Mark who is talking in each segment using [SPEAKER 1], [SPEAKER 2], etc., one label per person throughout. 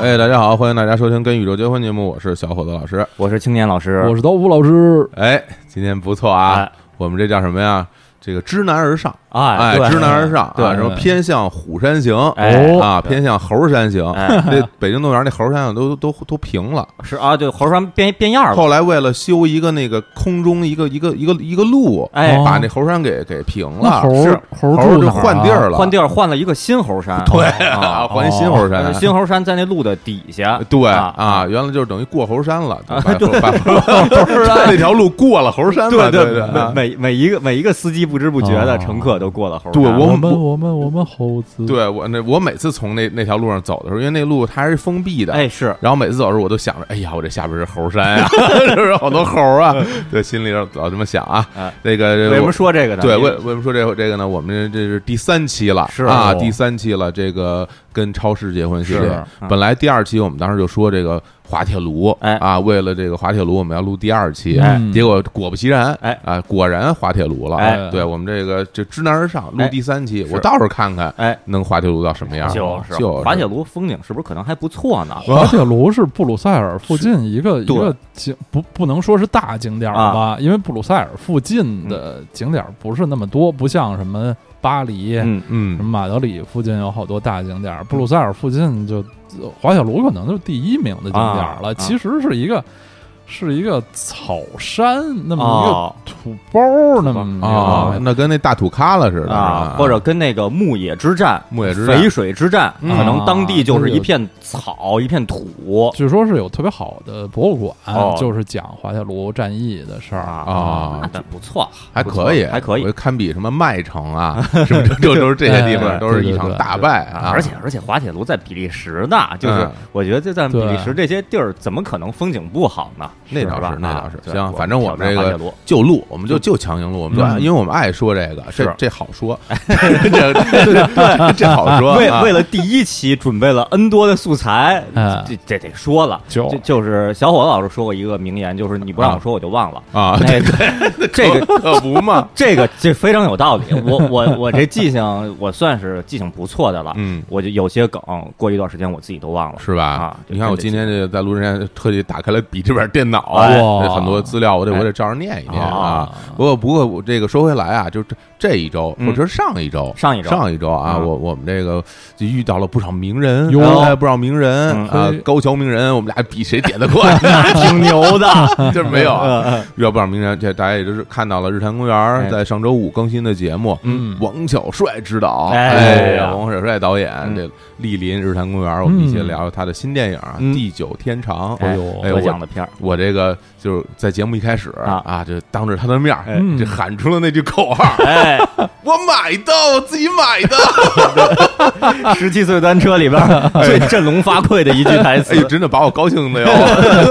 [SPEAKER 1] 哎，大家好，欢迎大家收听《跟宇宙结婚》节目，我是小伙子老师。
[SPEAKER 2] 我是青年老师，
[SPEAKER 3] 我是刀夫老师，
[SPEAKER 1] 哎，今天不错啊，
[SPEAKER 2] 哎
[SPEAKER 1] 我们这叫什么呀？这个知难而上，
[SPEAKER 2] 哎，对
[SPEAKER 1] 知难而上
[SPEAKER 2] 对
[SPEAKER 1] 啊，什么
[SPEAKER 2] 对
[SPEAKER 1] 偏向虎山行，
[SPEAKER 2] 哎
[SPEAKER 1] 啊，偏向猴山行。
[SPEAKER 2] 哎
[SPEAKER 1] 那北京动物园那猴山行都都都平了。
[SPEAKER 2] 是啊，对，猴山变变样了，
[SPEAKER 1] 后来为了修一个那个空中一个一个一个一个路，
[SPEAKER 2] 哎
[SPEAKER 1] 把那猴山给给平了，
[SPEAKER 3] 那猴
[SPEAKER 2] 是
[SPEAKER 3] 猴
[SPEAKER 1] 猴就
[SPEAKER 3] 住哪儿啊
[SPEAKER 1] 换地儿了，
[SPEAKER 2] 换地儿换了一个新猴山，
[SPEAKER 1] 对
[SPEAKER 2] 啊
[SPEAKER 1] 啊，换一新猴山，
[SPEAKER 2] 新猴山在那路的底下，
[SPEAKER 1] 对
[SPEAKER 2] 啊，
[SPEAKER 1] 原来就是等于过猴山了，把把猴 山那条路过了猴山
[SPEAKER 2] 对
[SPEAKER 1] 了，对
[SPEAKER 2] 对，
[SPEAKER 1] 啊
[SPEAKER 2] 每每每一个每一个司机不知不觉的
[SPEAKER 3] 哦
[SPEAKER 2] 乘客都过了猴山，
[SPEAKER 1] 对我
[SPEAKER 3] 我们我们我们猴子，
[SPEAKER 1] 对我那我每次从那那条路上走的时候，因为那路它还是封闭的，
[SPEAKER 2] 哎是
[SPEAKER 1] 然后每次走的时候我都想着，哎呀，我这下边是猴山呀、 是不是好多猴 啊？对，心里老这么想啊
[SPEAKER 2] 哎。
[SPEAKER 1] 那个
[SPEAKER 2] 为什么说这个呢？
[SPEAKER 1] 对，
[SPEAKER 2] 因
[SPEAKER 1] 为为什么说这这个呢？我们这是第三期了，
[SPEAKER 2] 是
[SPEAKER 1] 啊，
[SPEAKER 2] 哦
[SPEAKER 1] 第三期了。这个跟超市结婚系
[SPEAKER 2] 是
[SPEAKER 1] 列
[SPEAKER 2] 啊，
[SPEAKER 1] 本来第二期我们当时就说这个滑铁卢，
[SPEAKER 2] 哎
[SPEAKER 1] 啊，为了这个滑铁卢，我们要录第二期，
[SPEAKER 3] 哎
[SPEAKER 1] 结果果不其然，
[SPEAKER 2] 嗯哎
[SPEAKER 1] 啊，果然滑铁卢了。
[SPEAKER 2] 哎
[SPEAKER 1] 对我们这个这知难而上，录
[SPEAKER 2] 哎
[SPEAKER 1] 第三期，
[SPEAKER 2] 是
[SPEAKER 1] 我到时候看看，
[SPEAKER 2] 哎，
[SPEAKER 1] 能滑铁卢到什么样？
[SPEAKER 2] 就是
[SPEAKER 1] 就是
[SPEAKER 2] 滑铁卢风景是不是可能还不错呢？
[SPEAKER 3] 滑铁卢是布鲁塞尔附近一个一
[SPEAKER 2] 对
[SPEAKER 3] 个景，不不能说是大景点儿吧，因为布鲁塞尔附近的景点儿不是那么多，不像什么巴黎、
[SPEAKER 2] 嗯，
[SPEAKER 3] 什
[SPEAKER 1] 嗯
[SPEAKER 3] 么马德里附近有好多大景点儿，布鲁塞尔附近就呃滑铁卢可能就是第一名的景点儿
[SPEAKER 2] 啊
[SPEAKER 3] 了。
[SPEAKER 2] 啊
[SPEAKER 3] 其实是一个是一个草山那么
[SPEAKER 2] 哦
[SPEAKER 3] 一个土包儿那么一个
[SPEAKER 1] 啊，那跟那大土咖了似的
[SPEAKER 2] 啊，或者跟那个牧野之战、
[SPEAKER 1] 牧野之战
[SPEAKER 2] 淝水之战，
[SPEAKER 1] 嗯
[SPEAKER 2] 可能当地就是
[SPEAKER 3] 啊
[SPEAKER 2] 一片草，一片土
[SPEAKER 3] 据说是有特别好的博物馆，
[SPEAKER 2] 哦
[SPEAKER 3] 就是讲滑铁卢战役的事儿。
[SPEAKER 1] 啊
[SPEAKER 2] 那不错，
[SPEAKER 1] 还
[SPEAKER 2] 不错
[SPEAKER 1] 可以，
[SPEAKER 2] 还可
[SPEAKER 1] 我
[SPEAKER 2] 以。
[SPEAKER 1] 堪比什么麦城 啊，什么就就都是这些地方，
[SPEAKER 3] 哎
[SPEAKER 1] 都是一
[SPEAKER 3] 对
[SPEAKER 1] 场
[SPEAKER 3] 对对
[SPEAKER 1] 大败啊！
[SPEAKER 2] 而且而且，滑铁卢在比利时呢，就是
[SPEAKER 1] 嗯
[SPEAKER 2] 我觉得就在比利时
[SPEAKER 3] 对
[SPEAKER 2] 这些地儿，怎么可能风景不好呢？
[SPEAKER 1] 那倒
[SPEAKER 2] 是吧
[SPEAKER 1] 是，那倒
[SPEAKER 2] 啊
[SPEAKER 1] 是。
[SPEAKER 2] 对
[SPEAKER 1] 行，
[SPEAKER 2] 我
[SPEAKER 1] 反正我们这
[SPEAKER 2] 挑战滑
[SPEAKER 1] 个
[SPEAKER 2] 铁卢
[SPEAKER 1] 就录，我们就就强行录，我们就
[SPEAKER 3] 嗯
[SPEAKER 1] 因为我们爱说这个，这
[SPEAKER 2] 是
[SPEAKER 1] 这好 说，这这这好说。
[SPEAKER 2] 为
[SPEAKER 1] 啊
[SPEAKER 2] 为了第一期准备了 N 多的素材，
[SPEAKER 3] 哎
[SPEAKER 2] 这这得说了，
[SPEAKER 3] 就
[SPEAKER 2] 就就是小伙子老师说过一个名言，就是你不让我说我就忘了。
[SPEAKER 1] 啊，
[SPEAKER 2] 那个哎这个
[SPEAKER 1] 可不嘛，
[SPEAKER 2] 这个这非常有道理。我我我这记性，我算是记性不错的了。
[SPEAKER 1] 嗯
[SPEAKER 2] 我就有些梗，过一段时间我自己都忘了。
[SPEAKER 1] 是吧？
[SPEAKER 2] 啊
[SPEAKER 1] 你看我今天这在录之前特地打开了笔记本电脑，
[SPEAKER 2] 哎
[SPEAKER 1] 这很多资料我得
[SPEAKER 2] 哎
[SPEAKER 1] 我得照着念一念啊
[SPEAKER 2] 啊。
[SPEAKER 1] 不过不过我这个说回来啊，就这这一周
[SPEAKER 2] 嗯
[SPEAKER 1] 或者是上一周，
[SPEAKER 2] 上一周
[SPEAKER 1] 上一周啊，
[SPEAKER 2] 啊
[SPEAKER 1] 我我们这个就遇到了不少名人
[SPEAKER 3] 哟，
[SPEAKER 1] 哎不少名人
[SPEAKER 2] 嗯
[SPEAKER 1] 啊
[SPEAKER 3] 嘿，
[SPEAKER 1] 高桥名人，我们俩比谁点的快，
[SPEAKER 2] 挺牛的，
[SPEAKER 1] 就是 没有 啊。
[SPEAKER 2] 嗯嗯
[SPEAKER 1] 遇到不少名人，这大家也就是看到了日坛公园
[SPEAKER 2] 哎
[SPEAKER 1] 在上周五更新的节目，
[SPEAKER 3] 嗯
[SPEAKER 1] 王小帅执导，
[SPEAKER 2] 哎
[SPEAKER 1] 哎呀，
[SPEAKER 2] 呀
[SPEAKER 1] 王小帅导演
[SPEAKER 2] 嗯
[SPEAKER 1] 这莅临日坛公园，我们一起
[SPEAKER 3] 嗯
[SPEAKER 1] 聊聊他的新电影啊《
[SPEAKER 2] 嗯
[SPEAKER 1] 地久天长》。
[SPEAKER 3] 哎呦
[SPEAKER 1] 哎
[SPEAKER 2] 得
[SPEAKER 1] 我
[SPEAKER 2] 奖的片儿，
[SPEAKER 1] 我这个就是在节目一开始
[SPEAKER 2] 啊
[SPEAKER 1] 啊，就当着他的面
[SPEAKER 2] 哎
[SPEAKER 1] 儿，这喊出了那句口 号
[SPEAKER 2] 哎，：“
[SPEAKER 1] 我买的，我自己买的。
[SPEAKER 2] 十七岁单车里边儿最振聋发聩的一句 台”词
[SPEAKER 1] 哎，呦，真的把我高兴的哟！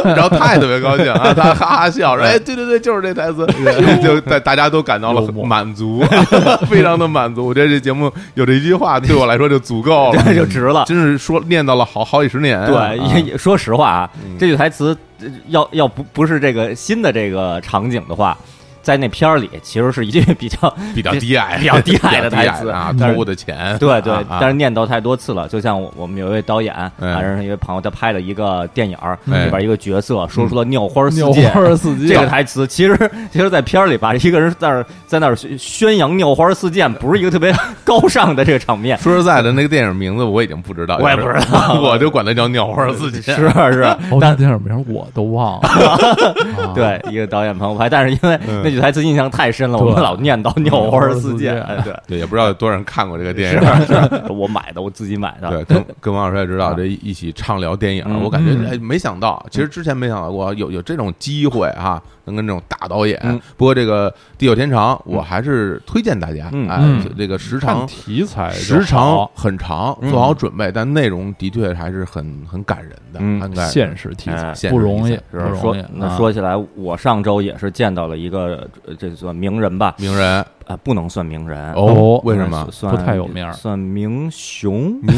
[SPEAKER 1] 然后他也特别高兴啊，他哈哈笑
[SPEAKER 2] 嗯
[SPEAKER 1] 说：“哎，对对对，就是这台词。” 就大大家都感到了很
[SPEAKER 3] 幽默
[SPEAKER 1] 满足， 非常的满足。我觉得这节目有这一句话对我来说就足够了，
[SPEAKER 2] 这就值了。
[SPEAKER 1] 真是说念叨了好好几十年啊。
[SPEAKER 2] 对，也也说实话啊
[SPEAKER 1] 嗯，
[SPEAKER 2] 这句台词呃要要不不是这个新的这个场景的话，在那片儿里其实是一句比较
[SPEAKER 1] 比较低矮，
[SPEAKER 2] 比较低矮的
[SPEAKER 1] 比较低
[SPEAKER 2] 台词
[SPEAKER 1] 啊，
[SPEAKER 2] 但
[SPEAKER 1] 偷
[SPEAKER 2] 是
[SPEAKER 1] 我的钱。
[SPEAKER 2] 对对
[SPEAKER 1] 啊，啊
[SPEAKER 2] 但是念叨太多次了。就像我我们有一位导演，啊，
[SPEAKER 1] 哎
[SPEAKER 2] 认识一位朋友，他拍了一个电影儿，
[SPEAKER 1] 哎
[SPEAKER 2] 里边一个角色说出了“尿花四
[SPEAKER 3] 纽
[SPEAKER 2] 溅
[SPEAKER 3] 花”儿四季
[SPEAKER 2] 这个台词，其实其实，在片儿里吧，一个人在那儿在那儿宣宣扬尿花四溅，不是一个特别高尚的这个场面。
[SPEAKER 1] 说实在的，那个电影名字我已经不知道，
[SPEAKER 2] 我也不知
[SPEAKER 1] 道， 我就管它叫《尿花 自己》。
[SPEAKER 2] 是是，
[SPEAKER 3] 哦，那电影名我都忘了。啊，
[SPEAKER 2] 对一个导演朋友拍，但是因为
[SPEAKER 1] 嗯
[SPEAKER 2] 那句台词印象太深了，我
[SPEAKER 3] 对
[SPEAKER 2] 们老念叨“ 尿花四溅
[SPEAKER 3] 尿花”。
[SPEAKER 2] 哎，对，
[SPEAKER 1] 对，也不知道有多少人看过这个电影。
[SPEAKER 2] 是是，我买的，我自己买的。
[SPEAKER 1] 对，跟跟王小帅指导这一一起畅聊电影，
[SPEAKER 2] 啊嗯
[SPEAKER 1] 我感觉
[SPEAKER 3] 嗯
[SPEAKER 1] 哎，没想到，其实之前没想到过有有这种机会哈，能跟这种大导演
[SPEAKER 2] 嗯。
[SPEAKER 1] 不过这个《地久天长》，我还是推荐大家，
[SPEAKER 2] 嗯
[SPEAKER 1] 哎
[SPEAKER 3] 嗯，
[SPEAKER 1] 这个时
[SPEAKER 3] 看
[SPEAKER 1] 长哎
[SPEAKER 3] 题材就好，
[SPEAKER 1] 时长很长，
[SPEAKER 2] 嗯
[SPEAKER 1] 做好准备，但内容的确还是很很感人的，
[SPEAKER 2] 嗯
[SPEAKER 1] 很感人
[SPEAKER 3] 现实题
[SPEAKER 2] 哎
[SPEAKER 3] 材
[SPEAKER 1] 现实
[SPEAKER 3] 不容易
[SPEAKER 1] 题，
[SPEAKER 3] 不
[SPEAKER 2] 是说
[SPEAKER 3] 容易。
[SPEAKER 2] 那
[SPEAKER 3] 啊
[SPEAKER 2] 说起来，我上周也是见到了一个呃这算名人吧，
[SPEAKER 1] 名人
[SPEAKER 2] 啊，不能算名人，
[SPEAKER 1] 哦
[SPEAKER 3] 哦，
[SPEAKER 1] 为什么？
[SPEAKER 2] 算
[SPEAKER 3] 不太有名儿
[SPEAKER 2] 算名雄。
[SPEAKER 1] 明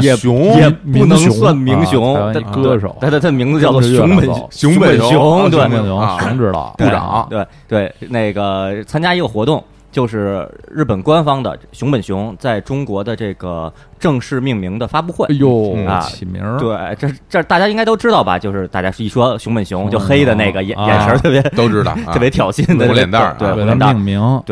[SPEAKER 1] 明雄
[SPEAKER 2] 也
[SPEAKER 3] 明
[SPEAKER 2] 不能
[SPEAKER 3] 雄
[SPEAKER 2] 算明
[SPEAKER 3] 啊
[SPEAKER 2] 雄，
[SPEAKER 3] 台湾
[SPEAKER 2] 但
[SPEAKER 3] 一歌手
[SPEAKER 2] 他他他名字叫做
[SPEAKER 3] 政治
[SPEAKER 2] 熊
[SPEAKER 3] 月
[SPEAKER 2] 本
[SPEAKER 1] 熊本
[SPEAKER 2] 本
[SPEAKER 3] 亮狗
[SPEAKER 1] 熊
[SPEAKER 2] 熊，
[SPEAKER 1] 啊
[SPEAKER 2] 对
[SPEAKER 3] 熊本雄
[SPEAKER 1] 啊
[SPEAKER 2] 哎
[SPEAKER 3] 熊指导
[SPEAKER 1] 部长
[SPEAKER 2] 对对，那个参加一个活动，就是日本官方的熊本熊在中国的这个正式命名的发布会
[SPEAKER 3] 哎。呦
[SPEAKER 1] 嗯
[SPEAKER 2] 啊，
[SPEAKER 3] 起名儿，
[SPEAKER 2] 对，这这大家应该都知道吧？就是大家一说熊本熊，
[SPEAKER 3] 熊
[SPEAKER 2] 就
[SPEAKER 3] 本
[SPEAKER 2] 黑的那个
[SPEAKER 3] 熊
[SPEAKER 2] 眼
[SPEAKER 3] 啊
[SPEAKER 2] 眼神儿特别
[SPEAKER 1] 都知道，啊
[SPEAKER 2] 特别挑衅的
[SPEAKER 1] 捂脸蛋儿
[SPEAKER 2] 对
[SPEAKER 1] 啊
[SPEAKER 2] 捂
[SPEAKER 3] 为
[SPEAKER 2] 脸
[SPEAKER 3] 了
[SPEAKER 2] 蛋儿
[SPEAKER 3] 命名，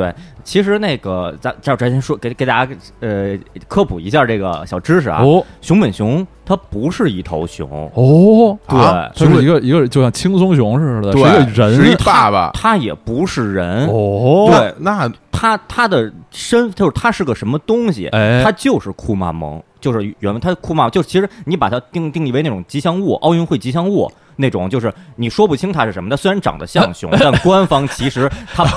[SPEAKER 2] 其实那个咱这儿之前说给给大家呃科普一下这个小知识啊，
[SPEAKER 3] 哦
[SPEAKER 2] 熊本熊它不是一头熊，
[SPEAKER 3] 哦，
[SPEAKER 2] 对，
[SPEAKER 1] 啊
[SPEAKER 3] 它是一个一个就像轻松熊似的，是一
[SPEAKER 1] 对，
[SPEAKER 3] 个人，
[SPEAKER 1] 是一爸爸。
[SPEAKER 2] 它也不是人，
[SPEAKER 3] 哦，
[SPEAKER 2] 对
[SPEAKER 1] 那
[SPEAKER 2] 它它的身就是它是个什么东西，
[SPEAKER 3] 哎，
[SPEAKER 2] 它就是库玛蒙，就是原文它库玛就其实你把它定定义为那种吉祥物，奥运会吉祥物那种，就是你说不清它是什么的，虽然长得像 熊，但官方其实它不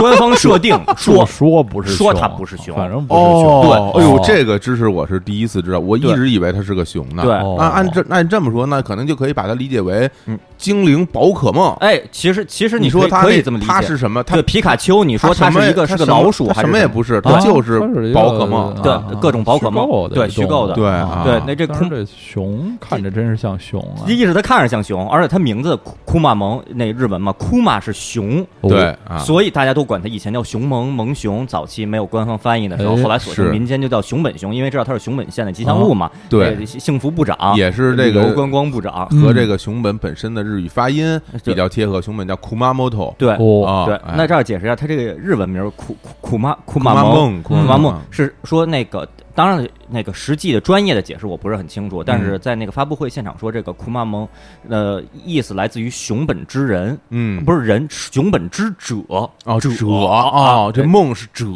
[SPEAKER 2] 官方设定
[SPEAKER 3] 我
[SPEAKER 2] 说
[SPEAKER 3] 说不是
[SPEAKER 2] 说
[SPEAKER 3] 熊
[SPEAKER 2] 它不是熊
[SPEAKER 3] 反正不是熊，
[SPEAKER 1] 哦，对，哎呦
[SPEAKER 3] 哦，
[SPEAKER 1] 这个知识我是第一次知道，我一
[SPEAKER 2] 对
[SPEAKER 1] 直以为它是个熊呢。
[SPEAKER 2] 对
[SPEAKER 3] 哦
[SPEAKER 1] 那啊按这按这么说，那可能就可以把它理解为
[SPEAKER 2] 嗯
[SPEAKER 1] 精灵宝可梦。
[SPEAKER 2] 哎，其实其实
[SPEAKER 1] 你
[SPEAKER 2] 可
[SPEAKER 1] 说
[SPEAKER 2] 以
[SPEAKER 1] 它
[SPEAKER 2] 可以
[SPEAKER 1] 那
[SPEAKER 2] 这么理
[SPEAKER 1] 它
[SPEAKER 2] 解。
[SPEAKER 1] 是什么？它
[SPEAKER 2] 对皮卡丘，你说它
[SPEAKER 1] 什么
[SPEAKER 2] 是
[SPEAKER 1] 也
[SPEAKER 2] 一个
[SPEAKER 1] 它
[SPEAKER 2] 是个
[SPEAKER 1] 什么
[SPEAKER 2] 老鼠
[SPEAKER 1] 它
[SPEAKER 2] 还
[SPEAKER 1] 什
[SPEAKER 2] 是
[SPEAKER 1] 么也
[SPEAKER 2] 么
[SPEAKER 1] 不是，
[SPEAKER 3] 啊
[SPEAKER 1] 它就是
[SPEAKER 3] 它是一个
[SPEAKER 1] 宝可梦。
[SPEAKER 2] 对
[SPEAKER 3] 啊
[SPEAKER 2] 各种宝可梦
[SPEAKER 3] 虚构的
[SPEAKER 2] 对
[SPEAKER 3] 一种
[SPEAKER 2] 虚构的
[SPEAKER 1] 对啊
[SPEAKER 2] 对那这
[SPEAKER 3] 但是
[SPEAKER 2] 空
[SPEAKER 3] 这熊看着真是像熊啊，
[SPEAKER 2] 一是它看着像熊，而且它名字库库玛蒙，那日文嘛，库玛是熊，
[SPEAKER 1] 对
[SPEAKER 3] 哦，
[SPEAKER 1] 啊，
[SPEAKER 2] 所以大家都管它以前叫熊萌、萌熊。早期没有官方翻译的时候，
[SPEAKER 3] 哎
[SPEAKER 2] 后来索性
[SPEAKER 1] 是哦
[SPEAKER 2] 民间就叫熊本熊，因为知道它是熊本县的吉祥物嘛。
[SPEAKER 1] 对
[SPEAKER 2] 那，幸福部长
[SPEAKER 1] 也是这
[SPEAKER 2] 旅游
[SPEAKER 1] 个嗯
[SPEAKER 2] 观光部长。
[SPEAKER 1] 和这个熊本本身的日语发音
[SPEAKER 2] 嗯对
[SPEAKER 1] 比较贴合，熊本叫 Kumamoto。
[SPEAKER 2] 对
[SPEAKER 3] 哦，
[SPEAKER 1] 啊，
[SPEAKER 2] 对
[SPEAKER 1] 哎，
[SPEAKER 2] 那这儿解释一下，它这个日文名儿库库库玛库玛
[SPEAKER 1] 马
[SPEAKER 2] 蒙
[SPEAKER 1] 梦，
[SPEAKER 2] 库玛蒙是说那个。当然，那个实际的专业的解释我不是很清楚，但是
[SPEAKER 1] 嗯
[SPEAKER 2] 在那个发布会现场说，这个库玛蒙，呃，意思来自于熊本之人，
[SPEAKER 1] 嗯，
[SPEAKER 2] 不是人，是熊本之者。
[SPEAKER 1] 哦，
[SPEAKER 2] 者啊
[SPEAKER 1] 者哦，这梦是者，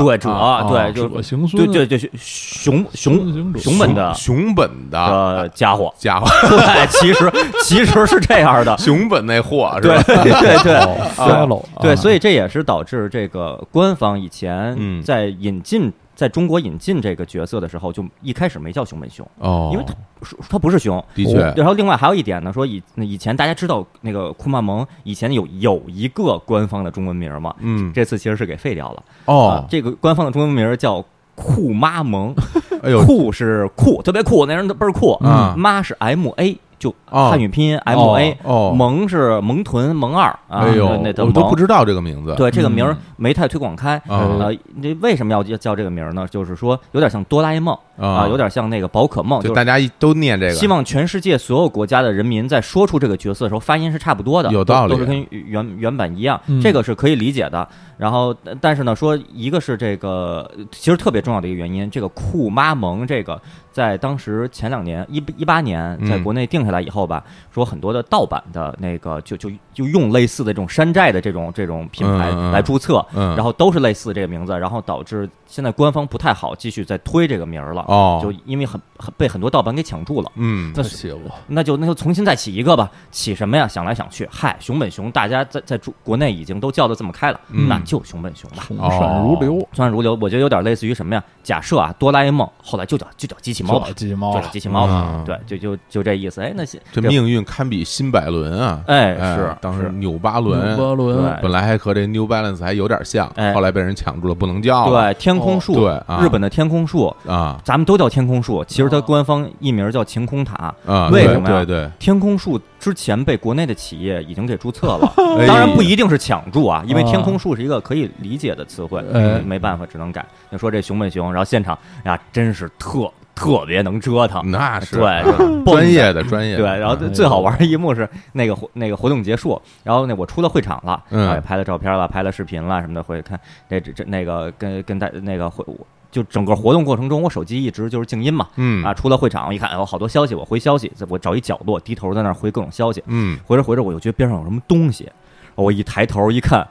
[SPEAKER 2] 对者
[SPEAKER 1] 啊
[SPEAKER 2] 对
[SPEAKER 1] 哦
[SPEAKER 2] 就
[SPEAKER 3] 我行
[SPEAKER 2] 对
[SPEAKER 3] 孙，
[SPEAKER 2] 对对，熊
[SPEAKER 3] 孙行
[SPEAKER 2] 熊
[SPEAKER 3] 者
[SPEAKER 2] 熊本的
[SPEAKER 1] 熊本的，
[SPEAKER 2] 啊呃家伙
[SPEAKER 1] 家伙，，
[SPEAKER 2] 对，其实其实是这样的
[SPEAKER 1] 熊本那货是
[SPEAKER 2] 对
[SPEAKER 1] 吧？
[SPEAKER 2] 对对对
[SPEAKER 3] 哦，fellow，
[SPEAKER 1] 啊
[SPEAKER 2] 对，所
[SPEAKER 3] 以
[SPEAKER 2] 以这也是导致这个官方以前
[SPEAKER 1] 嗯
[SPEAKER 2] 在引进在中国引进这个角色的时候，就一开始没叫熊本熊，
[SPEAKER 1] 哦
[SPEAKER 2] 因为它说它不是熊。
[SPEAKER 1] 的确
[SPEAKER 2] 然后另外还有一点呢，说以以前大家知道那个库曼蒙以前有有一个官方的中文名嘛，
[SPEAKER 1] 嗯
[SPEAKER 2] 这次其实是给废掉了。啊
[SPEAKER 1] 哦，
[SPEAKER 2] 这个官方的中文名叫库妈蒙，
[SPEAKER 1] 哎呦
[SPEAKER 2] 酷是酷，特别酷，那人倍儿酷。
[SPEAKER 1] 啊
[SPEAKER 2] 妈是 M A，就
[SPEAKER 1] 哦
[SPEAKER 2] 汉语拼音 M A。
[SPEAKER 1] 哦，
[SPEAKER 2] 萌是萌豚、萌二啊，
[SPEAKER 1] 哎呦，
[SPEAKER 2] 那
[SPEAKER 1] 我都不知道这个名字。
[SPEAKER 2] 道对这个名儿
[SPEAKER 3] 嗯
[SPEAKER 2] 没太推广开。
[SPEAKER 1] 啊
[SPEAKER 2] 呃，那为什么要叫这个名儿呢？就是说有点像哆啦 A 梦啊，有点像那个宝可梦，
[SPEAKER 1] 哦就
[SPEAKER 2] 就是
[SPEAKER 1] 大家一都念这个，
[SPEAKER 2] 希望全世界所有国家的人民在说出这个角色的时候，发音是差不多的，
[SPEAKER 1] 有道理
[SPEAKER 2] 都都是跟原原版一样
[SPEAKER 3] 嗯，
[SPEAKER 2] 这个是可以理解的。然后，但但是呢，说一个是这个，其实特别重要的一个原因，这个酷妈萌这个在当时前两年一一八年
[SPEAKER 1] 嗯
[SPEAKER 2] 在国内定下来以后吧，说很多的盗版的那个就就就用类似的这种山寨的这种这种品牌
[SPEAKER 1] 嗯嗯嗯
[SPEAKER 2] 来注册，
[SPEAKER 1] 嗯，
[SPEAKER 2] 然后都是类似这个名字，然后导致现在官方不太好继续再推这个名儿了。
[SPEAKER 1] 哦，
[SPEAKER 2] 就因为很很被很多盗版给抢住了，
[SPEAKER 1] 嗯
[SPEAKER 3] 太邪乎了，
[SPEAKER 2] 那就那就重新再起一个吧，起什么呀？想来想去，嗨，熊本熊，大家在在中国内已经都叫的这么开了，
[SPEAKER 1] 嗯
[SPEAKER 2] 那就熊本熊吧。
[SPEAKER 3] 从
[SPEAKER 1] 哦
[SPEAKER 3] 善如流，
[SPEAKER 2] 虽然如流，我觉得有点类似于什么呀？假设啊，哆啦 A 梦后来就叫就叫机器猫吧
[SPEAKER 3] 小，鸡
[SPEAKER 2] 就
[SPEAKER 3] 毛啊
[SPEAKER 2] 叫，机器猫吧
[SPEAKER 1] 嗯，
[SPEAKER 2] 对，就就就这意思。哎，那些
[SPEAKER 1] 这命运堪比新百伦啊！
[SPEAKER 2] 哎
[SPEAKER 1] 哎
[SPEAKER 2] 是
[SPEAKER 1] 当时
[SPEAKER 2] 是
[SPEAKER 1] 纽巴伦
[SPEAKER 3] 伦巴伦，
[SPEAKER 2] 对
[SPEAKER 1] 本来还和这 New Balance 还有点像
[SPEAKER 2] 哎，
[SPEAKER 1] 后来被人抢住了，不能叫了
[SPEAKER 2] 对天空树，
[SPEAKER 1] 对啊哦
[SPEAKER 2] 日本的天空树，
[SPEAKER 1] 啊
[SPEAKER 2] 咱们都叫天空树，其实它官方译名叫晴空塔。
[SPEAKER 1] 啊！
[SPEAKER 2] 为
[SPEAKER 1] 对
[SPEAKER 2] 什么呀
[SPEAKER 1] 对对，
[SPEAKER 2] 天空树之前被国内的企业已经给注册了，
[SPEAKER 1] 哎
[SPEAKER 2] 当然不一定是抢注啊，因为
[SPEAKER 3] 啊
[SPEAKER 2] 天空树是一个可以理解的词汇，
[SPEAKER 3] 哎
[SPEAKER 1] 呃
[SPEAKER 2] 没办法，只能改。就说这熊本熊，然后现场呀，真是特特别能折腾，
[SPEAKER 1] 那是
[SPEAKER 2] 对
[SPEAKER 1] 啊
[SPEAKER 2] 蹦的
[SPEAKER 1] 专业的专业
[SPEAKER 2] 对。
[SPEAKER 1] 的
[SPEAKER 2] 然后
[SPEAKER 1] 啊
[SPEAKER 2] 最好玩的一幕是那个活那个活动结束，然后那我出了会场了，
[SPEAKER 1] 嗯
[SPEAKER 2] 然后也拍了照片了，拍了视频了什么的，回去看这这这那个跟跟大那个会。我就整个活动过程中，我手机一直就是静音嘛，
[SPEAKER 1] 嗯
[SPEAKER 2] 啊，出了会场我一看，哎有好多消息，我回消息，我找一角落低头在那儿回各种消息，
[SPEAKER 1] 嗯，
[SPEAKER 2] 回着回着，我就觉得边上有什么东西，我一抬头一看，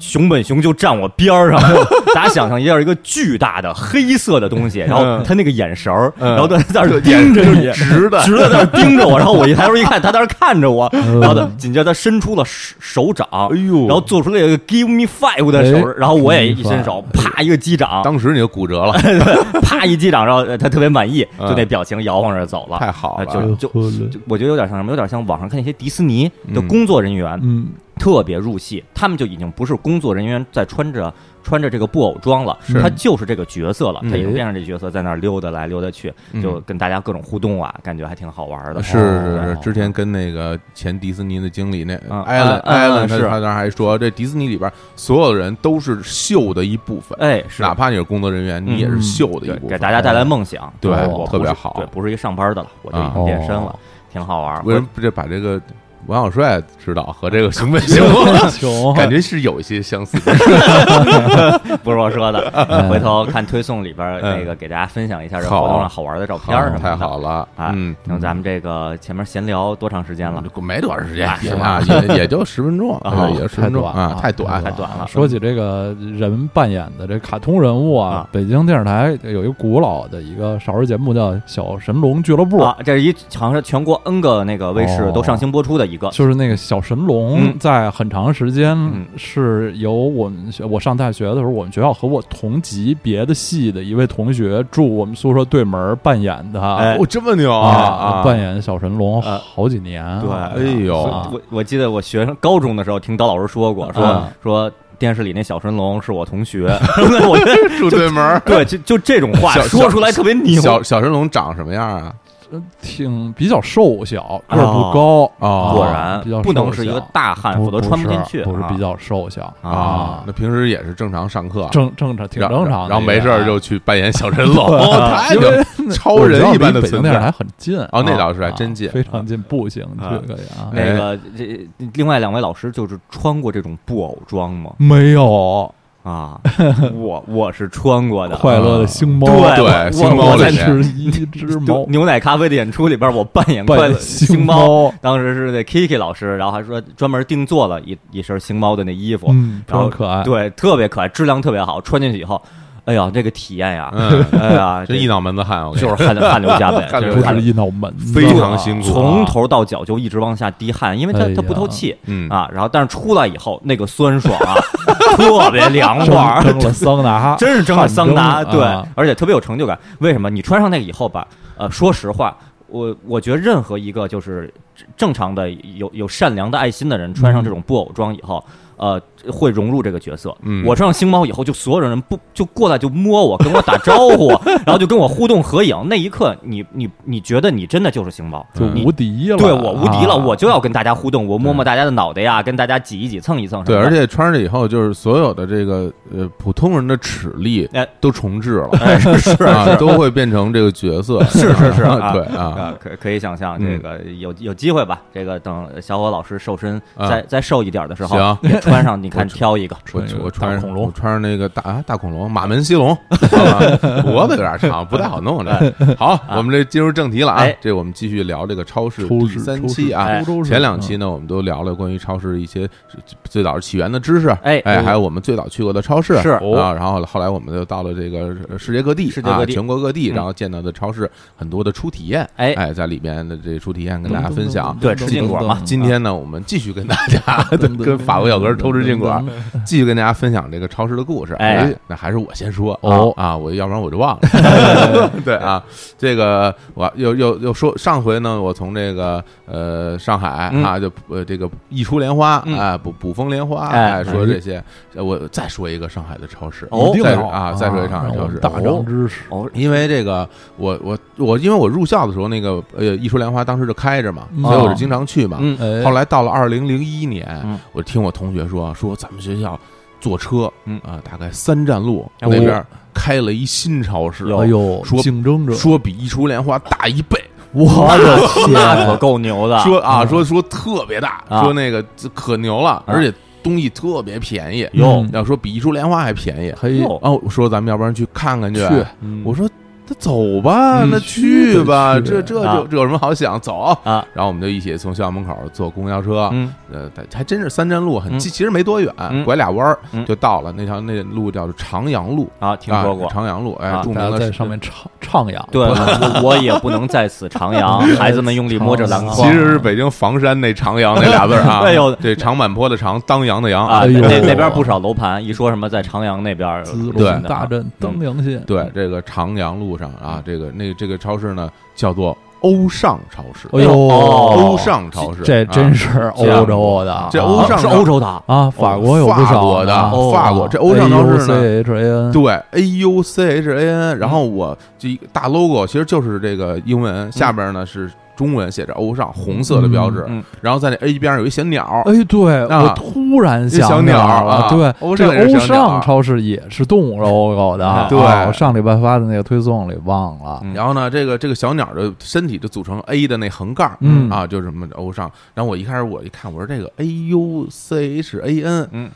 [SPEAKER 2] 熊本熊就站我边儿上， 大家想象一下，一个巨大的黑色的东西，然后
[SPEAKER 1] 嗯
[SPEAKER 2] 他那个眼神儿，然后在那儿盯着 你，
[SPEAKER 1] 直 的
[SPEAKER 2] 直的在那儿盯着我，然后我一抬头一看，他在那儿看着我，然后他紧接着他伸出了手手掌，
[SPEAKER 1] 嗯哎呦哎
[SPEAKER 2] 然后做出了一个 give me five 的手势，然后我也一伸手，啪一个击掌，
[SPEAKER 1] 当时你就骨折了，
[SPEAKER 2] 啪一击掌，然后他特别满意，就那表情摇晃着走了。
[SPEAKER 1] 嗯太好
[SPEAKER 2] 就
[SPEAKER 1] 了，
[SPEAKER 2] 就就我觉得有点像什么，有点像网上看那些迪士尼的工作人员，
[SPEAKER 3] 嗯，
[SPEAKER 2] 特别入戏，他们就已经不是工作人员在穿着穿着这个布偶装了，
[SPEAKER 1] 是
[SPEAKER 2] 他就是这个角色了，
[SPEAKER 1] 嗯
[SPEAKER 2] 他已经变成这角色在那儿溜达来溜达去，
[SPEAKER 1] 嗯
[SPEAKER 2] 就跟大家各种互动啊，感觉还挺好玩的。
[SPEAKER 1] 是
[SPEAKER 2] 哦
[SPEAKER 1] 是是，之前跟那个前迪士尼的经理那
[SPEAKER 2] 啊
[SPEAKER 1] 艾伦
[SPEAKER 2] 啊啊
[SPEAKER 1] 艾伦，他
[SPEAKER 2] 是
[SPEAKER 1] 他当时还说，这迪士尼里边所有人都是秀的一部分，
[SPEAKER 2] 哎，是嗯
[SPEAKER 1] 哪怕你是工作人员，你也是秀的一
[SPEAKER 2] 对
[SPEAKER 1] 部分，哎
[SPEAKER 2] 给大家带来梦想，
[SPEAKER 1] 对
[SPEAKER 2] 我
[SPEAKER 1] 特别
[SPEAKER 2] 不是
[SPEAKER 1] 好啊
[SPEAKER 2] 对，不是一上班的了，我就已经变身了
[SPEAKER 3] 哦，
[SPEAKER 2] 挺好玩。
[SPEAKER 1] 为什么不这把这个王小帅指导和这个熊本熊
[SPEAKER 3] 穷，
[SPEAKER 1] 感觉是有一些相似的？
[SPEAKER 2] 不是我说 的，
[SPEAKER 3] 嗯
[SPEAKER 2] 回头看推送里边儿那个给大家分享一下这活动上啊好玩的照片儿什么的。
[SPEAKER 1] 太嗯啊好了，
[SPEAKER 2] 啊！
[SPEAKER 1] 嗯，
[SPEAKER 2] 那咱们这个前面闲聊多长时间了？
[SPEAKER 1] 没多长时间
[SPEAKER 2] 啊
[SPEAKER 1] 也
[SPEAKER 2] 是吗
[SPEAKER 1] 啊，也也就十分钟，
[SPEAKER 2] 啊
[SPEAKER 1] 也就十分钟
[SPEAKER 3] 太短
[SPEAKER 1] 啊
[SPEAKER 3] 了，
[SPEAKER 1] 太短
[SPEAKER 2] 太短了。
[SPEAKER 3] 说起这个人扮演的这卡通人物啊
[SPEAKER 2] 啊，
[SPEAKER 3] 北京电视台有一个古老的一个少儿节目叫《小神龙俱乐部》，
[SPEAKER 2] 啊，这是一好像是全国 N 个那个卫视
[SPEAKER 3] 哦
[SPEAKER 2] 都上星播出的一个
[SPEAKER 3] 就是那个小神龙
[SPEAKER 2] 嗯
[SPEAKER 3] 在很长时间
[SPEAKER 2] 嗯
[SPEAKER 3] 是由我们学我上大学的时候，我们学校和我同级别的系的一位同学住我们宿舍对门儿扮演的，
[SPEAKER 2] 哎
[SPEAKER 1] 哦，这么牛
[SPEAKER 3] 啊
[SPEAKER 1] 啊！啊
[SPEAKER 3] 扮演小神龙
[SPEAKER 2] 呃
[SPEAKER 3] 好几年啊，
[SPEAKER 2] 对
[SPEAKER 1] 哎呦
[SPEAKER 3] 啊，
[SPEAKER 2] 我我记得我学生高中的时候听刀老师说过，说、
[SPEAKER 3] 啊
[SPEAKER 2] 说电视里那小神龙是我同学， 我觉得
[SPEAKER 1] 住对门 儿，
[SPEAKER 2] 对，就就这种话
[SPEAKER 1] 小
[SPEAKER 2] 说出来特别牛，
[SPEAKER 1] 小小神龙长什么样啊？
[SPEAKER 3] 挺比较瘦小，个儿不高，
[SPEAKER 1] 哦
[SPEAKER 2] 果
[SPEAKER 3] 啊
[SPEAKER 2] 然
[SPEAKER 3] 比较
[SPEAKER 2] 不能
[SPEAKER 3] 瘦
[SPEAKER 2] 是一个
[SPEAKER 3] 小
[SPEAKER 2] 大汉，
[SPEAKER 3] 不
[SPEAKER 2] 否则
[SPEAKER 3] 不
[SPEAKER 2] 穿
[SPEAKER 3] 是
[SPEAKER 2] 进去
[SPEAKER 3] 不是
[SPEAKER 2] 啊
[SPEAKER 3] 比较瘦小，
[SPEAKER 2] 啊
[SPEAKER 1] 那平时也是正常上课，
[SPEAKER 3] 正正常挺
[SPEAKER 1] 然
[SPEAKER 3] 正常的一个人，啊
[SPEAKER 1] 然后没事 儿就去扮演小神龙， 太
[SPEAKER 3] 因为
[SPEAKER 1] 牛，超人一般的
[SPEAKER 3] 我知道
[SPEAKER 1] 存
[SPEAKER 3] 离北京电视
[SPEAKER 1] 在。
[SPEAKER 3] 台很近啊
[SPEAKER 1] 哦，那倒是还真近
[SPEAKER 3] 非常近，步行
[SPEAKER 2] 啊
[SPEAKER 3] 去可以啊。
[SPEAKER 2] 那个这另外两位老师就是穿过这种布偶装吗？
[SPEAKER 3] 没有
[SPEAKER 2] 啊，我我是穿过的。啊
[SPEAKER 3] 快乐的星猫，
[SPEAKER 2] 对
[SPEAKER 1] 对
[SPEAKER 2] 我
[SPEAKER 1] 星猫
[SPEAKER 2] 我
[SPEAKER 1] 里
[SPEAKER 2] 在
[SPEAKER 3] 三
[SPEAKER 1] 面
[SPEAKER 3] 只一只猫，
[SPEAKER 2] 牛奶咖啡的演出里边，我扮演快
[SPEAKER 3] 扮
[SPEAKER 2] 乐
[SPEAKER 3] 演星
[SPEAKER 2] 猫，
[SPEAKER 3] 猫，
[SPEAKER 2] 当时是那 Kiki 老师，然后还说专门定做了一一身星猫的那衣服，
[SPEAKER 3] 嗯，非
[SPEAKER 2] 然后
[SPEAKER 3] 常可爱。
[SPEAKER 2] 对，特别可爱，质量特别好，穿进去以后，哎呀，这个体验呀，
[SPEAKER 1] 嗯，
[SPEAKER 2] 哎呀，
[SPEAKER 1] 真一脑门子汗，我跟你
[SPEAKER 2] 就
[SPEAKER 1] 说
[SPEAKER 2] 是汗汗流浃 背，
[SPEAKER 1] 汗流
[SPEAKER 2] 真
[SPEAKER 3] 不
[SPEAKER 2] 是汗
[SPEAKER 3] 是
[SPEAKER 2] 流
[SPEAKER 3] 一脑门子，
[SPEAKER 1] 非常辛苦，啊
[SPEAKER 2] 从头到脚就一直往下滴汗，因为它
[SPEAKER 3] 哎呀
[SPEAKER 2] 它不透气
[SPEAKER 1] 嗯，
[SPEAKER 2] 啊，然后但是出来以后那个酸爽 啊，特别凉快儿，
[SPEAKER 3] 蒸了桑拿，
[SPEAKER 2] 真是蒸了桑拿，
[SPEAKER 3] 啊汗蒸
[SPEAKER 2] 对
[SPEAKER 3] 啊，
[SPEAKER 2] 而且特别有成就感。为什么？你穿上那个以后吧，呃，说实话，我我觉得任何一个就是正常的有有善良的爱心的人，穿上这种布偶装以后。呃，会融入这个角色。
[SPEAKER 1] 嗯
[SPEAKER 2] 我穿上星猫以后，就所有人不就过来就摸我，跟我打招呼，然后就跟我互动合影。那一刻你，你你觉得你真的就是星猫，
[SPEAKER 3] 就
[SPEAKER 1] 嗯
[SPEAKER 3] 无敌了。
[SPEAKER 2] 对我无敌了，
[SPEAKER 3] 啊
[SPEAKER 2] 我就要跟大家互动，我摸摸大家的脑袋呀，跟大家挤一挤，蹭一蹭什
[SPEAKER 1] 对，
[SPEAKER 2] 么的。
[SPEAKER 1] 而且穿上以后，就是所有的这个呃普通人的齿力
[SPEAKER 2] 哎
[SPEAKER 1] 都重置了，
[SPEAKER 2] 哎是是
[SPEAKER 1] 啊，都会变成这个角色，
[SPEAKER 2] 是是是
[SPEAKER 1] 啊
[SPEAKER 2] 啊
[SPEAKER 1] 对啊，
[SPEAKER 2] 啊，可可以想象，
[SPEAKER 1] 嗯
[SPEAKER 2] 这个有有机会吧？这个等小伙老师瘦身
[SPEAKER 1] 啊
[SPEAKER 2] 再再瘦一点的时候，
[SPEAKER 1] 行
[SPEAKER 2] 也 穿上，你看挑一个，
[SPEAKER 1] 我
[SPEAKER 3] 穿一个
[SPEAKER 1] 我穿
[SPEAKER 3] 大
[SPEAKER 1] 上
[SPEAKER 3] 恐龙
[SPEAKER 1] 我穿上那个大啊大恐龙马门溪龙，好吧脖子有点长，不太好 弄这。好，我们这进入正题了啊
[SPEAKER 2] 啊哎，
[SPEAKER 1] 这我们继续聊这个超市
[SPEAKER 3] 初
[SPEAKER 1] 第
[SPEAKER 3] 始
[SPEAKER 1] 三期啊
[SPEAKER 2] 哎。
[SPEAKER 3] 初中
[SPEAKER 1] 前两期呢，我们都聊了关于超市一些最早起源的知识，
[SPEAKER 2] 哎
[SPEAKER 1] 哎，还有我们最早去过的超市
[SPEAKER 2] 是
[SPEAKER 1] 啊，然后后来我们就到了这个世界各地，
[SPEAKER 2] 世界各地
[SPEAKER 1] 啊、全国各地，
[SPEAKER 2] 嗯
[SPEAKER 1] 然后见到的超市很多的初体验，
[SPEAKER 2] 哎
[SPEAKER 1] 哎，在里边的这初体验跟大家分享。
[SPEAKER 2] 对吃禁果嘛
[SPEAKER 1] 今天呢，我们继续跟大家
[SPEAKER 3] 噔噔
[SPEAKER 1] 跟法国小哥偷吃禁果，
[SPEAKER 3] 噔噔噔
[SPEAKER 1] 继续跟大家分享这个超市的故事。
[SPEAKER 2] 哎，
[SPEAKER 1] 那还是我先说
[SPEAKER 3] 哦
[SPEAKER 1] 啊，我要不然我就忘了。对啊，这个我又又又说上回呢，我从这个呃上海啊，就呃这个一出莲花
[SPEAKER 2] 嗯
[SPEAKER 1] 啊，捕捕风莲花，
[SPEAKER 2] 哎
[SPEAKER 1] 哎，说这些，我再说一个上海的超市
[SPEAKER 2] 哦
[SPEAKER 3] 一定
[SPEAKER 1] 再
[SPEAKER 3] 要
[SPEAKER 1] 啊再说一场
[SPEAKER 3] 让我们
[SPEAKER 1] 就是
[SPEAKER 3] 大
[SPEAKER 2] 哦
[SPEAKER 3] 张知识，
[SPEAKER 2] 哦，
[SPEAKER 1] 因为这个，我我我，因为我入校的时候，那个呃，一出莲花当时就开着嘛，
[SPEAKER 3] 嗯
[SPEAKER 1] 所以我就经常去嘛。
[SPEAKER 2] 嗯
[SPEAKER 3] 哎
[SPEAKER 1] 后来到了二零零一年，
[SPEAKER 2] 嗯
[SPEAKER 1] 我听我同学说，说咱们学校坐车，
[SPEAKER 2] 嗯
[SPEAKER 1] 啊、大概三站路、
[SPEAKER 2] 哎
[SPEAKER 1] 那边开了一新超市，
[SPEAKER 2] 哟
[SPEAKER 3] 哎呦，
[SPEAKER 1] 说
[SPEAKER 3] 竞争者，
[SPEAKER 1] 说比一出莲花大一倍，
[SPEAKER 3] 我的
[SPEAKER 2] 啊那可
[SPEAKER 3] 天，
[SPEAKER 2] 够牛的，
[SPEAKER 1] 说啊，说说特别大，
[SPEAKER 2] 啊
[SPEAKER 1] 说那个这可牛了，而且东西特别便宜，
[SPEAKER 3] 哟
[SPEAKER 1] 嗯要说比一出莲花还便宜。
[SPEAKER 3] 嘿，
[SPEAKER 2] 哟
[SPEAKER 1] 哦，我说咱们要不然去看看去，
[SPEAKER 3] 去
[SPEAKER 2] 嗯
[SPEAKER 1] 我说那走吧，
[SPEAKER 3] 嗯
[SPEAKER 1] 那去吧，
[SPEAKER 3] 去
[SPEAKER 1] 这
[SPEAKER 3] 去
[SPEAKER 1] 这
[SPEAKER 2] 啊
[SPEAKER 1] 就这有什么好想？走
[SPEAKER 2] 啊！
[SPEAKER 1] 然后我们就一起从校门口坐公交车，
[SPEAKER 2] 嗯，
[SPEAKER 1] 呃，还真是三站路，很
[SPEAKER 2] 嗯
[SPEAKER 1] 其其实没多远
[SPEAKER 2] 嗯，
[SPEAKER 1] 拐俩弯儿
[SPEAKER 2] 嗯
[SPEAKER 1] 就到了。那条那路叫做长阳路，
[SPEAKER 2] 啊，听说过
[SPEAKER 1] 啊，长阳路，哎
[SPEAKER 2] 啊，
[SPEAKER 1] 著
[SPEAKER 3] 大
[SPEAKER 1] 名
[SPEAKER 3] 家
[SPEAKER 1] 的
[SPEAKER 3] 在上面唱唱扬，
[SPEAKER 2] 对我我也不能在此 徜徉，孩子们用力摸着篮
[SPEAKER 3] 其
[SPEAKER 1] 呃其
[SPEAKER 2] 筐。
[SPEAKER 1] 实是北京房山那长阳那俩字儿啊，
[SPEAKER 2] 哎呦
[SPEAKER 1] 对，长坂坡的长，当阳的阳
[SPEAKER 2] 啊，
[SPEAKER 3] 哎呦
[SPEAKER 2] 那那边不少楼盘，一说什么在长阳那边，
[SPEAKER 3] 子
[SPEAKER 1] 对
[SPEAKER 3] 龙
[SPEAKER 2] 啊
[SPEAKER 3] 大阵，登阳县，
[SPEAKER 1] 对，这个长阳路上啊，这个那这个超市呢叫做欧尚超市。
[SPEAKER 3] 哎呦
[SPEAKER 1] 欧
[SPEAKER 2] 哦
[SPEAKER 1] 尚超市，
[SPEAKER 3] 这真
[SPEAKER 1] 啊
[SPEAKER 3] 是
[SPEAKER 1] 这样
[SPEAKER 3] 欧洲的，
[SPEAKER 1] 这
[SPEAKER 3] 啊
[SPEAKER 1] 欧尚哦
[SPEAKER 2] 是欧洲的，
[SPEAKER 3] 啊，法国有不
[SPEAKER 1] 法
[SPEAKER 3] 少
[SPEAKER 1] 国的
[SPEAKER 3] 呢
[SPEAKER 2] 哦
[SPEAKER 1] 法国这欧尚超市呢？
[SPEAKER 3] A U C H A
[SPEAKER 2] 嗯
[SPEAKER 3] N，
[SPEAKER 1] 对，A U C H A N，然后我这一个大 logo 其实就是这个英
[SPEAKER 2] 嗯
[SPEAKER 1] 文，下边呢是中文写着欧尚，红色的标志
[SPEAKER 2] 嗯嗯，
[SPEAKER 1] 然后在那 A 边上有一小鸟，
[SPEAKER 3] 哎，对，
[SPEAKER 1] 啊
[SPEAKER 3] 我突然
[SPEAKER 1] 这小
[SPEAKER 3] 想起
[SPEAKER 1] 鸟
[SPEAKER 3] 来
[SPEAKER 1] 儿
[SPEAKER 3] 了
[SPEAKER 1] 啊，
[SPEAKER 3] 对，
[SPEAKER 1] 欧
[SPEAKER 3] 这
[SPEAKER 1] 尚也是
[SPEAKER 3] 欧
[SPEAKER 1] 小鸟儿啊
[SPEAKER 3] 尚超市也是动物 logo 的啊，
[SPEAKER 2] 对
[SPEAKER 3] 啊我上礼拜发的那个推送里忘了，
[SPEAKER 2] 嗯
[SPEAKER 1] 然后呢，这个这个小鸟的身体就组成 A 的那横杠，
[SPEAKER 3] 嗯
[SPEAKER 1] 啊，就是什么欧尚。然后我一开始我一看，我说这个 A U C H A N，
[SPEAKER 2] 嗯，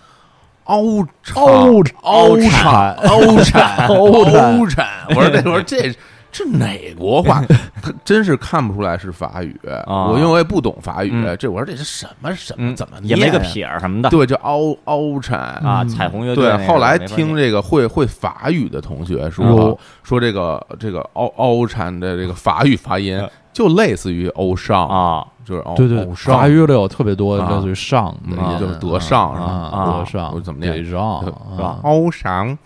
[SPEAKER 1] 欧产
[SPEAKER 3] 欧
[SPEAKER 1] 欧
[SPEAKER 3] 产
[SPEAKER 1] 欧产
[SPEAKER 3] 欧产
[SPEAKER 1] 欧产，我说这我说这这哪国 话？可真是看不出来是法语，
[SPEAKER 2] 啊
[SPEAKER 1] 我因为我也不懂法语，
[SPEAKER 2] 嗯
[SPEAKER 1] 这我说这是什么什么
[SPEAKER 2] 嗯，
[SPEAKER 1] 怎么
[SPEAKER 2] 也
[SPEAKER 1] 念
[SPEAKER 2] 没个
[SPEAKER 1] 呀？
[SPEAKER 2] 撇儿什么的
[SPEAKER 1] 对，就欧欧产
[SPEAKER 2] 啊，
[SPEAKER 3] 嗯
[SPEAKER 2] 彩虹乐队那
[SPEAKER 1] 对
[SPEAKER 2] 个，
[SPEAKER 1] 后来
[SPEAKER 2] 没法
[SPEAKER 1] 听
[SPEAKER 2] 念
[SPEAKER 1] 这个会会法语的同学说
[SPEAKER 3] 哟
[SPEAKER 1] 说这个这个欧欧产的这个法语发音
[SPEAKER 2] 嗯
[SPEAKER 1] 就类似于欧尚，
[SPEAKER 2] 啊
[SPEAKER 1] 就是欧
[SPEAKER 3] 对对，
[SPEAKER 1] 欧尚
[SPEAKER 3] 法语里有特别多
[SPEAKER 1] 啊
[SPEAKER 3] 类似于上的
[SPEAKER 1] 嗯
[SPEAKER 3] 音，
[SPEAKER 1] 就是德尚是吧？
[SPEAKER 2] 啊
[SPEAKER 3] 啊，德
[SPEAKER 1] 我
[SPEAKER 3] 尚
[SPEAKER 1] 怎么念
[SPEAKER 3] 得 让
[SPEAKER 1] 对
[SPEAKER 3] 是
[SPEAKER 2] 是吧？
[SPEAKER 1] 欧尚，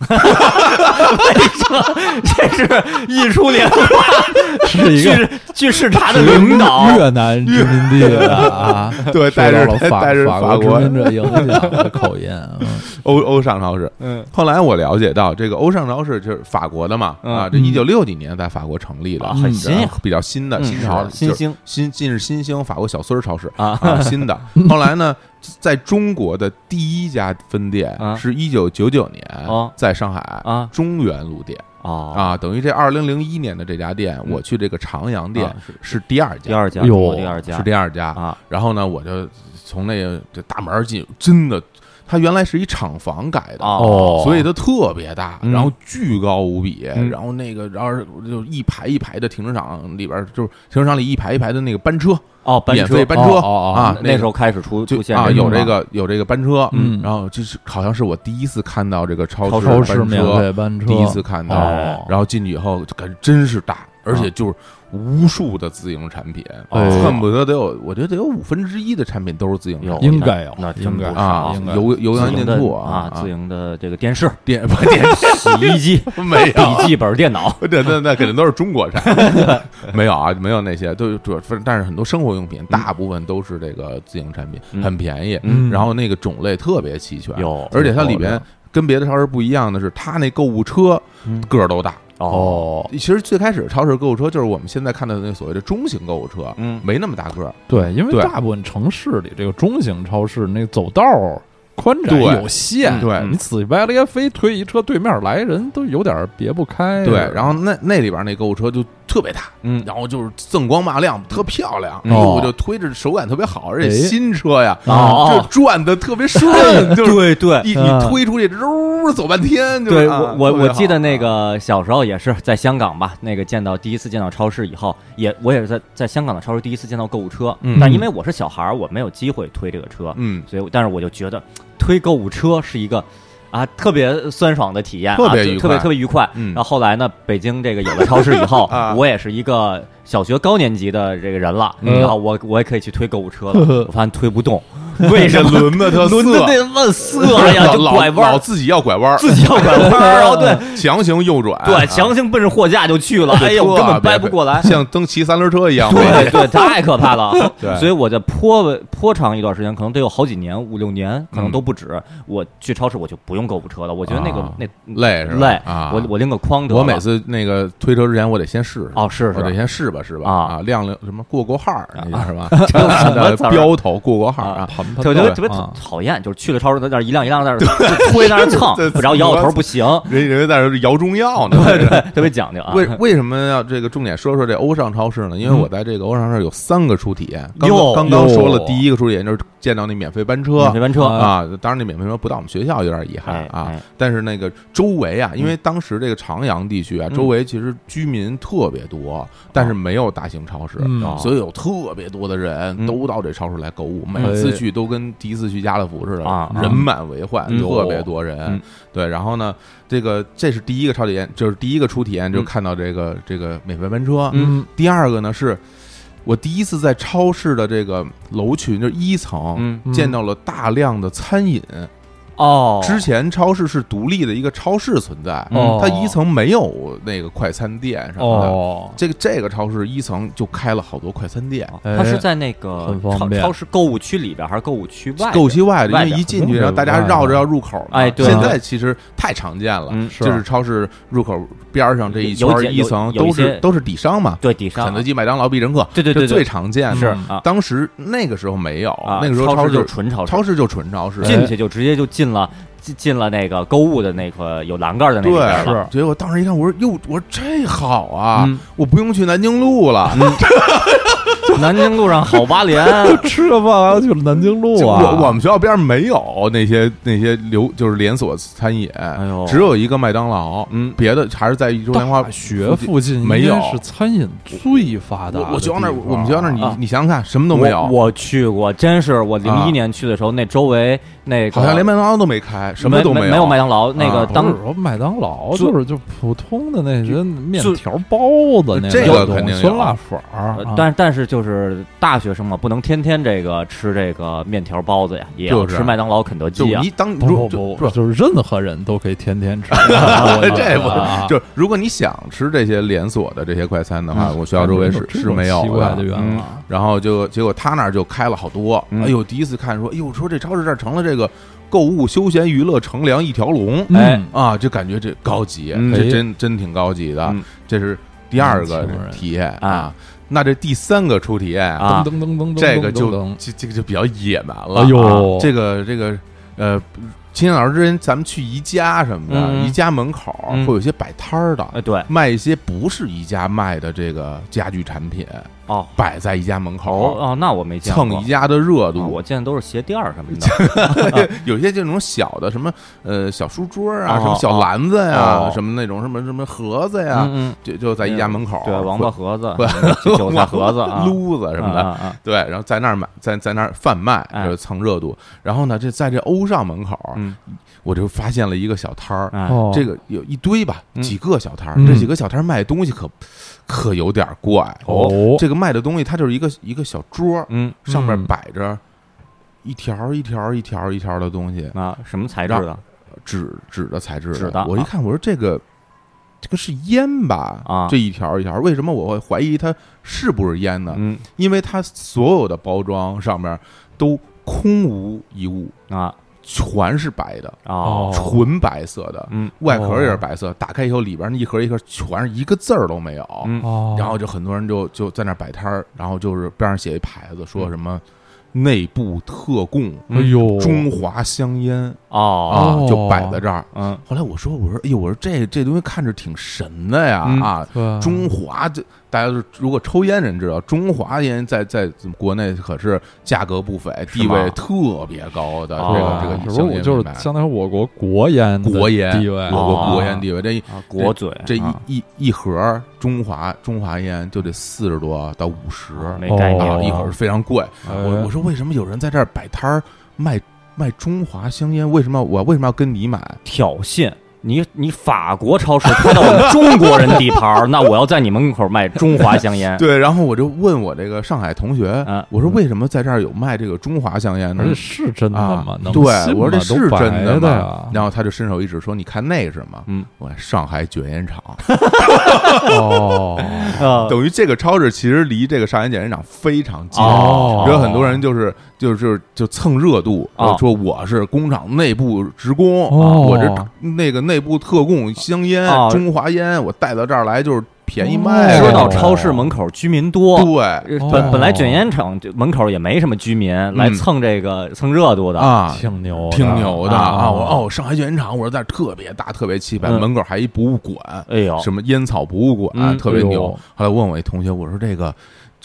[SPEAKER 2] 这是艺术联合
[SPEAKER 3] 是一个
[SPEAKER 2] 去去视察的 领导，
[SPEAKER 3] 越南殖民地的啊，
[SPEAKER 1] 对，
[SPEAKER 3] 受到
[SPEAKER 1] 带着
[SPEAKER 3] 了法
[SPEAKER 1] 带着
[SPEAKER 3] 法
[SPEAKER 1] 国
[SPEAKER 3] 殖民者影响的口音，嗯
[SPEAKER 1] 欧欧尚超市。
[SPEAKER 2] 嗯
[SPEAKER 1] 后来我了解到，这个欧尚超市就是法国的嘛，
[SPEAKER 2] 嗯
[SPEAKER 1] 啊，这
[SPEAKER 3] 嗯
[SPEAKER 1] 一九六几年在法国成立的，
[SPEAKER 2] 啊很新呀
[SPEAKER 1] 然后比较新的
[SPEAKER 2] 嗯
[SPEAKER 1] 新潮
[SPEAKER 2] 是的新兴
[SPEAKER 1] 新近是新兴法国小村儿超市
[SPEAKER 2] 啊
[SPEAKER 1] 新 的。后来呢，在中国的第一家分店
[SPEAKER 2] 啊
[SPEAKER 1] 是一九九九年
[SPEAKER 2] 哦
[SPEAKER 1] 在上海
[SPEAKER 2] 啊
[SPEAKER 1] 中原路店
[SPEAKER 2] 啊
[SPEAKER 1] 啊，等于这二零零一年的这家店，
[SPEAKER 2] 嗯
[SPEAKER 1] 我去这个长阳
[SPEAKER 2] 啊
[SPEAKER 1] 店是第二
[SPEAKER 2] 第
[SPEAKER 1] 家，
[SPEAKER 2] 二家，
[SPEAKER 3] 哟
[SPEAKER 2] 中国第二家
[SPEAKER 1] 是第二家
[SPEAKER 2] 啊
[SPEAKER 1] 然后呢，我就从那个这大门儿进，真的，它原来是一厂房改的
[SPEAKER 2] 啊
[SPEAKER 3] 哦，
[SPEAKER 1] 所以它特别大，
[SPEAKER 2] 嗯
[SPEAKER 1] 然后巨高无比，
[SPEAKER 2] 嗯
[SPEAKER 1] 然后那个，然后就一排一排的停车场里边儿，就是停车场里一排一排的那个班车，
[SPEAKER 2] 哦，班
[SPEAKER 1] 免
[SPEAKER 2] 车
[SPEAKER 1] 费班
[SPEAKER 3] 哦
[SPEAKER 1] 车
[SPEAKER 3] 哦哦
[SPEAKER 1] 啊，
[SPEAKER 2] 那
[SPEAKER 1] 那
[SPEAKER 2] 时
[SPEAKER 1] 候
[SPEAKER 2] 候开始出
[SPEAKER 1] 就
[SPEAKER 2] 出现
[SPEAKER 1] 啊有
[SPEAKER 2] 这
[SPEAKER 1] 这个有这个班车，
[SPEAKER 3] 嗯
[SPEAKER 1] 然后就是好像是我第一次看到这个超
[SPEAKER 2] 超
[SPEAKER 1] 市
[SPEAKER 3] 超
[SPEAKER 1] 班
[SPEAKER 3] 市免
[SPEAKER 1] 车，
[SPEAKER 3] 费班车，
[SPEAKER 1] 第一次看到，
[SPEAKER 3] 哦
[SPEAKER 1] 然后进去以后就感觉真是大，而
[SPEAKER 2] 嗯
[SPEAKER 1] 且就是。无数的自营产品，
[SPEAKER 2] 哎
[SPEAKER 3] 呦
[SPEAKER 1] 恨不得得有，我觉得得有五分之一的产品都是自营产
[SPEAKER 2] 有
[SPEAKER 1] 品
[SPEAKER 3] 应该有
[SPEAKER 2] 那那真
[SPEAKER 3] 应
[SPEAKER 2] 不
[SPEAKER 3] 该
[SPEAKER 2] 少
[SPEAKER 1] 啊
[SPEAKER 3] 应该，
[SPEAKER 1] 油油
[SPEAKER 2] 自
[SPEAKER 1] 羊
[SPEAKER 2] 营
[SPEAKER 1] 电
[SPEAKER 2] 的
[SPEAKER 1] 兔
[SPEAKER 2] 啊，
[SPEAKER 1] 啊
[SPEAKER 2] 自，营的这个电 视、
[SPEAKER 1] 电 不电
[SPEAKER 2] 洗衣机、
[SPEAKER 1] 没有啊
[SPEAKER 2] 笔记本电脑，
[SPEAKER 1] 对，那那肯定都是中国产， 没有啊，没有那些，都是主要，但是很多生活用品，大部分都是这个自营产品，
[SPEAKER 2] 嗯
[SPEAKER 1] 很便宜，
[SPEAKER 3] 嗯
[SPEAKER 1] 然后那个种类特别齐全，
[SPEAKER 2] 有
[SPEAKER 1] 而且它里
[SPEAKER 2] 有
[SPEAKER 1] 边
[SPEAKER 2] 的
[SPEAKER 1] 跟别的超市不一样的是，它那购物车
[SPEAKER 2] 嗯
[SPEAKER 1] 个儿都大。
[SPEAKER 2] 哦，
[SPEAKER 3] 哦，
[SPEAKER 1] 其实最开始超市购物车就是我们现在看到的那个所谓的中型购物车，
[SPEAKER 2] 嗯
[SPEAKER 1] 没那么大个儿，
[SPEAKER 3] 对，因为
[SPEAKER 1] 对
[SPEAKER 3] 大部分城市里这个中型超市那走道儿宽窄
[SPEAKER 1] 对嗯
[SPEAKER 3] 有限，
[SPEAKER 1] 对
[SPEAKER 3] 你死乞白咧非推一车，对面来人都有点别不开。
[SPEAKER 1] 对，然后那那里边那购物车就特别大，
[SPEAKER 2] 哎嗯
[SPEAKER 1] 然后就是锃光瓦亮，特漂亮，
[SPEAKER 2] 嗯哎
[SPEAKER 1] 哎呦，我就推着手感特别好，而且新车呀，
[SPEAKER 3] 哎
[SPEAKER 2] 哦
[SPEAKER 1] 就转的特别顺，就是
[SPEAKER 2] 对对。
[SPEAKER 1] 一
[SPEAKER 3] 嗯
[SPEAKER 1] 你推出去，嗖走半天，就是
[SPEAKER 2] 对
[SPEAKER 1] 啊
[SPEAKER 2] 我我
[SPEAKER 1] 特别
[SPEAKER 2] 我
[SPEAKER 1] 好
[SPEAKER 2] 记得那个小时候也是在香港吧，那个见到第一次见到超市以后，也我也是在在香港的超市第一次见到购物车，
[SPEAKER 1] 嗯
[SPEAKER 2] 但因为我是小孩儿，我没有机会推这个车，
[SPEAKER 1] 嗯，
[SPEAKER 2] 所以我但是我就觉得推购物车是一个啊特别酸爽的体验，
[SPEAKER 1] 特别
[SPEAKER 2] 啊就
[SPEAKER 1] 愉
[SPEAKER 2] 特别
[SPEAKER 1] 快
[SPEAKER 2] 特别愉快。
[SPEAKER 1] 嗯
[SPEAKER 2] 然后后来呢，北京这个有了超市以后
[SPEAKER 1] 啊，
[SPEAKER 2] 我也是一个小学高年级的这个人了，
[SPEAKER 3] 嗯
[SPEAKER 2] 然后我我也可以去推购物车 了，我发现推不动，为什么？
[SPEAKER 1] 轮子特
[SPEAKER 2] 轮的
[SPEAKER 1] 涩
[SPEAKER 2] 那么涩呀，
[SPEAKER 1] 老
[SPEAKER 2] 就拐弯
[SPEAKER 1] 老
[SPEAKER 2] 儿，
[SPEAKER 1] 自己要拐弯儿，
[SPEAKER 2] 自己要拐弯 儿，然后对
[SPEAKER 1] 强行右转，
[SPEAKER 2] 对，
[SPEAKER 1] 啊
[SPEAKER 2] 强行奔着货架就去了，嗯哎哎呀，我根本掰不过来，
[SPEAKER 1] 像蹬骑三轮车一样，。
[SPEAKER 2] 对对，太可怕了
[SPEAKER 1] 对
[SPEAKER 2] 所以我在颇颇长一段时间，可能得有好几年，五六年，可能
[SPEAKER 1] 嗯
[SPEAKER 2] 都不止。我去超市我就不用购物车了，我觉得那个、
[SPEAKER 1] 啊
[SPEAKER 2] 那
[SPEAKER 1] 累是吧？
[SPEAKER 2] 累，
[SPEAKER 1] 啊，
[SPEAKER 2] 我我拎个筐得了。
[SPEAKER 1] 我每次那个推车之前，我得先试试。
[SPEAKER 2] 哦是
[SPEAKER 1] 我得
[SPEAKER 2] 是
[SPEAKER 1] 先试吧，是吧？
[SPEAKER 2] 啊
[SPEAKER 1] 啊，亮亮什么过过号儿，那叫是 吧？
[SPEAKER 2] 这有什么词儿啊
[SPEAKER 1] 标头过过号儿
[SPEAKER 2] 啊
[SPEAKER 1] 啊，
[SPEAKER 3] 盘盘
[SPEAKER 2] 特别
[SPEAKER 1] 对
[SPEAKER 2] 特别
[SPEAKER 3] 啊
[SPEAKER 2] 讨厌，就是去了超市，在那儿一辆一 辆在那儿就推在那儿蹭
[SPEAKER 1] 对，
[SPEAKER 2] 然后摇摇头不行，
[SPEAKER 1] 人人在这摇中药呢。
[SPEAKER 2] 对对， 特别讲究啊。
[SPEAKER 1] 为为什么要这个重点说说这欧尚超市呢？因为我在这个欧尚超市有三个初体验，刚
[SPEAKER 2] 哟
[SPEAKER 1] 刚刚刚说了
[SPEAKER 3] 哟
[SPEAKER 1] 第一个初体验就是见到那免费班车
[SPEAKER 2] 免费班嗯车，
[SPEAKER 1] 啊，当然那免费班车不到我们学校有点遗憾
[SPEAKER 2] 哎
[SPEAKER 1] 啊，
[SPEAKER 2] 哎
[SPEAKER 1] 但是那个周围啊，因为当时这个长阳地区啊，
[SPEAKER 2] 嗯
[SPEAKER 1] 周围其实居民特别多，但是没有大型超市。
[SPEAKER 3] 嗯
[SPEAKER 2] 哦
[SPEAKER 1] 所以有特别多的人
[SPEAKER 2] 嗯
[SPEAKER 1] 都到这超市来购物，每
[SPEAKER 2] 嗯
[SPEAKER 1] 次去都跟第一次去家乐福似的，
[SPEAKER 2] 啊
[SPEAKER 1] 人满为患，
[SPEAKER 2] 嗯
[SPEAKER 1] 特别多人。
[SPEAKER 2] 嗯
[SPEAKER 1] 对，然后呢，这个这是第一个超体验，就是第一个初体验，
[SPEAKER 2] 嗯
[SPEAKER 1] 就看到这个、这个免费班车。
[SPEAKER 3] 嗯
[SPEAKER 1] 第二个呢是。我第一次在超市的这个楼群，就是一层，
[SPEAKER 2] 嗯
[SPEAKER 3] 嗯
[SPEAKER 1] 见到了大量的餐饮
[SPEAKER 2] 哦，
[SPEAKER 1] 之前超市是独立的一个超市存在，
[SPEAKER 2] 哦
[SPEAKER 1] 它一层没有那个快餐店什么的。
[SPEAKER 3] 哦，
[SPEAKER 1] 这个这个超市一层就开了好多快餐店，
[SPEAKER 3] 哎
[SPEAKER 2] 啊它是在那个
[SPEAKER 3] 很方
[SPEAKER 2] 超
[SPEAKER 3] 便
[SPEAKER 2] 超市购物区里边还是购物区外边？
[SPEAKER 1] 够其外的，因
[SPEAKER 2] 外
[SPEAKER 1] 为
[SPEAKER 2] 边
[SPEAKER 1] 一进去，
[SPEAKER 3] 嗯
[SPEAKER 1] 然后大家绕着要入口嘛。
[SPEAKER 2] 哎对
[SPEAKER 1] 现在其实太常见了，
[SPEAKER 2] 嗯
[SPEAKER 3] 是
[SPEAKER 1] 就是超市入口边儿上这一圈
[SPEAKER 2] 有
[SPEAKER 1] 儿
[SPEAKER 2] 有
[SPEAKER 1] 一层
[SPEAKER 2] 有有
[SPEAKER 1] 都
[SPEAKER 2] 一些
[SPEAKER 1] 是都是底商嘛，
[SPEAKER 2] 对底上
[SPEAKER 1] 肯德基、麦当劳、必胜客，
[SPEAKER 2] 对对对
[SPEAKER 1] 这
[SPEAKER 2] 对
[SPEAKER 1] 最常见的。
[SPEAKER 2] 是
[SPEAKER 3] 嗯
[SPEAKER 2] 啊
[SPEAKER 1] 当时那个时候没有，
[SPEAKER 2] 啊，
[SPEAKER 1] 那个时候
[SPEAKER 2] 超
[SPEAKER 1] 市
[SPEAKER 2] 就纯超市哎
[SPEAKER 1] 超，市就纯超市，
[SPEAKER 2] 进去就直接就进了进进了那个购物的那个有栏杆的那
[SPEAKER 1] 对
[SPEAKER 2] 个边了。
[SPEAKER 3] 是
[SPEAKER 1] 结果当时一看，我说哟，我说这好啊，
[SPEAKER 2] 嗯
[SPEAKER 1] 我不用去南京路了。
[SPEAKER 2] 南京路上好八连，
[SPEAKER 3] 吃了饭还要去南京路
[SPEAKER 1] 就
[SPEAKER 3] 啊？
[SPEAKER 1] 我我们学校边上没有那些那些流就是连锁餐饮，
[SPEAKER 2] 哎呦
[SPEAKER 1] 只有一个麦当劳，
[SPEAKER 2] 嗯
[SPEAKER 1] 别的还是在一中
[SPEAKER 3] 大
[SPEAKER 1] 联花
[SPEAKER 3] 学
[SPEAKER 1] 近
[SPEAKER 3] 附近应该
[SPEAKER 1] 没有
[SPEAKER 3] 是餐饮最发达的地方。
[SPEAKER 1] 我我学校那儿，我们学校那儿，你
[SPEAKER 2] 啊
[SPEAKER 1] 你想想看，什么 都没有，
[SPEAKER 2] 我我去过，真是我零
[SPEAKER 1] 啊
[SPEAKER 2] 一年去的时候，那周围那个
[SPEAKER 1] 好像连麦当劳都没开，什么都
[SPEAKER 2] 没
[SPEAKER 1] 有。
[SPEAKER 2] 没有麦当劳，那个
[SPEAKER 1] 啊
[SPEAKER 2] 当
[SPEAKER 3] 不是说麦当劳
[SPEAKER 2] 就
[SPEAKER 3] 就是就普通的那些面
[SPEAKER 2] 就
[SPEAKER 3] 条包子那
[SPEAKER 1] 这
[SPEAKER 3] 个
[SPEAKER 1] 个
[SPEAKER 3] 东
[SPEAKER 1] 肯定
[SPEAKER 3] 西
[SPEAKER 1] 有
[SPEAKER 3] 酸辣粉儿
[SPEAKER 2] 呃，
[SPEAKER 3] 啊
[SPEAKER 2] 但但是就是大学生嘛，不能天天这个吃这个面条包子呀，也要
[SPEAKER 1] 就是
[SPEAKER 2] 吃麦当劳、肯德
[SPEAKER 1] 就
[SPEAKER 2] 基啊
[SPEAKER 1] 你。当
[SPEAKER 3] 不
[SPEAKER 1] 如
[SPEAKER 3] 不
[SPEAKER 1] 就
[SPEAKER 3] 不
[SPEAKER 1] 不
[SPEAKER 3] 不，
[SPEAKER 1] 是
[SPEAKER 3] 就是任何人都可以天 天吃，
[SPEAKER 1] 这不
[SPEAKER 3] 啊
[SPEAKER 1] 就如果你想吃这些连锁的这些快餐的话，
[SPEAKER 2] 嗯
[SPEAKER 1] 我学校周围是是没有
[SPEAKER 3] 奇怪的啊
[SPEAKER 1] 的。嗯
[SPEAKER 3] 愿望，
[SPEAKER 1] 然后就结果他那儿就开了好多，
[SPEAKER 2] 嗯
[SPEAKER 1] 哎呦，第一次看说，哎呦，说这超市这儿成了这个购物、休闲、娱乐、乘凉一条龙
[SPEAKER 3] 嗯
[SPEAKER 2] 哎
[SPEAKER 1] 啊，就感觉这高级，
[SPEAKER 2] 嗯
[SPEAKER 1] 这真真挺高级的
[SPEAKER 2] 嗯。
[SPEAKER 1] 这是第二个
[SPEAKER 3] 年轻人
[SPEAKER 1] 体验
[SPEAKER 2] 啊
[SPEAKER 1] 啊，那这第三个初体验
[SPEAKER 2] 啊
[SPEAKER 3] 噔噔噔噔噔，
[SPEAKER 1] 这个就
[SPEAKER 3] 噔
[SPEAKER 1] 这这个就比较野蛮
[SPEAKER 3] 噔
[SPEAKER 1] 了。
[SPEAKER 3] 哎
[SPEAKER 2] 啊
[SPEAKER 3] 呦，
[SPEAKER 1] 这个这个呃，秦老师之前咱们去宜家什么的，
[SPEAKER 2] 嗯
[SPEAKER 1] 宜家门口
[SPEAKER 2] 嗯
[SPEAKER 1] 会有一些摆摊儿的，
[SPEAKER 2] 哎，对，
[SPEAKER 1] 卖一些不是宜家卖的这个家具产品，
[SPEAKER 2] 哦
[SPEAKER 1] 摆在宜家门
[SPEAKER 2] 哦
[SPEAKER 1] 口。
[SPEAKER 2] 哦，那我没见过
[SPEAKER 1] 啊蹭宜家的热
[SPEAKER 2] 啊
[SPEAKER 1] 度，
[SPEAKER 2] 我见的都是鞋垫儿 什么的。
[SPEAKER 1] 有些这种小的什么呃小书桌啊，
[SPEAKER 2] 哦
[SPEAKER 1] 什么小篮子呀、
[SPEAKER 2] 哦
[SPEAKER 1] 什么那种什么什么盒子呀，
[SPEAKER 2] 嗯嗯，
[SPEAKER 1] 就就在宜家门口，
[SPEAKER 2] 对，王 八盒子
[SPEAKER 1] 会、
[SPEAKER 2] 韭韭菜盒子 啊，
[SPEAKER 1] 撸子什么的，
[SPEAKER 2] 啊啊啊
[SPEAKER 1] 对，然后在那儿买，在在那儿贩卖，
[SPEAKER 2] 哎
[SPEAKER 1] 就是蹭热度。然后呢，这在这欧尚门口，
[SPEAKER 2] 嗯
[SPEAKER 1] 我就发现了一个小摊儿，
[SPEAKER 2] 哎
[SPEAKER 3] 哦
[SPEAKER 1] 这个有一堆吧，
[SPEAKER 2] 嗯
[SPEAKER 1] 几个小摊儿，
[SPEAKER 3] 嗯
[SPEAKER 1] 这几个小摊儿卖的东西可可有点怪
[SPEAKER 3] 哦
[SPEAKER 1] 这个卖的东西，它就是一个一个小桌儿，
[SPEAKER 2] 嗯
[SPEAKER 1] 上面
[SPEAKER 3] 嗯
[SPEAKER 1] 摆着一条一条一条一条的东西，
[SPEAKER 2] 啊，什么材质的
[SPEAKER 1] 纸纸的材质
[SPEAKER 2] 纸的
[SPEAKER 1] 我一
[SPEAKER 2] 啊
[SPEAKER 1] 看，我说这个。这个是烟吧？
[SPEAKER 2] 啊
[SPEAKER 1] 这一条一条，为什么我会怀疑它是不是烟呢？
[SPEAKER 2] 嗯
[SPEAKER 1] 因为它所有的包装上面都空无一物，
[SPEAKER 2] 啊
[SPEAKER 1] 全是白的，
[SPEAKER 2] 哦
[SPEAKER 3] 哦
[SPEAKER 1] 纯白色的，
[SPEAKER 2] 嗯
[SPEAKER 1] 外壳也是白色。打开以后，里边那一盒一盒全是一个字儿都没有。
[SPEAKER 2] 嗯
[SPEAKER 3] 哦，
[SPEAKER 1] 然后就很多人就就在那儿摆摊儿，然后就是边上写一牌子，说什么内部特供、
[SPEAKER 3] 哎呦，
[SPEAKER 1] 嗯中华香烟
[SPEAKER 2] 嗯哦
[SPEAKER 1] 啊，
[SPEAKER 3] 哦
[SPEAKER 1] 就摆在这儿。
[SPEAKER 2] 嗯
[SPEAKER 1] 后来我说，我说，哎呦，我说这这东西看着挺神的呀
[SPEAKER 2] 嗯
[SPEAKER 1] 啊，
[SPEAKER 3] 对
[SPEAKER 1] 中华这大家都如果抽烟人知道，中华烟在在国内可是价格不菲，
[SPEAKER 2] 是
[SPEAKER 1] 地
[SPEAKER 2] 吗
[SPEAKER 1] 位特别高的。这
[SPEAKER 2] 哦
[SPEAKER 1] 个这个香
[SPEAKER 3] 是不是
[SPEAKER 1] 烟
[SPEAKER 3] 我就
[SPEAKER 1] 品
[SPEAKER 3] 是
[SPEAKER 1] 牌
[SPEAKER 3] 相当于我国国烟的
[SPEAKER 1] 国烟
[SPEAKER 3] 地位？
[SPEAKER 1] 我国
[SPEAKER 2] 哦
[SPEAKER 1] 国烟地位，这一
[SPEAKER 2] 啊，裹嘴
[SPEAKER 1] 这一
[SPEAKER 2] 啊
[SPEAKER 1] 一一盒中华中华烟就得四十多到五十，
[SPEAKER 2] 没概
[SPEAKER 1] 啊，
[SPEAKER 2] 念
[SPEAKER 1] 一盒是非常贵。
[SPEAKER 3] 哎
[SPEAKER 1] 我我说为什么有人在这儿摆摊儿卖卖中华香烟？为什么我为什么要跟你买？
[SPEAKER 2] 挑衅。你你法国超市开到我们中国人地盘儿，那 我要在你门口卖中华香 烟。
[SPEAKER 1] 对，然后我就问我这个上海同学
[SPEAKER 2] 啊，
[SPEAKER 1] 我说为什么在这儿有卖这个中华香烟呢
[SPEAKER 3] 而且？是真的吗
[SPEAKER 1] 嗯啊？
[SPEAKER 3] 能，
[SPEAKER 1] 对
[SPEAKER 3] 信，
[SPEAKER 1] 我说这
[SPEAKER 3] 吗
[SPEAKER 1] 是
[SPEAKER 3] 都白
[SPEAKER 1] 真的
[SPEAKER 3] 的
[SPEAKER 1] 吗
[SPEAKER 3] 呀？
[SPEAKER 1] 然后他就伸手一指说：“你看那是什么？”
[SPEAKER 2] 嗯，
[SPEAKER 1] 我说上海卷烟厂，
[SPEAKER 3] 哦，
[SPEAKER 2] 呃，
[SPEAKER 1] 等于这个超市其实离这个上海卷烟厂非常近。
[SPEAKER 2] 哦
[SPEAKER 1] 有很多人就是就是就是就蹭热度，
[SPEAKER 2] 哦
[SPEAKER 1] 说我是工厂内部职工，
[SPEAKER 3] 哦
[SPEAKER 1] 我这那个内部特供香烟、
[SPEAKER 2] 哦
[SPEAKER 1] 中华烟，我带到这儿来就是便宜卖。
[SPEAKER 3] 哦
[SPEAKER 2] 说到超市门口居民多，
[SPEAKER 1] 对
[SPEAKER 2] 呃
[SPEAKER 3] 哦
[SPEAKER 2] 本本来卷烟厂就门口也没什么居民来蹭这个蹭热度的，
[SPEAKER 1] 嗯啊，
[SPEAKER 3] 挺牛，
[SPEAKER 1] 挺牛的
[SPEAKER 2] 啊
[SPEAKER 1] 啊！我哦，上海卷烟厂，我说在这儿特别大，特别气派，
[SPEAKER 2] 嗯
[SPEAKER 1] 门口还一博物馆，
[SPEAKER 2] 哎呦，
[SPEAKER 1] 什么烟草博物馆、
[SPEAKER 2] 嗯
[SPEAKER 1] 啊特别
[SPEAKER 3] 哎
[SPEAKER 1] 牛
[SPEAKER 3] 呦。
[SPEAKER 1] 后来问我一同学，我说这个。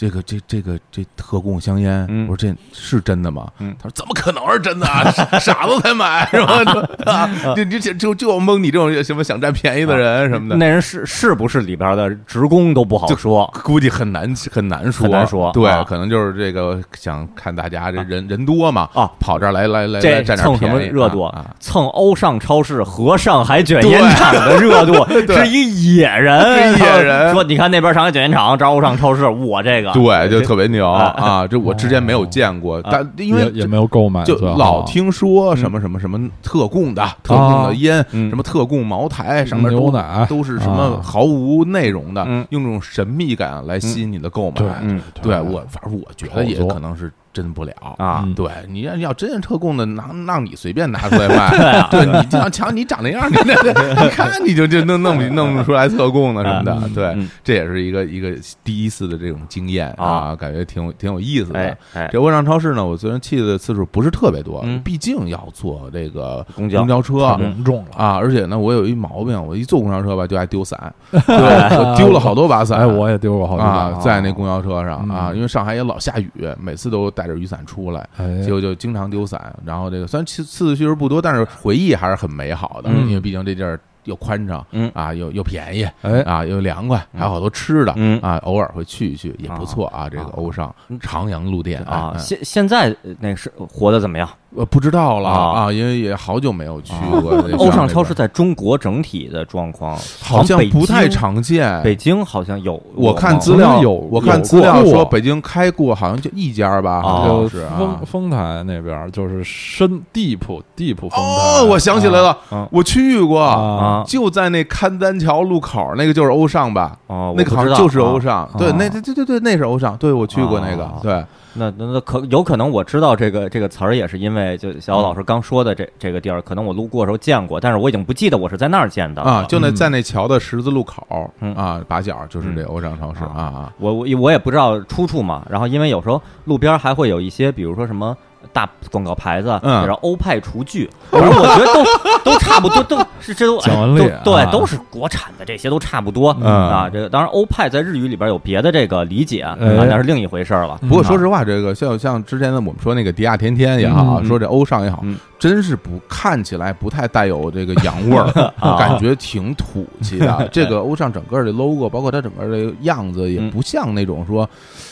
[SPEAKER 1] 这个这这个这特供香烟，
[SPEAKER 2] 嗯
[SPEAKER 1] 我说这是真的吗？
[SPEAKER 2] 嗯
[SPEAKER 1] 他说怎么可能是真的啊？ 傻傻子才买是 吧？就啊就就就就蒙你这种什么想占便宜的人什么的，
[SPEAKER 2] 啊那人是是不是里边的职工都不好说，
[SPEAKER 1] 估计很难很难说，
[SPEAKER 2] 很难说啊
[SPEAKER 1] 对，可能就是这个想看大家这人人多嘛，
[SPEAKER 2] 啊
[SPEAKER 1] 跑这儿来来来
[SPEAKER 2] 这
[SPEAKER 1] 来占点
[SPEAKER 2] 蹭什么
[SPEAKER 1] 便宜
[SPEAKER 2] 热度？
[SPEAKER 1] 啊啊
[SPEAKER 2] 蹭欧尚超市和上海卷烟厂的热度，
[SPEAKER 1] 对
[SPEAKER 2] 是一野人，
[SPEAKER 1] 是一野人
[SPEAKER 2] 啊说你看那边上海卷烟厂招欧尚超市，我这个，
[SPEAKER 1] 对，就特别牛
[SPEAKER 2] 啊
[SPEAKER 1] 啊！这我之前没有见过，
[SPEAKER 2] 啊
[SPEAKER 1] 但因为
[SPEAKER 3] 也也没有购买，
[SPEAKER 1] 就
[SPEAKER 3] 最后
[SPEAKER 1] 老听说什么什么什么特供的、特供的烟、
[SPEAKER 2] 嗯
[SPEAKER 1] 什么特供茅台，上面
[SPEAKER 3] 嗯啊牛
[SPEAKER 1] 都
[SPEAKER 3] 奶
[SPEAKER 1] 都是什么
[SPEAKER 3] 啊
[SPEAKER 1] 毫无内容的，
[SPEAKER 2] 嗯
[SPEAKER 1] 用这种神秘感来吸引你的购买。
[SPEAKER 3] 对
[SPEAKER 2] 嗯
[SPEAKER 1] 对我，反正我觉得也
[SPEAKER 3] 炒作
[SPEAKER 1] 可能是真不了。
[SPEAKER 2] 啊
[SPEAKER 3] 嗯
[SPEAKER 1] 对你要要真是特供的，拿让你随便拿出来卖，对你就像瞧你长那样，你 那你看你就就弄弄不弄不出来特供的什么的，
[SPEAKER 3] 嗯
[SPEAKER 1] 对
[SPEAKER 2] 嗯，
[SPEAKER 1] 这也是一个一个第一次的这种经验啊，感觉挺有挺有意思的
[SPEAKER 2] 哎。哎，
[SPEAKER 1] 这窝上超市呢，我虽然去的次数不是特别多
[SPEAKER 2] 嗯，
[SPEAKER 1] 毕竟要坐这个
[SPEAKER 2] 公交
[SPEAKER 1] 公交车
[SPEAKER 3] 太隆重了。
[SPEAKER 1] 啊，而且呢，我有一毛病，我一坐公交车吧就爱丢伞，对，
[SPEAKER 2] 哎
[SPEAKER 1] 我丢了好多把伞，
[SPEAKER 3] 哎，我也丢过好几把
[SPEAKER 1] 啊，在那公交车上啊，
[SPEAKER 3] 嗯
[SPEAKER 1] 因为上海也老下雨，每次都带着雨伞出来，
[SPEAKER 3] 哎
[SPEAKER 1] 结果就经常丢伞。然后这个虽然次次数不多，但是回忆还是很美好的，
[SPEAKER 3] 嗯
[SPEAKER 1] 因为毕竟这地儿又宽敞，
[SPEAKER 2] 嗯
[SPEAKER 1] 啊，又又便宜，
[SPEAKER 3] 哎，
[SPEAKER 1] 啊，又凉快，还有好多吃的，
[SPEAKER 2] 嗯
[SPEAKER 1] 啊，偶尔会去一去也不错啊。这个欧尚长阳路店
[SPEAKER 2] 啊，
[SPEAKER 1] 哎哎
[SPEAKER 2] 现现在呃那是活的怎么样？
[SPEAKER 1] 我呃不知道了啊，
[SPEAKER 2] 啊
[SPEAKER 1] 因为也好久没有去过这个
[SPEAKER 2] 欧尚
[SPEAKER 1] 那边
[SPEAKER 2] 超市，在中国整体的状况
[SPEAKER 1] 好像
[SPEAKER 2] 北
[SPEAKER 1] 不太
[SPEAKER 2] 京
[SPEAKER 1] 常见。
[SPEAKER 2] 北京好像有，
[SPEAKER 1] 哎我看资
[SPEAKER 3] 好像
[SPEAKER 1] 料
[SPEAKER 3] 有
[SPEAKER 1] 我
[SPEAKER 3] 有
[SPEAKER 1] 看资料
[SPEAKER 3] 过
[SPEAKER 1] 说北京开过好像就一家吧，
[SPEAKER 2] 啊
[SPEAKER 1] 好
[SPEAKER 3] 就
[SPEAKER 1] 像是啊。
[SPEAKER 3] 丰丰台那边儿就是深地铺地铺丰台。
[SPEAKER 1] 哦，我想起来了，
[SPEAKER 2] 啊
[SPEAKER 1] 我去过，
[SPEAKER 3] 啊
[SPEAKER 2] 啊
[SPEAKER 1] 就在那勘丹桥路口，那个就是欧尚吧？
[SPEAKER 2] 哦，我
[SPEAKER 1] 那个
[SPEAKER 2] 不
[SPEAKER 1] 好
[SPEAKER 2] 知
[SPEAKER 1] 像
[SPEAKER 2] 道
[SPEAKER 1] 就是欧
[SPEAKER 2] 啊
[SPEAKER 1] 尚，对，那对对对对，那是欧尚，对我去过那个，
[SPEAKER 2] 啊
[SPEAKER 1] 对，
[SPEAKER 2] 那那那可有可能我知道这个这个词儿，也是因为就小欧老师刚说的这这个地儿，可能我路过的时候见过，但是我已经不记得我是在那儿见到
[SPEAKER 1] 啊，
[SPEAKER 2] 了。
[SPEAKER 1] 就那
[SPEAKER 3] 嗯
[SPEAKER 1] 在那桥的十字路口
[SPEAKER 2] 嗯
[SPEAKER 1] 啊，把角就是这欧尚超市
[SPEAKER 2] 嗯
[SPEAKER 1] 啊啊，
[SPEAKER 2] 我我我也不知道出处嘛，然后因为有时候路边还会有一些，比如说什么大广告牌子，
[SPEAKER 1] 嗯
[SPEAKER 2] 然后欧派 厨具，反正我觉得都都差不多，都是这都哎
[SPEAKER 3] 蒋雯丽
[SPEAKER 2] 都
[SPEAKER 3] 啊
[SPEAKER 2] 对，都是国产的，这些都差不多
[SPEAKER 1] 嗯
[SPEAKER 2] 啊。这个当然欧派在日语里边有别的这个理解啊，
[SPEAKER 3] 哎
[SPEAKER 2] 那是另一回事儿了。
[SPEAKER 3] 嗯
[SPEAKER 1] 不过说实话，这个像像之前的我们说那个迪亚甜甜也好，啊
[SPEAKER 3] 嗯嗯
[SPEAKER 1] 说这欧尚也好
[SPEAKER 2] 嗯，
[SPEAKER 1] 真是不看起来不太带有这个洋味 儿，
[SPEAKER 2] 啊
[SPEAKER 1] 感觉挺土气的。这个欧尚整个的 logo，包括它整个的样子，也
[SPEAKER 2] 嗯
[SPEAKER 1] 不像那种说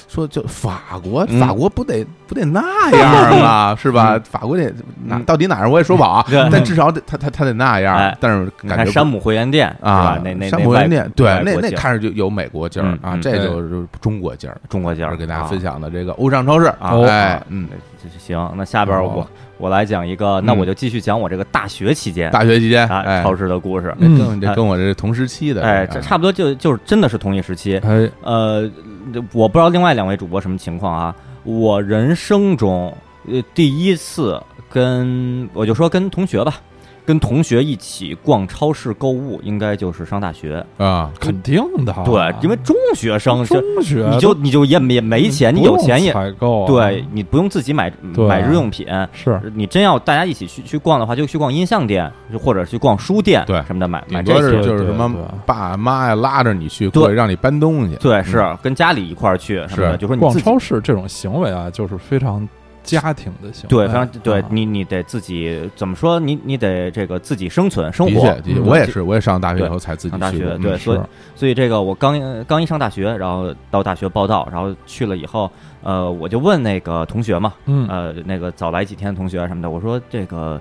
[SPEAKER 1] 说就法国，
[SPEAKER 2] 嗯
[SPEAKER 1] 法国不得不得 那样嘛，是吧？法国得哪
[SPEAKER 2] 嗯
[SPEAKER 1] 到底哪样我也说不好啊，
[SPEAKER 2] 对
[SPEAKER 1] 但至少得他他他得那样
[SPEAKER 2] 哎，
[SPEAKER 1] 但是
[SPEAKER 2] 你
[SPEAKER 1] 感觉
[SPEAKER 2] 看
[SPEAKER 1] 不
[SPEAKER 2] 山姆会员店是
[SPEAKER 1] 啊
[SPEAKER 2] 吧，那那
[SPEAKER 1] 山
[SPEAKER 2] 那
[SPEAKER 1] 姆
[SPEAKER 2] 外
[SPEAKER 1] 人店，对，
[SPEAKER 2] 外
[SPEAKER 1] 那
[SPEAKER 2] 国
[SPEAKER 1] 那
[SPEAKER 2] 劲儿
[SPEAKER 1] 看着就有美国劲儿
[SPEAKER 2] 嗯
[SPEAKER 1] 啊，
[SPEAKER 2] 嗯
[SPEAKER 1] 这
[SPEAKER 3] 对
[SPEAKER 1] 就是中国劲儿。
[SPEAKER 2] 中国劲儿
[SPEAKER 1] 我给大家
[SPEAKER 2] 啊
[SPEAKER 1] 分享的这个欧尚超市啊
[SPEAKER 2] 哦
[SPEAKER 1] 哎，嗯，
[SPEAKER 2] 这这行，那下边
[SPEAKER 1] 哦
[SPEAKER 2] 我我来讲一个，那我就继续讲我这个大学期间
[SPEAKER 1] 嗯大学期间，
[SPEAKER 2] 啊
[SPEAKER 1] 哎，嗯
[SPEAKER 2] 超市的故事。
[SPEAKER 1] 这
[SPEAKER 3] 嗯
[SPEAKER 1] 跟这跟我这同时期的，啊
[SPEAKER 2] 哎，这差不多就就是真的是同一时期。
[SPEAKER 3] 哎，
[SPEAKER 2] 呃，我不知道另外两位主播什么情况啊。我人生中呃第一次跟我就说跟同学吧，跟同学一起逛超市购物，应该就是上大学。
[SPEAKER 1] 啊，
[SPEAKER 3] 肯定的，啊
[SPEAKER 2] 对，因为中学生就
[SPEAKER 3] 中学
[SPEAKER 2] 你就你就也没没钱，你
[SPEAKER 3] 不
[SPEAKER 2] 有
[SPEAKER 3] 用
[SPEAKER 2] 钱也
[SPEAKER 3] 采购啊，
[SPEAKER 2] 对你不用自己买嗯
[SPEAKER 3] 对
[SPEAKER 2] 买日用品。
[SPEAKER 3] 是啊
[SPEAKER 2] 你真要大家一起去去逛的话，就去逛音像店，就或者去逛书店，
[SPEAKER 1] 对
[SPEAKER 2] 什么的买买
[SPEAKER 1] 顶
[SPEAKER 2] 这
[SPEAKER 1] 多
[SPEAKER 2] 些。
[SPEAKER 1] 是
[SPEAKER 3] 些
[SPEAKER 1] 就是什
[SPEAKER 3] 对
[SPEAKER 1] 么
[SPEAKER 3] 对
[SPEAKER 1] 爸妈呀拉着你去，
[SPEAKER 2] 对
[SPEAKER 1] 过来让你搬东西，
[SPEAKER 2] 对，是跟家里一块儿去什么的，
[SPEAKER 1] 是
[SPEAKER 2] 就说你
[SPEAKER 3] 逛
[SPEAKER 2] 自己
[SPEAKER 3] 超市这种行为啊，就是非常家庭的行为，
[SPEAKER 2] 对，非常对
[SPEAKER 3] 啊
[SPEAKER 2] 你你得自己怎么说？你你得这个自己生存生
[SPEAKER 1] 的
[SPEAKER 2] 活
[SPEAKER 1] 确，的确，
[SPEAKER 3] 嗯
[SPEAKER 1] 我也是，我也上大学以后才自己
[SPEAKER 2] 上大
[SPEAKER 1] 去的
[SPEAKER 2] 学，，对，
[SPEAKER 1] 嗯
[SPEAKER 2] 所以
[SPEAKER 3] 是
[SPEAKER 2] 所以这个我刚刚一上大学，然后到大学报道，然后去了以后，呃，我就问那个同学嘛，
[SPEAKER 3] 嗯
[SPEAKER 2] 呃，那个早来几天的同学什么的，我说这个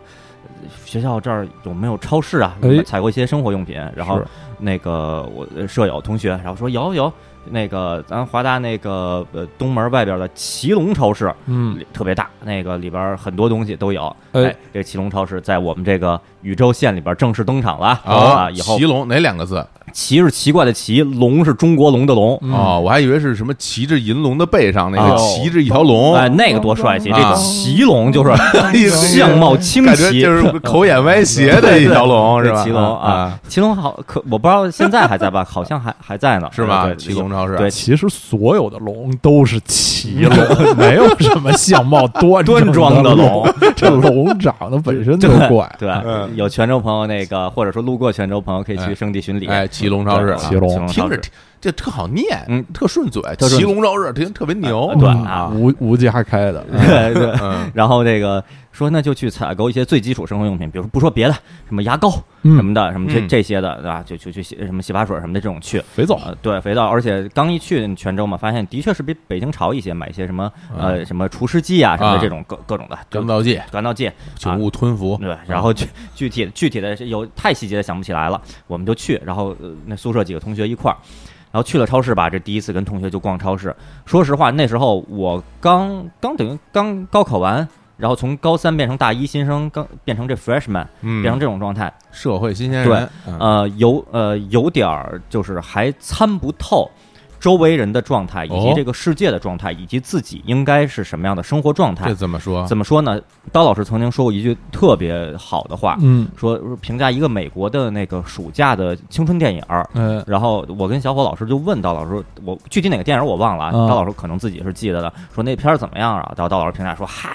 [SPEAKER 2] 学校这儿有没有超市啊？
[SPEAKER 3] 哎
[SPEAKER 2] 采购一些生活用品，然后
[SPEAKER 3] 是
[SPEAKER 2] 那个我呃舍友同学，然后说有有，那个咱华大那个呃东门外边的奇隆超市
[SPEAKER 3] 嗯
[SPEAKER 2] 里特别大，那个里边很多东西都有。
[SPEAKER 3] 哎
[SPEAKER 2] 哎，这个奇隆超市在我们这个宇宙县里边正式登场了
[SPEAKER 1] 啊，
[SPEAKER 2] 啊！以后
[SPEAKER 1] 骑龙哪两个字？
[SPEAKER 2] 奇是奇怪的奇，龙是中国龙的龙。
[SPEAKER 3] 嗯
[SPEAKER 1] 哦，我还以为是什么骑着银龙的背上那个
[SPEAKER 2] 哦
[SPEAKER 1] 骑着一条龙，
[SPEAKER 2] 哎，那个多帅气！
[SPEAKER 1] 啊
[SPEAKER 2] 这奇龙 就是
[SPEAKER 3] 嗯
[SPEAKER 1] 呦
[SPEAKER 2] 相貌清
[SPEAKER 1] 感觉
[SPEAKER 2] 奇，
[SPEAKER 1] 就是口眼歪斜的一条龙
[SPEAKER 2] 对
[SPEAKER 1] 是吧？
[SPEAKER 2] 骑龙
[SPEAKER 1] 啊
[SPEAKER 2] 啊，，骑龙好可我不知道现在还在吧，好像还还在呢，
[SPEAKER 1] 是吧？
[SPEAKER 2] 对
[SPEAKER 1] 骑龙超市，
[SPEAKER 2] 对
[SPEAKER 3] 其实所有的龙都是骑龙，没有什么相貌端
[SPEAKER 2] 端庄
[SPEAKER 3] 的
[SPEAKER 2] 的龙，
[SPEAKER 3] 这龙长得本 身就怪。
[SPEAKER 2] 对，有泉州朋友那个，或者说路过泉州朋友可以
[SPEAKER 1] 嗯哎
[SPEAKER 2] 去圣地巡礼，
[SPEAKER 1] 哎，骑龙超市啊，
[SPEAKER 2] 对
[SPEAKER 3] 骑
[SPEAKER 2] 超
[SPEAKER 3] 龙
[SPEAKER 1] 听着
[SPEAKER 2] 市
[SPEAKER 1] 挺这特好念，
[SPEAKER 2] 嗯
[SPEAKER 1] 特顺嘴，
[SPEAKER 2] 特顺
[SPEAKER 1] 骑
[SPEAKER 2] 嘴
[SPEAKER 1] 龙超市听着特别牛，
[SPEAKER 2] 哎对啊
[SPEAKER 3] 吴吴嗯家 开的，
[SPEAKER 2] 对对。
[SPEAKER 1] 嗯，
[SPEAKER 2] 然后这个说，那就去采购一些最基础生活用品，比如说不说别的，什么牙膏
[SPEAKER 3] 嗯
[SPEAKER 2] 什么的，什么这
[SPEAKER 1] 嗯
[SPEAKER 2] 这些的，对吧？就就去洗什么洗发水什么的这种去，
[SPEAKER 3] 肥皂
[SPEAKER 2] 呃，对肥皂，而且刚一去泉州嘛，发现的确是比北京潮一些，买一些什么呃什么除湿剂啊什么
[SPEAKER 1] 啊
[SPEAKER 2] 的这种各各种的就
[SPEAKER 1] 干燥剂，
[SPEAKER 2] 干燥剂，
[SPEAKER 1] 请勿吞服，
[SPEAKER 2] 对，然后具 具体具体的是有太细节的想不起来了，我们就去，然后、呃那宿舍几个同学一块儿，然后去了超市吧，这第一次跟同学就逛超市。说实话，那时候我刚刚等于刚高考完，然后从高三变成大一新生，刚变成这 freshman，
[SPEAKER 1] 嗯，
[SPEAKER 2] 变成这种状态，
[SPEAKER 1] 社会新鲜
[SPEAKER 2] 对
[SPEAKER 1] 人，嗯
[SPEAKER 2] 呃，有呃有点儿就是还参不透周围人的状态，以及
[SPEAKER 1] 哦
[SPEAKER 2] 这个世界的状态，以及自己应该是什么样的生活状态
[SPEAKER 1] 这。怎么说？
[SPEAKER 2] 怎么说呢？刀老师曾经说过一句特别好的话，
[SPEAKER 3] 嗯
[SPEAKER 2] 说评价一个美国的那个暑假的青春电影儿。
[SPEAKER 3] 呃
[SPEAKER 2] 然后我跟小伙老师就问刀老师，我具体哪个电影我忘了，啊，
[SPEAKER 3] 嗯，
[SPEAKER 2] 刀老师可能自己是记得的，说那片儿怎么样啊？然后刀老师评价说，嗨，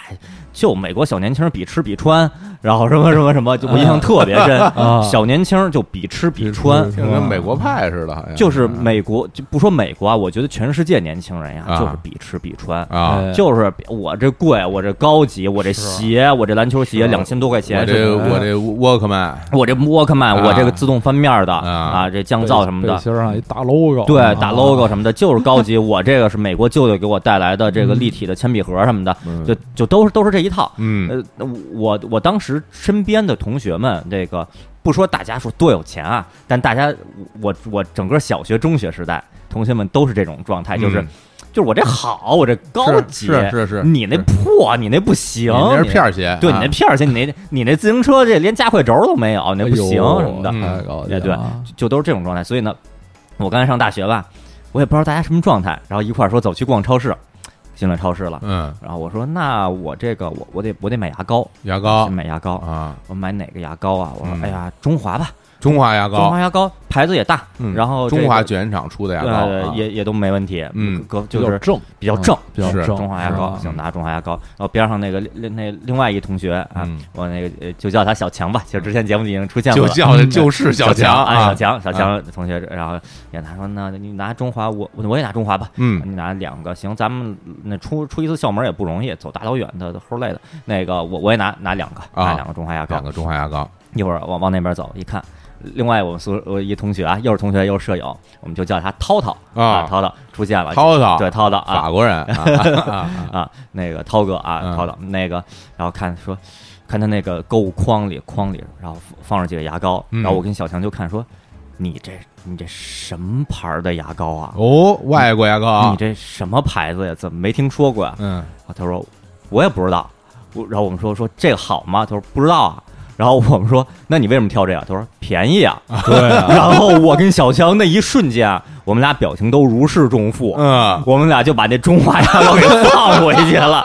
[SPEAKER 2] 就美国小年轻比吃比穿，然后什么什么什么，就我印象特别深
[SPEAKER 3] 啊，
[SPEAKER 2] 小年轻就比吃比穿
[SPEAKER 3] 穿。
[SPEAKER 1] 听着跟美国派似的，好像
[SPEAKER 2] 就是美国，就不说美国啊，我觉得全世界年轻人呀，
[SPEAKER 1] 啊
[SPEAKER 2] 就是比吃比穿，
[SPEAKER 1] 啊，
[SPEAKER 3] 哎
[SPEAKER 2] 就是我这贵，我这高级，我这鞋，我这篮球鞋
[SPEAKER 1] 是
[SPEAKER 2] 两千多块
[SPEAKER 1] 我
[SPEAKER 2] 钱，
[SPEAKER 1] 这
[SPEAKER 2] 是吧
[SPEAKER 1] 我这 Walkman
[SPEAKER 2] 我这 Walkman，
[SPEAKER 1] 啊
[SPEAKER 2] 我这个自动翻面的
[SPEAKER 1] 啊
[SPEAKER 2] 啊，这降噪什么
[SPEAKER 3] 背
[SPEAKER 2] 的，
[SPEAKER 3] 心儿上一大 logo，
[SPEAKER 2] 对
[SPEAKER 3] 啊，
[SPEAKER 2] 打 logo 什 么的，就是高级。我这个是美国舅舅给我带来的这个立体的铅笔盒什么的，
[SPEAKER 1] 嗯
[SPEAKER 2] 就就都是都是这一套。
[SPEAKER 1] 嗯
[SPEAKER 2] 呃，我我当时身边的同学们，这个不说大家说多有钱啊，但大家我我整个小学、中学时代，同学们都是这种状态，就是
[SPEAKER 1] 嗯
[SPEAKER 2] 就是我这好，我这高级，
[SPEAKER 1] 是是是，
[SPEAKER 2] 你那
[SPEAKER 1] 是
[SPEAKER 2] 破，你那不行，
[SPEAKER 1] 你那
[SPEAKER 2] 你
[SPEAKER 1] 是片儿鞋，
[SPEAKER 2] 对你
[SPEAKER 1] 啊
[SPEAKER 2] 那片儿鞋，你那你那自行车这连加快轴都没有，你那不行
[SPEAKER 3] 哎呦
[SPEAKER 2] 什么的，
[SPEAKER 1] 嗯
[SPEAKER 3] 太高级
[SPEAKER 2] 哎对
[SPEAKER 3] 了，
[SPEAKER 2] 就都是这种状态。所以呢，我刚才上大学吧，我也不知道大家什么状态，然后一块儿说走去逛超市，进了超市了，
[SPEAKER 1] 嗯，
[SPEAKER 2] 然后我说那我这个我我得我得买牙膏，
[SPEAKER 1] 牙膏
[SPEAKER 2] 去买牙膏，
[SPEAKER 1] 啊，
[SPEAKER 2] 我买哪个牙膏啊？我说
[SPEAKER 1] 嗯
[SPEAKER 2] 哎呀中华吧，
[SPEAKER 1] 中华牙
[SPEAKER 2] 中
[SPEAKER 1] 膏
[SPEAKER 2] 华，牙膏牌子也大
[SPEAKER 1] 嗯，
[SPEAKER 2] 然后这个
[SPEAKER 1] 中华卷烟厂出的牙膏
[SPEAKER 2] 呃
[SPEAKER 1] 啊，
[SPEAKER 2] 也也都没问题，
[SPEAKER 1] 嗯
[SPEAKER 2] 各
[SPEAKER 3] 比
[SPEAKER 2] 就
[SPEAKER 3] 较
[SPEAKER 2] 是
[SPEAKER 3] 正，
[SPEAKER 2] 比较正
[SPEAKER 3] 嗯。比较
[SPEAKER 1] 是嗯
[SPEAKER 3] 正，
[SPEAKER 2] 中华牙膏，
[SPEAKER 3] 是吧
[SPEAKER 2] 行，拿中华牙膏。然后边上那个另那另外一同学啊
[SPEAKER 1] 嗯，
[SPEAKER 2] 我那个呃就叫他小强吧。其实之前节目里已经出现过
[SPEAKER 1] 就
[SPEAKER 2] 了，
[SPEAKER 1] 叫就是
[SPEAKER 2] 小
[SPEAKER 1] 强
[SPEAKER 2] 啊，
[SPEAKER 1] 啊
[SPEAKER 2] 小，强，小强同学，然后也他说，那你拿中华，我我也拿中华吧，
[SPEAKER 1] 嗯
[SPEAKER 2] 你拿两个，行，咱们那出出一次校门也不容易，走大老远的，齁累的。那个我我也拿拿两个，拿两个中华牙膏
[SPEAKER 1] 啊两，个中华牙膏，
[SPEAKER 2] 一会儿往往那边走，一看。另外，我们宿我一同学啊，又是同学又是舍友，我们就叫他涛涛
[SPEAKER 1] 啊
[SPEAKER 2] 涛涛出现了，
[SPEAKER 1] 涛涛，
[SPEAKER 2] 对涛涛啊，
[SPEAKER 1] 法国人啊啊啊，
[SPEAKER 2] 啊，那个涛哥
[SPEAKER 1] 嗯
[SPEAKER 2] 啊，涛涛那个，然后看说，看他那个购物筐里筐里，然后放着几个牙膏，
[SPEAKER 1] 嗯
[SPEAKER 2] 然后我跟小强就看说，你这你这什么牌儿的牙膏啊？
[SPEAKER 1] 哦，外国牙膏啊
[SPEAKER 2] 你，这什么牌子呀？怎么没听说过呀？
[SPEAKER 1] 嗯，
[SPEAKER 2] 然后他说我也不知道，我然后我们说说这个好吗？他说不知道啊。然后我们说，那你为什么挑这个？他说便宜啊。
[SPEAKER 3] 对啊，
[SPEAKER 2] 然后我跟小强那一瞬间啊，我们俩表情都如释 重负。
[SPEAKER 1] 嗯，
[SPEAKER 2] 我们俩就把那中华牙膏给放回去 了，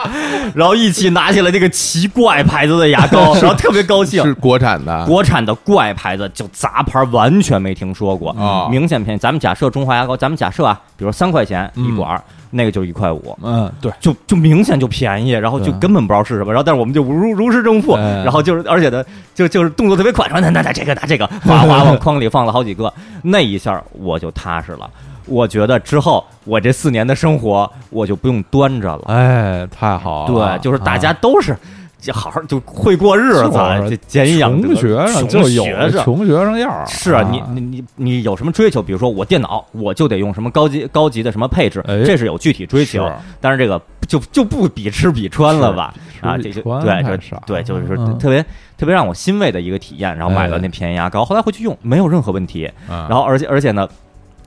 [SPEAKER 2] 然后一起拿起了那个奇怪牌子的牙膏，然后特别高 兴。
[SPEAKER 1] 是国产的，
[SPEAKER 2] 国产的怪牌子就杂牌完全没听说过，
[SPEAKER 1] 啊
[SPEAKER 2] 明显便宜。咱们假设中华牙膏，咱们假设啊，比如三块钱一
[SPEAKER 1] 嗯
[SPEAKER 2] 管儿，那个就一块五，
[SPEAKER 3] 嗯，对，
[SPEAKER 2] 就就明显就便宜，然后就
[SPEAKER 3] 对
[SPEAKER 2] 根本不知道是什么，然后但是我们就如如释重负，
[SPEAKER 3] 哎
[SPEAKER 2] 然后就是而且呢，就就是动作特别快，说那那那这个拿这个，哗 哗往筐里放了好几个，那一下我就踏实了。我觉得之后我这四年的生活我就不用端着了，
[SPEAKER 3] 哎，太好了，
[SPEAKER 2] 对，就是大
[SPEAKER 3] 啊
[SPEAKER 2] 家都是。就好好就会过日子，
[SPEAKER 3] 就是
[SPEAKER 2] 这俭养德
[SPEAKER 3] 穷学生
[SPEAKER 2] 穷
[SPEAKER 3] 就有
[SPEAKER 2] 学生
[SPEAKER 3] 穷学生样儿，
[SPEAKER 2] 是啊，你你你你有什么追求？比如说我电脑，我就得用什么高级高级的什么配置
[SPEAKER 3] 哎，
[SPEAKER 2] 这是有具体追求
[SPEAKER 3] 是。
[SPEAKER 2] 但是这个就就不比吃比穿了吧？
[SPEAKER 3] 是
[SPEAKER 2] 啊，
[SPEAKER 3] 吃
[SPEAKER 2] 这
[SPEAKER 3] 比
[SPEAKER 2] 就
[SPEAKER 3] 穿
[SPEAKER 2] 对，
[SPEAKER 3] 太
[SPEAKER 2] 就
[SPEAKER 3] 傻
[SPEAKER 2] 对，就是
[SPEAKER 3] 嗯
[SPEAKER 2] 特别特别让我欣慰的一个体验。然后买了
[SPEAKER 3] 哎啊
[SPEAKER 2] 那便宜牙膏，后来回去用没有任何问题。
[SPEAKER 1] 然
[SPEAKER 2] 然后而且而且呢。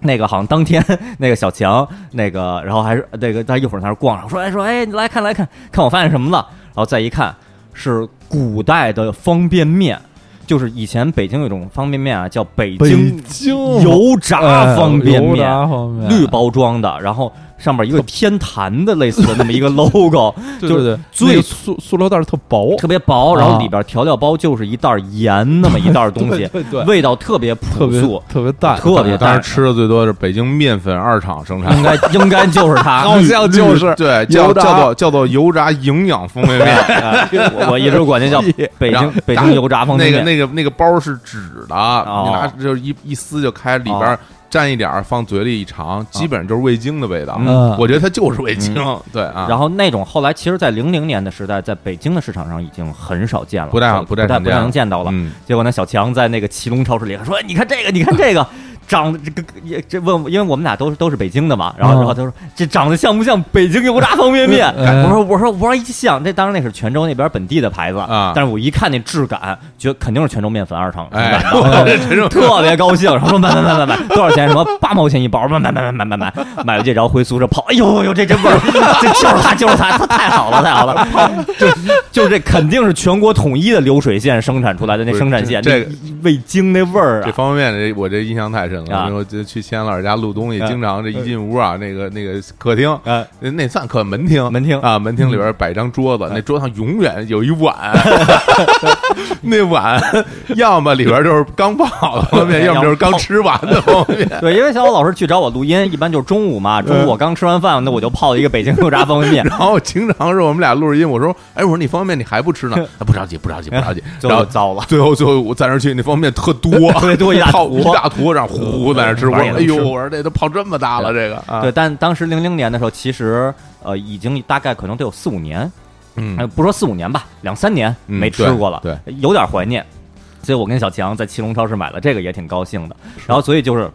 [SPEAKER 2] 那个好像当天 那个小强，那个然后还是那个他一会儿在那儿逛，然后说哎说哎你来看来看看我发现什么了，然后再一看是古代的方便面，就是以前北京有一种方便面啊叫北
[SPEAKER 3] 北
[SPEAKER 2] 京
[SPEAKER 3] 京哎
[SPEAKER 2] 油炸方便
[SPEAKER 3] 油
[SPEAKER 2] 面，
[SPEAKER 3] 炸方便
[SPEAKER 2] 绿包装的，然后上面一个天坛的类似的那么一 个 logo，
[SPEAKER 3] 对
[SPEAKER 2] 就
[SPEAKER 3] 对对，
[SPEAKER 2] 最
[SPEAKER 3] 那个塑塑料袋儿特薄，
[SPEAKER 2] 特别薄，然
[SPEAKER 3] 啊
[SPEAKER 2] 后里边调料包就是一袋盐那么一袋东 西，
[SPEAKER 3] 对对对，
[SPEAKER 2] 味道特别
[SPEAKER 3] 特
[SPEAKER 2] 朴
[SPEAKER 3] 别
[SPEAKER 2] 素，
[SPEAKER 3] 特别淡，
[SPEAKER 2] 特别
[SPEAKER 1] 嗯当
[SPEAKER 2] 淡
[SPEAKER 1] 时，吃的最多是北京面粉二厂生产
[SPEAKER 2] 应， 该应该就是 它，
[SPEAKER 3] 好像就是
[SPEAKER 1] 对，
[SPEAKER 3] 油
[SPEAKER 1] 叫
[SPEAKER 3] 炸
[SPEAKER 1] 叫做叫做油炸营养方便面，
[SPEAKER 2] 呃我我一直管那 叫北
[SPEAKER 1] 然后
[SPEAKER 2] 京北
[SPEAKER 1] 打
[SPEAKER 2] 京油 炸方
[SPEAKER 1] 那个
[SPEAKER 2] 便面，哦
[SPEAKER 1] 那个那个包是纸的，你拿就是一一撕就开，里边蘸一点儿放嘴里一
[SPEAKER 2] 哦
[SPEAKER 1] 尝，基本就是味精的味道。
[SPEAKER 3] 嗯
[SPEAKER 1] 我觉得它就是味精， 对啊。
[SPEAKER 2] 嗯然后那种后来其实，在零零年的时代，在北京的市场上已经很少见了，
[SPEAKER 1] 不太
[SPEAKER 2] 不
[SPEAKER 1] 不
[SPEAKER 2] 太
[SPEAKER 1] 太常
[SPEAKER 2] 不太
[SPEAKER 1] 见
[SPEAKER 2] 能见到了。
[SPEAKER 1] 嗯
[SPEAKER 2] 结果呢，小强在那个奇隆超市里说：“你看这个，你看这个，长得这个也这问，因为我们俩都是都是北京的嘛，然后然后他说这长得像不像北京油炸方便面？
[SPEAKER 3] 嗯
[SPEAKER 2] 我说我说我说一像，这当然那是泉州那边本地的牌子
[SPEAKER 1] 啊
[SPEAKER 2] 但是我一看那质感，觉得肯定是泉州面粉二厂生
[SPEAKER 1] 哎
[SPEAKER 2] 产，的。
[SPEAKER 1] 我 这真是
[SPEAKER 2] 嗯特别高兴，然后说买买买买买，多少钱？什么八毛钱一包？买买买买买买买，买回去然后回宿舍泡，哎呦呦，这这味儿，这就是它，就是它，它太好了，太好了，就就这肯定是全国统一的流水线生产出来的那生产线，
[SPEAKER 1] 这
[SPEAKER 2] 那味精那味儿
[SPEAKER 1] 这
[SPEAKER 2] 啊，
[SPEAKER 1] 方便面，这我这印象太深了。
[SPEAKER 2] 啊
[SPEAKER 1] 因为我就去钱老师家录东西，
[SPEAKER 2] 嗯
[SPEAKER 1] 经常这一进屋啊，那个那个客厅，
[SPEAKER 2] 呃，
[SPEAKER 1] 那算客门厅，
[SPEAKER 2] 门厅
[SPEAKER 1] 啊，门厅里边摆张桌
[SPEAKER 2] 嗯
[SPEAKER 1] 子，那桌上永远有一碗， 那碗要么里边就是刚泡的方 便面，要么就是刚吃完的方便面。
[SPEAKER 2] 对，因为小老师去找我录音，一般就是中午嘛，中午我刚吃完饭，那我就泡一个北京油炸方便面，
[SPEAKER 1] 然后经常是我们俩录着音，我说：“哎，我说你方便面你还不吃呢？
[SPEAKER 2] 嗯
[SPEAKER 1] 啊不着急，不着急，不着急。”
[SPEAKER 2] 最
[SPEAKER 1] 然
[SPEAKER 2] 后
[SPEAKER 1] 后
[SPEAKER 2] 糟了。
[SPEAKER 1] 最后最后我在那儿去，那方便面特多，
[SPEAKER 2] 特别多嗯一大
[SPEAKER 1] 泡
[SPEAKER 2] 坨嗯
[SPEAKER 1] 一大坨，然后呼呼在那儿吃。我
[SPEAKER 2] 玩
[SPEAKER 1] 说
[SPEAKER 2] 儿也：“
[SPEAKER 1] 哎
[SPEAKER 2] 能
[SPEAKER 1] 呦，
[SPEAKER 2] 吃
[SPEAKER 1] 我说这都泡这么大了，这个啊，
[SPEAKER 2] 对，哎但当时零零年的时候，其实呃已经大概可能得有四五年，
[SPEAKER 1] 嗯
[SPEAKER 2] 哎，不说四五年吧，两三年
[SPEAKER 1] 嗯
[SPEAKER 2] 没吃
[SPEAKER 1] 对
[SPEAKER 2] 过了，
[SPEAKER 1] 对
[SPEAKER 2] 有点怀念。所以我跟小强在七龙超市买了这个，也挺高兴的。然后，所以就是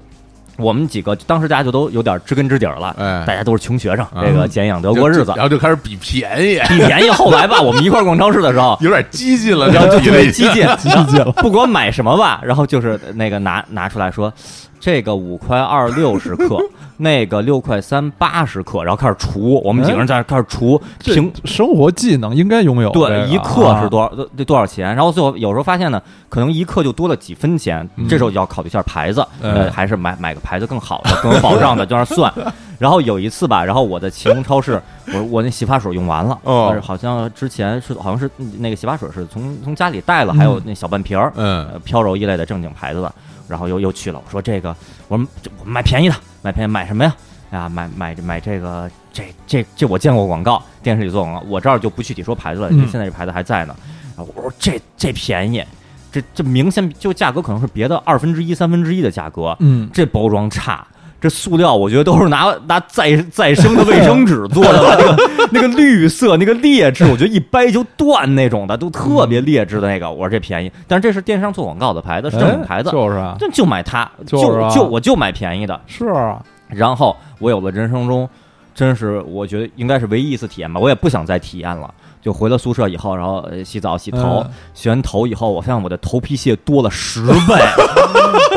[SPEAKER 2] 我们几个当时大家就都有点知根知底儿了，
[SPEAKER 1] 哎
[SPEAKER 2] 大家都是穷学生，
[SPEAKER 1] 啊
[SPEAKER 2] 这个俭养德
[SPEAKER 1] 就
[SPEAKER 2] 过日子
[SPEAKER 1] 就。然后就开始比便 宜，
[SPEAKER 2] 比便宜，后来吧，我们一块儿逛超市的时 候，
[SPEAKER 1] 有点激进了，
[SPEAKER 2] 然后就
[SPEAKER 1] 比
[SPEAKER 2] 特
[SPEAKER 1] 了一
[SPEAKER 2] 别
[SPEAKER 1] 下
[SPEAKER 2] 激 进，激进了。不管买什么吧，然后就是那个拿拿出来说，这个五块二六 十克，那个六块三八十克，然后开始除，我们几个人在那开始除，
[SPEAKER 3] 这
[SPEAKER 2] 平
[SPEAKER 3] 生活技能应该拥有这个啊。
[SPEAKER 2] 对一克是多少多多少钱？然后最后有时候发现呢，可能一克就多了几分钱，这时候就要考虑一下牌子，
[SPEAKER 3] 嗯
[SPEAKER 2] 呃，还是买买个牌子更好的、更有保障的，就那算。然后有一次吧，然后我在启宏超市，我我那洗发水用完了，
[SPEAKER 1] 哦
[SPEAKER 2] 但是好像之前是好像是那个洗发水是从从家里带了，还有那小半瓶儿，
[SPEAKER 1] 嗯
[SPEAKER 2] 呃，飘柔一类的正经牌子的，然后又又去了。我说这个，我说这我买便宜的，买便宜买什么呀？啊，买买买这个，这这这我见过广告，电视里做广告，我这儿就不具体说牌子了，
[SPEAKER 3] 嗯
[SPEAKER 2] 这现在这牌子还在呢。然后我说这这便宜，这这明显就价格可能是别的二分之一、三分之一的价格，
[SPEAKER 3] 嗯，
[SPEAKER 2] 这包装差。这塑料，我觉得都是拿 拿再再生的卫生 纸做的吧，那个那个绿色那个劣质，我觉得一掰就断那种的，都特别劣质的那个。我说这便宜，但是这是电商做广告的牌子，是正品
[SPEAKER 3] 哎
[SPEAKER 2] 牌子，
[SPEAKER 3] 就是啊，
[SPEAKER 2] 就就买它，就
[SPEAKER 3] 就是啊
[SPEAKER 2] 就我就买便宜的。
[SPEAKER 3] 是啊，
[SPEAKER 2] 然后我有了人生中，真是我觉得应该是唯一一次体验吧，我也不想再体验了。就回了宿舍以后，然后呃洗澡洗头，
[SPEAKER 3] 嗯
[SPEAKER 2] 洗完头以后，我发现我的头皮屑多了十 倍。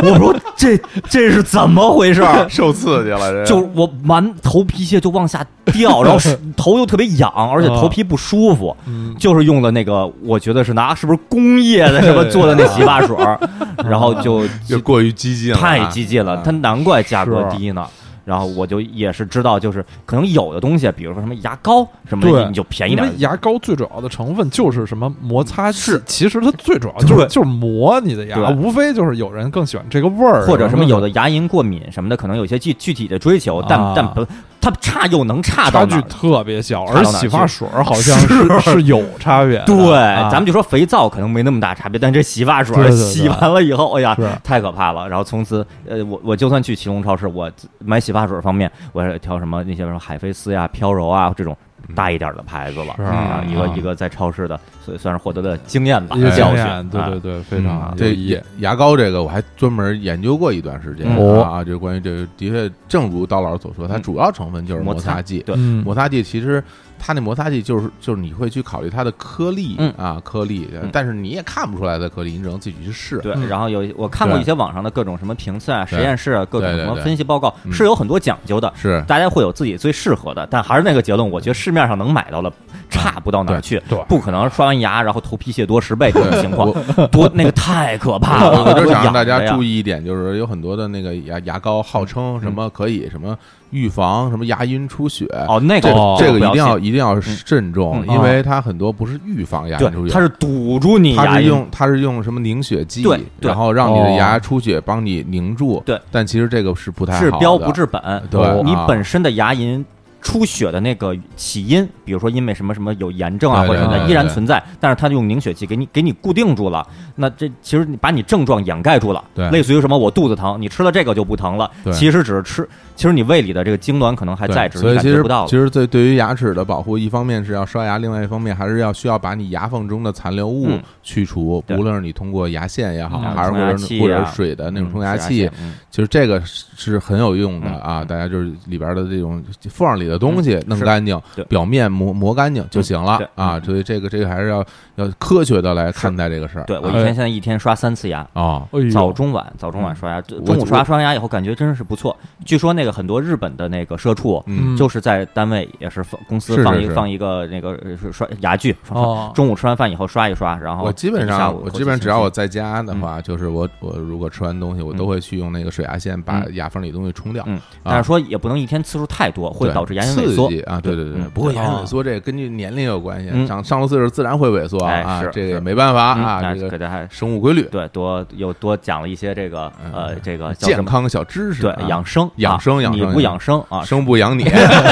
[SPEAKER 2] 我说这这是怎么回事 儿？
[SPEAKER 1] 受刺激了，这
[SPEAKER 2] 就我满头皮屑就往下掉，然后 是头又特别痒，而且头皮不舒服。
[SPEAKER 3] 嗯，
[SPEAKER 2] 就是用的那个，我觉得是拿是不是工业的什么做的那洗发水 儿，然后就
[SPEAKER 1] 就过于激进了啊，
[SPEAKER 2] 太激进
[SPEAKER 3] 嗯
[SPEAKER 2] 了，它难怪价格低呢。然后我就也是知道，就是可能有的东西，比如说什么牙膏什么的，
[SPEAKER 3] 对
[SPEAKER 2] 你你就便宜
[SPEAKER 3] 因为
[SPEAKER 2] 点。嗯
[SPEAKER 3] 牙膏最主要的成分就是什么摩擦剂
[SPEAKER 1] 是，
[SPEAKER 3] 其实它最主要就是
[SPEAKER 2] 对
[SPEAKER 3] 就是磨你的牙，
[SPEAKER 2] 对
[SPEAKER 3] 无非就是有人更喜欢这个味儿，
[SPEAKER 2] 或者什么有
[SPEAKER 3] 的
[SPEAKER 2] 的牙龈过敏什么的，可能有一些具具体的追求，但
[SPEAKER 3] 啊
[SPEAKER 2] 但不，它差又能差到
[SPEAKER 3] 差
[SPEAKER 2] 哪
[SPEAKER 3] 距
[SPEAKER 2] 儿？
[SPEAKER 3] 特别小，
[SPEAKER 2] 差到
[SPEAKER 3] 而
[SPEAKER 2] 哪儿
[SPEAKER 3] 洗发水好像是 是有差别的，
[SPEAKER 2] 对，
[SPEAKER 3] 啊
[SPEAKER 2] 咱们就说肥皂可能没那么大差别，但这洗发水
[SPEAKER 3] 对对对
[SPEAKER 2] 洗完了以后，哎呀
[SPEAKER 3] 是，
[SPEAKER 2] 太可怕了。然后从此，呃，我我就算去祁隆超市，我买洗发水方面，我还挑什么那些什么海飞丝呀、飘柔啊这种大一点的牌子了。
[SPEAKER 3] 是
[SPEAKER 2] 啊
[SPEAKER 3] 啊，
[SPEAKER 2] 一个
[SPEAKER 3] 啊
[SPEAKER 2] 一个在超市的，所以算是获得了经验吧
[SPEAKER 3] 一个，
[SPEAKER 1] 哎
[SPEAKER 2] 教
[SPEAKER 3] 经
[SPEAKER 2] 训
[SPEAKER 3] 验，。对
[SPEAKER 2] 啊
[SPEAKER 3] 对对，非常
[SPEAKER 1] 嗯这
[SPEAKER 3] 有意义
[SPEAKER 1] 牙。牙膏这个，我还专门研究过一段时间、
[SPEAKER 3] 嗯
[SPEAKER 1] 啊，就关于这个，的确，正如刀老师所说，它
[SPEAKER 2] 嗯
[SPEAKER 1] 主要成分就是
[SPEAKER 2] 摩
[SPEAKER 1] 摩
[SPEAKER 2] 擦
[SPEAKER 1] 擦剂。
[SPEAKER 2] 对
[SPEAKER 3] 嗯，
[SPEAKER 1] 摩擦剂其实它那摩擦剂就是就是你会去考虑它的颗粒、
[SPEAKER 2] 嗯
[SPEAKER 1] 啊颗粒
[SPEAKER 2] 嗯，
[SPEAKER 1] 但是你也看不出来的颗粒，你只能自己去试。
[SPEAKER 2] 对，
[SPEAKER 3] 嗯
[SPEAKER 2] 然后有一我看过
[SPEAKER 1] 对
[SPEAKER 2] 一些网上的各种什么评测啊、实
[SPEAKER 1] 对
[SPEAKER 2] 验室啊、各种
[SPEAKER 1] 对
[SPEAKER 2] 什
[SPEAKER 1] 对
[SPEAKER 2] 么
[SPEAKER 1] 对
[SPEAKER 2] 分析报告，
[SPEAKER 1] 嗯
[SPEAKER 2] 是有很多讲究的。
[SPEAKER 1] 是
[SPEAKER 2] 大家会有自己最适合的，但还是那个结论，我觉得市面上能买到的差不到哪儿
[SPEAKER 1] 嗯对
[SPEAKER 2] 去，
[SPEAKER 3] 对
[SPEAKER 2] 不可能刷完牙然后头皮屑多十倍这种
[SPEAKER 1] 对
[SPEAKER 2] 情
[SPEAKER 1] 我
[SPEAKER 2] 况，多那个太可怕了。
[SPEAKER 1] 我就想让大
[SPEAKER 2] 痒的
[SPEAKER 1] 家
[SPEAKER 2] 呀
[SPEAKER 1] 注意一点，就是有很多的那个牙牙膏号称什么可以什么预防什么牙龈出血。
[SPEAKER 2] 哦，那
[SPEAKER 1] 这
[SPEAKER 2] 个
[SPEAKER 1] 个这个
[SPEAKER 2] 不
[SPEAKER 1] 一定
[SPEAKER 2] 信
[SPEAKER 1] 要一定要慎重，
[SPEAKER 2] 嗯
[SPEAKER 1] 因为它很多不是预防牙龈出
[SPEAKER 2] 对，
[SPEAKER 1] 血，
[SPEAKER 2] 它是堵住你
[SPEAKER 1] 它
[SPEAKER 2] 牙
[SPEAKER 1] 是
[SPEAKER 2] 龈，
[SPEAKER 1] 用它是用什么凝血剂，
[SPEAKER 2] 对对
[SPEAKER 1] 然后让你的
[SPEAKER 3] 哦
[SPEAKER 1] 牙出血帮你凝住。
[SPEAKER 2] 对，
[SPEAKER 1] 但其实这个是不太好
[SPEAKER 2] 治
[SPEAKER 1] 的
[SPEAKER 2] 标不治本。
[SPEAKER 1] 对
[SPEAKER 2] 哦你
[SPEAKER 1] 啊
[SPEAKER 2] 本身的牙龈。出血的那个起因，比如说因为什么什么有炎症啊
[SPEAKER 1] 对
[SPEAKER 2] 或者什么
[SPEAKER 1] 对
[SPEAKER 2] 的，
[SPEAKER 1] 对
[SPEAKER 2] 依然
[SPEAKER 1] 对
[SPEAKER 2] 存在，但是它用凝血剂给你给你固定住了，那这其实你把你症状掩盖住了，
[SPEAKER 1] 对
[SPEAKER 2] 类似于什么我肚子疼，你吃了这个就不疼了，
[SPEAKER 1] 对
[SPEAKER 2] 其实只是吃其实你胃里的这个痉挛可能还在，只是
[SPEAKER 1] 所以
[SPEAKER 2] 感
[SPEAKER 1] 其
[SPEAKER 2] 觉
[SPEAKER 1] 实
[SPEAKER 2] 不到了
[SPEAKER 1] 其。实对对于牙齿的保护，一方面是要刷牙，另外一方面还是要需要把你牙缝中的残留物
[SPEAKER 2] 嗯
[SPEAKER 1] 去除，
[SPEAKER 2] 对
[SPEAKER 1] 无论是你通过牙线也好，
[SPEAKER 2] 嗯
[SPEAKER 1] 还是
[SPEAKER 2] 冲
[SPEAKER 1] 或
[SPEAKER 2] 牙
[SPEAKER 1] 者
[SPEAKER 2] 器
[SPEAKER 1] 或者
[SPEAKER 2] 啊
[SPEAKER 1] 是水的那种
[SPEAKER 2] 嗯
[SPEAKER 1] 冲牙
[SPEAKER 2] 是
[SPEAKER 1] 器，
[SPEAKER 2] 嗯
[SPEAKER 1] 其实这个是是很有用的
[SPEAKER 2] 嗯
[SPEAKER 1] 啊。
[SPEAKER 2] 嗯
[SPEAKER 1] 大家就是里边的这种缝儿里的东西弄
[SPEAKER 2] 是
[SPEAKER 1] 干净
[SPEAKER 2] 对，嗯
[SPEAKER 1] 表面磨磨干净就行了
[SPEAKER 2] 对
[SPEAKER 1] 啊。所以这个这个还是要要科学的来看待这个事儿。
[SPEAKER 2] 对我以
[SPEAKER 1] 啊
[SPEAKER 2] 前现在一天刷三次牙，
[SPEAKER 1] 哦，
[SPEAKER 3] 哎呦
[SPEAKER 2] 早中晚早中晚刷牙，中
[SPEAKER 1] 嗯我
[SPEAKER 2] 中午刷刷牙以后感觉真是不错。据说那个很多日本的那个社畜，
[SPEAKER 1] 嗯
[SPEAKER 3] 嗯
[SPEAKER 2] 就是在单位也是放公司
[SPEAKER 1] 是
[SPEAKER 2] 放
[SPEAKER 1] 是
[SPEAKER 2] 一
[SPEAKER 1] 是
[SPEAKER 2] 放一个那个呃刷刷牙具，刷
[SPEAKER 3] 哦
[SPEAKER 2] 中午吃完饭以后刷一刷，然后
[SPEAKER 1] 我基本
[SPEAKER 2] 下
[SPEAKER 1] 上，
[SPEAKER 2] 午
[SPEAKER 1] 我
[SPEAKER 2] 口气
[SPEAKER 1] 基本上只要我
[SPEAKER 2] 清
[SPEAKER 1] 在家
[SPEAKER 2] 嗯
[SPEAKER 1] 的话，就是我我如果吃完东西，我都会去用那个水牙线把
[SPEAKER 2] 嗯
[SPEAKER 1] 牙缝里东西冲掉
[SPEAKER 2] 新，嗯，
[SPEAKER 1] 啊
[SPEAKER 2] 但是说也不能一天次数太多，会
[SPEAKER 1] 对
[SPEAKER 2] 导致牙龈萎
[SPEAKER 1] 刺
[SPEAKER 2] 缩。
[SPEAKER 1] 激啊！对对对，
[SPEAKER 2] 嗯
[SPEAKER 1] 不过牙龈
[SPEAKER 3] 哦
[SPEAKER 1] 萎缩这个跟据年龄有关
[SPEAKER 2] 嗯
[SPEAKER 1] 系，上上了岁数自然会萎缩
[SPEAKER 2] 哎
[SPEAKER 1] 啊
[SPEAKER 2] 是，
[SPEAKER 1] 这个也
[SPEAKER 2] 是
[SPEAKER 1] 没办法
[SPEAKER 2] 嗯
[SPEAKER 1] 啊，这
[SPEAKER 2] 那给
[SPEAKER 1] 个
[SPEAKER 2] 大家还
[SPEAKER 1] 生物规律，
[SPEAKER 2] 对多又多讲了一些这个呃这个叫
[SPEAKER 1] 嗯
[SPEAKER 2] 什
[SPEAKER 1] 健
[SPEAKER 2] 么？
[SPEAKER 1] 康小知识
[SPEAKER 2] 对
[SPEAKER 1] 啊，
[SPEAKER 2] 养生
[SPEAKER 1] 养生
[SPEAKER 2] 啊
[SPEAKER 1] 养生
[SPEAKER 2] 你不养生啊？
[SPEAKER 1] 生不养你，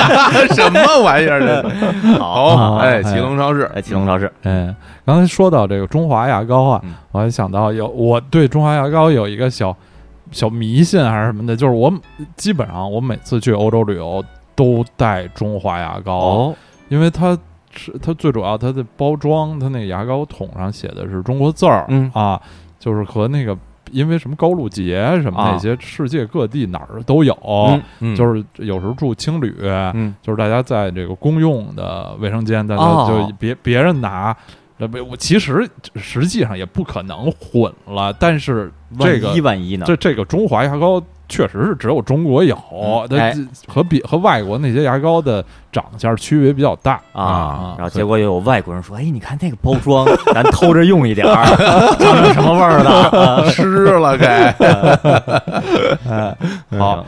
[SPEAKER 1] 什么玩意儿？这是好，
[SPEAKER 3] 啊
[SPEAKER 1] 哎，
[SPEAKER 3] 哎
[SPEAKER 1] 奇隆超市
[SPEAKER 2] 哎，祁隆老师，
[SPEAKER 3] 哎，刚才说到这个中华牙膏啊，
[SPEAKER 1] 嗯
[SPEAKER 3] 我还想到有我对中华牙膏有一个小小迷信还是什么的，就是我基本上我每次去欧洲旅游都带中华牙膏，
[SPEAKER 2] 哦，
[SPEAKER 3] 因为它是它最主要它的包装，它那个牙膏桶上写的是中国字儿、
[SPEAKER 2] 嗯
[SPEAKER 3] 啊，就是和那个因为什么高露洁什么
[SPEAKER 2] 啊
[SPEAKER 3] 那些，世界各地哪儿都有。
[SPEAKER 2] 嗯
[SPEAKER 1] 嗯
[SPEAKER 3] 就是有时候住青旅，
[SPEAKER 2] 嗯，
[SPEAKER 3] 就是大家在这个公用的卫生间，大家
[SPEAKER 2] 哦
[SPEAKER 3] 就别别人拿。那不，我其实实际上也不可能混了，但是
[SPEAKER 2] 哦
[SPEAKER 3] 这
[SPEAKER 2] 万一
[SPEAKER 3] 个
[SPEAKER 2] 万一呢？
[SPEAKER 3] 这这个中华牙膏确实是只有中国有，它
[SPEAKER 2] 哎
[SPEAKER 3] 和比和外国那些牙膏的长相区别比较大。
[SPEAKER 2] 啊
[SPEAKER 1] 啊，
[SPEAKER 2] 然后结果又有外国人说：“哎，你看那个包装， 咱偷着用一点儿， 尝尝什么味儿 啊的
[SPEAKER 1] 湿了 该，哎
[SPEAKER 2] 啊？”
[SPEAKER 1] 哦
[SPEAKER 3] 好，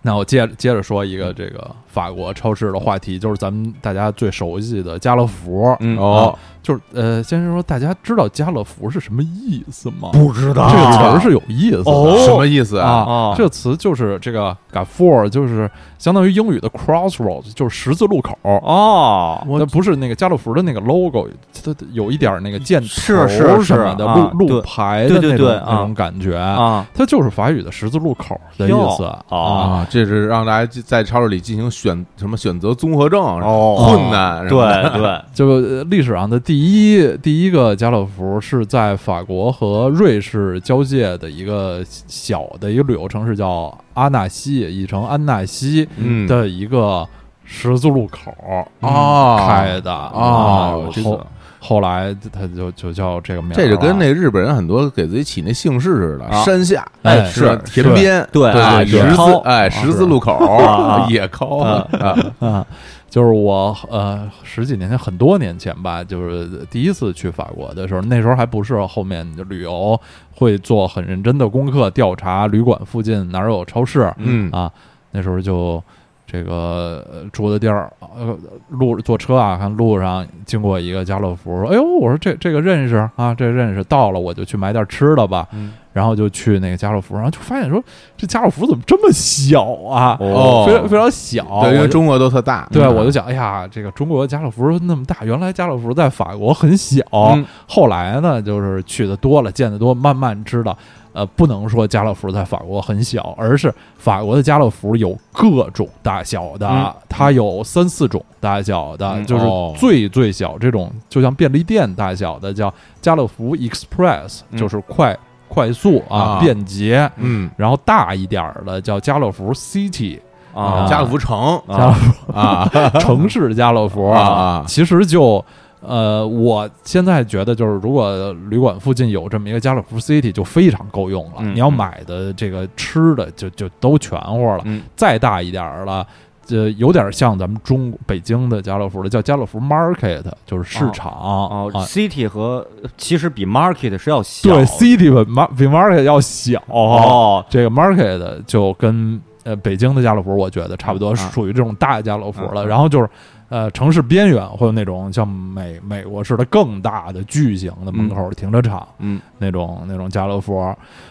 [SPEAKER 3] 那我接着接着说一个这个法国超市的话题，就是咱们大家最熟悉的家乐福。啊
[SPEAKER 2] 嗯
[SPEAKER 1] 哦，
[SPEAKER 3] 就是呃，先说大家知道家乐福是什么意思吗？
[SPEAKER 2] 不知道
[SPEAKER 3] 这个词儿是有意思的。
[SPEAKER 2] 哦
[SPEAKER 1] 什么意思
[SPEAKER 3] 啊
[SPEAKER 1] 啊？
[SPEAKER 2] 哦
[SPEAKER 3] 这个词就是这个 g a f o r 就是相当于英语的 crossroads，就是十字路口。
[SPEAKER 2] 哦，
[SPEAKER 3] 那不是那个家乐福的那个 logo，它它有一点那个箭头
[SPEAKER 2] 是是是
[SPEAKER 3] 什么的
[SPEAKER 2] 啊
[SPEAKER 3] 路
[SPEAKER 2] 对
[SPEAKER 3] 路牌的那
[SPEAKER 2] 对对
[SPEAKER 3] 种
[SPEAKER 2] 对啊
[SPEAKER 3] 那种感觉
[SPEAKER 2] 啊，
[SPEAKER 3] 它就是法语的十字路口的意思
[SPEAKER 2] 哟哦
[SPEAKER 3] 啊。
[SPEAKER 1] 啊，这是让大家在超市里进行选什么选择综合症
[SPEAKER 2] 哦
[SPEAKER 1] 困难
[SPEAKER 2] 对
[SPEAKER 1] 什么的
[SPEAKER 2] 对，
[SPEAKER 3] 就呃历史上的第一第一个家乐福是在法国和瑞士交界的一个小的一个旅游城市，叫阿纳西，译成安纳西
[SPEAKER 1] 嗯
[SPEAKER 3] 的一个十字路口
[SPEAKER 1] 哦
[SPEAKER 3] 开的
[SPEAKER 1] 哦
[SPEAKER 3] 啊
[SPEAKER 1] 这
[SPEAKER 3] 后后来它就就叫这个名儿了，
[SPEAKER 1] 这就跟那日本人很多给自己起那姓氏似的
[SPEAKER 2] 啊，
[SPEAKER 1] 山下
[SPEAKER 3] 哎
[SPEAKER 1] 是吧
[SPEAKER 3] 是
[SPEAKER 1] 田边，
[SPEAKER 2] 对啊
[SPEAKER 1] 对，
[SPEAKER 2] 野
[SPEAKER 1] 十字
[SPEAKER 2] 蒿
[SPEAKER 1] 哎十字路口
[SPEAKER 2] 啊
[SPEAKER 1] 野尻
[SPEAKER 2] 啊
[SPEAKER 1] 啊，
[SPEAKER 3] 啊，就是我呃十几年前，很多年前吧，就是第一次去法国的时候，那时候还不是后面的旅游会做很认真的功课，调查旅馆附近哪儿有超市
[SPEAKER 1] 嗯
[SPEAKER 3] 啊，那时候就。这个呃住的地儿，呃，路坐车啊，看路上经过一个家乐福，说哎呦，我说这这个认识啊，这认识，到了我就去买点吃的吧，
[SPEAKER 1] 嗯
[SPEAKER 3] 然后就去那个家乐福，然后就发现说这家乐福怎么这么小啊，
[SPEAKER 1] 哦
[SPEAKER 3] 非常非常小，
[SPEAKER 1] 对，因
[SPEAKER 3] 我
[SPEAKER 1] 为
[SPEAKER 3] 就
[SPEAKER 1] 中国都特大，
[SPEAKER 3] 对，
[SPEAKER 1] 嗯
[SPEAKER 3] 我就想，哎呀，这个中国家乐福那么大，原来家乐福在法国很小。
[SPEAKER 1] 嗯
[SPEAKER 3] 后来呢，就是去的多了，见的多，慢慢知道，呃，不能说家乐福在法国很小，而是法国的家乐福有各种大小的，
[SPEAKER 2] 嗯
[SPEAKER 3] 它有三四种大小的，
[SPEAKER 2] 嗯
[SPEAKER 3] 就是
[SPEAKER 1] 哦
[SPEAKER 3] 最最小这种，就像便利店大小的叫家乐福 Express，、
[SPEAKER 2] 嗯
[SPEAKER 3] 就是快快速啊，
[SPEAKER 1] 啊
[SPEAKER 3] 便捷。
[SPEAKER 1] 嗯，
[SPEAKER 3] 然后大一点儿的叫家乐福 City，
[SPEAKER 2] 啊，
[SPEAKER 1] 家乐福城
[SPEAKER 3] 家乐福
[SPEAKER 1] 啊
[SPEAKER 3] 城市家乐福
[SPEAKER 1] 啊啊
[SPEAKER 3] 其实就呃，我现在觉得就是，如果旅馆附近有这么一个家乐福 City，就非常够用了。
[SPEAKER 2] 嗯
[SPEAKER 3] 你要买的这个吃的就就都全乎了，
[SPEAKER 2] 嗯
[SPEAKER 3] 再大一点儿了。呃，有点像咱们中北京的家乐福的，叫家乐福 Market，就是市场
[SPEAKER 2] 哦
[SPEAKER 3] 啊。
[SPEAKER 2] ，City 和其实比 Market 是要小
[SPEAKER 3] 对，City 比 Mar 比 Market 要小。
[SPEAKER 2] 哦，
[SPEAKER 3] 这个 market 就跟呃北京的家乐福，我觉得差不多是
[SPEAKER 2] 啊
[SPEAKER 3] 属于这种大家乐福
[SPEAKER 2] 啊
[SPEAKER 3] 了。然后就是呃城市边缘会有那种像美美国似的更大的巨型的门口停车场
[SPEAKER 2] 嗯
[SPEAKER 3] 那种那种家乐福。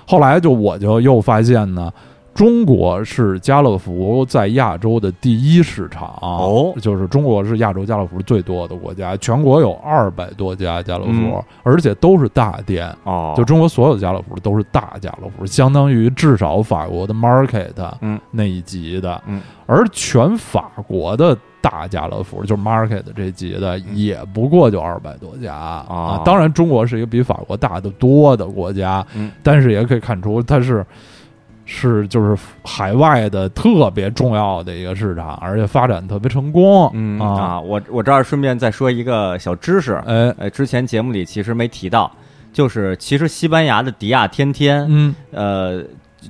[SPEAKER 3] 后来就我就又发现呢。中国是家乐福在亚洲的第一市场
[SPEAKER 2] 哦
[SPEAKER 3] 就是中国是亚洲家乐福最多的国家，全国有二百多家家乐福，
[SPEAKER 1] 嗯
[SPEAKER 3] 而且都是大店。
[SPEAKER 2] 哦，
[SPEAKER 3] 就中国所有的家乐福都是大家乐福，相当于至少法国的 Market
[SPEAKER 2] 嗯
[SPEAKER 3] 那一级的，
[SPEAKER 2] 嗯
[SPEAKER 3] 而全法国的大家乐福就是 Market 这级的，
[SPEAKER 2] 嗯
[SPEAKER 3] 也不过就二百多家
[SPEAKER 2] 哦
[SPEAKER 3] 啊。当然，中国是一个比法国大得多的国家，
[SPEAKER 2] 嗯
[SPEAKER 3] 但是也可以看出它是。是，就是海外的特别重要的一个市场，而且发展特别成功。
[SPEAKER 1] 嗯
[SPEAKER 3] 啊，
[SPEAKER 2] 啊，我我这儿顺便再说一个小知识，
[SPEAKER 3] 哎，
[SPEAKER 2] 呃，之前节目里其实没提到，就是其实西班牙的迪亚天天，
[SPEAKER 3] 嗯
[SPEAKER 2] 呃，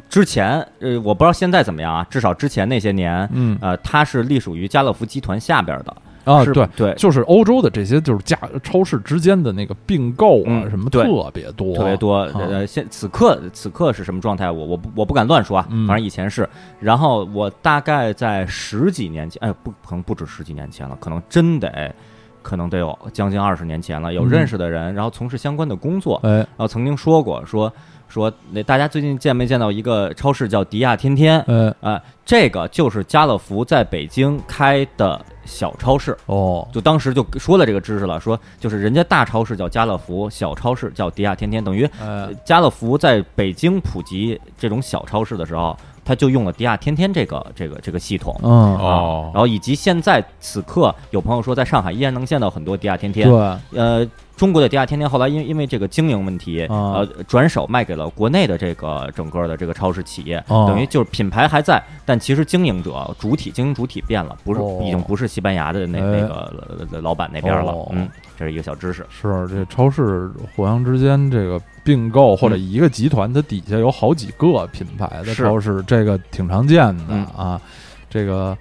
[SPEAKER 2] 之前呃，我不知道现在怎么样啊，至少之前那些年，
[SPEAKER 3] 嗯
[SPEAKER 2] 呃，它是隶属于家乐福集团下边的
[SPEAKER 3] 啊，
[SPEAKER 2] 是
[SPEAKER 3] 对，
[SPEAKER 2] 对，
[SPEAKER 3] 就是欧洲的这些就是价超市之间的那个并购啊
[SPEAKER 2] 嗯
[SPEAKER 3] 什么
[SPEAKER 2] 对
[SPEAKER 3] 特别多，
[SPEAKER 2] 特别多。
[SPEAKER 3] 嗯
[SPEAKER 2] 呃，现此刻此刻是什么状态？我我不我不敢乱说啊，
[SPEAKER 3] 嗯
[SPEAKER 2] 反正以前是。然后我大概在十几年前，哎，不，可能不止十几年前了，可能真得。可能得有将近二十年前了，有
[SPEAKER 3] 嗯
[SPEAKER 2] 认识的人，然后从事相关的工作，
[SPEAKER 3] 哎，
[SPEAKER 2] 然后曾经说过，说说那大家最近见没见到一个超市叫迪亚天天？
[SPEAKER 3] 呃，
[SPEAKER 2] 啊，这个就是家乐福在北京开的小超市。
[SPEAKER 3] 哦，
[SPEAKER 2] 就当时就说了这个知识了，说就是人家大超市叫家乐福，小超市叫迪亚天天，等于
[SPEAKER 3] 哎，
[SPEAKER 2] 家乐福在北京普及这种小超市的时候，他就用了迪亚天天这个这个这个系统。
[SPEAKER 3] 嗯，
[SPEAKER 1] 哦
[SPEAKER 2] 然后以及现在此刻有朋友说，在上海依然能见到很多迪亚天天。
[SPEAKER 3] 对，
[SPEAKER 2] 呃，中国的迪亚天天后来因因为这个经营问题，
[SPEAKER 3] 啊
[SPEAKER 2] 呃，转手卖给了国内的这个整个的这个超市企业，
[SPEAKER 3] 哦
[SPEAKER 2] 等于就是品牌还在，但其实经营者主体经营主体变了，不是、
[SPEAKER 3] 哦
[SPEAKER 2] 已经不是西班牙的那、
[SPEAKER 3] 哎
[SPEAKER 2] 那个呃老板那边了，
[SPEAKER 3] 哦
[SPEAKER 2] 嗯，这是一个小知识，
[SPEAKER 3] 是这超市互相之间这个并购或者一个集团，它底下有好几个品牌的
[SPEAKER 2] 是
[SPEAKER 3] 超市，这个挺常见的
[SPEAKER 2] 嗯
[SPEAKER 3] 啊。这个，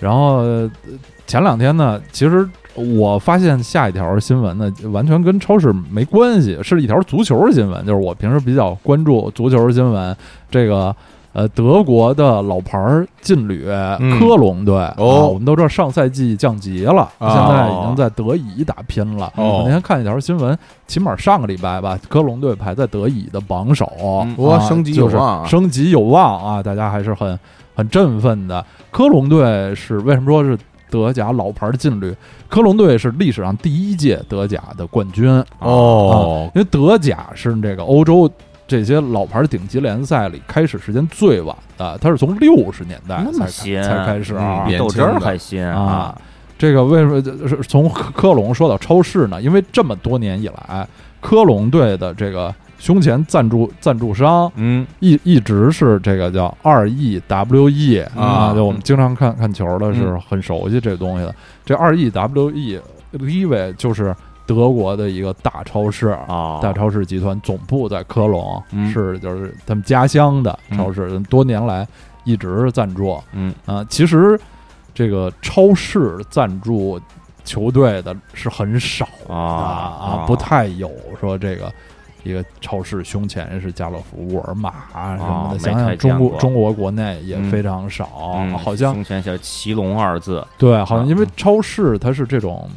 [SPEAKER 3] 然后呃前两天呢，其实我发现下一条新闻呢，完全跟超市没关系，是一条足球新闻，就是我平时比较关注足球新闻。这个。呃，德国的老牌儿劲旅
[SPEAKER 1] 嗯
[SPEAKER 3] 科隆队、啊，
[SPEAKER 1] 哦
[SPEAKER 3] 我们都知道上赛季降级了，
[SPEAKER 1] 哦
[SPEAKER 3] 现在已经在德乙打拼了。
[SPEAKER 1] 哦
[SPEAKER 3] 我那天看一条新闻，起码上个礼拜吧，科隆队排在德乙的榜首，
[SPEAKER 1] 哇
[SPEAKER 3] 啊
[SPEAKER 1] 升级有望啊
[SPEAKER 3] 就是升级有望啊！大家还是很很振奋的。科隆队是为什么说是德甲老牌劲旅？科隆队是历史上第一届德甲的冠军，啊
[SPEAKER 1] 哦，
[SPEAKER 3] 因为德甲是这个欧洲。这些老牌顶级联赛里开始时间最晚的，它是从六十年代
[SPEAKER 2] 那么
[SPEAKER 3] 才
[SPEAKER 2] 新
[SPEAKER 3] 开才开始啊，
[SPEAKER 1] 嗯
[SPEAKER 2] 比
[SPEAKER 1] 年
[SPEAKER 2] 豆
[SPEAKER 1] 轻
[SPEAKER 2] 汁儿
[SPEAKER 1] 的
[SPEAKER 2] 还新
[SPEAKER 3] 啊，这个为什么就是从科科隆说到超市呢？因为这么多年以来，科隆队的这个胸前赞助赞助商
[SPEAKER 2] 嗯，
[SPEAKER 3] 一一直是这个叫二 E W E
[SPEAKER 1] 啊
[SPEAKER 3] 就我们经常看看球的是很熟悉这东西的。这二 E W E l i v e 就是德国的一个大超市啊。
[SPEAKER 2] 哦，
[SPEAKER 3] 大超市集团总部在科隆，
[SPEAKER 2] 嗯
[SPEAKER 3] 是就是他们家乡的超市，多年来一直赞助。
[SPEAKER 2] 嗯
[SPEAKER 3] 啊，其实这个超市赞助球队的是很少
[SPEAKER 2] 啊
[SPEAKER 3] 的啊
[SPEAKER 2] 啊，
[SPEAKER 3] 不太有说这个。一个超市胸前是家乐福、沃尔玛啊什么的，
[SPEAKER 2] 哦没
[SPEAKER 3] 想
[SPEAKER 2] 太
[SPEAKER 3] 想中
[SPEAKER 2] 见
[SPEAKER 3] 国
[SPEAKER 2] 过
[SPEAKER 3] 中国国内也
[SPEAKER 2] 嗯
[SPEAKER 3] 非常少，
[SPEAKER 2] 嗯
[SPEAKER 3] 好像
[SPEAKER 2] 胸前写着“骑龙”二字，
[SPEAKER 3] 对，好像因为
[SPEAKER 2] 嗯
[SPEAKER 3] 超市它是这种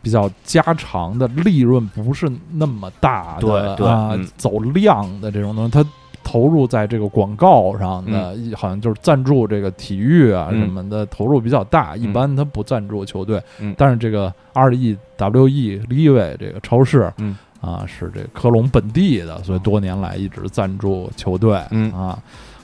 [SPEAKER 3] 比较家常的，利润不是那么大
[SPEAKER 2] 对
[SPEAKER 3] 的，
[SPEAKER 2] 对
[SPEAKER 3] 啊
[SPEAKER 2] 嗯，
[SPEAKER 3] 走量的这种东西，它投入在这个广告上的，一好像就是赞助这个体育啊
[SPEAKER 2] 嗯
[SPEAKER 3] 什么的投入比较大，一
[SPEAKER 2] 嗯
[SPEAKER 3] 般它不赞助球队
[SPEAKER 2] 嗯，
[SPEAKER 3] 但是这个 R E W E l i v 这个超市，
[SPEAKER 2] 嗯。
[SPEAKER 3] 啊，是这科隆本地的，所以多年来一直赞助球队。
[SPEAKER 2] 嗯
[SPEAKER 3] 啊，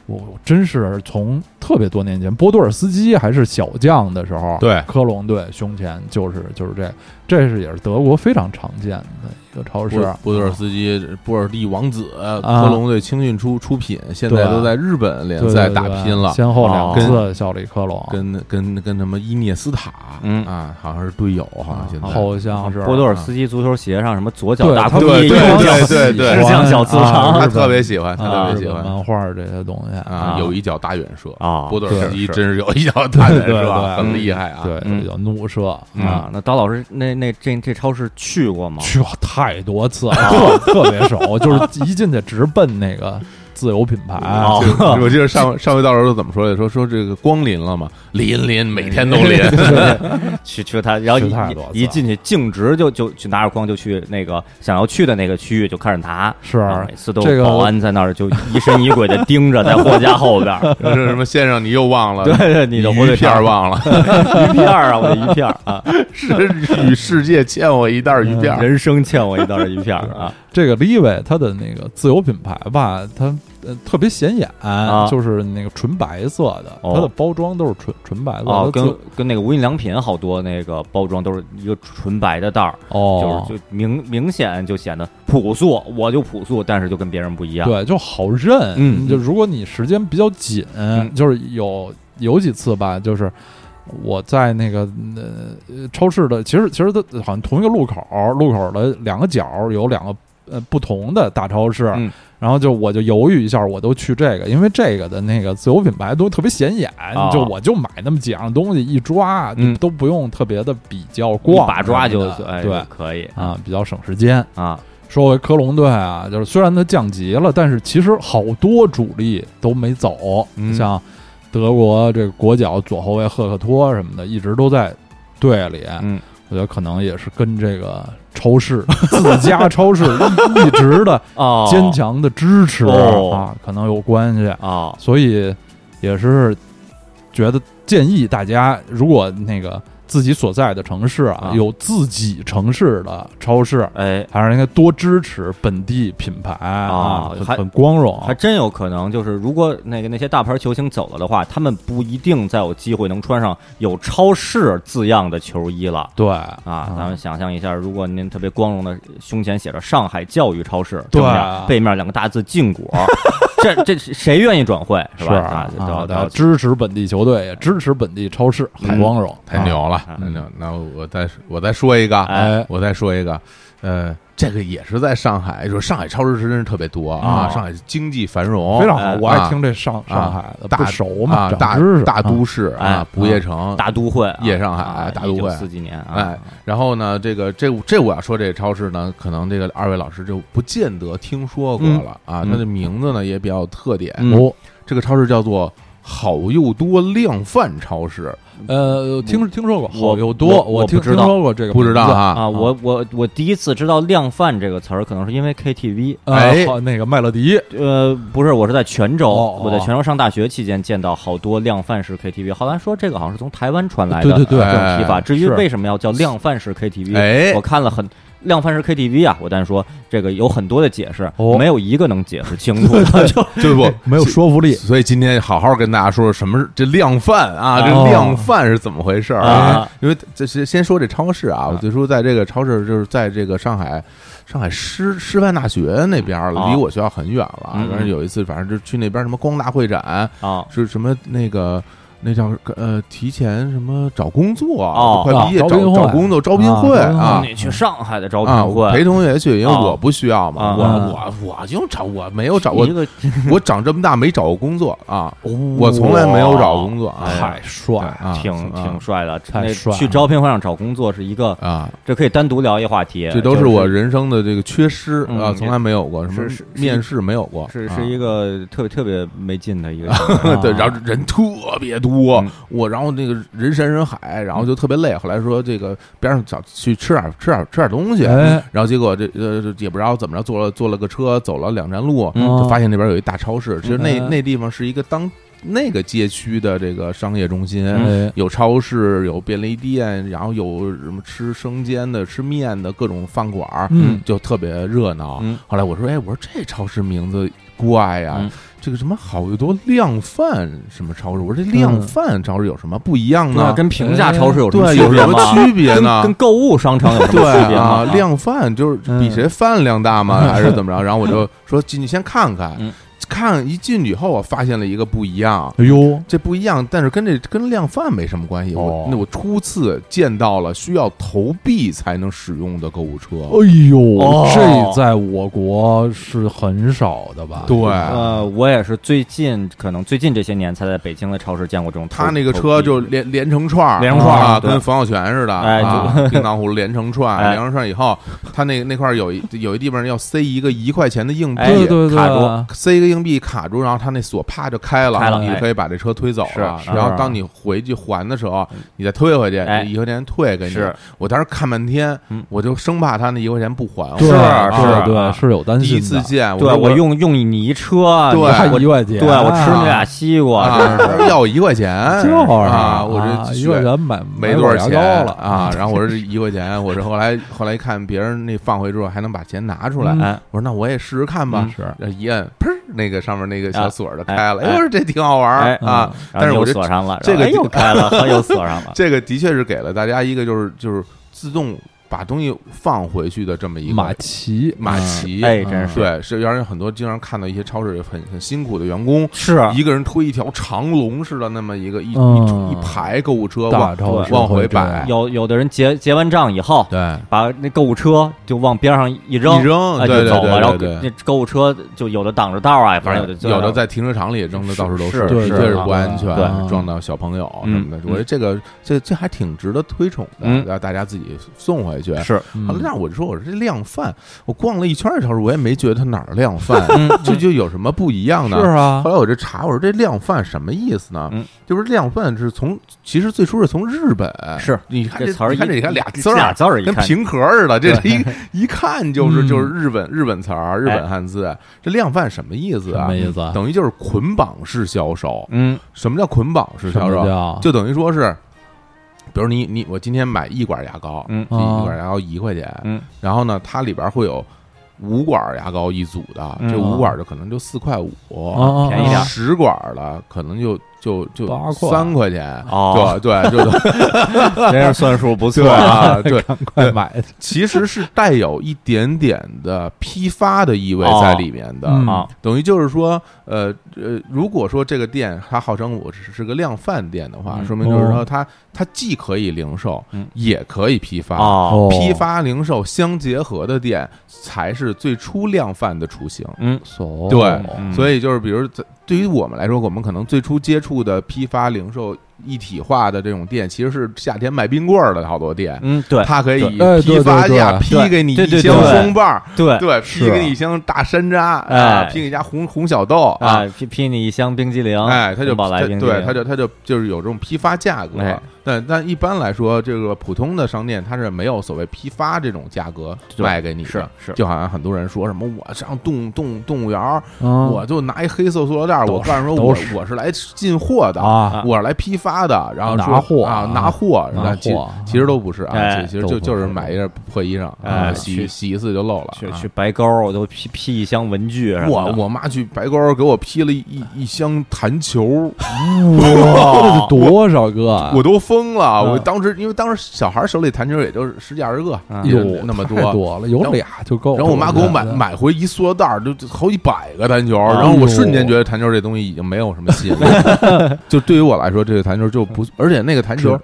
[SPEAKER 3] 我真是从特别多年前，波多尔斯基还是小将的时候，
[SPEAKER 1] 对
[SPEAKER 3] 科隆队胸前就是就是这，这是也是德国非常常见的一个超市啊
[SPEAKER 1] 波。波多尔斯基、波尔蒂王子、科隆队青训出出品，现
[SPEAKER 3] 对
[SPEAKER 1] 在都在日本联
[SPEAKER 3] 对
[SPEAKER 1] 赛
[SPEAKER 3] 对
[SPEAKER 1] 打
[SPEAKER 3] 对
[SPEAKER 1] 拼了，
[SPEAKER 3] 先后两
[SPEAKER 1] 哦
[SPEAKER 3] 次效力科隆，
[SPEAKER 1] 跟跟跟什么伊涅斯塔，
[SPEAKER 2] 嗯
[SPEAKER 1] 啊，好像是队友，好像现在
[SPEAKER 3] 啊
[SPEAKER 1] 啊
[SPEAKER 3] 好像是
[SPEAKER 2] 啊波多尔斯基足球鞋上什么左脚
[SPEAKER 3] 对
[SPEAKER 2] 大
[SPEAKER 3] 他
[SPEAKER 2] 空
[SPEAKER 1] 对
[SPEAKER 2] 翼，
[SPEAKER 1] 对
[SPEAKER 2] 右脚
[SPEAKER 1] 对对对
[SPEAKER 2] 直向小足
[SPEAKER 3] 啊
[SPEAKER 2] 长
[SPEAKER 1] 他
[SPEAKER 3] 日本
[SPEAKER 1] 特别喜欢，他
[SPEAKER 3] 啊
[SPEAKER 1] 特
[SPEAKER 3] 日
[SPEAKER 1] 别喜
[SPEAKER 3] 本
[SPEAKER 1] 欢
[SPEAKER 3] 漫画这些东西
[SPEAKER 1] 啊，
[SPEAKER 2] 啊
[SPEAKER 1] 有一脚打远射，
[SPEAKER 2] 啊
[SPEAKER 1] 波多尔斯基
[SPEAKER 2] 是是
[SPEAKER 1] 真是有一脚打远
[SPEAKER 3] 对
[SPEAKER 1] 射啊，
[SPEAKER 3] 对
[SPEAKER 1] 很厉害啊，
[SPEAKER 3] 对，
[SPEAKER 2] 嗯
[SPEAKER 3] 有怒射
[SPEAKER 1] 嗯哦
[SPEAKER 3] 啊，
[SPEAKER 2] 啊，那刀老师，那那这这超市 去过吗？
[SPEAKER 3] 去过太多次了，特特别熟，就是一进去直奔那个自有品牌。
[SPEAKER 2] 哦
[SPEAKER 1] 就我记得上上回到时候怎么说的？说说这个光临了嘛，临临每天都 临，
[SPEAKER 2] 去去他，然后
[SPEAKER 3] 去太
[SPEAKER 2] 一
[SPEAKER 3] 多
[SPEAKER 2] 一进去径直就就去拿着筐就去那个想要去的那个区域就开始拿，
[SPEAKER 3] 是
[SPEAKER 2] 然后啊每次都
[SPEAKER 3] 这
[SPEAKER 2] 有
[SPEAKER 3] 个
[SPEAKER 2] 保安在那儿就疑神疑鬼的盯着，在货架后边儿，
[SPEAKER 1] 说什么先生你又忘了，
[SPEAKER 2] 对对，你的火腿
[SPEAKER 1] 鱼片
[SPEAKER 2] 肠
[SPEAKER 1] 儿忘了，
[SPEAKER 2] 鱼片儿啊，我的鱼片儿啊，
[SPEAKER 1] 是 与世界欠我一袋儿鱼片
[SPEAKER 3] 嗯
[SPEAKER 1] 儿。
[SPEAKER 2] 人生欠我一袋儿鱼片儿啊，
[SPEAKER 3] 这个 Levi 它的那个自有品牌吧，它呃特别显眼，就是那个纯白色的，
[SPEAKER 2] 啊哦
[SPEAKER 3] 它的包装都是纯纯白色的。
[SPEAKER 2] 哦，
[SPEAKER 3] 它
[SPEAKER 2] 跟
[SPEAKER 3] 自
[SPEAKER 2] 跟那个无印良品好多那个包装都是一个纯白的袋儿，
[SPEAKER 3] 哦，
[SPEAKER 2] 就是就明明显就显得朴素，我就朴素，但是就跟别人不一样。
[SPEAKER 3] 对，就好认。
[SPEAKER 2] 嗯
[SPEAKER 3] 就如果你时间比较紧，就是有有几次吧，就是我在那个呃超市的，其实其实它好像同一个路口，路口的两个角有两个呃不同的大超市。
[SPEAKER 2] 嗯
[SPEAKER 3] 然后就我就犹豫一下，我都去这个，因为这个的那个自有品牌都特别显眼，
[SPEAKER 2] 哦
[SPEAKER 3] 就我就买那么几样东西一抓，
[SPEAKER 2] 嗯
[SPEAKER 3] 都不用特别的比较
[SPEAKER 2] 一
[SPEAKER 3] 逛，
[SPEAKER 2] 把抓就哎
[SPEAKER 3] 对
[SPEAKER 2] 可以
[SPEAKER 3] 啊，比较省时间。
[SPEAKER 2] 啊
[SPEAKER 3] 说回科隆队啊，就是虽然它降级了，但是其实好多主力都没走，
[SPEAKER 1] 嗯
[SPEAKER 3] 像德国这个国脚左后卫赫克托什么的，一直都在队里。
[SPEAKER 2] 嗯，
[SPEAKER 3] 我觉得可能也是跟这个 超市自家超市一直的
[SPEAKER 2] 哦
[SPEAKER 3] 坚强的支持、
[SPEAKER 2] 哦
[SPEAKER 3] 啊，可能有关系。
[SPEAKER 2] 哦
[SPEAKER 3] 所以也是觉得建议大家，如果那个自己所在的城市啊
[SPEAKER 2] 啊
[SPEAKER 3] 有自己城市的超市，
[SPEAKER 2] 哎。
[SPEAKER 3] 还是应该多支持本地品牌啊，
[SPEAKER 2] 啊
[SPEAKER 3] 很
[SPEAKER 2] 还
[SPEAKER 3] 很光荣。
[SPEAKER 2] 还真有可能，就是如果那个那些大牌球星走了的话，他们不一定再有机会能穿上有超市字样的球衣了
[SPEAKER 3] 对
[SPEAKER 2] 啊！咱们想象一下，如果您特别光荣的胸前写着“上海教育超市”，
[SPEAKER 3] 对
[SPEAKER 2] 正面背面两个大字“禁果”，这这谁愿意转会是吧？啊，
[SPEAKER 3] 是
[SPEAKER 2] 都要
[SPEAKER 3] 啊，
[SPEAKER 2] 都要
[SPEAKER 3] 对支持本地球队，也支持本地超市，很光荣，
[SPEAKER 1] 太牛了，
[SPEAKER 2] 啊
[SPEAKER 1] 太牛！那我再我再说一个，啊
[SPEAKER 3] 哎
[SPEAKER 1] 我再说一个，呃，这个也是在上海，说上海超市真是特别多啊，
[SPEAKER 2] 哦
[SPEAKER 1] 上海经济繁荣，
[SPEAKER 3] 非常好
[SPEAKER 2] 哎。
[SPEAKER 3] 我爱听这上
[SPEAKER 1] 啊
[SPEAKER 3] 上海的，
[SPEAKER 1] 大
[SPEAKER 3] 不熟嘛，
[SPEAKER 1] 啊，
[SPEAKER 3] 长
[SPEAKER 1] 大
[SPEAKER 3] 知识
[SPEAKER 1] 大都
[SPEAKER 3] 啊
[SPEAKER 1] 市
[SPEAKER 2] 哎
[SPEAKER 1] 啊，不夜城，
[SPEAKER 2] 大都会啊、
[SPEAKER 1] 夜上海哎
[SPEAKER 2] 啊
[SPEAKER 1] 大都会
[SPEAKER 2] 四几年啊，
[SPEAKER 1] 哎，然后呢，这个这这我要说这超市呢，可能这个二位老师就不见得听说过了啊。
[SPEAKER 2] 嗯
[SPEAKER 1] 它的名字呢也比较有特点，
[SPEAKER 3] 哦，
[SPEAKER 1] 这个超市叫做好又多量贩超市，
[SPEAKER 3] 呃，听听说过，
[SPEAKER 2] 我
[SPEAKER 3] 好有多，
[SPEAKER 2] 我我
[SPEAKER 3] 听
[SPEAKER 2] 不知
[SPEAKER 3] 听
[SPEAKER 2] 道
[SPEAKER 3] 说过这个名
[SPEAKER 1] 不
[SPEAKER 3] 字，
[SPEAKER 1] 知道啊。
[SPEAKER 2] 啊，我我我第一次知道“量贩”这个词儿，可能是因为 KTV。
[SPEAKER 3] 呃，
[SPEAKER 1] 哎
[SPEAKER 3] 好那个麦乐迪，
[SPEAKER 2] 呃，不是，我是在泉州，
[SPEAKER 3] 哦哦
[SPEAKER 2] 我在泉州上大学期间见到好多量贩式 KTV。后来说这个好像是从台湾传来的
[SPEAKER 3] 对对对
[SPEAKER 2] 这种提法。
[SPEAKER 1] 哎
[SPEAKER 2] 至于
[SPEAKER 3] 是
[SPEAKER 2] 为什么要叫量贩式 KTV，、
[SPEAKER 1] 哎
[SPEAKER 2] 我看了很量贩式 KTV 啊，我但说这个有很多的解释，
[SPEAKER 3] 哦
[SPEAKER 2] 没有一个能解释清楚。 就
[SPEAKER 1] 对不？
[SPEAKER 3] 没有说服力，
[SPEAKER 1] 所以今天好好跟大家说说什么是这量贩啊，这
[SPEAKER 3] 哦
[SPEAKER 1] 量贩是怎么回事儿
[SPEAKER 2] 啊？
[SPEAKER 1] 因为这是先说这超市啊，我最初在这个超市就是在这个上海上海师师范大学那边儿了，
[SPEAKER 2] 哦
[SPEAKER 1] 离我学校很远了。
[SPEAKER 2] 嗯嗯
[SPEAKER 1] 然后有一次，反正就去那边什么光大会展，
[SPEAKER 2] 啊，
[SPEAKER 1] 是什么那个。那叫呃，提前什么找工作
[SPEAKER 2] 哦
[SPEAKER 1] 就快毕业
[SPEAKER 3] 啊
[SPEAKER 1] 找
[SPEAKER 3] 招聘会
[SPEAKER 1] 找工作招聘
[SPEAKER 3] 啊
[SPEAKER 1] 会
[SPEAKER 3] 招聘会
[SPEAKER 1] 啊
[SPEAKER 2] 你去上海的招聘
[SPEAKER 1] 啊，
[SPEAKER 2] 会，
[SPEAKER 1] 我陪同学去，因为我不需要嘛，
[SPEAKER 2] 啊
[SPEAKER 1] 我我我就找我没有找我
[SPEAKER 2] 一个
[SPEAKER 1] 我长这么大没找过工作啊，我从来没有找过工作啊，
[SPEAKER 3] 太帅了，
[SPEAKER 1] 啊
[SPEAKER 2] 挺挺帅的，
[SPEAKER 3] 太
[SPEAKER 2] 那
[SPEAKER 3] 帅
[SPEAKER 2] 去
[SPEAKER 3] 了
[SPEAKER 2] 招聘会上找工作是一个，
[SPEAKER 1] 啊，
[SPEAKER 2] 这可以单独聊一话题。
[SPEAKER 1] 这都是
[SPEAKER 2] 哎就
[SPEAKER 1] 我人生的这个缺失
[SPEAKER 2] 嗯
[SPEAKER 1] 啊，从来没有过什么
[SPEAKER 2] 是是
[SPEAKER 1] 面试没有过，
[SPEAKER 2] 是
[SPEAKER 1] 啊
[SPEAKER 2] 是一个特别特别没劲的一个啊
[SPEAKER 1] 对，然后人特别多
[SPEAKER 2] 嗯，
[SPEAKER 1] 我然后那个人山人海，然后就特别累。后来说这个边上想去吃点吃点吃点东西，
[SPEAKER 3] 哎
[SPEAKER 1] 然后结果这呃也不知道怎么着，坐了坐了个车，走了两站路，
[SPEAKER 2] 嗯
[SPEAKER 1] 就发现那边有一大超市。其实那
[SPEAKER 3] 嗯
[SPEAKER 1] 那地方是一个当那个街区的这个商业中心，
[SPEAKER 2] 嗯
[SPEAKER 3] 哎
[SPEAKER 1] 有超市，有便利店，然后有什么吃生煎的、吃面的各种饭馆儿，
[SPEAKER 3] 嗯
[SPEAKER 1] 就特别热闹。
[SPEAKER 2] 嗯
[SPEAKER 1] 后来我说，哎，我说这超市名字怪呀、
[SPEAKER 2] 嗯
[SPEAKER 1] 这个什么好多量贩什么超市，我说这量贩超市有什么不一样呢？
[SPEAKER 2] 嗯啊跟平价超市有什么
[SPEAKER 1] 哎对，
[SPEAKER 2] 区
[SPEAKER 1] 有
[SPEAKER 2] 别
[SPEAKER 1] 什么
[SPEAKER 2] 吗？
[SPEAKER 1] 区别
[SPEAKER 2] 跟
[SPEAKER 1] 呢？
[SPEAKER 2] 跟购物商场有什
[SPEAKER 1] 对
[SPEAKER 2] 么区别
[SPEAKER 1] 啊
[SPEAKER 2] 吗？，嗯
[SPEAKER 1] 量贩就是比谁饭量大吗？还是怎么着？然后我就说进去先看看，
[SPEAKER 2] 嗯
[SPEAKER 1] 看一进去以后，我啊发现了一个不一样。
[SPEAKER 3] 哎呦，
[SPEAKER 1] 这不一样，但是跟这跟量贩没什么关系。
[SPEAKER 3] 哦
[SPEAKER 1] 我那我初次见到了需要投币才能使用的购物车，
[SPEAKER 3] 哎呦，
[SPEAKER 2] 哦
[SPEAKER 3] 这在我国是很少的吧？
[SPEAKER 1] 对
[SPEAKER 2] 呃，我也是最近可能最近这些年才在北京的超市见过这种投。
[SPEAKER 1] 他那个车就
[SPEAKER 2] 投币
[SPEAKER 1] 连连成串儿，
[SPEAKER 2] 连成串儿
[SPEAKER 1] 啊，
[SPEAKER 2] 对
[SPEAKER 1] 跟冯小泉似的，
[SPEAKER 2] 哎
[SPEAKER 1] 啊， 叮当葫芦连成串，
[SPEAKER 2] 哎
[SPEAKER 1] 连成串以后，他那那块儿有一有一地方要塞一个一块钱的硬币，
[SPEAKER 2] 哎
[SPEAKER 3] 对对对，
[SPEAKER 2] 卡住
[SPEAKER 1] 塞一个硬币卡住，然后它那锁啪就开了，
[SPEAKER 2] 开了
[SPEAKER 1] 你
[SPEAKER 2] 哎
[SPEAKER 1] 可以把这车推走
[SPEAKER 2] 是
[SPEAKER 1] 了。
[SPEAKER 2] 是嗯
[SPEAKER 1] 然后当你回去还的时候，你再推回去，
[SPEAKER 2] 哎
[SPEAKER 1] 一块钱退给你
[SPEAKER 2] 是。
[SPEAKER 1] 我当时看半天
[SPEAKER 2] 嗯，
[SPEAKER 1] 我就生怕他那一块钱不还我。
[SPEAKER 3] 对
[SPEAKER 2] 是
[SPEAKER 3] 对
[SPEAKER 2] 是
[SPEAKER 3] 对，是有担
[SPEAKER 1] 啊第
[SPEAKER 3] 心
[SPEAKER 1] 一次
[SPEAKER 3] 的。
[SPEAKER 1] 见，
[SPEAKER 2] 对啊
[SPEAKER 1] 说
[SPEAKER 2] 我用用你一车，啊
[SPEAKER 1] 对
[SPEAKER 2] 你看我
[SPEAKER 3] 一块钱，
[SPEAKER 2] 对我吃
[SPEAKER 1] 了
[SPEAKER 2] 那俩西瓜，
[SPEAKER 1] 啊，要我一块钱，
[SPEAKER 3] 啊就是
[SPEAKER 1] 啊，我
[SPEAKER 3] 这
[SPEAKER 1] 这
[SPEAKER 3] 一块钱买
[SPEAKER 1] 没
[SPEAKER 3] 买
[SPEAKER 1] 多少
[SPEAKER 3] 买
[SPEAKER 1] 钱
[SPEAKER 3] 牙膏了嗯
[SPEAKER 1] 啊。然后我说这一块钱，我说后来后来一看别人那放回之后还能把钱拿出来，
[SPEAKER 3] 嗯
[SPEAKER 2] 哎，
[SPEAKER 1] 我说那我也试试看吧
[SPEAKER 3] 嗯是。
[SPEAKER 1] 然后一摁，砰，那个上面那个小锁儿就
[SPEAKER 2] 哎
[SPEAKER 1] 开了。
[SPEAKER 2] 哎
[SPEAKER 1] 哎，我说这挺好玩儿
[SPEAKER 2] 哎
[SPEAKER 1] 啊。
[SPEAKER 2] 然后
[SPEAKER 1] 但是
[SPEAKER 2] 又
[SPEAKER 1] 我觉得
[SPEAKER 2] 锁上了，
[SPEAKER 1] 这
[SPEAKER 2] 然后哎
[SPEAKER 1] 这个
[SPEAKER 2] 又开了， 又锁上 了，
[SPEAKER 1] 这个的确是给了大家一个就是就是自动把东西放回去的这么一个
[SPEAKER 3] 马嗯奇
[SPEAKER 1] 哎马奇。
[SPEAKER 2] 哎，真是
[SPEAKER 1] 对，是让人很多经常看到一些超市里很很辛苦的员工，
[SPEAKER 2] 是
[SPEAKER 1] 一个人推一条长龙似的那么一个一
[SPEAKER 3] 嗯
[SPEAKER 1] 一一排购物车
[SPEAKER 3] 大
[SPEAKER 1] 往
[SPEAKER 3] 超市
[SPEAKER 1] 往回
[SPEAKER 3] 会这样
[SPEAKER 1] 摆，
[SPEAKER 2] 有有的人结结完账以后，
[SPEAKER 1] 对，
[SPEAKER 2] 把那购物车就往边上一扔，
[SPEAKER 1] 一扔
[SPEAKER 2] 哎
[SPEAKER 1] 对
[SPEAKER 2] 就
[SPEAKER 1] 对
[SPEAKER 2] 走了，
[SPEAKER 1] 对
[SPEAKER 2] 然后
[SPEAKER 1] 对
[SPEAKER 2] 那购物车就有的挡着道儿啊，反正有的就
[SPEAKER 1] 有的在停车场里扔的到处都
[SPEAKER 2] 是
[SPEAKER 1] 的
[SPEAKER 3] 是
[SPEAKER 1] 确是
[SPEAKER 2] 啊
[SPEAKER 1] 不安全
[SPEAKER 3] 对，
[SPEAKER 1] 撞到小朋友什么的。
[SPEAKER 2] 嗯
[SPEAKER 1] 我觉得这个这这还挺值得推崇的
[SPEAKER 2] 嗯，
[SPEAKER 1] 让大家自己送回去。
[SPEAKER 2] 是
[SPEAKER 1] 后来
[SPEAKER 3] 嗯
[SPEAKER 1] 那我就说，我说这量贩，我逛了一圈儿超市，我也没觉得它哪儿量贩，
[SPEAKER 2] 嗯
[SPEAKER 1] 这 就有什么不一样
[SPEAKER 3] 是
[SPEAKER 1] 呢？
[SPEAKER 3] 啊
[SPEAKER 1] 后，来我就查，我说这量贩什么意思呢
[SPEAKER 2] 嗯？
[SPEAKER 1] 就是量贩是从，其实最初是从日本，
[SPEAKER 2] 是
[SPEAKER 1] 你看
[SPEAKER 2] 这词儿
[SPEAKER 1] 你
[SPEAKER 2] 一，
[SPEAKER 1] 看这你看俩字
[SPEAKER 2] 俩
[SPEAKER 1] 儿，啊
[SPEAKER 2] 字儿一
[SPEAKER 1] 跟
[SPEAKER 2] 看，
[SPEAKER 1] 平壳似的，这是一一看就是
[SPEAKER 3] 嗯
[SPEAKER 1] 就是日本日本词儿，日
[SPEAKER 2] 哎
[SPEAKER 1] 本汉字。这量贩什么意思
[SPEAKER 3] 什
[SPEAKER 1] 啊
[SPEAKER 3] 么？意思啊？
[SPEAKER 1] 等于就是捆绑式销售。
[SPEAKER 2] 嗯，
[SPEAKER 1] 什么叫捆绑式
[SPEAKER 3] 什
[SPEAKER 1] 销
[SPEAKER 3] 么
[SPEAKER 1] 售？
[SPEAKER 3] 叫
[SPEAKER 1] 就等于说是，比如你你我今天买一管牙膏，
[SPEAKER 2] 嗯
[SPEAKER 1] 这一管牙膏一块钱，
[SPEAKER 2] 嗯，
[SPEAKER 1] 然后呢，它里边会有五管牙膏一组的，
[SPEAKER 2] 嗯哦
[SPEAKER 1] 这五管就可能就四块五，
[SPEAKER 3] 啊
[SPEAKER 2] 便宜点儿
[SPEAKER 1] 十管的可能就就就
[SPEAKER 3] 八块
[SPEAKER 1] 三块钱，
[SPEAKER 2] 哦
[SPEAKER 1] 对 对，就
[SPEAKER 2] 这是算数不
[SPEAKER 1] 对
[SPEAKER 2] 错啊，
[SPEAKER 1] 啊，对，
[SPEAKER 3] 嗯快买去
[SPEAKER 1] 其实是带有一点点的批发的意味在里面的，
[SPEAKER 3] 哦嗯
[SPEAKER 2] 啊
[SPEAKER 1] 等于就是说，呃呃，如果说这个店它号称我是是个量贩店的话，
[SPEAKER 2] 嗯
[SPEAKER 1] 说明就是
[SPEAKER 3] 哦
[SPEAKER 1] 说它它既可以零售，
[SPEAKER 2] 嗯
[SPEAKER 1] 也可以批发。
[SPEAKER 2] 哦，
[SPEAKER 1] 批发零售相结合的店才是最初量贩的雏形，
[SPEAKER 2] 嗯，
[SPEAKER 3] 走
[SPEAKER 1] 对
[SPEAKER 2] 嗯
[SPEAKER 1] 所以就是比如在对于我们来说，我们可能最初接触的批发零售一体化的这种店，其实是夏天卖冰棍儿的好多店，
[SPEAKER 2] 嗯，对
[SPEAKER 1] 它可以以
[SPEAKER 3] 对哎
[SPEAKER 1] 批发价
[SPEAKER 3] 对
[SPEAKER 1] 批
[SPEAKER 2] 对对
[SPEAKER 1] 给你
[SPEAKER 2] 对
[SPEAKER 1] 一
[SPEAKER 2] 对
[SPEAKER 1] 箱
[SPEAKER 2] 对
[SPEAKER 1] 松棒，
[SPEAKER 2] 对，
[SPEAKER 1] 对，
[SPEAKER 3] 是
[SPEAKER 1] 批给你一箱大山楂，啊，
[SPEAKER 2] 哎
[SPEAKER 1] 批给你家红红小豆啊
[SPEAKER 2] 啊，，批批你一箱冰激凌，
[SPEAKER 1] 哎，他就
[SPEAKER 2] 宫宝来
[SPEAKER 1] 他
[SPEAKER 2] 冰激
[SPEAKER 1] 对，
[SPEAKER 2] 凌，
[SPEAKER 1] 他就他就就是有这种批发价格
[SPEAKER 2] 哎，
[SPEAKER 1] 但但一般来说，这个普通的商店它是没有所谓批发这种价格
[SPEAKER 2] 对
[SPEAKER 1] 卖给你
[SPEAKER 2] 是
[SPEAKER 1] 的。
[SPEAKER 2] 是
[SPEAKER 1] 就好像很多人说什么我上动动动物园儿，
[SPEAKER 3] 我
[SPEAKER 1] 我就拿一黑色塑料袋儿，
[SPEAKER 3] 啊都
[SPEAKER 1] 我告诉说
[SPEAKER 3] 都
[SPEAKER 1] 我
[SPEAKER 3] 是
[SPEAKER 1] 我是来进货的，
[SPEAKER 3] 啊，
[SPEAKER 1] 我是来批发的，然后
[SPEAKER 3] 拿
[SPEAKER 1] 说
[SPEAKER 3] 货
[SPEAKER 1] 啊
[SPEAKER 3] 啊
[SPEAKER 1] 拿货，
[SPEAKER 3] 拿
[SPEAKER 1] 那其
[SPEAKER 3] 货
[SPEAKER 1] 其实都不是啊，
[SPEAKER 2] 哎
[SPEAKER 1] 其其实
[SPEAKER 3] 都
[SPEAKER 1] 就
[SPEAKER 3] 不
[SPEAKER 1] 就是
[SPEAKER 3] 是
[SPEAKER 1] 买一件破衣裳，啊
[SPEAKER 2] 哎
[SPEAKER 1] 洗
[SPEAKER 2] 去
[SPEAKER 1] 洗一次就漏了，
[SPEAKER 2] 去
[SPEAKER 1] 啊
[SPEAKER 2] 去白沟，我都批批一箱文具什
[SPEAKER 1] 我
[SPEAKER 2] 么的，
[SPEAKER 1] 我妈去白沟儿给我批了一一一箱弹球，
[SPEAKER 3] 啊哇，这得多少个啊？
[SPEAKER 1] 我都疯了。
[SPEAKER 2] 嗯
[SPEAKER 1] 我当时因为当时小孩手里弹球也就是十几二十个，
[SPEAKER 2] 嗯
[SPEAKER 1] 也
[SPEAKER 3] 有
[SPEAKER 1] 那么
[SPEAKER 3] 多多了，有俩就够了。
[SPEAKER 1] 然后我妈给我买
[SPEAKER 3] 对
[SPEAKER 1] 买回一塑料袋儿，就就好几百个弹球，
[SPEAKER 3] 哦
[SPEAKER 2] 哎呦
[SPEAKER 1] 然后我瞬间觉得弹球这东西已经没有什么吸引力了。 就对于我来说，这个弹球就不，而且那个弹球
[SPEAKER 3] 是，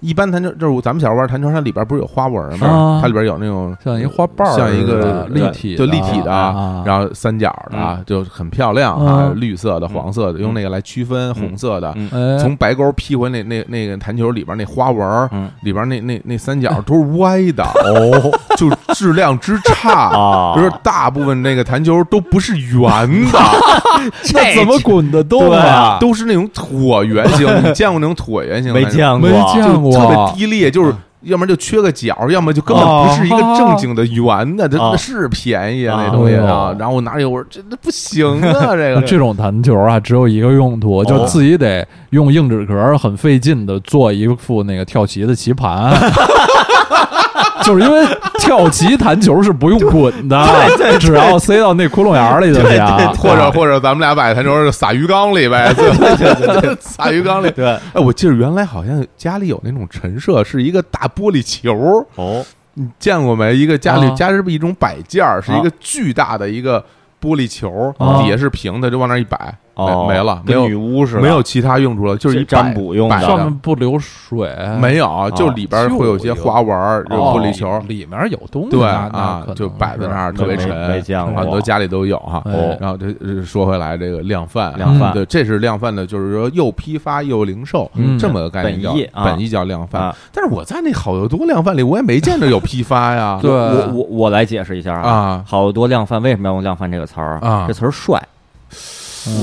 [SPEAKER 1] 一般弹球就是咱们小时候玩弹球，它里边不是有花纹吗
[SPEAKER 3] 啊？
[SPEAKER 1] 它里边有那种
[SPEAKER 3] 像一花瓣儿
[SPEAKER 1] 像一
[SPEAKER 3] 似
[SPEAKER 1] 个
[SPEAKER 3] 的立体的，
[SPEAKER 1] 就立体的
[SPEAKER 3] 啊
[SPEAKER 1] 然后三角的啊就很漂亮啊，
[SPEAKER 3] 嗯
[SPEAKER 1] 绿色的、黄色的，用那个来区分红色的。
[SPEAKER 2] 嗯
[SPEAKER 3] 哎
[SPEAKER 1] 从白沟劈回那那那个弹球里边那花纹儿
[SPEAKER 2] 嗯，
[SPEAKER 1] 里边那那那三角都是歪 的哦，就质量之差。
[SPEAKER 2] 啊，
[SPEAKER 1] 就是大部分那个弹球都不是圆的，
[SPEAKER 3] 那怎么滚得 动
[SPEAKER 2] 对啊
[SPEAKER 1] 都是那种椭圆形。你见过那种椭圆形的
[SPEAKER 2] 没
[SPEAKER 1] 吗？
[SPEAKER 2] 见
[SPEAKER 3] 没
[SPEAKER 2] 过，嗯
[SPEAKER 3] 见过，
[SPEAKER 1] 特别低劣，就是要么就缺个角，要么就根本
[SPEAKER 2] 啊
[SPEAKER 1] 不是一个正经的圆的，它
[SPEAKER 2] 哦
[SPEAKER 1] 那是便宜啊
[SPEAKER 2] 哦
[SPEAKER 1] 那东西啊
[SPEAKER 3] 哦。
[SPEAKER 1] 然后我拿有我说这这不行啊，这 个
[SPEAKER 3] 这种弹球啊，只有一个用途，就自己得用硬纸壳，很费劲的做一副那个跳棋的棋盘，就是因为跳棋弹球是不用滚的，只要塞到那窟窿眼儿里就行，啊
[SPEAKER 1] 或者或者咱们俩把弹球撒鱼缸里呗， 撒鱼缸里。
[SPEAKER 2] 对，
[SPEAKER 1] 哎，我记得原来好像家里有那种陈设，是一个大玻璃球，
[SPEAKER 2] 哦，
[SPEAKER 1] 你见过没？一个家里
[SPEAKER 3] 啊
[SPEAKER 1] 家是不是一种摆件儿，是一个
[SPEAKER 2] 啊
[SPEAKER 1] 巨大的一个玻璃球，
[SPEAKER 3] 啊
[SPEAKER 1] 底下是平的，就往那儿一摆，
[SPEAKER 2] 哦
[SPEAKER 1] 没没了，没
[SPEAKER 2] 跟
[SPEAKER 1] 有
[SPEAKER 2] 女巫似的，
[SPEAKER 1] 没有其他用处了，就是一
[SPEAKER 2] 是
[SPEAKER 1] 摆
[SPEAKER 2] 占卜啊用
[SPEAKER 1] 摆
[SPEAKER 2] 的啊
[SPEAKER 3] 上
[SPEAKER 1] 的。
[SPEAKER 3] 面不流水，
[SPEAKER 1] 没有，啊就里边会有一些花纹儿，有
[SPEAKER 3] 哦
[SPEAKER 1] 玻璃球，
[SPEAKER 3] 里面有
[SPEAKER 2] 嗯
[SPEAKER 3] 东西，
[SPEAKER 1] 对
[SPEAKER 3] 那那
[SPEAKER 1] 啊
[SPEAKER 3] 可，能
[SPEAKER 1] 就摆在那儿
[SPEAKER 2] 是
[SPEAKER 1] 特别
[SPEAKER 2] 没
[SPEAKER 1] 沉，
[SPEAKER 2] 没见过
[SPEAKER 1] 很多家里都有哈。
[SPEAKER 3] 哎
[SPEAKER 1] 然后这这说回来，这个量贩，
[SPEAKER 2] 量
[SPEAKER 1] 嗯
[SPEAKER 2] 贩
[SPEAKER 1] 对，这是量贩的，就是说又批发又零售
[SPEAKER 3] 嗯。
[SPEAKER 1] 这么个概念叫
[SPEAKER 2] 本意啊
[SPEAKER 1] 本意叫量贩
[SPEAKER 2] 啊。
[SPEAKER 1] 但是我在那好多量贩里，我也没见着有批发呀
[SPEAKER 3] 对
[SPEAKER 2] 我我我来解释一下
[SPEAKER 1] 呃啊
[SPEAKER 2] 好多量贩为什么要用量贩这个词儿
[SPEAKER 1] 啊
[SPEAKER 2] 这词儿帅，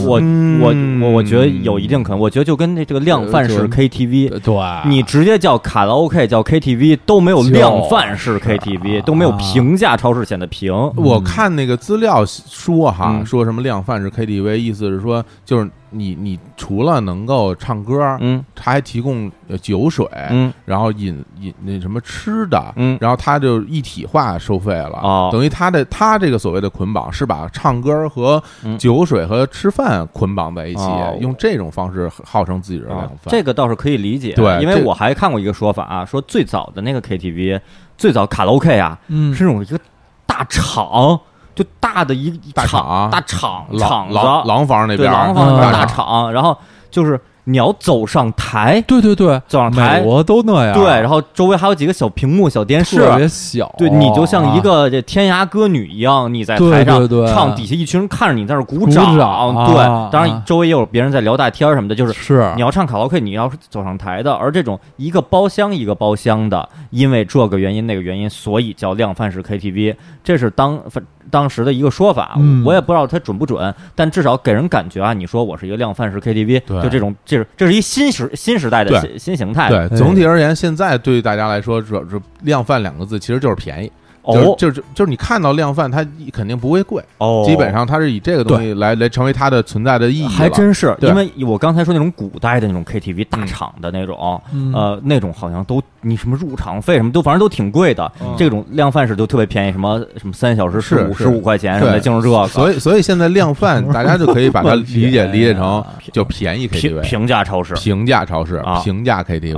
[SPEAKER 2] 我我
[SPEAKER 1] 嗯
[SPEAKER 2] 我我觉得有一定可能，我觉得就跟那这个量贩式
[SPEAKER 1] 呃就
[SPEAKER 2] KTV，
[SPEAKER 3] 对，
[SPEAKER 2] 你直接叫卡拉 OK 叫 KTV 都没有
[SPEAKER 3] 就是
[SPEAKER 2] 量贩式 KTV 都没有平价超市显得平，
[SPEAKER 1] 我看那个资料说哈，
[SPEAKER 2] 嗯
[SPEAKER 1] 说什么量贩式 KTV，意思是说就是你你除了能够唱歌，
[SPEAKER 2] 嗯
[SPEAKER 1] 他还提供呃酒水，
[SPEAKER 2] 嗯
[SPEAKER 1] 然后饮饮那什么吃的，
[SPEAKER 2] 嗯
[SPEAKER 1] 然后他就一体化收费了，
[SPEAKER 2] 哦
[SPEAKER 1] 等于他的他这个所谓的捆绑是把唱歌和
[SPEAKER 2] 嗯
[SPEAKER 1] 酒水和吃饭捆绑在一起，
[SPEAKER 2] 哦
[SPEAKER 1] 用这种方式号称自己是
[SPEAKER 2] 啊
[SPEAKER 1] 量贩。
[SPEAKER 2] 这个倒是可以理解，
[SPEAKER 1] 对
[SPEAKER 2] 因为
[SPEAKER 1] 这
[SPEAKER 2] 我还看过一个说法啊，说最早的那个 KTV，最早卡拉 OK 啊，
[SPEAKER 3] 嗯
[SPEAKER 2] 是那种一个大厂，就大的一一
[SPEAKER 1] 大
[SPEAKER 2] 厂
[SPEAKER 1] 厂
[SPEAKER 2] 大厂厂
[SPEAKER 1] 廊
[SPEAKER 2] 子，
[SPEAKER 1] 廊廊坊那
[SPEAKER 2] 对
[SPEAKER 1] 边儿，
[SPEAKER 2] 廊坊那边
[SPEAKER 3] 嗯
[SPEAKER 2] 儿大厂，然后就是你要走上台，
[SPEAKER 3] 对对对，
[SPEAKER 2] 走上
[SPEAKER 3] 美
[SPEAKER 2] 台，
[SPEAKER 3] 国都那样，
[SPEAKER 2] 对，然后周围还有几个小屏幕、小电视。
[SPEAKER 3] 特别小，
[SPEAKER 2] 对你就像一个这天涯歌女一样，你在
[SPEAKER 3] 哦啊对
[SPEAKER 2] 台上
[SPEAKER 3] 对对
[SPEAKER 2] 唱，底下一群人看着你在那儿鼓
[SPEAKER 3] 鼓
[SPEAKER 2] 掌。
[SPEAKER 3] 掌啊
[SPEAKER 2] 对，当然周围也有别人在聊大天儿什么的，就是
[SPEAKER 3] 是
[SPEAKER 1] 啊
[SPEAKER 2] 你要唱卡拉 OK，你要是走上台的，而这种一个包厢一个包厢的，因为这个原因那个原因，所以叫量贩式 KTV，这是当当时的一个说法，
[SPEAKER 3] 嗯
[SPEAKER 2] 我也不知道它准不准，但至少给人感觉啊，你说我是一个量贩式 KTV，
[SPEAKER 1] 对
[SPEAKER 2] 就这种，这是这是一新时新时代的
[SPEAKER 1] 对
[SPEAKER 2] 新新形态，
[SPEAKER 1] 对，总体而言，现在对大家来说，主要是“量贩”两个字，其实就是便宜，
[SPEAKER 2] 哦
[SPEAKER 1] 就是就是就是你看到量贩，它肯定不会贵，
[SPEAKER 2] 哦，
[SPEAKER 1] 基本。上它是以这个东西来来成为它的存在的意义了。
[SPEAKER 2] 还真是，
[SPEAKER 1] 对嗯
[SPEAKER 2] 因为我刚才说那种古代的那种 KTV 大厂的那种，
[SPEAKER 3] 嗯
[SPEAKER 2] 呃，那种好像都你什么入场费什么都，反正都挺贵的。
[SPEAKER 1] 嗯
[SPEAKER 2] 这种量贩式就特别便宜，什么什么三小时
[SPEAKER 1] 是
[SPEAKER 2] 十五
[SPEAKER 1] 是
[SPEAKER 2] 十五块钱什么的，
[SPEAKER 1] 对
[SPEAKER 2] 就是这个。
[SPEAKER 1] 所以所以现在量 贩，大家就可以把它理解理解成就便宜
[SPEAKER 2] 啊平
[SPEAKER 1] KTV。
[SPEAKER 2] 平价超市
[SPEAKER 1] 平价超市
[SPEAKER 2] 啊、
[SPEAKER 1] 平价 KTV、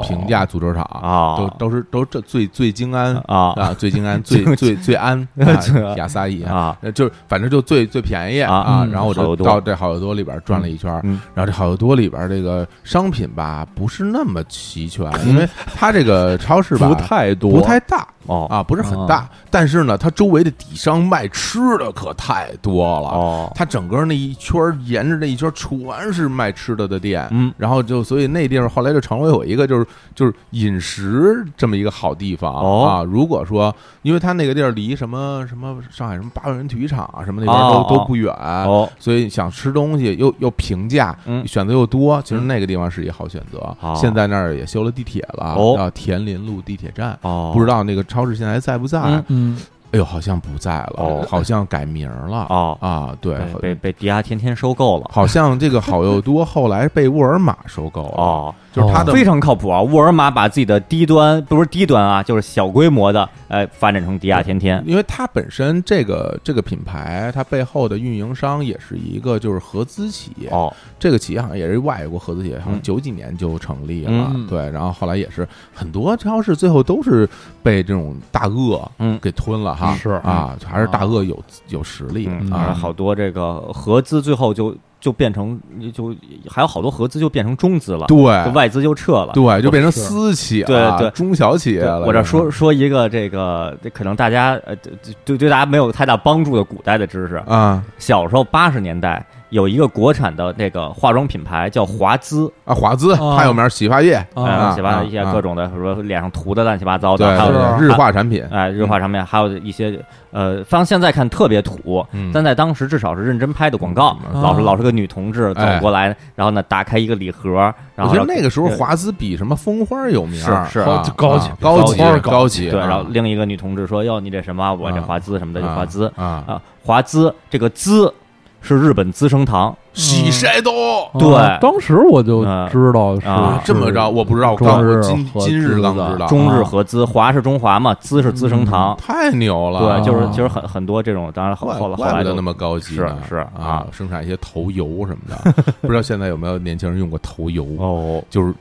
[SPEAKER 1] 啊平价足球场，
[SPEAKER 2] 啊
[SPEAKER 1] 都都是都这最最精安
[SPEAKER 2] 啊
[SPEAKER 1] 啊，最精 安、最最最安啊亚萨伊
[SPEAKER 2] 啊，
[SPEAKER 1] 呃就是反正就最最便宜
[SPEAKER 2] 啊
[SPEAKER 1] 啊
[SPEAKER 3] 嗯。
[SPEAKER 1] 然后我
[SPEAKER 2] 好友
[SPEAKER 1] 就
[SPEAKER 2] 多
[SPEAKER 1] 到这好友多里边转了一圈儿，
[SPEAKER 2] 嗯
[SPEAKER 1] 然后这好友多里边这个商品吧不是那么齐全，
[SPEAKER 2] 嗯
[SPEAKER 1] 因为它这个超市吧
[SPEAKER 3] 不太多，
[SPEAKER 1] 不太大。
[SPEAKER 2] 哦
[SPEAKER 1] 啊，不是很大，但是呢，它周围的底商卖吃的可太多了。
[SPEAKER 2] 哦
[SPEAKER 1] 它整个那一圈儿沿着那一圈儿全是卖吃的的店，
[SPEAKER 2] 嗯
[SPEAKER 1] 然后就所以那地方后来就成为我一个就是就是饮食这么一个好地方、
[SPEAKER 2] 哦
[SPEAKER 1] 啊。如果说因为它那个地儿离什么什么上海什么八万人体育场啊什么那边
[SPEAKER 2] 哦
[SPEAKER 1] 都、
[SPEAKER 2] 哦
[SPEAKER 1] 都不远，
[SPEAKER 2] 哦
[SPEAKER 1] 所以想吃东西又又平价，
[SPEAKER 2] 嗯
[SPEAKER 1] 选择又多，其实那个地方是一好选择。
[SPEAKER 2] 哦
[SPEAKER 1] 现在那儿也修了地铁了，
[SPEAKER 2] 哦
[SPEAKER 1] 叫田林路地铁站。
[SPEAKER 2] 哦，
[SPEAKER 1] 不知道那个超市现在还在不在？
[SPEAKER 2] 嗯
[SPEAKER 3] 嗯，
[SPEAKER 1] 哎呦，好像不在了，
[SPEAKER 2] 哦
[SPEAKER 1] 好像改名儿了。
[SPEAKER 2] 哦
[SPEAKER 1] 啊，对，
[SPEAKER 2] 被
[SPEAKER 1] 好
[SPEAKER 2] 被被迪亚天天收购了
[SPEAKER 1] 好像这个好又多后来被沃尔玛收购了，
[SPEAKER 2] 哦。
[SPEAKER 1] 就是它的
[SPEAKER 2] 非常靠谱啊！沃尔玛把自己的低端不是低端啊，就是小规模的，呃，发展成迪亚天天。
[SPEAKER 1] 因为它本身这个这个品牌，它背后的运营商也是一个就是合资企业，
[SPEAKER 2] 哦
[SPEAKER 1] 这个企业好像也是外国合资企业，好像
[SPEAKER 2] 嗯
[SPEAKER 1] 九几年就成立了，
[SPEAKER 2] 嗯
[SPEAKER 1] 对，然后后来也是很多超市最后都是被这种大鳄
[SPEAKER 2] 嗯
[SPEAKER 1] 给吞了哈，
[SPEAKER 3] 是
[SPEAKER 1] 啊，还是大鳄有有实力、
[SPEAKER 2] 嗯，
[SPEAKER 1] 啊，
[SPEAKER 2] 好多这个合资最后就就变成就还有好多合资就变成中资了，就
[SPEAKER 1] 对。
[SPEAKER 2] 外资就撤了。
[SPEAKER 1] 对，就变成私企了，
[SPEAKER 2] 对对
[SPEAKER 1] 中小企业
[SPEAKER 2] 对
[SPEAKER 1] 了。
[SPEAKER 2] 我这
[SPEAKER 1] 就是
[SPEAKER 2] 说说一个这个，这可能大家呃，对对对大家没有太大帮助的古代的知识。
[SPEAKER 1] 啊
[SPEAKER 2] 小时候八十年代有一个国产的那个化妆品牌叫华姿，
[SPEAKER 1] 啊，华资
[SPEAKER 3] 啊
[SPEAKER 1] 还有名洗发液，
[SPEAKER 2] 呃
[SPEAKER 1] 啊
[SPEAKER 2] 写完了一些
[SPEAKER 1] 啊
[SPEAKER 2] 各种的，比如说脸上涂的乱七八糟
[SPEAKER 1] 对
[SPEAKER 2] 哦的，还有
[SPEAKER 3] 是
[SPEAKER 1] 对，日化产品，
[SPEAKER 2] 哎日化上面还有一些呃，放现在看特别土，
[SPEAKER 1] 嗯
[SPEAKER 2] 但在当时至少是认真拍的广告，
[SPEAKER 1] 嗯
[SPEAKER 2] 老是
[SPEAKER 3] 啊
[SPEAKER 2] 老是个女同志走
[SPEAKER 1] 哎
[SPEAKER 2] 过来，然后呢打开一个礼盒，然
[SPEAKER 1] 我觉
[SPEAKER 2] 后
[SPEAKER 1] 得
[SPEAKER 2] 让
[SPEAKER 1] 那个时候
[SPEAKER 2] 对
[SPEAKER 1] 华资比什么蜂花有名，
[SPEAKER 2] 是是
[SPEAKER 1] 啊
[SPEAKER 3] 哦高级
[SPEAKER 1] 啊
[SPEAKER 3] 高
[SPEAKER 1] 高级
[SPEAKER 2] 级
[SPEAKER 1] 高级，
[SPEAKER 2] 对，
[SPEAKER 1] 啊
[SPEAKER 2] 然后另一个女同志说：“哟，你这什么？我这
[SPEAKER 1] 啊
[SPEAKER 2] 华资什么的，就华资
[SPEAKER 1] 啊，
[SPEAKER 2] 啊，华资这个资是日本资生堂，
[SPEAKER 1] 洗晒都
[SPEAKER 3] 啊
[SPEAKER 2] 对
[SPEAKER 3] 当时我就知道是
[SPEAKER 2] 啊
[SPEAKER 1] 这么着，我不知道，我刚
[SPEAKER 3] 中日
[SPEAKER 1] 我今
[SPEAKER 3] 合资
[SPEAKER 1] 今日刚
[SPEAKER 3] 的
[SPEAKER 1] 知道，
[SPEAKER 2] 中日合资，华是中华嘛，资是资生堂，
[SPEAKER 1] 太牛了，
[SPEAKER 2] 对，就是
[SPEAKER 3] 啊
[SPEAKER 2] 其实很很多这种，当然后
[SPEAKER 1] 嗯怪
[SPEAKER 2] 后来后
[SPEAKER 1] 怪
[SPEAKER 2] 来
[SPEAKER 1] 不得
[SPEAKER 2] 就
[SPEAKER 1] 那么高级呢，
[SPEAKER 2] 是是
[SPEAKER 1] 啊，生产一些头油什么的，不知道现在有没有年轻人用过头 油，
[SPEAKER 2] 哦
[SPEAKER 1] 就是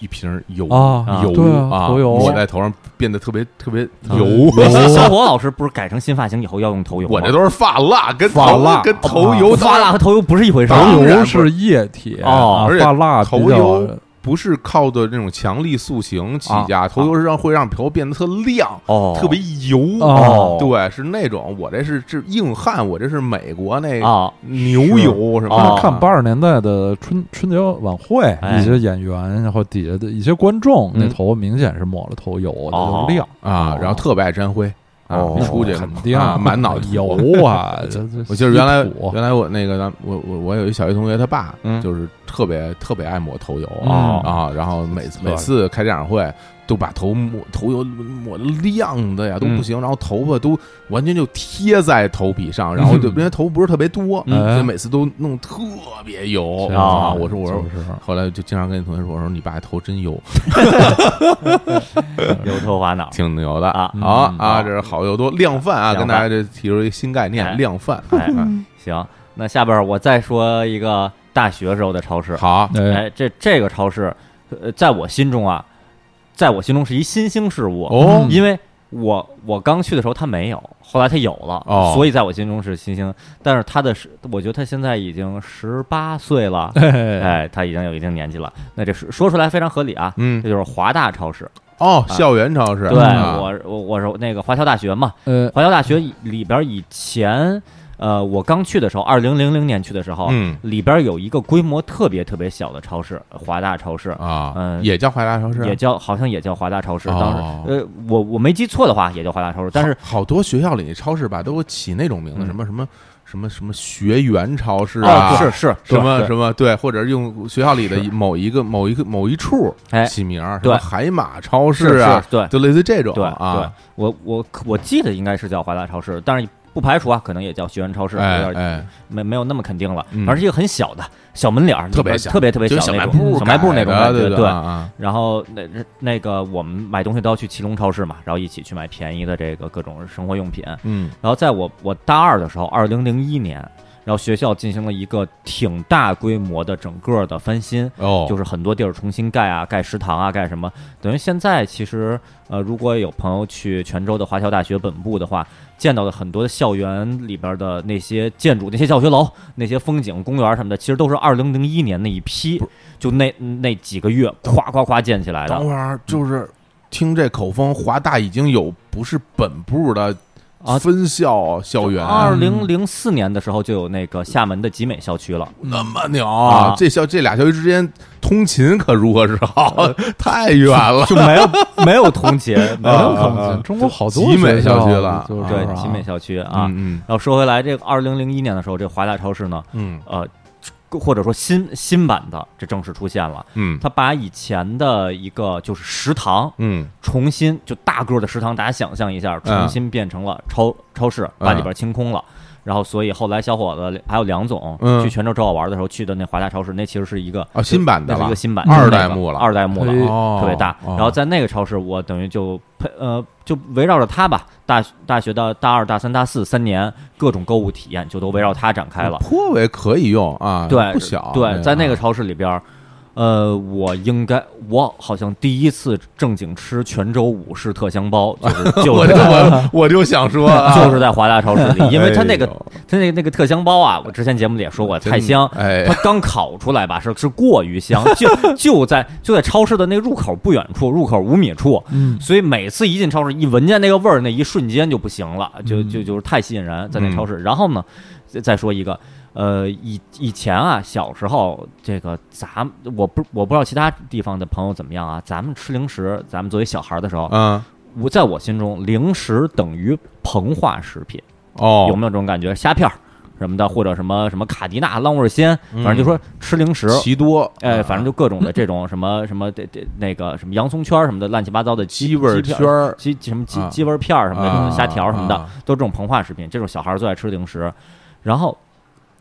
[SPEAKER 1] 一瓶油
[SPEAKER 3] 啊
[SPEAKER 1] 油
[SPEAKER 3] 对啊头油嗯
[SPEAKER 1] 抹在头上变得特别特别油，
[SPEAKER 2] 哎小小伙老师不是改成新发型以后要用头油
[SPEAKER 1] 哦
[SPEAKER 2] 吗？
[SPEAKER 1] 我这都是发蜡，跟
[SPEAKER 3] 发
[SPEAKER 1] 头
[SPEAKER 3] 蜡啊
[SPEAKER 1] 跟头油
[SPEAKER 2] 发蜡和头油不是一回事儿。
[SPEAKER 1] 当
[SPEAKER 3] 头
[SPEAKER 1] 然
[SPEAKER 3] 油
[SPEAKER 1] 不
[SPEAKER 3] 是液体
[SPEAKER 2] 哦
[SPEAKER 3] 啊
[SPEAKER 1] 而且
[SPEAKER 3] 发蜡
[SPEAKER 1] 头
[SPEAKER 3] 比较
[SPEAKER 1] 油不是靠的那种强力塑形起
[SPEAKER 3] 啊
[SPEAKER 1] 家，头油是让会让头变得特亮，
[SPEAKER 2] 哦，
[SPEAKER 1] 特别油。
[SPEAKER 2] 哦
[SPEAKER 1] 对，是那种我这是这硬汉，我这是美国那个
[SPEAKER 2] 啊
[SPEAKER 1] 牛油什么
[SPEAKER 2] 哦
[SPEAKER 1] 的。
[SPEAKER 3] 看八十年代的春春节晚会，
[SPEAKER 2] 哎
[SPEAKER 3] 一些演员然后底下的一些观众，
[SPEAKER 2] 嗯
[SPEAKER 3] 那头发明显是抹了头油的，
[SPEAKER 2] 哦
[SPEAKER 3] 就亮
[SPEAKER 1] 啊，然后特别爱沾灰啊，
[SPEAKER 2] 哦
[SPEAKER 1] 一出去
[SPEAKER 3] 肯定
[SPEAKER 1] 啊，满脑子
[SPEAKER 3] 油啊！这这
[SPEAKER 1] 我记得原来
[SPEAKER 3] 稀土啊
[SPEAKER 1] 原来我那个咱我我我有一小学同学，他爸
[SPEAKER 2] 嗯
[SPEAKER 1] 就是特别特别爱抹头油
[SPEAKER 3] 嗯
[SPEAKER 1] 啊，然后每次
[SPEAKER 2] 对
[SPEAKER 1] 每次开家长会都把头抹头油抹的亮的呀都不行，然后头发都完全就贴在头皮上，然后就因为头不是特别多，
[SPEAKER 3] 嗯
[SPEAKER 1] 所以每次都弄特别油
[SPEAKER 3] 是
[SPEAKER 1] 啊。我说我说
[SPEAKER 3] 就。是
[SPEAKER 1] 后来就经常跟你同学说：“我说你爸头真油，
[SPEAKER 2] 油头 滑脑。
[SPEAKER 1] 挺牛的
[SPEAKER 2] 啊
[SPEAKER 1] 好
[SPEAKER 3] 嗯
[SPEAKER 1] 啊，
[SPEAKER 2] 好
[SPEAKER 1] 这是好油多量贩啊，
[SPEAKER 2] 量贩
[SPEAKER 1] 跟大家这提出一个新概念
[SPEAKER 2] 哎，
[SPEAKER 1] 量贩。
[SPEAKER 2] 哎，
[SPEAKER 4] 嗯
[SPEAKER 2] 行，那下边我再说一个大学时候的超市。
[SPEAKER 1] 好，
[SPEAKER 3] 哎，
[SPEAKER 2] 哎，这这个超市，呃，在我心中啊，在我心中是一新兴事物
[SPEAKER 1] 哦
[SPEAKER 2] 因为我我刚去的时候它没有，后来它有了，
[SPEAKER 1] 哦
[SPEAKER 2] 所以在我心中是新兴。但是它的是，我觉得它现在已经十八岁了，
[SPEAKER 3] 哎，
[SPEAKER 2] 哎，它已经有一定年纪了。那这是说出来非常合理啊，
[SPEAKER 1] 嗯
[SPEAKER 2] 这，就是华大超市。
[SPEAKER 1] 哦，
[SPEAKER 2] 啊
[SPEAKER 1] 校园超市，
[SPEAKER 2] 对
[SPEAKER 1] 啊
[SPEAKER 2] 我，我我是那个华侨大学嘛，
[SPEAKER 3] 呃，
[SPEAKER 2] 华侨大学以里边以前，呃，我刚去的时候，二零零零年去的时候，
[SPEAKER 1] 嗯
[SPEAKER 2] 里边有一个规模特别特别小的超市，华大超市，
[SPEAKER 1] 啊，
[SPEAKER 2] 嗯
[SPEAKER 1] 也叫华大超市，啊
[SPEAKER 2] 也叫好像也叫华大超市。
[SPEAKER 1] 哦
[SPEAKER 2] 当时，呃，我我没记错的话，也叫华大超市。但是
[SPEAKER 1] 好好多学校里超市吧，都会起那种名字，
[SPEAKER 2] 嗯
[SPEAKER 1] 什么什么什么什么学员超市
[SPEAKER 2] 哦
[SPEAKER 1] 啊，
[SPEAKER 2] 是是
[SPEAKER 1] 什么
[SPEAKER 2] 对
[SPEAKER 1] 什么对，或者用学校里的
[SPEAKER 2] 是
[SPEAKER 1] 某一个某一个某一处
[SPEAKER 2] 哎
[SPEAKER 1] 起名儿，什
[SPEAKER 2] 对
[SPEAKER 1] 么海马超
[SPEAKER 2] 是
[SPEAKER 1] 市啊，
[SPEAKER 2] 对
[SPEAKER 1] 就类似这种
[SPEAKER 2] 对对
[SPEAKER 1] 啊，，
[SPEAKER 2] 我我我记得应该是叫华大超市，但是不排除啊，可能也叫学员超市，
[SPEAKER 1] 哎
[SPEAKER 2] 有点
[SPEAKER 1] 哎，
[SPEAKER 2] 没没有那么肯定了。
[SPEAKER 1] 嗯
[SPEAKER 2] 反正是一个很小的小门脸儿，
[SPEAKER 1] 特别
[SPEAKER 2] 里边
[SPEAKER 1] 小
[SPEAKER 2] 特别特别
[SPEAKER 1] 就是
[SPEAKER 2] 小
[SPEAKER 1] 小
[SPEAKER 2] 那
[SPEAKER 1] 卖
[SPEAKER 2] 种
[SPEAKER 1] 部
[SPEAKER 2] 小卖部那种
[SPEAKER 1] 改
[SPEAKER 2] 感
[SPEAKER 1] 的
[SPEAKER 2] 觉，
[SPEAKER 1] 对
[SPEAKER 2] 对
[SPEAKER 1] 吧。啊，
[SPEAKER 2] 然后那那个我们买东西都要去奇隆超市嘛，然后一起去买便宜的这个各种生活用品。
[SPEAKER 1] 嗯
[SPEAKER 2] 然后在我我大二的时候，二零零一年，然后学校进行了一个挺大规模的整个的翻新，
[SPEAKER 1] 哦，
[SPEAKER 2] 就是很多地儿重新盖啊，盖食堂啊，盖什么，等于现在其实呃，如果有朋友去泉州的华侨大学本部的话，见到的很多的校园里边的那些建筑、那些教学楼、那些风景公园什么的，其实都是二零零一年那一批
[SPEAKER 1] 不，
[SPEAKER 2] 就那那几个月夸夸夸建起来的
[SPEAKER 1] 等会儿就是听这口风，华大已经有不是本部的
[SPEAKER 2] 啊。
[SPEAKER 1] 分校校园，
[SPEAKER 2] 二零零四年的时候就有那个厦门的集美 校区了，
[SPEAKER 1] 那么牛
[SPEAKER 2] 啊
[SPEAKER 1] 这校这俩校区之间通勤可如何是好？
[SPEAKER 2] 呃
[SPEAKER 1] 太远了。
[SPEAKER 2] 就没有没有同节，没
[SPEAKER 1] 啊
[SPEAKER 2] 有
[SPEAKER 1] 啊
[SPEAKER 2] 同
[SPEAKER 1] 啊
[SPEAKER 2] 节，
[SPEAKER 1] 啊
[SPEAKER 3] 中国好多
[SPEAKER 1] 集美
[SPEAKER 3] 校
[SPEAKER 1] 校区了
[SPEAKER 3] 就是
[SPEAKER 1] 啊
[SPEAKER 2] 对集美校区 啊。
[SPEAKER 1] 嗯
[SPEAKER 2] 然后说回来，这个二零零一年的时候，这华大超市呢，
[SPEAKER 1] 嗯
[SPEAKER 2] 呃，或者说新新版的这正式出现了，
[SPEAKER 1] 嗯
[SPEAKER 2] 它把以前的一个就是食堂
[SPEAKER 1] 嗯
[SPEAKER 2] 重新就大个儿的食堂，大家想象一下，重新变成了超、超市，把里边清空了。然后，所以后来小伙子还有梁总、
[SPEAKER 1] 嗯
[SPEAKER 2] 去泉州找我玩的时候去的那华大超市，那其实是一个
[SPEAKER 1] 啊新版的
[SPEAKER 2] 那是一
[SPEAKER 1] 了
[SPEAKER 2] 个新版
[SPEAKER 1] 二
[SPEAKER 2] 那
[SPEAKER 1] 代
[SPEAKER 2] 个
[SPEAKER 1] 目了
[SPEAKER 2] 二代目了
[SPEAKER 3] 嘿，
[SPEAKER 1] 哦
[SPEAKER 2] 特别大。
[SPEAKER 1] 哦
[SPEAKER 2] 然后在那个超市，我等于就配呃，就围绕着它吧，大大学到大二、大三、大四三年，各种购物体验就都围绕它展开了。
[SPEAKER 1] 颇为可以用啊，
[SPEAKER 2] 对，
[SPEAKER 1] 不小。
[SPEAKER 2] 对，在那个
[SPEAKER 1] 啊
[SPEAKER 2] 超市里边儿，呃，我应该我好像第一次正经吃泉州武士特 香包，就是就
[SPEAKER 1] 我
[SPEAKER 2] 是
[SPEAKER 1] 就
[SPEAKER 2] 在。
[SPEAKER 1] 我我就想说啊，
[SPEAKER 2] 就是在华大超市 里，因为它那个
[SPEAKER 1] 哎呦
[SPEAKER 2] 它那个那个特香包啊，我之前节目里也说过，
[SPEAKER 1] 真
[SPEAKER 2] 太香，
[SPEAKER 1] 哎
[SPEAKER 2] 它刚烤出来吧，是是过于香，就就在就在超市的那入口不远处，入口五米处，
[SPEAKER 3] 嗯，
[SPEAKER 2] 所以每次一进超市，一闻见那个味儿，那一瞬间就不行了，就
[SPEAKER 3] 嗯
[SPEAKER 2] 就就是太吸引人，在
[SPEAKER 1] 嗯
[SPEAKER 2] 那超市。然后呢，再再说一个，呃，以以前啊，小时候这个咱们我不我不知道其他地方的朋友怎么样啊，咱们吃零食，咱们作为小孩的时候，
[SPEAKER 1] 嗯
[SPEAKER 2] 我在我心中，零食等于膨化食品，
[SPEAKER 1] 哦
[SPEAKER 2] 有没有这种感觉？虾片儿什么的，或者什么什么卡迪娜、浪味仙，
[SPEAKER 1] 嗯
[SPEAKER 2] 反正就说吃零食。
[SPEAKER 1] 奇多啊
[SPEAKER 2] 哎，反正就各种的这种什么什么这这那个什么洋葱圈儿什么的乱七八糟的
[SPEAKER 1] 鸡味儿
[SPEAKER 2] 片
[SPEAKER 1] 圈儿
[SPEAKER 2] 鸡鸡什么鸡
[SPEAKER 1] 啊
[SPEAKER 2] 鸡味儿片儿什么的，这种
[SPEAKER 1] 啊
[SPEAKER 2] 虾条什么的
[SPEAKER 1] 啊，
[SPEAKER 2] 都是这种膨化食品，这种小孩儿最爱吃零食。然后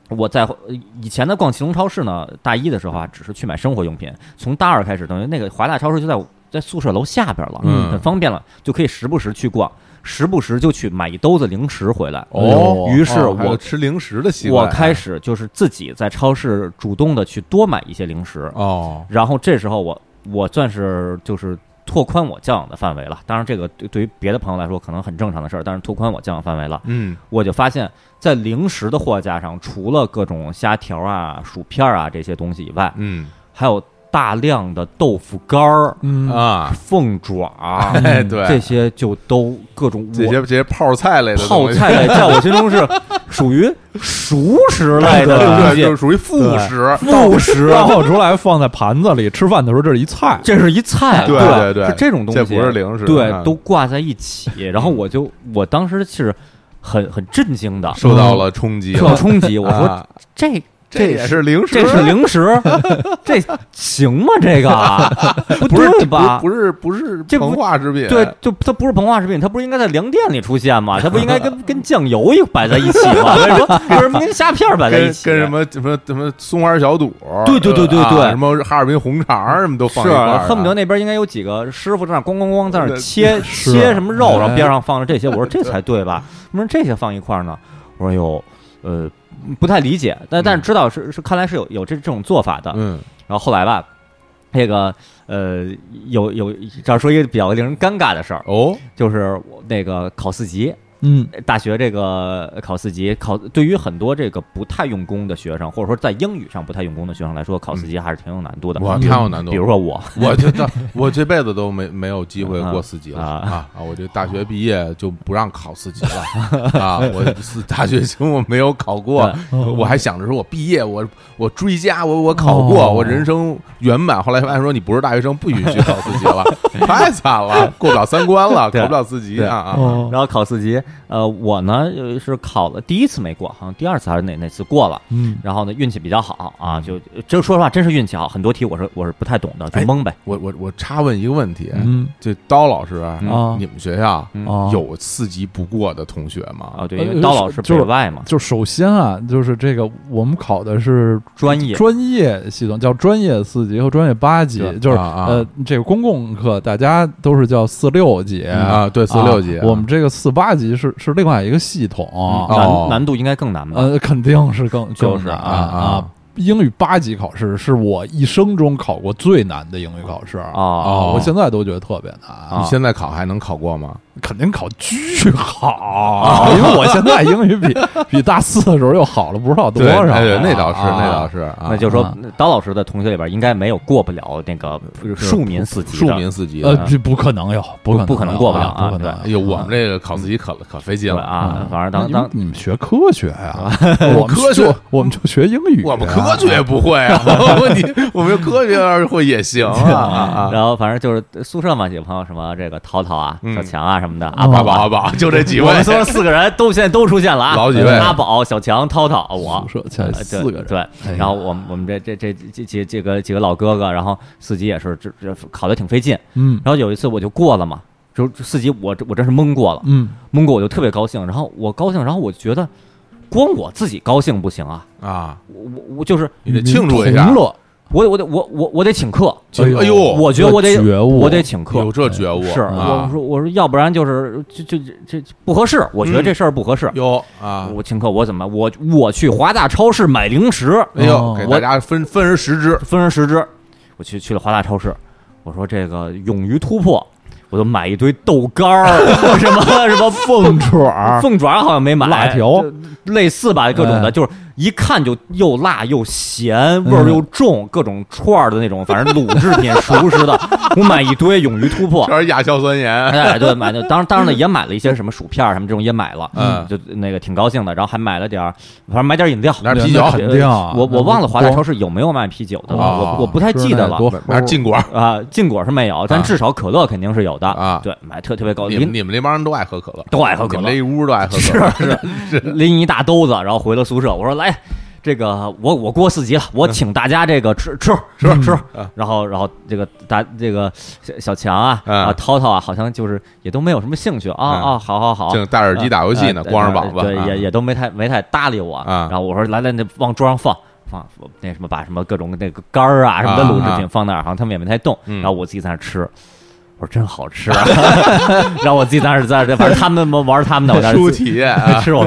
[SPEAKER 2] 我在呃以前的逛奇隆超市呢，大一的时候啊，只是去买生活用品，从大二开始，等于那个华大超市就在我在宿舍楼下边了，
[SPEAKER 1] 嗯
[SPEAKER 2] 很方便了，就可以时不时去逛，时不时就去买一兜子零食回来。
[SPEAKER 1] 哦，
[SPEAKER 2] 哎于是
[SPEAKER 1] 哦还有
[SPEAKER 2] 我
[SPEAKER 1] 吃零食的习惯
[SPEAKER 2] 我
[SPEAKER 1] 啊，
[SPEAKER 2] 开始就是自己在超市主动的去多买一些零食，
[SPEAKER 1] 哦，
[SPEAKER 2] 然后这时候我我算是就是拓宽我教养的范围了。当然，这个对对于别的朋友来说可能很正常的事儿，但是拓宽我教养范围了，
[SPEAKER 1] 嗯
[SPEAKER 2] 我就发现，在零食的货架上，除了各种虾条啊、薯片啊这些东西以外，
[SPEAKER 1] 嗯
[SPEAKER 2] 还有大量的豆腐干儿、
[SPEAKER 3] 嗯
[SPEAKER 1] 啊，
[SPEAKER 2] 凤爪。
[SPEAKER 1] 哎对，
[SPEAKER 2] 这些就都各种
[SPEAKER 1] 这些这些泡菜类的
[SPEAKER 2] 泡
[SPEAKER 1] 东西
[SPEAKER 2] 菜，在我心中是属于熟食类
[SPEAKER 1] 对
[SPEAKER 2] 的东
[SPEAKER 1] 对，就是
[SPEAKER 2] 西，
[SPEAKER 1] 属于副
[SPEAKER 3] 对
[SPEAKER 1] 食，
[SPEAKER 2] 副食，
[SPEAKER 3] 倒出来放在盘子里，吃饭的时候这是一菜，
[SPEAKER 2] 这是一菜，
[SPEAKER 1] 对对
[SPEAKER 2] 对
[SPEAKER 1] 对
[SPEAKER 2] 是这种东西，
[SPEAKER 1] 这不是零食，
[SPEAKER 2] 对
[SPEAKER 1] 嗯，
[SPEAKER 2] 都挂在一起。然后我就我当时是很很震惊的，
[SPEAKER 1] 受到了冲击了。
[SPEAKER 2] 受到冲击。嗯我说
[SPEAKER 1] 啊
[SPEAKER 2] 这
[SPEAKER 1] 这也是零食，
[SPEAKER 2] 这是 零食，这行吗？这个不
[SPEAKER 1] 不是
[SPEAKER 2] 对吧？
[SPEAKER 1] 不是不是
[SPEAKER 2] 这不
[SPEAKER 1] 膨化制品，
[SPEAKER 2] 对，就它不是膨化食品，它不是应该在凉店里出现吗？它不应该跟跟酱油一摆在一起 吗？为什么为什么跟虾片摆在
[SPEAKER 1] 跟
[SPEAKER 2] 一起？啊
[SPEAKER 1] 跟什么什么什么松花小肚，
[SPEAKER 2] 对对对对
[SPEAKER 1] 啊
[SPEAKER 2] 对
[SPEAKER 1] 什么哈尔滨红肠什么都放一
[SPEAKER 2] 是
[SPEAKER 1] 块儿啊，
[SPEAKER 2] 恨不得那边应该有几个师傅在那咣咣咣在那
[SPEAKER 1] 对啊
[SPEAKER 2] 切
[SPEAKER 3] 是
[SPEAKER 2] 切什么肉，然后
[SPEAKER 3] 哎
[SPEAKER 2] 边上放着这些。我说这才对吧？为什么这些放一块儿呢？我说哟，呃，不太理解，但但是知道是是看来是有有这这种做法的。
[SPEAKER 1] 嗯
[SPEAKER 2] 然后后来吧，那个呃，有有这儿说一个比较令人尴尬的事儿，
[SPEAKER 1] 哦
[SPEAKER 2] 就是我那个考四级，
[SPEAKER 3] 嗯
[SPEAKER 2] 大学这个考四级考，对于很多这个不太用功的学生，或者说在英语上不太用功的学生来说，考四
[SPEAKER 1] 嗯
[SPEAKER 2] 级还是挺有难度的。
[SPEAKER 1] 我太有难度了，
[SPEAKER 2] 嗯比如说我，
[SPEAKER 1] 我觉得我这辈子都没没有机会过四级了
[SPEAKER 2] 啊
[SPEAKER 1] 啊啊！我这大学毕业就不让考四级了 啊！我四大学生我没有考过，
[SPEAKER 3] 嗯
[SPEAKER 1] 我还想着说我毕业我我追加我我考过
[SPEAKER 3] 哦
[SPEAKER 1] 我人生圆满，后来发现说你不是大学生不允许考四级了，太惨了，过不了三关了，
[SPEAKER 2] 对
[SPEAKER 1] 考不了四级
[SPEAKER 2] 对
[SPEAKER 1] 啊啊！
[SPEAKER 3] 哦
[SPEAKER 2] 然后考四级，呃，我呢呃是考了第一次没过，好像第二次还是哪哪次过了。
[SPEAKER 3] 嗯，
[SPEAKER 2] 然后呢，运气比较好啊，就就说实话，真是运气好，很多题我是我是不太懂的，就
[SPEAKER 1] 哎
[SPEAKER 2] 蒙呗。
[SPEAKER 1] 我我我插问一个问题，
[SPEAKER 3] 嗯
[SPEAKER 1] 这刀老师啊
[SPEAKER 3] 嗯
[SPEAKER 1] 你们学校
[SPEAKER 2] 嗯
[SPEAKER 3] 哦
[SPEAKER 1] 有四级不过的同学吗？
[SPEAKER 2] 啊，对，
[SPEAKER 3] 呃
[SPEAKER 2] 因为刀老师
[SPEAKER 3] 就
[SPEAKER 2] 北
[SPEAKER 3] 是
[SPEAKER 2] 外嘛，
[SPEAKER 3] 就首先啊，就是这个我们考的是
[SPEAKER 2] 专业
[SPEAKER 3] 专业系统，叫专业四级和专业八级
[SPEAKER 2] 对，
[SPEAKER 3] 就是
[SPEAKER 1] 啊啊
[SPEAKER 3] 呃，这个公共课大家都是叫四六级
[SPEAKER 1] 啊，对，四六级
[SPEAKER 3] 嗯啊，我们这个四八级是是另外一个系统，
[SPEAKER 1] 啊哦
[SPEAKER 2] 嗯难难度应该更难吧？
[SPEAKER 3] 呃，肯定是更
[SPEAKER 2] 就
[SPEAKER 3] 更
[SPEAKER 2] 是
[SPEAKER 3] 难
[SPEAKER 1] 嗯啊
[SPEAKER 3] 啊。英语八级考试是我一生中考过最难的英语考试啊
[SPEAKER 2] 哦，
[SPEAKER 3] 我现在都觉得特别难，
[SPEAKER 2] 啊
[SPEAKER 1] 你现在考还能考过吗？
[SPEAKER 3] 肯定考巨好，
[SPEAKER 1] 啊
[SPEAKER 3] 因为我现在英语 比比大四的时候又好了不知道多
[SPEAKER 1] 对，
[SPEAKER 3] 少了。
[SPEAKER 1] 哎对那倒是，
[SPEAKER 3] 啊
[SPEAKER 1] 那倒是啊。
[SPEAKER 2] 那就是说
[SPEAKER 3] 啊，
[SPEAKER 2] 刀老师的同学里边应该没有过不了那个庶民四级的。
[SPEAKER 1] 庶民四级
[SPEAKER 3] 呃
[SPEAKER 1] 的，，
[SPEAKER 3] 这不可能有，不可能
[SPEAKER 2] 不可能过不了
[SPEAKER 3] 啊，
[SPEAKER 2] 啊
[SPEAKER 3] 不可能
[SPEAKER 1] 哎呦，我们这个考四级可可费劲
[SPEAKER 2] 对
[SPEAKER 1] 了！
[SPEAKER 2] 啊，反正
[SPEAKER 3] 那
[SPEAKER 2] 当
[SPEAKER 3] 你们
[SPEAKER 2] 当
[SPEAKER 3] 你们学科学呀，我
[SPEAKER 1] 啊
[SPEAKER 3] 们
[SPEAKER 1] 科学
[SPEAKER 3] 就，我们就学英语啊，
[SPEAKER 1] 我们科学也不会 啊，问题我们科学要是会也行啊啊啊！
[SPEAKER 2] 然后反正就是宿舍嘛，有朋友什么这个涛涛啊、
[SPEAKER 1] 嗯
[SPEAKER 2] 小强啊什么的，阿
[SPEAKER 1] 阿
[SPEAKER 2] 宝
[SPEAKER 1] 宝
[SPEAKER 2] 啊
[SPEAKER 1] 阿宝，就这几
[SPEAKER 2] 我
[SPEAKER 1] 位
[SPEAKER 2] 们宿舍四个人都现在都出现了啊，
[SPEAKER 1] 老几位
[SPEAKER 2] 阿宝、小强、涛涛，我
[SPEAKER 3] 宿。舍才
[SPEAKER 2] 呃对
[SPEAKER 3] 四个人，哎
[SPEAKER 2] 对，
[SPEAKER 3] 呀
[SPEAKER 2] 然后我们我们这这这这几几个几个老哥哥，然后四级也是这这考的挺费劲，
[SPEAKER 3] 嗯
[SPEAKER 2] 然后有一次我就过了嘛，就就四级我我真是蒙过了，
[SPEAKER 3] 嗯，
[SPEAKER 2] 蒙过我就特别高兴，然后我高兴，然后我觉得光我自己高兴不行啊，
[SPEAKER 1] 啊，
[SPEAKER 2] 我我我就是
[SPEAKER 1] 你得庆祝一
[SPEAKER 3] 同
[SPEAKER 1] 下。
[SPEAKER 3] 乐，
[SPEAKER 2] 我我得我我我得请客，
[SPEAKER 1] 请哎
[SPEAKER 3] 哎
[SPEAKER 1] 呦，
[SPEAKER 3] 呦
[SPEAKER 2] 我觉得我得
[SPEAKER 3] 这觉悟
[SPEAKER 2] 我得请客
[SPEAKER 1] 有，这觉悟
[SPEAKER 2] 是我
[SPEAKER 1] 啊，
[SPEAKER 2] 说我说要不然就是就就这这不合适，我觉得
[SPEAKER 1] 嗯
[SPEAKER 2] 这事儿不合适。
[SPEAKER 1] 有啊，
[SPEAKER 2] 我请客我怎么我我去华大超市买零食，
[SPEAKER 1] 哎呦，给
[SPEAKER 2] 哦我
[SPEAKER 1] 大家分分人十 支，
[SPEAKER 2] 分而食之，我去去了华大超市，我说这个勇于突破。我就买一堆豆干儿， 什么什么凤
[SPEAKER 3] 凤爪、
[SPEAKER 2] 凤爪好像没买，
[SPEAKER 3] 辣条，
[SPEAKER 2] 类似吧，各种的，
[SPEAKER 3] 哎嗯
[SPEAKER 2] 就是一看就又辣又咸，味儿又重，各种串儿的那种，反正卤制品、熟食的，我买一堆，勇于突破。
[SPEAKER 1] 全是亚硝酸盐。
[SPEAKER 2] 哎，对，买的，当然，当然了，也买了一些什么薯片儿什么这种也买了，
[SPEAKER 1] 嗯
[SPEAKER 2] 就那个挺高兴的，然后还买了点儿，反正买点儿饮料，
[SPEAKER 1] 买点啤酒
[SPEAKER 3] 那肯定啊，
[SPEAKER 2] 我我忘了华大超
[SPEAKER 3] 市
[SPEAKER 2] 市有没有卖啤酒的了，
[SPEAKER 1] 哦
[SPEAKER 2] 我我不太记得了。
[SPEAKER 3] 多
[SPEAKER 1] 买点禁果
[SPEAKER 2] 啊，禁果是没有，但至少可乐肯定是有的
[SPEAKER 1] 啊
[SPEAKER 2] 对，买特特别高，
[SPEAKER 1] 你们
[SPEAKER 2] 拎
[SPEAKER 1] 你们那帮人都爱喝可乐，
[SPEAKER 2] 哦都爱喝
[SPEAKER 1] 你
[SPEAKER 2] 可乐
[SPEAKER 1] 们这一屋都爱喝可乐，
[SPEAKER 2] 拎一大兜子，然后回了宿舍，我说来。这个我我过四级了，
[SPEAKER 1] 嗯
[SPEAKER 2] 我请大家这个吃吃吃吃
[SPEAKER 1] 啊，
[SPEAKER 2] 然后然后这个大这个小小强啊
[SPEAKER 1] 啊
[SPEAKER 2] 啊涛涛啊，好像就是也都没有什么兴趣啊
[SPEAKER 1] 啊
[SPEAKER 2] 啊，好好好，
[SPEAKER 1] 正戴耳机打游戏呢，
[SPEAKER 2] 呃
[SPEAKER 1] 光着膀子，
[SPEAKER 2] 对，
[SPEAKER 1] 啊
[SPEAKER 2] 也也都没太没太搭理我。
[SPEAKER 1] 啊
[SPEAKER 2] 然后我说来来，那往桌上放放那什么，把什么各种那个干儿啊什么的
[SPEAKER 1] 啊
[SPEAKER 2] 卤制
[SPEAKER 1] 啊
[SPEAKER 2] 品放那儿，好像他们也没太动。
[SPEAKER 1] 嗯
[SPEAKER 2] 然后我自己在那儿吃。我说真好吃、 啊，然后我自己在那儿在那儿，反正他们们玩他们的，我在那
[SPEAKER 1] 初
[SPEAKER 2] 儿自己，
[SPEAKER 1] 体验啊
[SPEAKER 2] 吃我，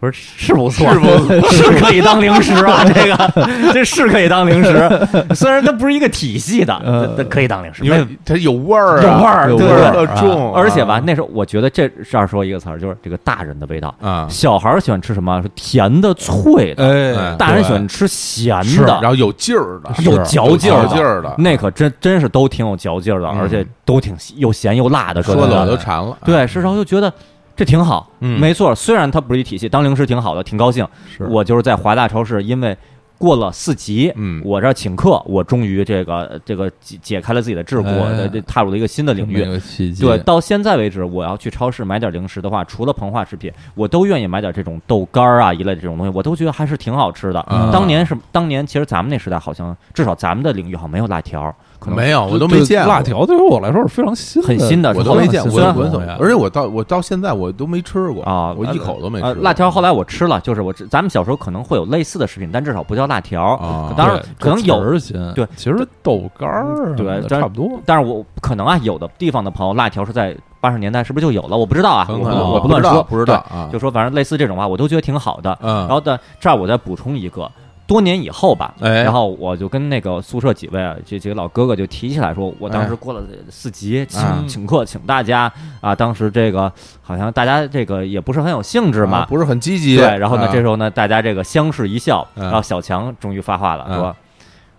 [SPEAKER 2] 我说是不错，
[SPEAKER 1] 是不
[SPEAKER 2] 是可以当零食啊，这个这是可以当零食，虽然它不是一个体系的，
[SPEAKER 3] 呃
[SPEAKER 2] 但可以当零食，
[SPEAKER 1] 因
[SPEAKER 2] 没有
[SPEAKER 1] 为它有味儿啊，
[SPEAKER 2] 有味儿
[SPEAKER 1] 有
[SPEAKER 2] 对
[SPEAKER 1] 味
[SPEAKER 2] 对
[SPEAKER 1] 儿重啊，
[SPEAKER 2] 而且吧，那时候我觉得这这儿说一个词儿，就是这个大人的味道。
[SPEAKER 1] 啊，
[SPEAKER 2] 小孩儿喜欢吃什么？是甜的、脆的。
[SPEAKER 3] 哎，
[SPEAKER 2] 大人
[SPEAKER 3] 对
[SPEAKER 2] 喜欢吃咸
[SPEAKER 3] 是
[SPEAKER 2] 的，
[SPEAKER 1] 嗯
[SPEAKER 2] 嗯
[SPEAKER 1] 然后有劲儿的，
[SPEAKER 2] 有嚼劲儿
[SPEAKER 1] 有嚼劲儿的
[SPEAKER 2] 那可真真是都挺有嚼劲儿的，
[SPEAKER 1] 嗯
[SPEAKER 2] 而且都挺又咸又辣的，各
[SPEAKER 1] 说
[SPEAKER 2] 种
[SPEAKER 1] 的我
[SPEAKER 2] 的。
[SPEAKER 1] 都馋了。
[SPEAKER 2] 对，是，然后就觉得这挺好，
[SPEAKER 1] 嗯
[SPEAKER 2] 没错。虽然它不是一体系，当零食挺好的，挺高兴。
[SPEAKER 3] 是
[SPEAKER 2] 我就是在华大超市，因为过了四级，
[SPEAKER 1] 嗯
[SPEAKER 2] 我这儿请客，我终于这个这个解解开了自己的桎梏，
[SPEAKER 3] 哎
[SPEAKER 2] 呃这踏入了一个新的领域
[SPEAKER 3] 这。么一个契机，
[SPEAKER 2] 对，到现在为止，我要去超市买点零食的话，除了膨化食品，我都愿意买点这种豆干儿啊一类的这种东西，我都觉得还是挺好吃的。
[SPEAKER 1] 啊
[SPEAKER 2] 当年是当年，其实咱们那时代好像至少咱们的领域好像没有辣条，可能
[SPEAKER 1] 没有，我都
[SPEAKER 3] 对
[SPEAKER 1] 没见过
[SPEAKER 3] 辣，条，对于我来说是非常新的，
[SPEAKER 2] 很新的
[SPEAKER 1] 我
[SPEAKER 2] 后
[SPEAKER 1] 都
[SPEAKER 2] 来
[SPEAKER 1] 没见，
[SPEAKER 2] 很
[SPEAKER 1] 我
[SPEAKER 2] 虽然
[SPEAKER 1] 我怎么
[SPEAKER 3] 很，
[SPEAKER 1] 而且我到我到现在我都没吃过
[SPEAKER 2] 啊
[SPEAKER 1] 我一口都没
[SPEAKER 2] 呃
[SPEAKER 1] 吃。
[SPEAKER 2] 辣条后来我吃了，就是我咱们小时候可能会有类似的食品，但至少不叫辣条。
[SPEAKER 1] 啊
[SPEAKER 2] 当然
[SPEAKER 3] 对
[SPEAKER 2] 可能
[SPEAKER 3] 这词
[SPEAKER 2] 有
[SPEAKER 3] 儿新，
[SPEAKER 2] 对
[SPEAKER 3] 其实豆干儿
[SPEAKER 2] 对
[SPEAKER 3] 什么的
[SPEAKER 2] 但是
[SPEAKER 3] 差不多，
[SPEAKER 2] 但是我可能啊，有的地方的朋友，辣条是在八十年代是不是就有了？我不知道啊，我
[SPEAKER 1] 很
[SPEAKER 2] 不
[SPEAKER 1] 可
[SPEAKER 3] 能
[SPEAKER 1] 能
[SPEAKER 2] 我
[SPEAKER 1] 不
[SPEAKER 2] 乱
[SPEAKER 1] 知道
[SPEAKER 2] 说，
[SPEAKER 1] 不知道啊
[SPEAKER 2] 对，，就说反正类似这种话，我都觉得挺好的。
[SPEAKER 1] 嗯，
[SPEAKER 2] 然后的这儿我再补充一个，多年以后吧，
[SPEAKER 1] 哎
[SPEAKER 2] 然后我就跟那个宿舍几位啊这几个老哥哥就提起来说，我当时过了四级，
[SPEAKER 1] 哎嗯
[SPEAKER 2] 请请客，请大家啊，当时这个好像大家这个也不是很有兴致
[SPEAKER 1] 啊
[SPEAKER 2] 嘛，
[SPEAKER 1] 不是很积极。
[SPEAKER 2] 对，然后呢，
[SPEAKER 1] 啊
[SPEAKER 2] 这时候呢，大家这个相视一笑，
[SPEAKER 1] 嗯
[SPEAKER 2] 然后小强终于发话了，
[SPEAKER 1] 嗯
[SPEAKER 2] 说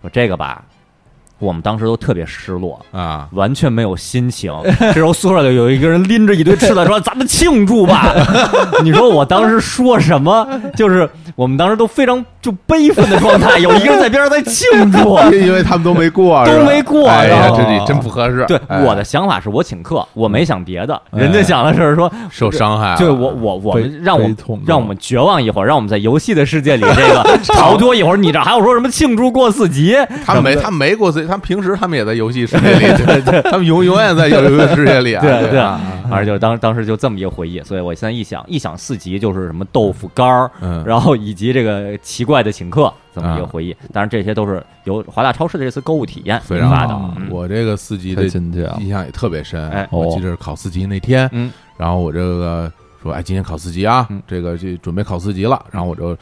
[SPEAKER 2] 说这个吧，我们当时都特别失落。
[SPEAKER 1] 啊，
[SPEAKER 2] 完全没有心情。 这时候宿舍里有一个人拎着一堆吃的说：“ 咱们庆祝吧！” 你说我当时说什么？就是我们当时都非常就悲愤的状态，有一个人在边上在庆 祝。
[SPEAKER 1] 因为他们都没过，
[SPEAKER 2] 都
[SPEAKER 1] 是吧
[SPEAKER 2] 没过
[SPEAKER 1] 哎呀，
[SPEAKER 2] 然后
[SPEAKER 1] 这里真不合适。
[SPEAKER 2] 对，
[SPEAKER 1] 哎
[SPEAKER 2] 我的想法是我请客，我没想别的，
[SPEAKER 3] 哎
[SPEAKER 2] 人家想的是说，
[SPEAKER 1] 受伤害了，
[SPEAKER 2] 对我我我
[SPEAKER 3] 悲
[SPEAKER 2] 们让我
[SPEAKER 3] 悲痛的
[SPEAKER 2] 让我们绝望一会儿，让我们在游戏的 世界里这个逃脱一会儿。你这还有说什么庆祝过四级？
[SPEAKER 1] 他们没，他们没过自己，他们平时他们也在游戏世界里，对对， 他们永永远在游戏世界里啊，
[SPEAKER 2] 对对
[SPEAKER 1] 对啊，
[SPEAKER 2] 反正就当当时就这么一个回忆，所以我现在一想，一想四级就是什么豆腐干儿，
[SPEAKER 1] 嗯啊
[SPEAKER 2] 然后以及这个奇怪的请客这么一个回忆。当然，这些都是由华大超市的这次购物体验
[SPEAKER 1] 非
[SPEAKER 2] 引
[SPEAKER 1] 常
[SPEAKER 2] 发的。
[SPEAKER 1] 好
[SPEAKER 2] 嗯。
[SPEAKER 1] 我这个四级的
[SPEAKER 3] 太亲切了。
[SPEAKER 1] 印象也特别深，
[SPEAKER 2] 哎
[SPEAKER 1] 我记得是考四级那天，
[SPEAKER 2] 嗯，
[SPEAKER 1] 然后我这个说，哎，今天考四级啊
[SPEAKER 2] 嗯，
[SPEAKER 1] 这个就准备考四级了，然后我就。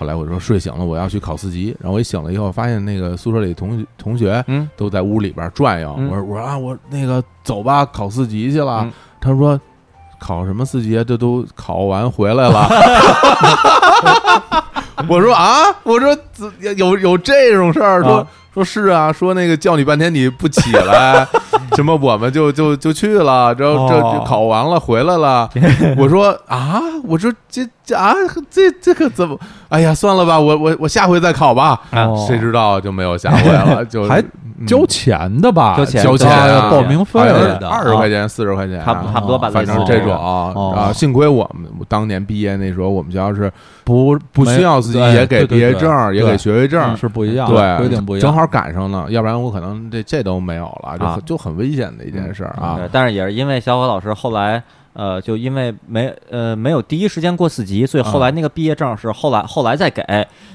[SPEAKER 1] 后来我说睡醒了，我要去考四级。然后我一醒了以后，发现那个宿舍里同同学
[SPEAKER 2] 嗯
[SPEAKER 1] 都在屋里边转悠。
[SPEAKER 2] 嗯
[SPEAKER 1] 我说我说啊，我那个走吧，考四级去了。
[SPEAKER 2] 嗯
[SPEAKER 1] 他说考什么四级啊？这都考完回来了。 我说啊，我说怎有有这种事儿，说、
[SPEAKER 2] 啊
[SPEAKER 1] 说是啊，说那个叫你半天你不起来， 什么我们就就就去了，这这
[SPEAKER 2] 哦
[SPEAKER 1] 这考完了回来 了。我说啊，我说这这啊这这可怎么？哎呀，算了吧，我我我下回再考吧。
[SPEAKER 3] 哦
[SPEAKER 1] 谁知道就没有下回了，就
[SPEAKER 3] 还
[SPEAKER 1] 嗯
[SPEAKER 3] 交钱的吧？
[SPEAKER 2] 交钱
[SPEAKER 1] 交钱
[SPEAKER 3] 啊
[SPEAKER 1] 啊
[SPEAKER 3] 要报名费的，
[SPEAKER 1] 二十块钱、四十块钱啊，
[SPEAKER 2] 差不差不多吧，
[SPEAKER 1] 反正
[SPEAKER 2] 类似
[SPEAKER 1] 这
[SPEAKER 2] 于
[SPEAKER 1] 种
[SPEAKER 2] 样
[SPEAKER 3] 哦
[SPEAKER 1] 啊，幸亏我们当年毕业那时候，我们学校是
[SPEAKER 3] 不
[SPEAKER 1] 不需要自己
[SPEAKER 3] 没
[SPEAKER 1] 也给
[SPEAKER 3] 对
[SPEAKER 1] 毕
[SPEAKER 3] 对
[SPEAKER 1] 业
[SPEAKER 3] 对
[SPEAKER 1] 证儿，也给
[SPEAKER 3] 对
[SPEAKER 1] 学位证儿
[SPEAKER 3] 嗯，是不一样，
[SPEAKER 1] 对，
[SPEAKER 3] 规定不一样，
[SPEAKER 1] 正好赶上了，要不然我可能这这都没有了，就
[SPEAKER 2] 啊嗯
[SPEAKER 1] 很就很危险的一
[SPEAKER 3] 嗯
[SPEAKER 1] 件事儿啊
[SPEAKER 2] 对，但是也是因为小火老师后来。呃，就因为没呃没有第一时间过四级，所以后来那个毕业证是后来后来再给，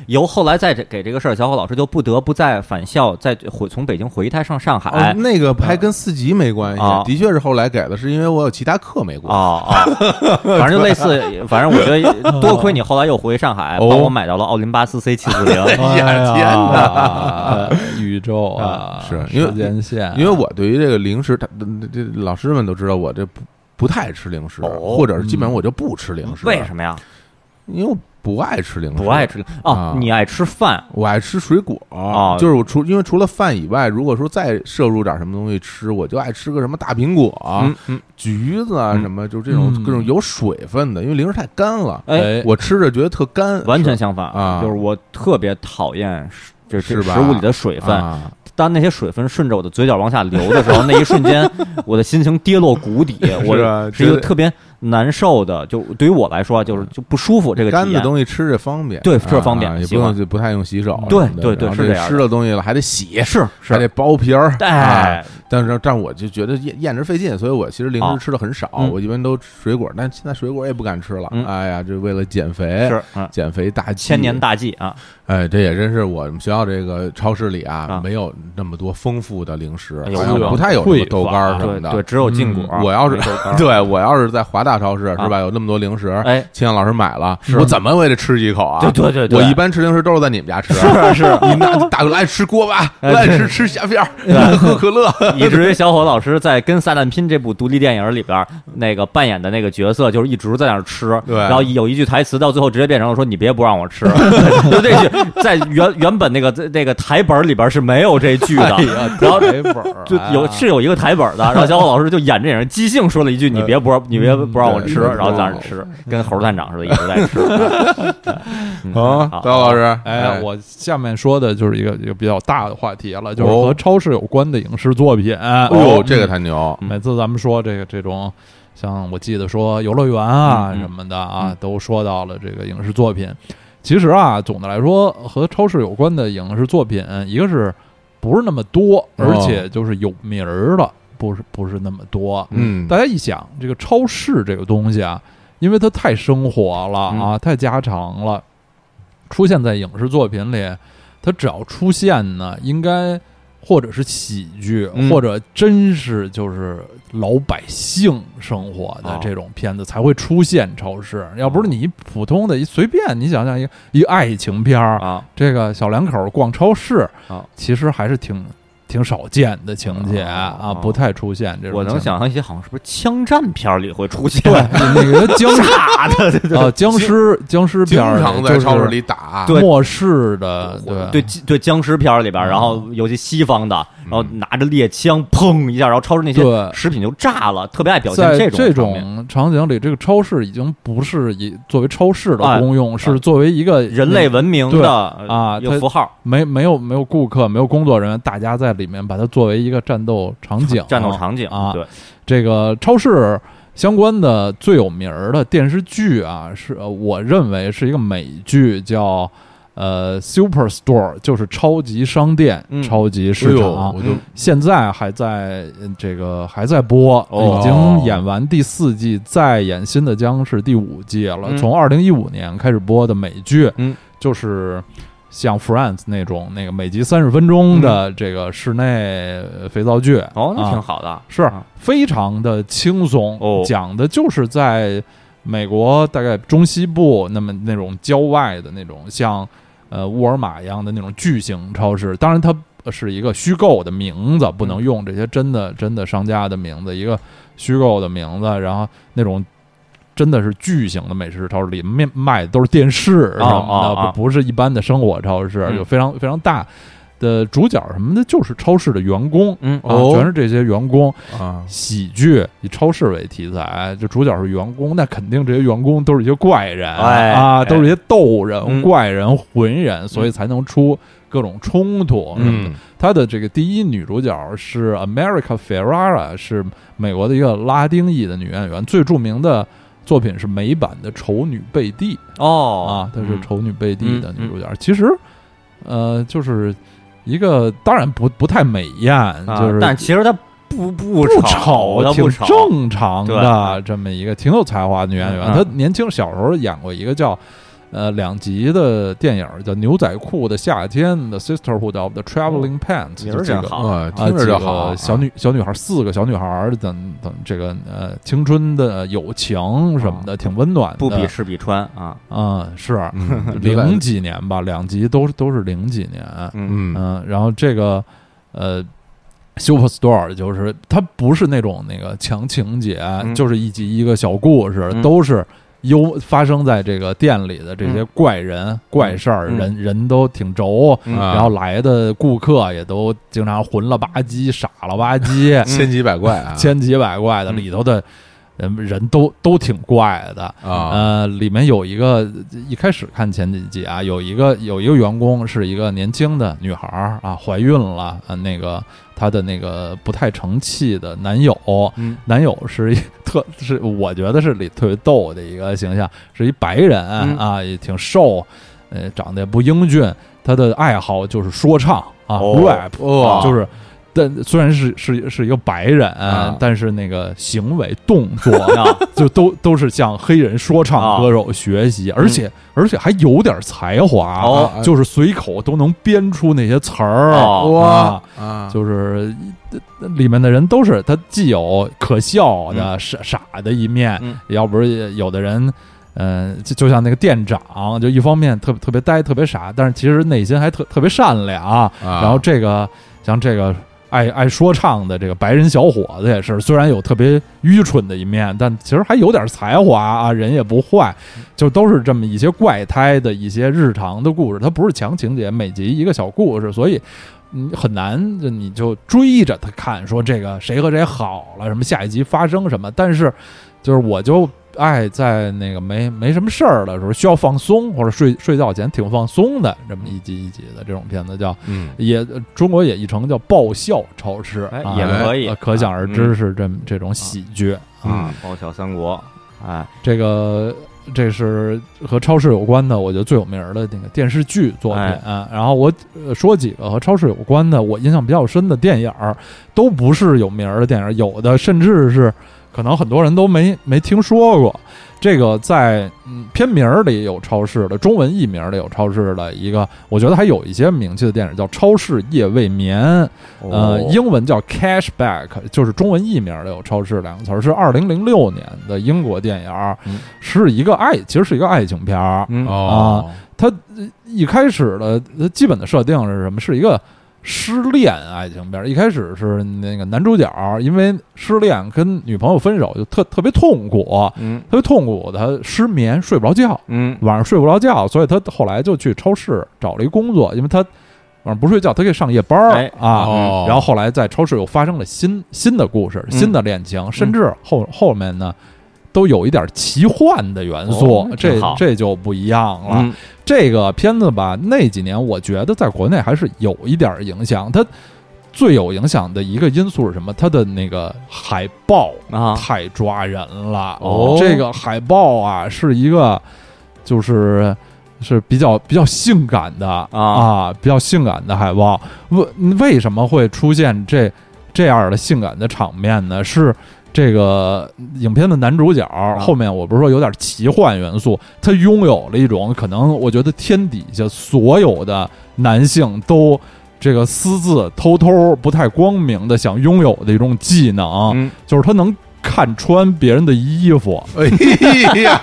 [SPEAKER 2] 由后来再给这个事儿，小火老师就不得不再返校，再回从北京回一趟上上海。
[SPEAKER 1] 哦，那
[SPEAKER 2] 嗯
[SPEAKER 1] 个还跟四级没关系
[SPEAKER 2] 啊，
[SPEAKER 1] 的确是后来给的，是因为我有其他课没过。
[SPEAKER 2] 哦哦，反正就类似，反正我觉得多亏你后来又回上海，
[SPEAKER 1] 哦
[SPEAKER 2] 帮我买到了奥林巴斯 C 七四零。
[SPEAKER 1] 哎呀天
[SPEAKER 3] 哪！宇宙啊，
[SPEAKER 1] 是因为
[SPEAKER 3] 时间线，
[SPEAKER 1] 因为我对于这个零食，他嗯这老师们都知道我这不不太吃零食，
[SPEAKER 2] 哦
[SPEAKER 1] 或者是基本上我就不吃零食。
[SPEAKER 2] 为什？么呀？
[SPEAKER 1] 因为我不爱吃零食，
[SPEAKER 2] 不爱。吃
[SPEAKER 1] 啊
[SPEAKER 2] 哦，你爱吃饭
[SPEAKER 1] 我爱吃水果，
[SPEAKER 2] 哦
[SPEAKER 1] 就是我除因为除了饭以外，如果说再摄入点什么东西吃，我就爱吃个什么大苹果、啊
[SPEAKER 2] 嗯嗯，
[SPEAKER 1] 橘子啊
[SPEAKER 2] 嗯
[SPEAKER 1] 什么，就这种
[SPEAKER 3] 嗯
[SPEAKER 1] 各种有水分的，因为零食太干了，
[SPEAKER 2] 哎，
[SPEAKER 1] 我吃着觉得特干，
[SPEAKER 2] 完全相反
[SPEAKER 1] 啊
[SPEAKER 2] 就是我特别讨厌这这
[SPEAKER 1] 是吧
[SPEAKER 2] 食物里的水
[SPEAKER 1] 是
[SPEAKER 2] 分。
[SPEAKER 1] 啊
[SPEAKER 2] 当那些水分顺着我的嘴角往下流的时候，那一瞬间，我的心情跌落谷底，
[SPEAKER 1] 啊
[SPEAKER 2] 我是一
[SPEAKER 1] 觉
[SPEAKER 2] 个
[SPEAKER 1] 得嗯
[SPEAKER 2] 特别难受的，就对于我来说，啊就是就不舒服这个
[SPEAKER 1] 干
[SPEAKER 2] 体
[SPEAKER 1] 的
[SPEAKER 2] 验。
[SPEAKER 1] 东西吃着方便，
[SPEAKER 2] 对吃着方便
[SPEAKER 1] 啊也不
[SPEAKER 2] 喜欢
[SPEAKER 1] 用就不太用洗手什么
[SPEAKER 2] 对
[SPEAKER 1] 的，
[SPEAKER 2] 对对
[SPEAKER 1] 然后
[SPEAKER 2] 是这样的
[SPEAKER 1] 湿了东西了还得洗，
[SPEAKER 2] 是
[SPEAKER 1] 还得
[SPEAKER 2] 是，
[SPEAKER 1] 剥皮儿，啊，
[SPEAKER 2] 哎，
[SPEAKER 1] 但是但我就觉得咽咽着费劲，所以我其实零
[SPEAKER 2] 啊
[SPEAKER 1] 食吃的很少，
[SPEAKER 2] 嗯
[SPEAKER 1] 我一般都吃水果，但现在水果也不敢吃了，
[SPEAKER 2] 嗯
[SPEAKER 1] 哎呀，这为了减肥，
[SPEAKER 2] 是嗯，
[SPEAKER 1] 减肥大计，
[SPEAKER 2] 千年大计啊，
[SPEAKER 1] 哎，这也真是我们学校这个超市里啊，
[SPEAKER 2] 啊
[SPEAKER 1] 没有那么多丰富的零食，
[SPEAKER 2] 哎呦
[SPEAKER 1] 好像
[SPEAKER 2] 是吧
[SPEAKER 1] 不太有什么
[SPEAKER 3] 匮乏
[SPEAKER 1] 豆干儿什么
[SPEAKER 2] 对
[SPEAKER 1] 的。嗯
[SPEAKER 2] 对，只有禁果。
[SPEAKER 1] 我要是
[SPEAKER 2] 没豆 干啊
[SPEAKER 1] 对我要是在华大超市是吧，有那么多零食，
[SPEAKER 2] 哎，
[SPEAKER 1] 青阳老师买了，我怎么我也得吃几口啊？
[SPEAKER 2] 对对对对
[SPEAKER 1] 我一般吃零食都是在你们家吃。
[SPEAKER 2] 是啊是啊，
[SPEAKER 1] 你那大来吃锅巴，
[SPEAKER 2] 哎
[SPEAKER 1] 来
[SPEAKER 2] 对
[SPEAKER 1] 吃吃虾片儿，
[SPEAKER 2] 对
[SPEAKER 1] 喝可乐，
[SPEAKER 2] 以至于小伙老师在《跟撒旦拼》这部独立电影里边儿，那个扮演的那个角色，就是一直在那儿吃，
[SPEAKER 1] 对
[SPEAKER 2] 然后有一句台词，到最后直接变成了说：“你别不让我吃。”就这句，在原原本那个那个台本里边是没有这句
[SPEAKER 3] 哎
[SPEAKER 2] 的，然后
[SPEAKER 3] 没本儿啊
[SPEAKER 2] 就有是有一个台本的，然后小伙老师就演这人即兴说了一句：“你别不让你别不让我吃，
[SPEAKER 1] 对对
[SPEAKER 2] 然后在那儿吃，跟猴探长似的一直在吃。嗯
[SPEAKER 1] 啊，
[SPEAKER 2] 好
[SPEAKER 1] 高老师，
[SPEAKER 3] 哎，我下面说的就是一个一个比较大的话题了，就是
[SPEAKER 1] 哦
[SPEAKER 3] 和超市有关的影视作品。哎
[SPEAKER 1] 哎呦，这个太牛，
[SPEAKER 3] 每次咱们说这个这种，像我记得说游乐园啊
[SPEAKER 2] 嗯嗯
[SPEAKER 3] 什么的啊，都说到了这个影视作品。其实啊，总的来说和超市有关的影视作品，一个是不是那么多，而且就是有名儿了，不是不是那么多。
[SPEAKER 1] 嗯，
[SPEAKER 3] 大家一想，这个超市这个东西啊，因为它太生活了
[SPEAKER 2] 嗯
[SPEAKER 3] 啊，太家常了，出现在影视作品里，它只要出现呢，应该或者是喜剧，
[SPEAKER 1] 嗯
[SPEAKER 3] 或者真是就是老百姓生活的
[SPEAKER 2] 哦
[SPEAKER 3] 这种片子才会出现超市，要不是你普通的一随便，你想想一个一个爱情片儿，
[SPEAKER 2] 啊，
[SPEAKER 3] 这个小两口逛超市
[SPEAKER 2] 啊，
[SPEAKER 3] 其实还是挺。挺少见的情节
[SPEAKER 2] 哦
[SPEAKER 3] 啊，不太出现这种情节。
[SPEAKER 2] 我能想象一些好像是不是枪战片儿里会出现，
[SPEAKER 3] 对，那个僵尸
[SPEAKER 2] 炸的，对对
[SPEAKER 3] 啊，僵尸僵尸
[SPEAKER 1] 经
[SPEAKER 3] 片儿
[SPEAKER 1] 常在超市里打，
[SPEAKER 3] 就是末世的，呃对嗯
[SPEAKER 2] 对僵对僵尸片儿里边儿，然后尤其西方的，然后拿着猎枪砰一下，然后超市那些
[SPEAKER 3] 对
[SPEAKER 2] 食品就炸了，特别爱表现
[SPEAKER 3] 在
[SPEAKER 2] 种
[SPEAKER 3] 这
[SPEAKER 2] 场面
[SPEAKER 3] 种场景里，这个超市已经不是以作为超市的
[SPEAKER 2] 哎
[SPEAKER 3] 功用，是作为一个
[SPEAKER 2] 人类文明
[SPEAKER 3] 对
[SPEAKER 2] 的
[SPEAKER 3] 啊
[SPEAKER 2] 有
[SPEAKER 3] 它
[SPEAKER 2] 符号
[SPEAKER 3] 没没有没有顾客，没有工作人员，大家在里面把它作为一个战斗场景，
[SPEAKER 2] 战斗场景
[SPEAKER 3] 啊
[SPEAKER 2] 对，
[SPEAKER 3] 这个超市相关的最有名儿的电视剧啊，是呃我认为是一个美剧，叫呃 Superstore，就是超级商店、
[SPEAKER 2] 嗯
[SPEAKER 3] 超级
[SPEAKER 1] 哎
[SPEAKER 3] 市
[SPEAKER 1] 呦，
[SPEAKER 3] 场。
[SPEAKER 1] 我就
[SPEAKER 3] 现在还在嗯这个还在播，
[SPEAKER 2] 哦
[SPEAKER 3] 已经演完第四季，再演新的将是第五季了。
[SPEAKER 2] 嗯
[SPEAKER 3] 从二零一五年开始播的美剧，
[SPEAKER 2] 嗯，
[SPEAKER 3] 就是像 Friends 那种那个每集三十分钟的这个室内呃肥皂剧，
[SPEAKER 2] 哦，那
[SPEAKER 3] 啊
[SPEAKER 2] 挺好的，
[SPEAKER 3] 是非常的轻松，
[SPEAKER 2] 哦
[SPEAKER 3] 讲的就是在美国大概中西部那么那种郊外的那种像呃沃尔玛一样的那种巨型超市，当然它呃是一个虚构的名字，不能用这些真的真的商家的名字，一个虚构的名字，然后那种。真的是巨型的美式超市，里面卖的都是电视什么的，
[SPEAKER 2] 啊啊啊
[SPEAKER 3] 不不是一般的生活超市，
[SPEAKER 2] 嗯
[SPEAKER 3] 就非常非常大的主角什么的，就是超市的员工，
[SPEAKER 2] 嗯
[SPEAKER 3] 啊
[SPEAKER 1] 哦
[SPEAKER 3] 全是这些员工，
[SPEAKER 1] 啊，
[SPEAKER 3] 喜剧以超市为题材，这主角是员工，那肯定这些员工都是一些怪人、
[SPEAKER 2] 哎
[SPEAKER 3] 啊，
[SPEAKER 2] 哎
[SPEAKER 3] 都是一些逗人、
[SPEAKER 2] 嗯
[SPEAKER 3] 怪人、混人，所以才能出各种冲突什么的。
[SPEAKER 1] 嗯，
[SPEAKER 3] 她的这个第一女主角是 America Ferrara，是美国的一个拉丁裔的女演员，最著名的作品是美版的《丑女贝蒂》
[SPEAKER 2] 哦
[SPEAKER 3] 啊，她是
[SPEAKER 2] 嗯
[SPEAKER 3] 《丑女贝蒂》的女主角。其实，呃，就是一个当然不不太美艳，
[SPEAKER 2] 啊
[SPEAKER 3] 就是
[SPEAKER 2] 但其实他不不
[SPEAKER 3] 不
[SPEAKER 2] 丑，他
[SPEAKER 3] 挺
[SPEAKER 2] 不丑，
[SPEAKER 3] 正常的
[SPEAKER 2] 对
[SPEAKER 3] 这么一个挺有才华的女演员。
[SPEAKER 2] 嗯
[SPEAKER 3] 她年轻小时候演过一个叫呃两集的电影叫《牛仔裤的夏天》的 Sisterhood of the Traveling Pants，、
[SPEAKER 2] 名
[SPEAKER 3] 就
[SPEAKER 2] 儿
[SPEAKER 3] 这
[SPEAKER 2] 真
[SPEAKER 3] 个。
[SPEAKER 2] 好
[SPEAKER 1] 哇，
[SPEAKER 3] 啊，
[SPEAKER 1] 听着就
[SPEAKER 3] 几
[SPEAKER 1] 好，
[SPEAKER 3] 个小女小女孩儿，四个小女孩儿等等，这个呃青春的友情什么的，挺温暖
[SPEAKER 2] 啊
[SPEAKER 3] 的。
[SPEAKER 2] 不比吃比穿啊，
[SPEAKER 3] 啊、是
[SPEAKER 1] 嗯，李
[SPEAKER 3] 零
[SPEAKER 1] 白，
[SPEAKER 3] 几年吧，两集都是都是零几年。
[SPEAKER 1] 嗯，
[SPEAKER 3] 嗯，然后这个呃，Superstore 就是它不是那种那个强情节，
[SPEAKER 2] 嗯
[SPEAKER 3] 就是一集一个小故事，
[SPEAKER 2] 嗯
[SPEAKER 3] 都是有发生在这个店里的这些
[SPEAKER 2] 嗯
[SPEAKER 3] 怪人、怪事儿，
[SPEAKER 2] 嗯
[SPEAKER 3] 人人都挺轴。
[SPEAKER 2] 嗯
[SPEAKER 1] 啊
[SPEAKER 3] 然后来的顾客也都经常混了吧唧、傻了吧唧、
[SPEAKER 1] 千奇百怪啊，
[SPEAKER 3] 千奇百怪的，
[SPEAKER 2] 嗯
[SPEAKER 3] 里头的人人都都挺怪的。
[SPEAKER 1] 啊，
[SPEAKER 3] 呃，里面有一个一开始看前几集啊，有一个有一个员工是一个年轻的女孩儿啊，怀孕了，啊，那个她的那个不太成器的男友，
[SPEAKER 2] 嗯
[SPEAKER 3] 男友是一特是我觉得是里特别逗的一个形象，是一白人、
[SPEAKER 2] 嗯
[SPEAKER 3] 啊，也挺瘦，呃，长得也不英俊，他的爱好就是说唱啊、
[SPEAKER 2] 哦
[SPEAKER 3] rap，、啊
[SPEAKER 1] 哦
[SPEAKER 3] 就是。但虽然是是是一个白人、
[SPEAKER 1] 啊
[SPEAKER 3] 但是那个行为动作
[SPEAKER 2] 啊
[SPEAKER 3] 就都都是向黑人说唱歌手学习，而且、而且还有点才
[SPEAKER 2] 嗯
[SPEAKER 3] 华，
[SPEAKER 2] 哦
[SPEAKER 1] 啊
[SPEAKER 3] 就是随口都能编出那些词儿。
[SPEAKER 2] 哦
[SPEAKER 1] 哇
[SPEAKER 3] 哇
[SPEAKER 1] 啊，
[SPEAKER 3] 就是呃里面的人都是他既有可笑的、傻傻的一面，
[SPEAKER 2] 嗯
[SPEAKER 3] 要不是有的人，嗯、就就像那个店长，就一方面特特别呆、特别傻，但是其实内心还特特别善良。
[SPEAKER 1] 啊
[SPEAKER 3] 然后这个像这个。爱爱说唱的这个白人小伙子也是，虽然有特别愚蠢的一面，但其实还有点才华啊，人也不坏，就都是这么一些怪胎的一些日常的故事，它不是强情节，每集一个小故事，所以。你很难，你就追着他看，说这个谁和谁好了，什么下一集发生什么。但是，就是我就爱在那个没没什么事儿的时候，需要放松或者睡睡觉前挺放松的，这么一集一集的这种片子叫
[SPEAKER 1] 嗯，
[SPEAKER 3] 也中国也译成叫爆笑超市
[SPEAKER 2] 哎，
[SPEAKER 3] 啊
[SPEAKER 2] 也可以嗯
[SPEAKER 3] 呃可想而知是这么这种喜剧啊。
[SPEAKER 2] 啊，爆笑三国，哎，
[SPEAKER 3] 这个这是和超市有关的，我觉得最有名儿的那个电视剧作品。
[SPEAKER 2] 哎
[SPEAKER 3] 啊然后我呃说几个和超市有关的，我印象比较深的电影儿，都不是有名儿的电影儿，有的甚至是可能很多人都没没听说过。这个在嗯片名儿里有超市的，中文译名儿里有超市的一个，我觉得还有一些名气的电影叫《超市夜未眠》。呃，
[SPEAKER 2] 哦
[SPEAKER 3] 英文叫 Cashback，就是中文译名儿的有“超市”两个词儿，是二零零六年的英国电影儿，
[SPEAKER 2] 嗯
[SPEAKER 3] 是一个爱，其实是一个爱情片儿。
[SPEAKER 2] 嗯
[SPEAKER 1] 哦，
[SPEAKER 3] 它呃一开始的呃基本的设定是什么？是一个失恋爱情片儿。一开始是那个男主角儿因为失恋跟女朋友分手，就特特别痛苦，
[SPEAKER 2] 嗯
[SPEAKER 3] 特别痛苦，他失眠，睡不着觉。
[SPEAKER 2] 嗯
[SPEAKER 3] 晚上睡不着觉，所以他后来就去超市找了一工作，因为他晚上不睡觉，他可以上夜班儿、
[SPEAKER 2] 哎
[SPEAKER 3] 啊。
[SPEAKER 1] 哦
[SPEAKER 3] 然后后来在超市又发生了新新的故事、
[SPEAKER 2] 嗯
[SPEAKER 3] 新的恋情，甚至后后面呢都有一点奇幻的元素，
[SPEAKER 2] 哦
[SPEAKER 3] 这
[SPEAKER 2] 真好
[SPEAKER 3] 这就不一样了。
[SPEAKER 2] 嗯
[SPEAKER 3] 这个片子吧，那几年我觉得在国内还是有一点影响，它。最有影响的一个因素是什么？它的那个海报
[SPEAKER 2] 啊，
[SPEAKER 3] 太抓人了。
[SPEAKER 2] 哦
[SPEAKER 3] 这个海报啊，是一个就是是比较比较性感的啊比较性感的海报。为为什么会出现这这样的性感的场面呢？是这个影片的男主角、
[SPEAKER 2] 啊
[SPEAKER 3] 后面，我不是说有点奇幻元素，他拥有了一种可能，我觉得天底下所有的男性都。这个私自偷偷不太光明的想拥有的一种技能，
[SPEAKER 2] 嗯
[SPEAKER 3] 就是他能看穿别人的衣服，
[SPEAKER 1] 哎呀，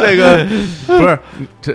[SPEAKER 1] 这个不是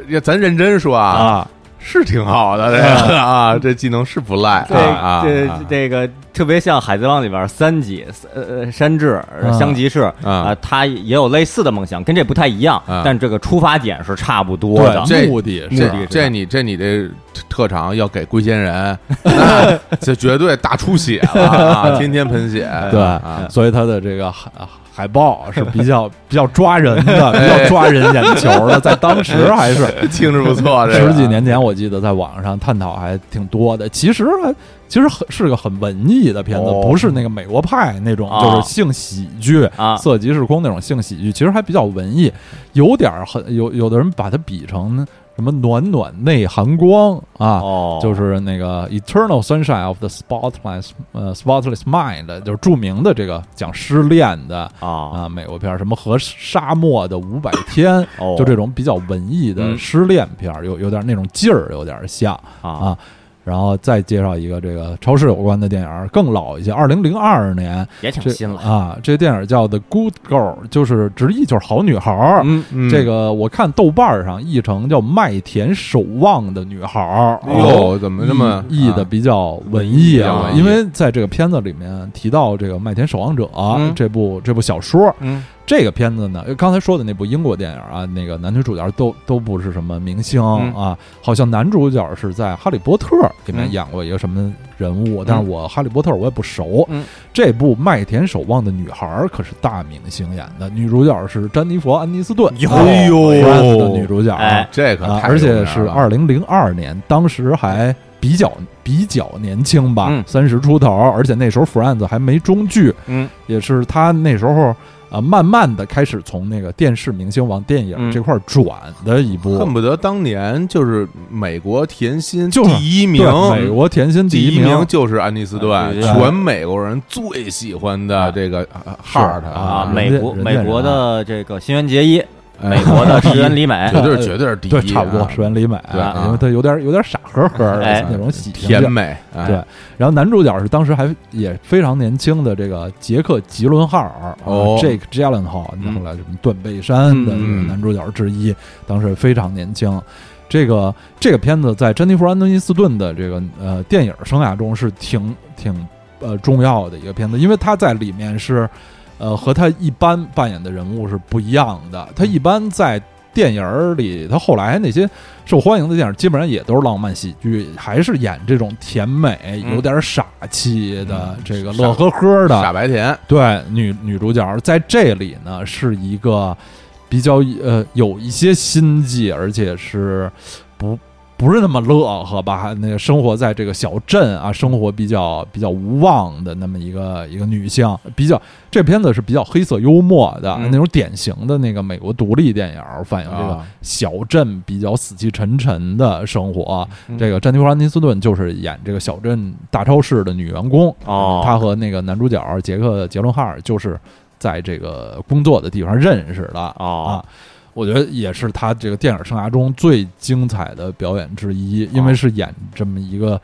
[SPEAKER 1] 这，咱认真说啊，
[SPEAKER 3] 啊，嗯
[SPEAKER 1] 是挺好的，这个啊，这技能是不赖
[SPEAKER 2] 对，
[SPEAKER 1] 啊，
[SPEAKER 2] 这这个特别像《海贼王》里边三吉，呃呃，山治、
[SPEAKER 3] 嗯嗯
[SPEAKER 2] 香吉士
[SPEAKER 1] 啊
[SPEAKER 2] 啊，他也有类似的梦想，跟这不太一样
[SPEAKER 1] 啊，
[SPEAKER 2] 但这个出发点是差不多的
[SPEAKER 3] 对，。
[SPEAKER 1] 这
[SPEAKER 3] 目的是
[SPEAKER 1] 这
[SPEAKER 2] 目的是
[SPEAKER 1] 这你这你这特长要给龟仙人， 那这绝对大出血了啊！天天喷血，
[SPEAKER 3] 对
[SPEAKER 1] 啊，
[SPEAKER 3] 所以他的这个海海报是比较比较抓人的，比较抓人眼球的，在当时还是
[SPEAKER 1] 听着不错，这个
[SPEAKER 3] 十几年前，我记得在网上探讨还挺多的。其实还其实很是个很文艺的片子，
[SPEAKER 2] 哦
[SPEAKER 3] 不是那个美国派那种，
[SPEAKER 2] 啊
[SPEAKER 3] 就是性喜剧
[SPEAKER 2] 啊
[SPEAKER 3] 色即是空那种性喜剧，其实还比较文艺，有点儿很有有的人把它比成什么暖暖内含光啊，
[SPEAKER 2] 哦，
[SPEAKER 3] 就是那个《Eternal Sunshine of the Spotless》呃《Spotless Mind》，就是著名的这个讲失恋的
[SPEAKER 2] 啊，
[SPEAKER 3] 啊美国片，儿，什么和沙漠的五百天，
[SPEAKER 2] 哦
[SPEAKER 3] 就这种比较文艺的
[SPEAKER 2] 嗯
[SPEAKER 3] 失恋片，儿，有有点那种劲儿，有点像
[SPEAKER 2] 啊
[SPEAKER 3] 啊。然后再介绍一个这个超市有关的电影儿，更老一些，二零零二年
[SPEAKER 2] 也挺
[SPEAKER 3] 这
[SPEAKER 2] 新了。
[SPEAKER 3] 啊，这电影叫《The Good Girl》，就是直译就是好女孩儿。
[SPEAKER 2] 嗯，
[SPEAKER 1] 嗯
[SPEAKER 3] 这个我看豆瓣儿上译成叫《麦田守望的女孩儿》，
[SPEAKER 1] 哟，哎怎么这么
[SPEAKER 3] 译译的
[SPEAKER 1] 啊
[SPEAKER 3] 比较文艺
[SPEAKER 1] 比较
[SPEAKER 3] 啊？
[SPEAKER 1] 文艺
[SPEAKER 3] 因为在这个片子里面提到这个《麦田守望者》啊
[SPEAKER 2] 嗯
[SPEAKER 3] 这部这部小说，
[SPEAKER 2] 嗯
[SPEAKER 3] 这个片子呢，刚才说的那部英国电影啊，那个男女主角都都不是什么明星
[SPEAKER 2] 嗯
[SPEAKER 3] 啊，好像男主角是在《哈利波特》里面
[SPEAKER 2] 嗯
[SPEAKER 3] 演过一个什么人
[SPEAKER 1] 嗯
[SPEAKER 3] 物，但是我《哈利波特》我也不熟。
[SPEAKER 2] 嗯
[SPEAKER 3] 这部《麦田守望的女孩》可是大明星演的，女主角是詹妮弗·安妮斯顿，
[SPEAKER 2] 哟
[SPEAKER 3] 哎呦
[SPEAKER 1] 哎呦
[SPEAKER 3] Friends 的女主角，
[SPEAKER 2] 哎
[SPEAKER 1] 这可
[SPEAKER 3] 啊，
[SPEAKER 1] 太
[SPEAKER 3] 而
[SPEAKER 1] 有名
[SPEAKER 3] 且是
[SPEAKER 1] 了
[SPEAKER 3] 二零零二年，当时还比较比较年轻吧
[SPEAKER 2] 嗯，
[SPEAKER 3] 三十、出头，而且那时候 Friends 还没中剧，
[SPEAKER 2] 嗯，
[SPEAKER 3] 也是他那时候啊、呃慢慢的开始从那个电视明星往电影
[SPEAKER 2] 嗯
[SPEAKER 3] 这块转的一波。
[SPEAKER 1] 恨不得当年就是美国甜心
[SPEAKER 3] 就是
[SPEAKER 1] 第一名，
[SPEAKER 3] 对，美国甜心
[SPEAKER 1] 第
[SPEAKER 3] 一
[SPEAKER 1] 名就是安妮斯
[SPEAKER 2] 哎
[SPEAKER 1] 顿，
[SPEAKER 2] 对对对
[SPEAKER 1] 全美国人最喜欢的这个啊 heart
[SPEAKER 3] 啊
[SPEAKER 2] 啊，
[SPEAKER 3] 美
[SPEAKER 2] 美国
[SPEAKER 3] 人家啊嗯
[SPEAKER 2] 美国的这个新垣结衣，
[SPEAKER 1] 哎
[SPEAKER 2] 美国的石原里美，
[SPEAKER 1] 绝对是绝对是第一
[SPEAKER 3] 对
[SPEAKER 1] 啊，，
[SPEAKER 3] 差不多石原里美，
[SPEAKER 1] 对啊
[SPEAKER 3] 因为他有点有点傻呵呵的、
[SPEAKER 2] 哎
[SPEAKER 3] 那种喜
[SPEAKER 1] 甜
[SPEAKER 3] 剧。
[SPEAKER 1] 美，哎
[SPEAKER 3] 对，然后男主角是当时还也非常年轻的这个杰克·吉伦哈尔、
[SPEAKER 1] 哦
[SPEAKER 3] 啊、，Jake Gyllenhaal，
[SPEAKER 2] 嗯
[SPEAKER 3] 后来什么断背山的这个
[SPEAKER 1] 嗯
[SPEAKER 3] 男主角之一，当时非常年轻。这个这个片子在珍妮弗·安东尼·斯顿的这个呃电影生涯中是挺挺呃重要的一个片子，因为他在里面是呃和他一般扮演的人物是不一样的。他一般在电影儿里，他后来那些受欢迎的电影，基本上也都是浪漫喜剧，还是演这种甜美、
[SPEAKER 1] 嗯
[SPEAKER 3] 有点傻气的、
[SPEAKER 1] 嗯
[SPEAKER 3] 这个
[SPEAKER 1] 傻
[SPEAKER 3] 乐呵呵的
[SPEAKER 1] 傻白甜，
[SPEAKER 3] 对，女女主角在这里呢是一个比较呃有一些心计，而且是不不是那么乐呵吧？那个生活在这个小镇啊，生活比较比较无望的那么一个一个女性，比较这片子是比较黑色幽默的、
[SPEAKER 1] 嗯
[SPEAKER 3] 那种典型的那个美国独立电影儿反映这个
[SPEAKER 1] 啊
[SPEAKER 3] 小镇比较死气沉沉的生活。
[SPEAKER 1] 嗯
[SPEAKER 3] 这个詹妮弗·安妮斯顿就是演这个小镇大超市的女员工，
[SPEAKER 2] 哦，
[SPEAKER 3] 他和那个男主角杰克·杰伦哈尔就是在这个工作的地方认识的
[SPEAKER 2] 哦
[SPEAKER 3] 啊。我觉得也是他这个电影生涯中最精彩的表演之一，
[SPEAKER 2] 哦
[SPEAKER 3] 因为是演这么一个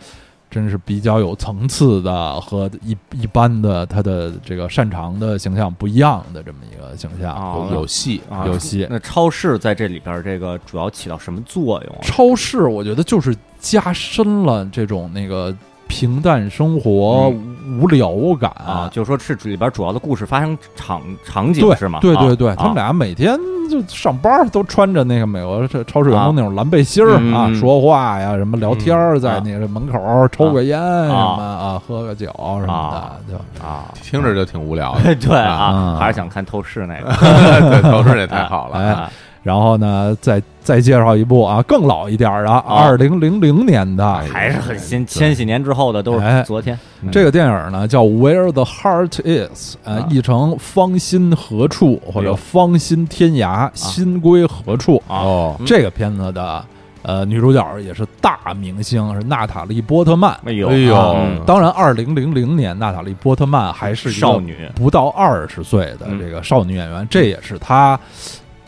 [SPEAKER 3] 真是比较有层次的和一一般的他的这个擅长的形象不一样的这么一个形象。
[SPEAKER 2] 哦
[SPEAKER 1] 有有戏
[SPEAKER 2] 啊
[SPEAKER 3] 有戏
[SPEAKER 2] 那超市在这里边儿这个主要起到什么作用啊？
[SPEAKER 3] 超市我觉得就是加深了这种那个平淡生活无聊感
[SPEAKER 2] 嗯啊，就是说是里边主要的故事发生场场景
[SPEAKER 3] 对
[SPEAKER 2] 是吗？
[SPEAKER 3] 对
[SPEAKER 2] 啊
[SPEAKER 3] 对对，他们
[SPEAKER 2] 啊
[SPEAKER 3] 俩每天就上班儿都穿着那个美国这超市员工那种蓝背心儿
[SPEAKER 2] 啊嗯
[SPEAKER 3] 啊
[SPEAKER 2] 嗯，
[SPEAKER 3] 说话呀，什么聊天儿，在
[SPEAKER 2] 啊
[SPEAKER 3] 那个门口儿抽个烟什么啊，喝个酒什么
[SPEAKER 2] 啊
[SPEAKER 3] 的，就
[SPEAKER 2] 啊，
[SPEAKER 1] 听着就挺无 聊的。
[SPEAKER 2] 对啊，
[SPEAKER 3] 啊
[SPEAKER 2] 还是想看透视那个
[SPEAKER 1] 对，头饰也太好了，
[SPEAKER 3] 哎
[SPEAKER 2] 啊
[SPEAKER 3] 然后呢，再再介绍一部啊，更老一点儿的，二零零零年的
[SPEAKER 1] 哎
[SPEAKER 2] 还是很新，千禧年之后的都
[SPEAKER 3] 哎
[SPEAKER 2] 是昨天
[SPEAKER 3] 这个电影呢，叫《Where the Heart Is》，
[SPEAKER 2] 嗯
[SPEAKER 3] 呃
[SPEAKER 2] 啊，
[SPEAKER 3] 译成“芳心何处”或
[SPEAKER 2] 哎
[SPEAKER 3] 者
[SPEAKER 2] 呦
[SPEAKER 3] “芳心天涯”，心归何处
[SPEAKER 2] 啊
[SPEAKER 1] 哦，
[SPEAKER 3] 这个片子的呃女主角也是大明星，是娜塔莉波特曼。
[SPEAKER 2] 哎呦
[SPEAKER 1] 哎呦
[SPEAKER 2] 啊嗯
[SPEAKER 3] 当然，二零零零年娜塔莉波特曼还是一个
[SPEAKER 2] 少女
[SPEAKER 3] 不到二十岁的
[SPEAKER 2] 嗯
[SPEAKER 3] 这个少女演员，这也是她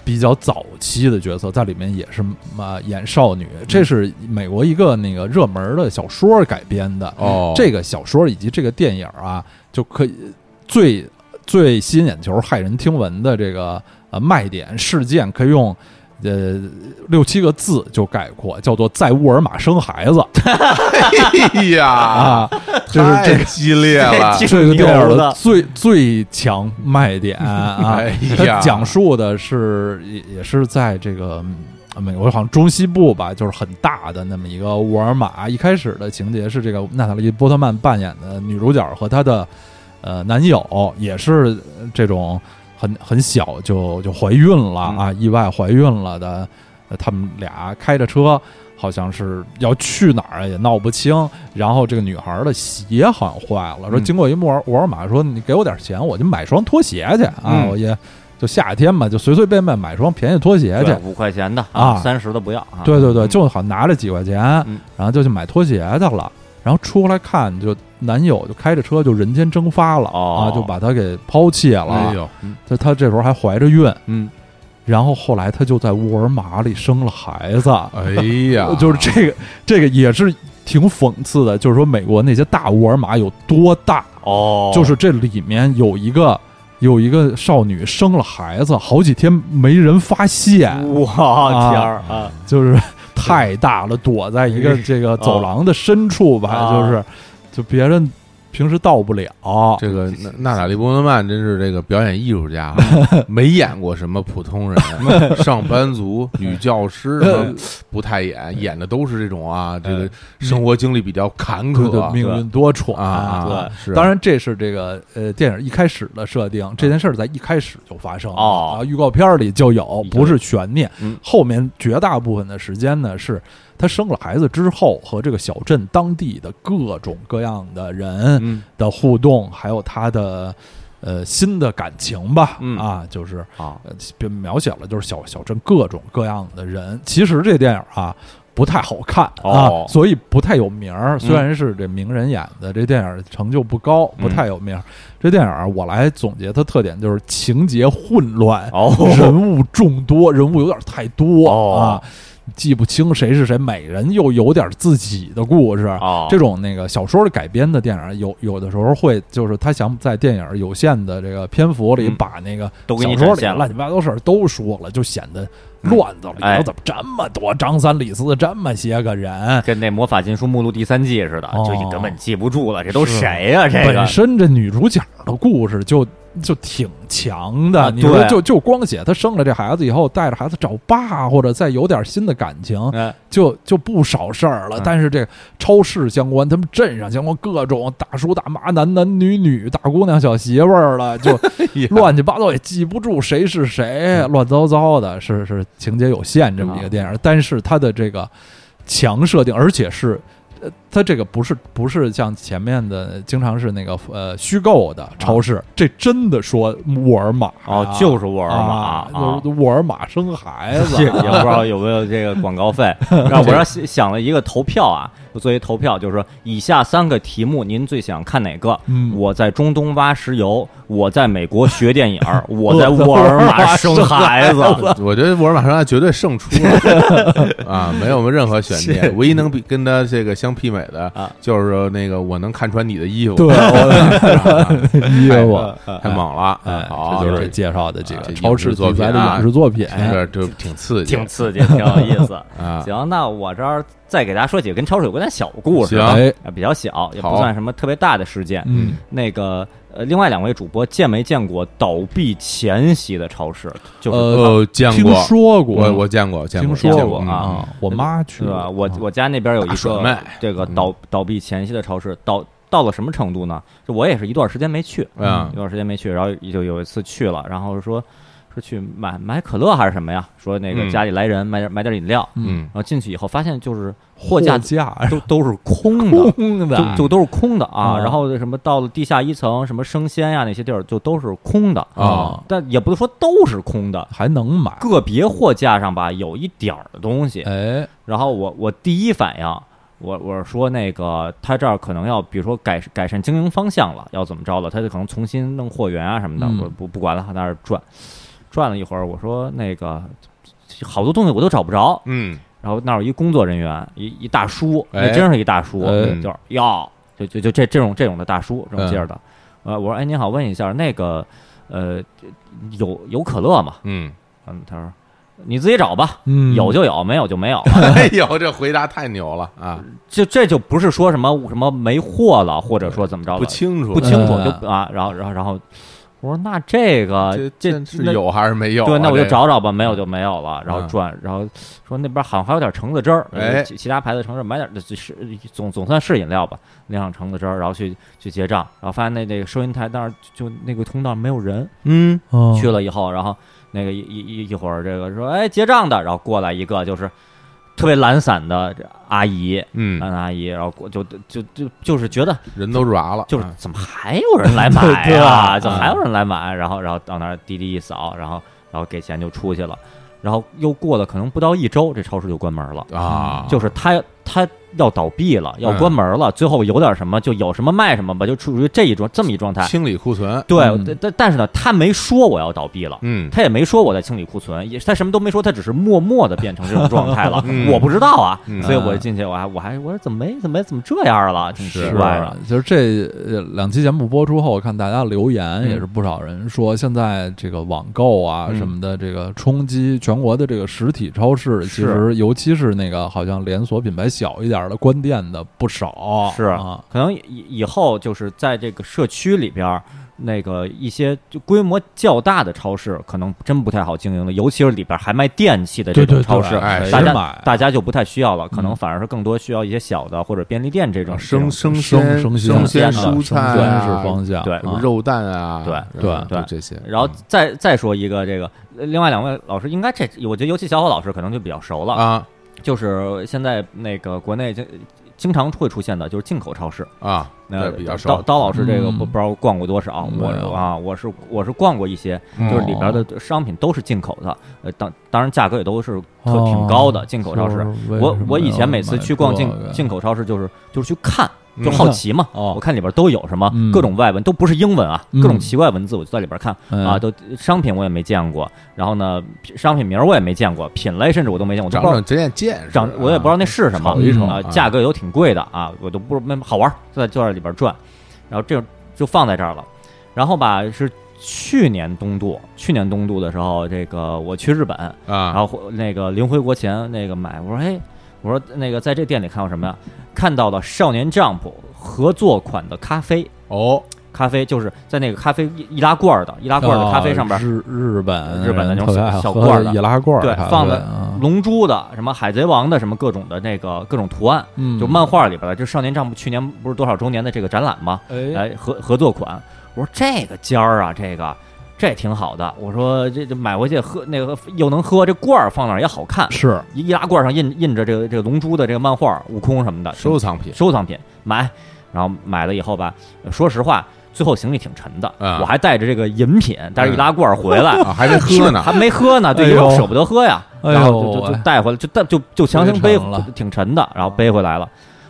[SPEAKER 3] 比较早期的角色，在里面也是嘛、演少女。
[SPEAKER 2] 嗯
[SPEAKER 3] 这是美国一个那个热门的小说改编的，
[SPEAKER 1] 哦，
[SPEAKER 3] 这个小说以及这个电影啊，就可以最最吸引眼球、骇人听闻的这个呃卖点事件，可以用呃六七个字就概括，叫做“在沃尔玛生孩子
[SPEAKER 1] 哎”呀，
[SPEAKER 3] 啊，就是这
[SPEAKER 1] 太激烈 了
[SPEAKER 2] 这，
[SPEAKER 3] 这个电影
[SPEAKER 2] 牛
[SPEAKER 3] 的
[SPEAKER 2] 的
[SPEAKER 3] 最最强卖点啊
[SPEAKER 1] 哎，呀
[SPEAKER 3] 它讲述的是也也是在这个。嗯美国好像中西部吧，就是很大的那么一个沃尔玛。一开始的情节是这个娜塔莉波特曼扮演的女主角和她的呃男友，也是这种很很小就就怀孕了啊，
[SPEAKER 1] 嗯
[SPEAKER 3] 意外怀孕了的。呃他们俩开着车，好像是要去哪儿啊也闹不清。然后这个女孩儿的鞋好像坏了，说
[SPEAKER 1] 嗯
[SPEAKER 3] 经过一沃尔沃尔玛，说你给我点钱，我就买双拖鞋去啊
[SPEAKER 1] 嗯！
[SPEAKER 3] 我也就夏天嘛，就随随便便买双便宜拖鞋去
[SPEAKER 2] 对。五块钱的
[SPEAKER 3] 啊
[SPEAKER 2] 三十的不要啊，
[SPEAKER 3] 对对对，
[SPEAKER 2] 嗯
[SPEAKER 3] 就好像拿着几块钱，
[SPEAKER 2] 嗯
[SPEAKER 3] 然后就去买拖鞋去了。然后出来看，就男友就开着车就人间蒸发了、
[SPEAKER 2] 哦
[SPEAKER 3] 啊，就把她给抛弃
[SPEAKER 1] 哎
[SPEAKER 3] 了。
[SPEAKER 1] 呦，
[SPEAKER 3] 就她这时候还怀着孕，
[SPEAKER 1] 嗯，
[SPEAKER 3] 然后后来她就在沃尔玛里生了孩子。
[SPEAKER 1] 哎呀，
[SPEAKER 3] 就是这个这个也是挺讽刺的，就是说美国那些大沃尔玛有多大，
[SPEAKER 2] 哦，
[SPEAKER 3] 就是这里面有一个有一个少女生了孩子，好几天没人发现，
[SPEAKER 2] 哇天儿啊，
[SPEAKER 3] 就是太大了，躲在一个这个走廊的深处吧，
[SPEAKER 2] 啊
[SPEAKER 3] 就是就别人平时到不了。
[SPEAKER 1] 这个娜娜塔莉波特曼真是这个表演艺术 家啊，没演过什么普通人、上班族、女教师，什
[SPEAKER 3] 呃
[SPEAKER 1] 么不太演，演的都是这种啊，这个生活经历比较坎
[SPEAKER 3] 对对，
[SPEAKER 1] 坷
[SPEAKER 3] 命运多舛
[SPEAKER 1] 啊啊
[SPEAKER 2] 对，
[SPEAKER 1] 是
[SPEAKER 3] 当然，这是这个呃电影一开始的设定，这件事儿在一开始就发生了
[SPEAKER 2] 哦
[SPEAKER 3] 啊预告片儿里就有，不是悬念。
[SPEAKER 2] 嗯
[SPEAKER 3] 后面绝大部分的时间呢，是她生了孩子之后和这个小镇当地的各种各样的人
[SPEAKER 1] 嗯
[SPEAKER 3] 的互动，还有她的呃新的感情吧，
[SPEAKER 1] 嗯
[SPEAKER 3] 啊，就是
[SPEAKER 2] 啊
[SPEAKER 3] 呃别描写了就是小小镇各种各样的人。其实这电影啊。不太好看啊，
[SPEAKER 2] 哦嗯
[SPEAKER 3] 所以不太有名儿。虽然是这名人演的，这电影成就不高，不太有名儿。这电影儿啊我来总结它特点就是情节混乱，
[SPEAKER 2] 哦
[SPEAKER 3] 人物众多，人物有点太多、
[SPEAKER 2] 哦
[SPEAKER 3] 啊，记不清谁是谁，每人又有点自己的故事。
[SPEAKER 2] 哦
[SPEAKER 3] 这种那个小说的改编的电影儿，有有的时候会就是他想在电影儿有限的这个篇幅里
[SPEAKER 2] 嗯
[SPEAKER 3] 把那个
[SPEAKER 2] 都给
[SPEAKER 3] 小
[SPEAKER 2] 你
[SPEAKER 3] 说
[SPEAKER 2] 展
[SPEAKER 3] 里
[SPEAKER 2] 现了
[SPEAKER 3] 乱七八糟事儿都说了，就显得乱子里
[SPEAKER 2] 哎
[SPEAKER 3] 头怎么这么多张三李四这么些个人？
[SPEAKER 2] 跟那《魔法禁书目录》第三季似的，就你根本记不住了，这都
[SPEAKER 3] 哦是
[SPEAKER 2] 谁呀、这
[SPEAKER 3] 本
[SPEAKER 2] 个
[SPEAKER 3] 身这女主角的故事就就挺强的，
[SPEAKER 2] 啊
[SPEAKER 3] 你说
[SPEAKER 2] 对
[SPEAKER 3] 就就光写她生了这孩子以后，带着孩子找爸，或者再有点新的感情，
[SPEAKER 2] 嗯
[SPEAKER 3] 就就不少事儿了。但是这超市相关，他们镇上相关各种大叔大妈、男男女女、大姑娘小媳妇儿了， 就
[SPEAKER 2] 哎
[SPEAKER 1] 哎
[SPEAKER 3] 乱七八糟也记不住谁是谁，
[SPEAKER 2] 嗯
[SPEAKER 3] 乱糟糟的，是是情节有限这么
[SPEAKER 2] 啊
[SPEAKER 3] 一个电影。但是它的这个强设定，而且是。呃，它这个不是不是像前面的，经常是那个呃虚构的超市，这真的说沃尔玛啊、
[SPEAKER 2] 啊哦，就是沃尔玛
[SPEAKER 3] 啊就是沃尔玛生孩子
[SPEAKER 2] 也也不知 道有没有这个广告费。然后我要想了一个投票啊，我作为投票就是说，以下三个题目您最想看哪个？
[SPEAKER 3] 嗯
[SPEAKER 2] 我在中东挖石油，我在美国学 电影，我在沃尔玛生孩子。
[SPEAKER 1] 啊我觉得沃尔玛上他绝对胜出了啊，没有任何悬念，唯一能比跟他这个相媲美的
[SPEAKER 2] 啊，
[SPEAKER 1] 就是说那个我能看穿你的衣服，
[SPEAKER 3] 对，我
[SPEAKER 2] 哎
[SPEAKER 1] 太
[SPEAKER 3] 约我，
[SPEAKER 1] 太猛了，啊
[SPEAKER 3] 哎，
[SPEAKER 1] 好，
[SPEAKER 3] 这就是哎
[SPEAKER 1] 这
[SPEAKER 3] 介绍的这
[SPEAKER 1] 啊
[SPEAKER 3] 个
[SPEAKER 1] 这
[SPEAKER 3] 超市
[SPEAKER 1] 影视作
[SPEAKER 3] 题
[SPEAKER 1] 品
[SPEAKER 3] 材的
[SPEAKER 1] 啊
[SPEAKER 3] 影视作品。嗯
[SPEAKER 1] 听着就挺刺激，
[SPEAKER 2] 挺刺激，挺有意思。
[SPEAKER 1] 啊，
[SPEAKER 2] 行，那我这儿再给大家说几个跟超市有关的小故
[SPEAKER 1] 行
[SPEAKER 2] 事，啊，
[SPEAKER 3] 哎，
[SPEAKER 2] 比较小，也不
[SPEAKER 1] 好
[SPEAKER 2] 算什么特别大的事件。
[SPEAKER 3] 嗯，
[SPEAKER 2] 那个呃，另外两位主播见没见过倒闭前夕的超市？就是
[SPEAKER 1] 呃，见
[SPEAKER 3] 听
[SPEAKER 1] 过，
[SPEAKER 3] 说过，
[SPEAKER 1] 我我见过，见
[SPEAKER 3] 听
[SPEAKER 1] 过，
[SPEAKER 3] 说
[SPEAKER 1] 见
[SPEAKER 2] 过啊
[SPEAKER 3] 啊，我妈去
[SPEAKER 2] 对吧？
[SPEAKER 3] 了，
[SPEAKER 2] 我
[SPEAKER 3] 啊
[SPEAKER 2] 我家那边有
[SPEAKER 1] 呃
[SPEAKER 2] 一
[SPEAKER 1] 大嗯甩
[SPEAKER 2] 个
[SPEAKER 1] 卖
[SPEAKER 2] 这个倒倒闭前夕的超市，倒到了什么程度呢？就我也是一段时间没去，
[SPEAKER 1] 啊
[SPEAKER 2] 一段时间没去，然后就有一次去了，然后说说去买买可乐还是什么呀？说那个
[SPEAKER 1] 嗯
[SPEAKER 2] 家里来人买点买点饮料，
[SPEAKER 1] 嗯
[SPEAKER 2] 然后进去以后发现就是货
[SPEAKER 3] 货
[SPEAKER 2] 架
[SPEAKER 3] 架
[SPEAKER 2] 都都是空的。
[SPEAKER 3] 空
[SPEAKER 2] 就
[SPEAKER 3] 的，
[SPEAKER 2] 就都是空的啊，
[SPEAKER 3] 啊
[SPEAKER 2] 然后什么到了地下一层，什么生鲜呀、那些地儿就都是空的
[SPEAKER 1] 啊，
[SPEAKER 2] 但也不是说都是空的，
[SPEAKER 3] 还能买，
[SPEAKER 2] 个别货架上吧有一点儿的东西，
[SPEAKER 3] 哎，
[SPEAKER 2] 然后我我第一反应，我我说那个他这儿可能要，比如说改改善经营方向了，要怎么着了，他就可能重新弄货源啊什么的，
[SPEAKER 3] 嗯
[SPEAKER 2] 我不不管了，他在那儿转，转了一会儿，我说那个好多东西我都找不着，
[SPEAKER 1] 嗯，
[SPEAKER 2] 然后那儿有一工作人员，一一大叔，
[SPEAKER 1] 哎
[SPEAKER 2] 那真是一大叔，嗯
[SPEAKER 3] 哎
[SPEAKER 2] 就是哟，就就就这这种这种的大叔，这种劲儿的，
[SPEAKER 3] 嗯
[SPEAKER 2] 呃，我说哎您好，问一下那个呃有有可乐吗？
[SPEAKER 1] 嗯，
[SPEAKER 2] 嗯，他说你自己找吧，
[SPEAKER 3] 嗯，
[SPEAKER 2] 有就有，没有就没有。
[SPEAKER 1] 哎呦，这回答太牛了啊，
[SPEAKER 2] 就这就不是说什么什么没货了，或者说怎么着了
[SPEAKER 1] 不清楚，
[SPEAKER 2] 不清楚
[SPEAKER 3] 嗯
[SPEAKER 2] 就啊，然后然后然后我说那这个
[SPEAKER 1] 这
[SPEAKER 2] 这
[SPEAKER 1] 是
[SPEAKER 2] 那
[SPEAKER 1] 有还是没有啊？
[SPEAKER 2] 对，那我就
[SPEAKER 1] 这个
[SPEAKER 2] 找找吧，没有就没有了，然后
[SPEAKER 1] 嗯
[SPEAKER 2] 转，然后说那边好像还有点橙子汁儿，
[SPEAKER 1] 哎
[SPEAKER 2] 其其他牌子橙汁儿买点儿，就是总总算是饮料吧，拎上橙子汁儿，然后去去结账，然后发现那那个收银台那儿就就那个通道没有人，
[SPEAKER 1] 嗯，
[SPEAKER 3] 嗯
[SPEAKER 2] 去了以后，然后那个一一一一会儿，这个说哎结账的，然后过来一个就是特别懒散的这阿姨，
[SPEAKER 1] 嗯，
[SPEAKER 2] 懒散阿姨，然后过就就就就是觉得
[SPEAKER 1] 人都抓了，
[SPEAKER 2] 就是
[SPEAKER 1] 啊
[SPEAKER 2] 怎么还有人来买
[SPEAKER 3] 对
[SPEAKER 2] 啊？
[SPEAKER 3] 啊
[SPEAKER 2] 怎么还有人来买？然后然后到那儿滴滴一扫，然后然后给钱就出去了，然后又过了可能不到一周，这超市就关门了，
[SPEAKER 1] 啊，
[SPEAKER 2] 就是他他要倒闭了，要关门了，最后有点什么就有什么卖什么吧，就处于这一种这么一状态。
[SPEAKER 1] 清理库存，
[SPEAKER 2] 对
[SPEAKER 3] 嗯，
[SPEAKER 2] 但但但是呢，他没说我要倒闭了。
[SPEAKER 1] 嗯，。
[SPEAKER 2] 他也没说我在清理库存，也他什么都没说，他只是默默的变成这种状态了
[SPEAKER 1] 嗯
[SPEAKER 2] 我不知道啊，
[SPEAKER 1] 嗯
[SPEAKER 2] 所以我进去我还我还我说怎么没怎么怎么这样了，挺奇
[SPEAKER 1] 是
[SPEAKER 2] 怪的。
[SPEAKER 3] 就是这呃两期节目播出后，我看大家留言
[SPEAKER 2] 嗯
[SPEAKER 3] 也是不少人说，现在这个网购啊
[SPEAKER 1] 嗯
[SPEAKER 3] 什么的，这个冲击全国的这个实体超市，其实尤其是那个好像连锁品牌小一点的关店的不少，
[SPEAKER 2] 是
[SPEAKER 3] 啊，
[SPEAKER 2] 可能以以后就是在这个社区里边儿，那个一些就规模较大的超市，可能真不太好经营了，尤其是里边儿还卖电器的这种
[SPEAKER 3] 对对
[SPEAKER 2] 超
[SPEAKER 3] 对，
[SPEAKER 2] 市，
[SPEAKER 1] 哎
[SPEAKER 3] 谁
[SPEAKER 2] 大家
[SPEAKER 3] 买
[SPEAKER 2] 大家就不太需要了，可能
[SPEAKER 3] 嗯
[SPEAKER 2] 反而是更多需要一些小的或者便利店这种
[SPEAKER 1] 啊生
[SPEAKER 2] 嗯这
[SPEAKER 1] 生
[SPEAKER 3] 生
[SPEAKER 1] 生
[SPEAKER 3] 鲜
[SPEAKER 1] 鲜啊
[SPEAKER 2] 生鲜
[SPEAKER 1] 蔬
[SPEAKER 3] 生
[SPEAKER 1] 菜
[SPEAKER 3] 鲜是
[SPEAKER 1] 啊
[SPEAKER 3] 方向，
[SPEAKER 2] 对
[SPEAKER 3] 啊
[SPEAKER 1] 什么肉蛋啊，
[SPEAKER 2] 对
[SPEAKER 1] 然
[SPEAKER 3] 对
[SPEAKER 1] 后就
[SPEAKER 2] 对
[SPEAKER 1] 这些，
[SPEAKER 2] 种然后再再说一个这个，呃另外两位老师应该这，我觉得尤其小伙老师可能就比较熟了，
[SPEAKER 1] 啊
[SPEAKER 2] 就是现在那个国内经经常会出现的，就是进口超市。
[SPEAKER 1] 啊，
[SPEAKER 2] 那
[SPEAKER 1] 这比较
[SPEAKER 2] 刀
[SPEAKER 1] 少，
[SPEAKER 2] 刀老师这个
[SPEAKER 3] 嗯
[SPEAKER 2] 不不知道逛过多少，
[SPEAKER 3] 没
[SPEAKER 2] 我
[SPEAKER 3] 有
[SPEAKER 2] 啊我是我是逛过一些，
[SPEAKER 1] 嗯
[SPEAKER 2] 就是里边的商品都是进口的，呃，当当然价格也都是特
[SPEAKER 3] 哦
[SPEAKER 2] 挺高的，进口超市。，我我以前每次去逛进进口超市，就是就是去看，就
[SPEAKER 1] 嗯
[SPEAKER 2] 好奇嘛。
[SPEAKER 3] 哦
[SPEAKER 2] 我看里边都有什么
[SPEAKER 3] 嗯
[SPEAKER 2] 各种外文，都不是英文啊，
[SPEAKER 3] 嗯
[SPEAKER 2] 各种奇怪文字，我就在里边看啊。
[SPEAKER 3] 啊，
[SPEAKER 2] 都商品我也没见过，然后呢，商品名我也没见过，品类甚至我都没见过，我都
[SPEAKER 1] 长
[SPEAKER 2] 不知道
[SPEAKER 1] 长见见识，啊
[SPEAKER 2] 长我也不知道那是什么
[SPEAKER 1] 瞅一瞅
[SPEAKER 2] 啊，价格也都挺贵的啊，我都不是那好玩，就在就在里边转，然后这种就放在这儿了，然后吧是去年东渡，去年东渡的时候，这个我去日本，然
[SPEAKER 1] 啊，
[SPEAKER 2] 后回那个临回国前那个买，我说哎，我说那个在这店里看到什么呀？看到了少年 Jump 合作款的咖啡，
[SPEAKER 1] 哦，
[SPEAKER 2] 咖啡就是在那个咖啡易易拉罐儿的易拉罐儿的咖啡上边
[SPEAKER 3] 哦日日本
[SPEAKER 2] 日本的那种
[SPEAKER 3] 人特别爱
[SPEAKER 2] 小
[SPEAKER 3] 喝
[SPEAKER 2] 罐儿的
[SPEAKER 3] 易拉罐儿
[SPEAKER 2] 对
[SPEAKER 3] 咖啡，
[SPEAKER 2] 放的
[SPEAKER 3] 啊
[SPEAKER 2] 龙珠的什么海贼王的什么各种的那个各种图案，
[SPEAKER 3] 嗯，
[SPEAKER 2] 就漫画里边的，就少年丈夫去年不是多少周年的这个展览吗？
[SPEAKER 3] 哎
[SPEAKER 2] 哎，合合作款，我说这个尖儿啊，这个这挺好的，我说这这买回去喝那个又能喝，这罐儿放那儿也好看，
[SPEAKER 3] 是
[SPEAKER 2] 一易拉罐上印印着这个这个龙珠的这个漫画、悟空什么的，
[SPEAKER 1] 收藏品
[SPEAKER 2] 收藏品买，然后买了以后吧，说实话，最后行李挺沉的，
[SPEAKER 1] 啊嗯
[SPEAKER 2] 我还带着这个饮品，带着易拉罐回来。
[SPEAKER 1] 啊，还没喝呢
[SPEAKER 2] 还没喝呢，对，
[SPEAKER 3] 哎
[SPEAKER 2] 因
[SPEAKER 3] 呦
[SPEAKER 2] 为我舍不得喝呀，
[SPEAKER 3] 哎呦
[SPEAKER 2] 然后就就
[SPEAKER 3] 喂
[SPEAKER 2] 就带回来，就带就就强行背
[SPEAKER 3] 太沉了，
[SPEAKER 2] 挺沉的，然后背回来了，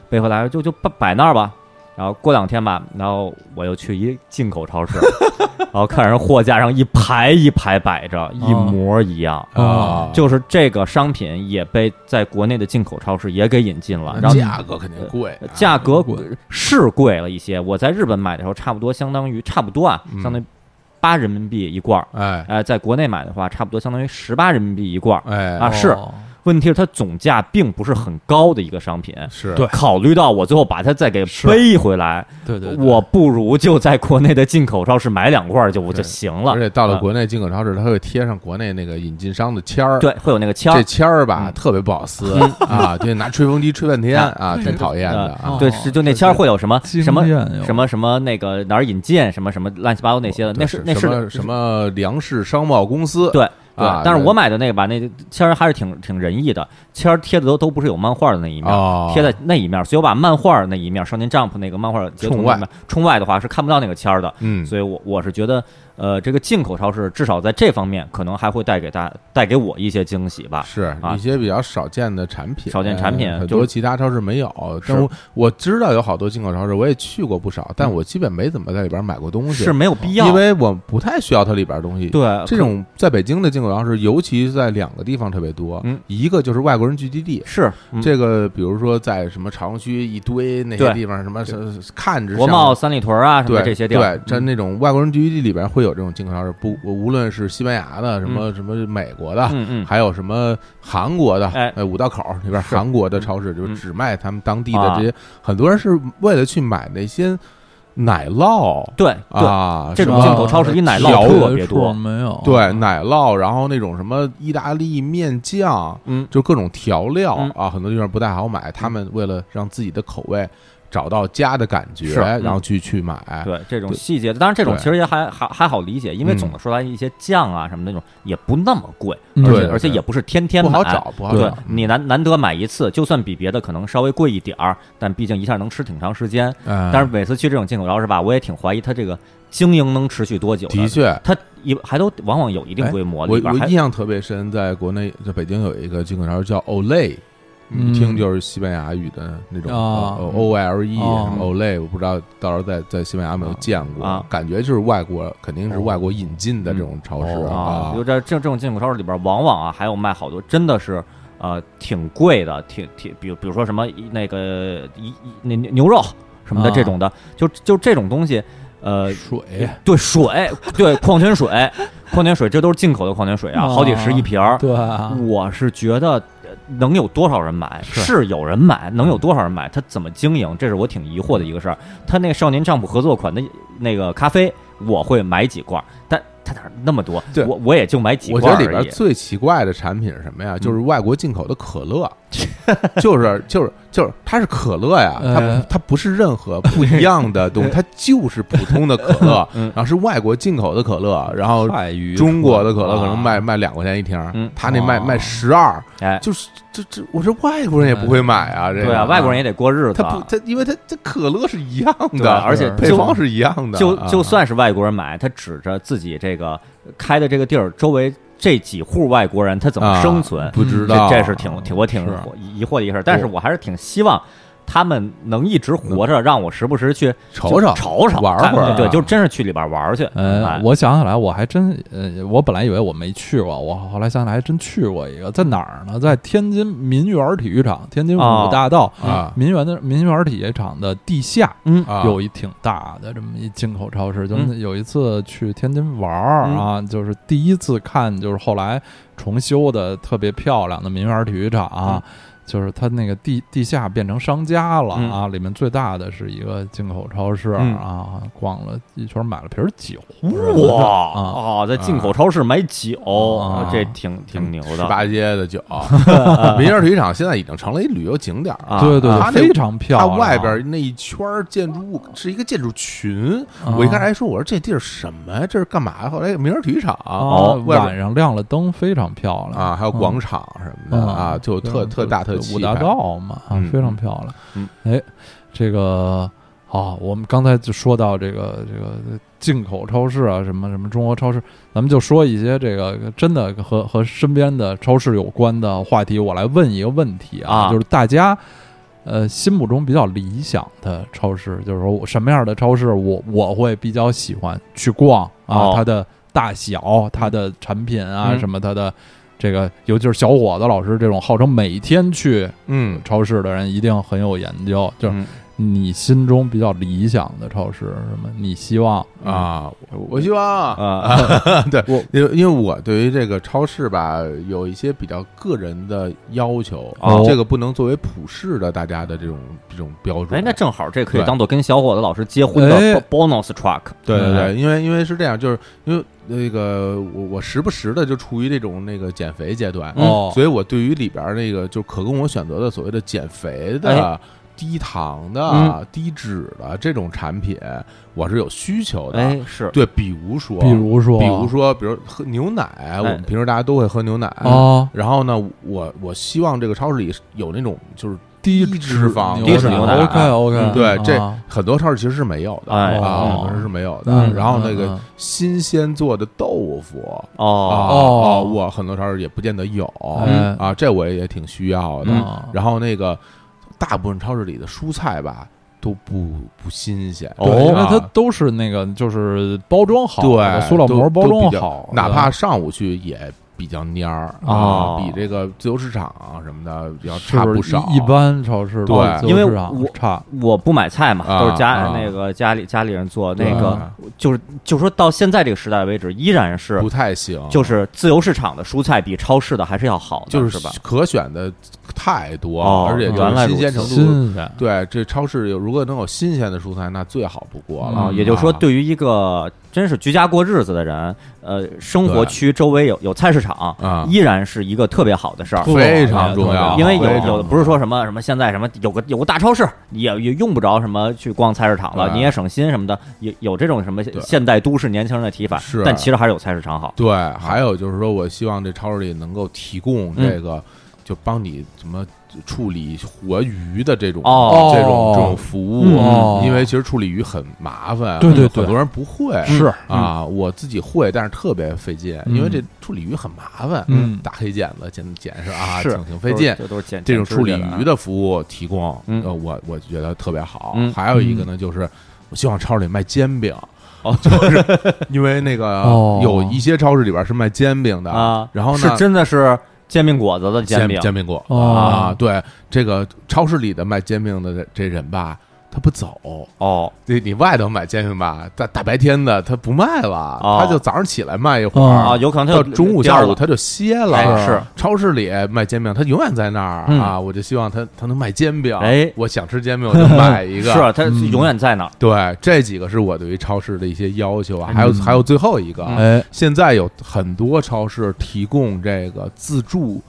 [SPEAKER 2] 背回来了就就摆摆那儿吧，然后过两天吧，然后我又去一进口超市，然后看人货架上一排一排摆着，一模一样，
[SPEAKER 1] 啊，
[SPEAKER 2] 哦就是这个商品也被在国内的进口超市也给引进了，
[SPEAKER 1] 那
[SPEAKER 2] 然后呃
[SPEAKER 1] 价格肯定贵啊，
[SPEAKER 2] 价格
[SPEAKER 3] 贵
[SPEAKER 2] 是贵了一些。我在日本买的时候，差不多相当于差不多啊，
[SPEAKER 1] 嗯
[SPEAKER 2] 相当于八人民币一罐儿。
[SPEAKER 1] 哎
[SPEAKER 2] 呃，在国内买的话，差不多相当于十八人民币一罐儿。
[SPEAKER 1] 哎
[SPEAKER 2] 啊是
[SPEAKER 3] 哦
[SPEAKER 2] 问题是它总价并不是很高的一个商品。
[SPEAKER 1] 是
[SPEAKER 3] 对
[SPEAKER 2] 考虑到我最后把它再给背回来，
[SPEAKER 3] 对对，对
[SPEAKER 2] 我不如就在国内的进口超市买两罐儿就我
[SPEAKER 1] 是
[SPEAKER 2] 就行了
[SPEAKER 1] 而。且到了
[SPEAKER 2] 啊
[SPEAKER 1] 国内进口超市，它会贴上国内那个引进商的签儿，
[SPEAKER 2] 对，会有那个签
[SPEAKER 1] 这
[SPEAKER 2] 儿。
[SPEAKER 1] 签儿吧
[SPEAKER 2] 嗯
[SPEAKER 1] 特别不好撕 啊，就拿吹风机吹半天啊，挺讨厌的
[SPEAKER 3] 哦
[SPEAKER 1] 啊。
[SPEAKER 2] 对，是就那签儿会有什么
[SPEAKER 3] 惊
[SPEAKER 2] 什么
[SPEAKER 3] 艳哟
[SPEAKER 2] 什么什么那个哪儿引进什么什么乱七八糟那些的，那是
[SPEAKER 1] 哦对
[SPEAKER 2] 那
[SPEAKER 1] 什么
[SPEAKER 2] 是
[SPEAKER 1] 什么粮食商贸公司？
[SPEAKER 2] 对对
[SPEAKER 1] 啊，
[SPEAKER 2] 但是我买的那个吧，那签儿还是挺挺仁义的，签儿贴的都都不是有漫画的那一面，
[SPEAKER 1] 哦
[SPEAKER 2] 贴在那一面，所以我把漫画那一面《少年 Jump》那个漫画截图
[SPEAKER 1] 冲外
[SPEAKER 2] 那面冲外的话是看不到那个签儿的，
[SPEAKER 1] 嗯
[SPEAKER 2] 所以我我是觉得，呃，这个进口超市至少在这方面可能还会带给大带给我一些惊喜吧。
[SPEAKER 1] 是
[SPEAKER 2] 啊
[SPEAKER 1] 一些比较少见的产品，呃
[SPEAKER 2] 少见产品
[SPEAKER 1] 很
[SPEAKER 2] 就
[SPEAKER 1] 多其他超市没有。但
[SPEAKER 2] 是嗯
[SPEAKER 1] 我我知道有好多进口超市，我也去过不少，但我基本没怎么在里边买过东西，
[SPEAKER 2] 是没有必要，
[SPEAKER 1] 因为我不太需要它里边东西。
[SPEAKER 2] 对啊
[SPEAKER 1] 这种在北京的进口超市，尤其在两个地方特别多，
[SPEAKER 2] 嗯
[SPEAKER 1] 一个就是外国人聚集地。
[SPEAKER 2] 是、嗯
[SPEAKER 1] 这个，比如说在什么朝阳区一堆那些
[SPEAKER 2] 对
[SPEAKER 1] 地方，什么是看着
[SPEAKER 2] 国
[SPEAKER 1] 像
[SPEAKER 2] 贸三里屯啊什么
[SPEAKER 1] 对
[SPEAKER 2] 的这些地儿，
[SPEAKER 1] 对，这那种外国人聚集地里边会有这种进口超市，不，无论是西班牙的，什么什么美国的，
[SPEAKER 2] 嗯嗯，
[SPEAKER 1] 还有什么韩国的，
[SPEAKER 2] 哎
[SPEAKER 1] 哎，五道口那边
[SPEAKER 2] 是
[SPEAKER 1] 韩国的超市，就是
[SPEAKER 2] 嗯啊
[SPEAKER 1] 只卖他们当地的这些，很多人是为了去买那些奶酪
[SPEAKER 2] 对对、
[SPEAKER 1] 啊，
[SPEAKER 2] 这
[SPEAKER 1] 什
[SPEAKER 2] 种
[SPEAKER 1] 么
[SPEAKER 2] 进口超市里奶酪
[SPEAKER 1] 调
[SPEAKER 2] 特别多
[SPEAKER 3] 处没有
[SPEAKER 1] 对奶酪，然后那种什么意大利面酱，
[SPEAKER 2] 嗯
[SPEAKER 1] 就各种调料
[SPEAKER 2] 嗯
[SPEAKER 1] 啊，很多地方不太好买，他们为了让自己的口味找到家的感觉，
[SPEAKER 2] 是嗯
[SPEAKER 1] 然后去去买，
[SPEAKER 2] 对这种细节，当然这种
[SPEAKER 1] 对
[SPEAKER 2] 其实也还还还好理解，因为
[SPEAKER 1] 嗯
[SPEAKER 2] 总的说来一些酱啊什么那种也不那么贵，
[SPEAKER 3] 嗯
[SPEAKER 2] 而
[SPEAKER 1] 对
[SPEAKER 2] 且而且也不是天天
[SPEAKER 1] 不
[SPEAKER 2] 买
[SPEAKER 1] 好找，不好
[SPEAKER 2] 对
[SPEAKER 1] 找，
[SPEAKER 2] 啊
[SPEAKER 1] 嗯
[SPEAKER 2] 你难难得买一次，就算比别的可能稍微贵一点儿，但毕竟一下能吃挺长时间。
[SPEAKER 1] 嗯，
[SPEAKER 2] 哎但是每次去这种进口超市吧，我也挺怀疑它这个经营能持续多久
[SPEAKER 1] 的确，哎
[SPEAKER 2] 它一还都往往有一定规模，
[SPEAKER 1] 我
[SPEAKER 2] 里边
[SPEAKER 1] 我
[SPEAKER 2] 还
[SPEAKER 1] 印象特别深，在国内在北京有一个进口超市叫 Olay，一听
[SPEAKER 3] 嗯
[SPEAKER 1] 就是西班牙语的那种
[SPEAKER 3] 啊
[SPEAKER 1] O L E
[SPEAKER 3] 哦
[SPEAKER 1] 什么 Olay，我不知道到时候在在西班牙有没有见过
[SPEAKER 2] 啊，哦
[SPEAKER 1] 感觉就是外国肯定是外国引进的这种超市
[SPEAKER 3] 嗯哦
[SPEAKER 2] 啊，
[SPEAKER 1] 啊
[SPEAKER 2] 比如，这这这种进口超市里边，往往啊还有卖好多真的是。呃，挺贵的，挺挺，比如比如说什么一那个一一那牛牛肉什么的
[SPEAKER 3] 啊
[SPEAKER 2] 这种的，就就这种东西，呃，
[SPEAKER 3] 水
[SPEAKER 2] 对水，对矿泉水，矿泉水这都是进口的矿泉水啊，好几十一瓶儿，
[SPEAKER 3] 对啊
[SPEAKER 2] 我是觉得呃能有多少人买？
[SPEAKER 3] 是
[SPEAKER 2] 是有人买，能有多少人买？他怎么经营？这是我挺疑惑的一个事儿。他那个少年丈夫合作款的那个咖啡，我会买几罐儿，但他哪儿那么多？
[SPEAKER 1] 对
[SPEAKER 2] 我我也嗯就买几
[SPEAKER 1] 我
[SPEAKER 2] 罐
[SPEAKER 1] 觉得
[SPEAKER 2] 儿
[SPEAKER 1] 里
[SPEAKER 2] 而
[SPEAKER 1] 边
[SPEAKER 2] 已。
[SPEAKER 1] 最奇怪的产品是什么呀？就是外国进口的可 乐，就是就是就是它是可乐呀，它
[SPEAKER 3] 嗯
[SPEAKER 1] 不它不是任何不一样的 东西，它就是普通的可乐，
[SPEAKER 2] 嗯
[SPEAKER 1] 然后是外国进口的可乐，然后
[SPEAKER 3] 太愚蠢
[SPEAKER 1] 中国的可乐可
[SPEAKER 3] 了
[SPEAKER 1] 能卖卖两块钱一瓶儿
[SPEAKER 2] 啊嗯，
[SPEAKER 1] 他那卖
[SPEAKER 3] 哦
[SPEAKER 1] 卖十二，
[SPEAKER 2] 哎，
[SPEAKER 1] 就是这这，我说外国人也不会买啊，这个
[SPEAKER 2] 对啊，外国人也得过日子
[SPEAKER 1] 他
[SPEAKER 2] 啊。
[SPEAKER 1] 不他，因为他这可乐是一样
[SPEAKER 2] 对
[SPEAKER 1] 的，
[SPEAKER 2] 啊，而且
[SPEAKER 3] 是
[SPEAKER 1] 配
[SPEAKER 2] 就
[SPEAKER 1] 方是一样的，
[SPEAKER 2] 就
[SPEAKER 1] 啊
[SPEAKER 2] 就算是外国人买，他指着自己这个开的这个地儿周围这几户外国
[SPEAKER 1] 啊
[SPEAKER 2] 人，他怎么生存？
[SPEAKER 1] 不知道，啊
[SPEAKER 2] 这这是挺挺我挺
[SPEAKER 3] 是
[SPEAKER 2] 疑惑的一个事儿，但是我还是挺希望他们能一直活着，让我时不时去
[SPEAKER 1] 瞅瞅
[SPEAKER 2] 瞅瞅
[SPEAKER 1] 玩会儿
[SPEAKER 2] 看
[SPEAKER 1] 啊
[SPEAKER 2] 对，就真是去里边玩儿去。
[SPEAKER 3] 呃
[SPEAKER 2] 哎，
[SPEAKER 3] 我想起来，我还真呃，我本来以为我没去过，我后来想起来还真去过一个，在哪儿呢？在天津民园体育场，天津
[SPEAKER 2] 哦
[SPEAKER 3] 五大道、
[SPEAKER 1] 啊
[SPEAKER 3] 民园的民园体育场的地下。
[SPEAKER 2] 嗯
[SPEAKER 1] 啊，
[SPEAKER 3] 有一挺大的这么一进口超市，就
[SPEAKER 2] 嗯
[SPEAKER 3] 有一次去天津玩儿
[SPEAKER 1] 嗯
[SPEAKER 3] 啊，就是第一次看，就是后来重修的特别漂亮的民园体育场
[SPEAKER 1] 嗯
[SPEAKER 3] 啊，就是它那个地地下变成商家了啊，
[SPEAKER 1] 嗯
[SPEAKER 3] 里面最大的是一个进口超市
[SPEAKER 2] 嗯
[SPEAKER 3] 啊，逛了一圈买了瓶酒，
[SPEAKER 2] 哇
[SPEAKER 3] 啊
[SPEAKER 2] 哦，在进口超市买酒，
[SPEAKER 3] 啊
[SPEAKER 2] 这挺挺牛
[SPEAKER 1] 十
[SPEAKER 2] 的。
[SPEAKER 1] 八街的 酒，民园体育场现在已经成了一旅游景点
[SPEAKER 2] 啊
[SPEAKER 1] 了。
[SPEAKER 3] 对对，
[SPEAKER 1] 它那
[SPEAKER 3] 非常漂
[SPEAKER 1] 它
[SPEAKER 3] 亮。啊
[SPEAKER 1] 外边那一圈儿建筑物是一个建筑群，
[SPEAKER 3] 啊
[SPEAKER 1] 我一哎开始还说我说这地儿什么呀？这是干嘛呀？后来民园体育场
[SPEAKER 2] 哦
[SPEAKER 3] 啊，
[SPEAKER 1] 哦外边
[SPEAKER 3] 晚上亮了灯，非常漂亮
[SPEAKER 1] 啊，还有广
[SPEAKER 3] 嗯
[SPEAKER 1] 场什么的啊，
[SPEAKER 3] 嗯
[SPEAKER 1] 就特
[SPEAKER 3] 对
[SPEAKER 1] 特大特
[SPEAKER 3] 五
[SPEAKER 1] 气
[SPEAKER 3] 大
[SPEAKER 1] 派。
[SPEAKER 3] 道嘛，啊
[SPEAKER 1] 嗯，
[SPEAKER 3] 非常漂亮。
[SPEAKER 2] 嗯，
[SPEAKER 3] 哎，这个啊，我们刚才就说到这个这个进口超市啊，什么什么中国超市，咱们就说一些这个真的和和身边的超市有关的话题。我来问一个问题
[SPEAKER 2] 啊
[SPEAKER 3] 就是大家。呃，心目中比较理想的超市，就是说我什么样的超市我我会比较喜欢去逛啊，
[SPEAKER 2] 哦
[SPEAKER 3] 它的大小、它的产品啊，
[SPEAKER 2] 嗯
[SPEAKER 3] 什么它的这个，尤其是小伙子老师这种号称每天去
[SPEAKER 1] 嗯，
[SPEAKER 3] 超市的人，一定很有研究。就是
[SPEAKER 2] 嗯
[SPEAKER 3] 你心中比较理想的超市是什么？你希望
[SPEAKER 1] 啊，我我希望
[SPEAKER 3] 嗯
[SPEAKER 2] 啊，
[SPEAKER 1] 因为因为我对于这个超市吧，有一些比较个人的要求，啊
[SPEAKER 3] 哦
[SPEAKER 1] 这个不能作为普世的大家的这种这种标准。
[SPEAKER 2] 哎，那正好，这可以
[SPEAKER 1] 对
[SPEAKER 2] 当做跟小伙子老师结婚的
[SPEAKER 3] 哎
[SPEAKER 2] bo- bonus track。
[SPEAKER 1] 对对
[SPEAKER 2] 哎
[SPEAKER 1] 对，
[SPEAKER 3] 嗯
[SPEAKER 1] 因为因为是这样，就是因为那个我我时不时的就处于这种那个减肥阶段，
[SPEAKER 2] 嗯
[SPEAKER 3] 哦，
[SPEAKER 1] 所以我对于里边儿那个就可供我选择的所谓的减肥的。
[SPEAKER 3] 哎
[SPEAKER 1] 低糖的、
[SPEAKER 2] 嗯
[SPEAKER 1] 低脂的这种产品，我是有需求的。
[SPEAKER 2] 哎，是
[SPEAKER 1] 对，比如说，
[SPEAKER 3] 比如说，哎
[SPEAKER 1] 比如说，比如喝牛奶，我们平时大家都会喝牛奶。
[SPEAKER 3] 哦，
[SPEAKER 1] 然后呢，我我希望这个超市里有那种就是
[SPEAKER 3] 低
[SPEAKER 1] 低
[SPEAKER 3] 脂
[SPEAKER 1] 脂肪
[SPEAKER 2] 低脂牛奶
[SPEAKER 3] OK OK，
[SPEAKER 2] 嗯
[SPEAKER 1] 对这
[SPEAKER 3] 啊
[SPEAKER 1] 很多超市其实是没有的
[SPEAKER 2] 哎
[SPEAKER 1] 啊，
[SPEAKER 3] 哦
[SPEAKER 1] 我们是没有的
[SPEAKER 3] 嗯。
[SPEAKER 1] 然后那
[SPEAKER 3] 嗯
[SPEAKER 1] 个
[SPEAKER 3] 嗯
[SPEAKER 1] 新鲜做的豆腐啊，
[SPEAKER 2] 哦，
[SPEAKER 1] 啊我很多超市也不见得有
[SPEAKER 3] 哎
[SPEAKER 1] 啊，这我也挺需要的。
[SPEAKER 2] 啊
[SPEAKER 3] 嗯
[SPEAKER 1] 然后那个大部分超市里的蔬菜吧都不不新鲜，
[SPEAKER 2] 哦
[SPEAKER 3] 对，因为
[SPEAKER 1] 啊
[SPEAKER 3] 它都是那个就是包装好的，
[SPEAKER 1] 对，
[SPEAKER 3] 塑料
[SPEAKER 1] 都
[SPEAKER 3] 膜包
[SPEAKER 1] 都
[SPEAKER 3] 装
[SPEAKER 1] 比较
[SPEAKER 3] 好的，
[SPEAKER 1] 哪
[SPEAKER 2] 啊
[SPEAKER 1] 怕上午去也比较蔫儿啊，
[SPEAKER 2] 哦
[SPEAKER 1] 比这个自由市场啊什么的要
[SPEAKER 3] 是
[SPEAKER 1] 差不
[SPEAKER 3] 是
[SPEAKER 1] 少。
[SPEAKER 2] 啊
[SPEAKER 3] 一一般超市
[SPEAKER 1] 对
[SPEAKER 3] 都
[SPEAKER 2] 因为
[SPEAKER 3] 市场
[SPEAKER 2] 我
[SPEAKER 3] 差
[SPEAKER 2] 我不买菜嘛，
[SPEAKER 1] 啊
[SPEAKER 2] 都是家、
[SPEAKER 1] 啊
[SPEAKER 2] 那个家里家里人做，
[SPEAKER 3] 对
[SPEAKER 2] 那个
[SPEAKER 1] 啊
[SPEAKER 2] 就是就说到现在这个时代为止，依然是
[SPEAKER 1] 不太行，
[SPEAKER 2] 就是自由市场的蔬菜比超市的还是要好的，
[SPEAKER 1] 就是
[SPEAKER 2] 吧？
[SPEAKER 1] 可选的太多，
[SPEAKER 2] 哦
[SPEAKER 1] 而且就
[SPEAKER 2] 原来
[SPEAKER 1] 是新
[SPEAKER 2] 如
[SPEAKER 1] 鲜程度。
[SPEAKER 3] 新鲜，
[SPEAKER 1] 对，这超市有如果能有新鲜的蔬菜，那最好不过了。
[SPEAKER 2] 啊、
[SPEAKER 3] 嗯
[SPEAKER 2] 也就是说，
[SPEAKER 1] 啊，
[SPEAKER 2] 对于一个真是居家过日子的人，呃，生活
[SPEAKER 1] 对
[SPEAKER 2] 区周围有有菜市场，
[SPEAKER 1] 啊
[SPEAKER 2] 依然是一个特别好的事儿。啊
[SPEAKER 3] 不
[SPEAKER 1] 非常重要，
[SPEAKER 2] 因为有
[SPEAKER 1] 非常
[SPEAKER 2] 有的
[SPEAKER 1] 重
[SPEAKER 2] 不是说什么什么现在什么有个有个大超市，也也用不着什么去逛菜市场了，
[SPEAKER 1] 对
[SPEAKER 2] 你也省心什么的，有有这种什么现代都市年轻人的提法，
[SPEAKER 1] 是
[SPEAKER 2] 但其实还是有菜市场好。嗯
[SPEAKER 1] 对，还有就是说，我希望这超市里能够提供这个，就帮你怎么处理活鱼的这种、
[SPEAKER 2] 哦
[SPEAKER 1] 这种这种服务、
[SPEAKER 2] 嗯
[SPEAKER 3] 哦
[SPEAKER 1] 因为其实处理鱼很麻烦，
[SPEAKER 3] 对对对
[SPEAKER 1] 很多人不会
[SPEAKER 3] 是
[SPEAKER 1] 啊、我自己会，但是特别费劲，
[SPEAKER 3] 嗯
[SPEAKER 1] 因为这处理鱼很麻烦，
[SPEAKER 3] 嗯
[SPEAKER 1] 打黑剪子剪剪是啊，
[SPEAKER 2] 是
[SPEAKER 1] 挺挺费劲。
[SPEAKER 2] 这都是简
[SPEAKER 1] 这种处理鱼，
[SPEAKER 2] 简直
[SPEAKER 1] 的服务提供，
[SPEAKER 2] 嗯
[SPEAKER 1] 呃，我我觉得特别好。
[SPEAKER 2] 嗯
[SPEAKER 1] 还有一个呢，就是我希望超市里卖煎饼，
[SPEAKER 2] 哦
[SPEAKER 1] 就是因为那个
[SPEAKER 3] 哦
[SPEAKER 1] 有一些超市里边是卖煎饼的
[SPEAKER 2] 啊
[SPEAKER 1] 然后
[SPEAKER 2] 是
[SPEAKER 1] 呢，
[SPEAKER 2] 真的是煎饼果子的煎
[SPEAKER 1] 煎
[SPEAKER 2] 饼，
[SPEAKER 1] 煎饼果
[SPEAKER 3] 哦
[SPEAKER 1] 啊，对，这个超市里的卖煎饼的这人吧，他不走。
[SPEAKER 2] 哦
[SPEAKER 1] 你你外头买煎饼吧，大大白天的他不卖了，
[SPEAKER 2] 哦
[SPEAKER 1] 他就早上起来卖一会
[SPEAKER 3] 哦
[SPEAKER 1] 儿
[SPEAKER 2] 啊，有可能它
[SPEAKER 1] 到
[SPEAKER 2] 有
[SPEAKER 1] 中午
[SPEAKER 2] 边
[SPEAKER 1] 下
[SPEAKER 2] 儿
[SPEAKER 1] 午
[SPEAKER 2] 了
[SPEAKER 1] 他就歇
[SPEAKER 2] 哎
[SPEAKER 1] 了。啊
[SPEAKER 2] 是
[SPEAKER 1] 超市里卖煎饼，他永远在那儿、
[SPEAKER 2] 嗯
[SPEAKER 1] 啊！我就希望他他能卖煎饼。
[SPEAKER 2] 哎
[SPEAKER 1] 我想吃煎饼，我 就买一个。嗯
[SPEAKER 2] 是它啊永远在那儿。
[SPEAKER 1] 对，这几个是我对于超市的一些要求啊。还有、
[SPEAKER 3] 嗯
[SPEAKER 1] 还有最后一个啊，
[SPEAKER 3] 哎，
[SPEAKER 1] 现在有很多超市提供这个自助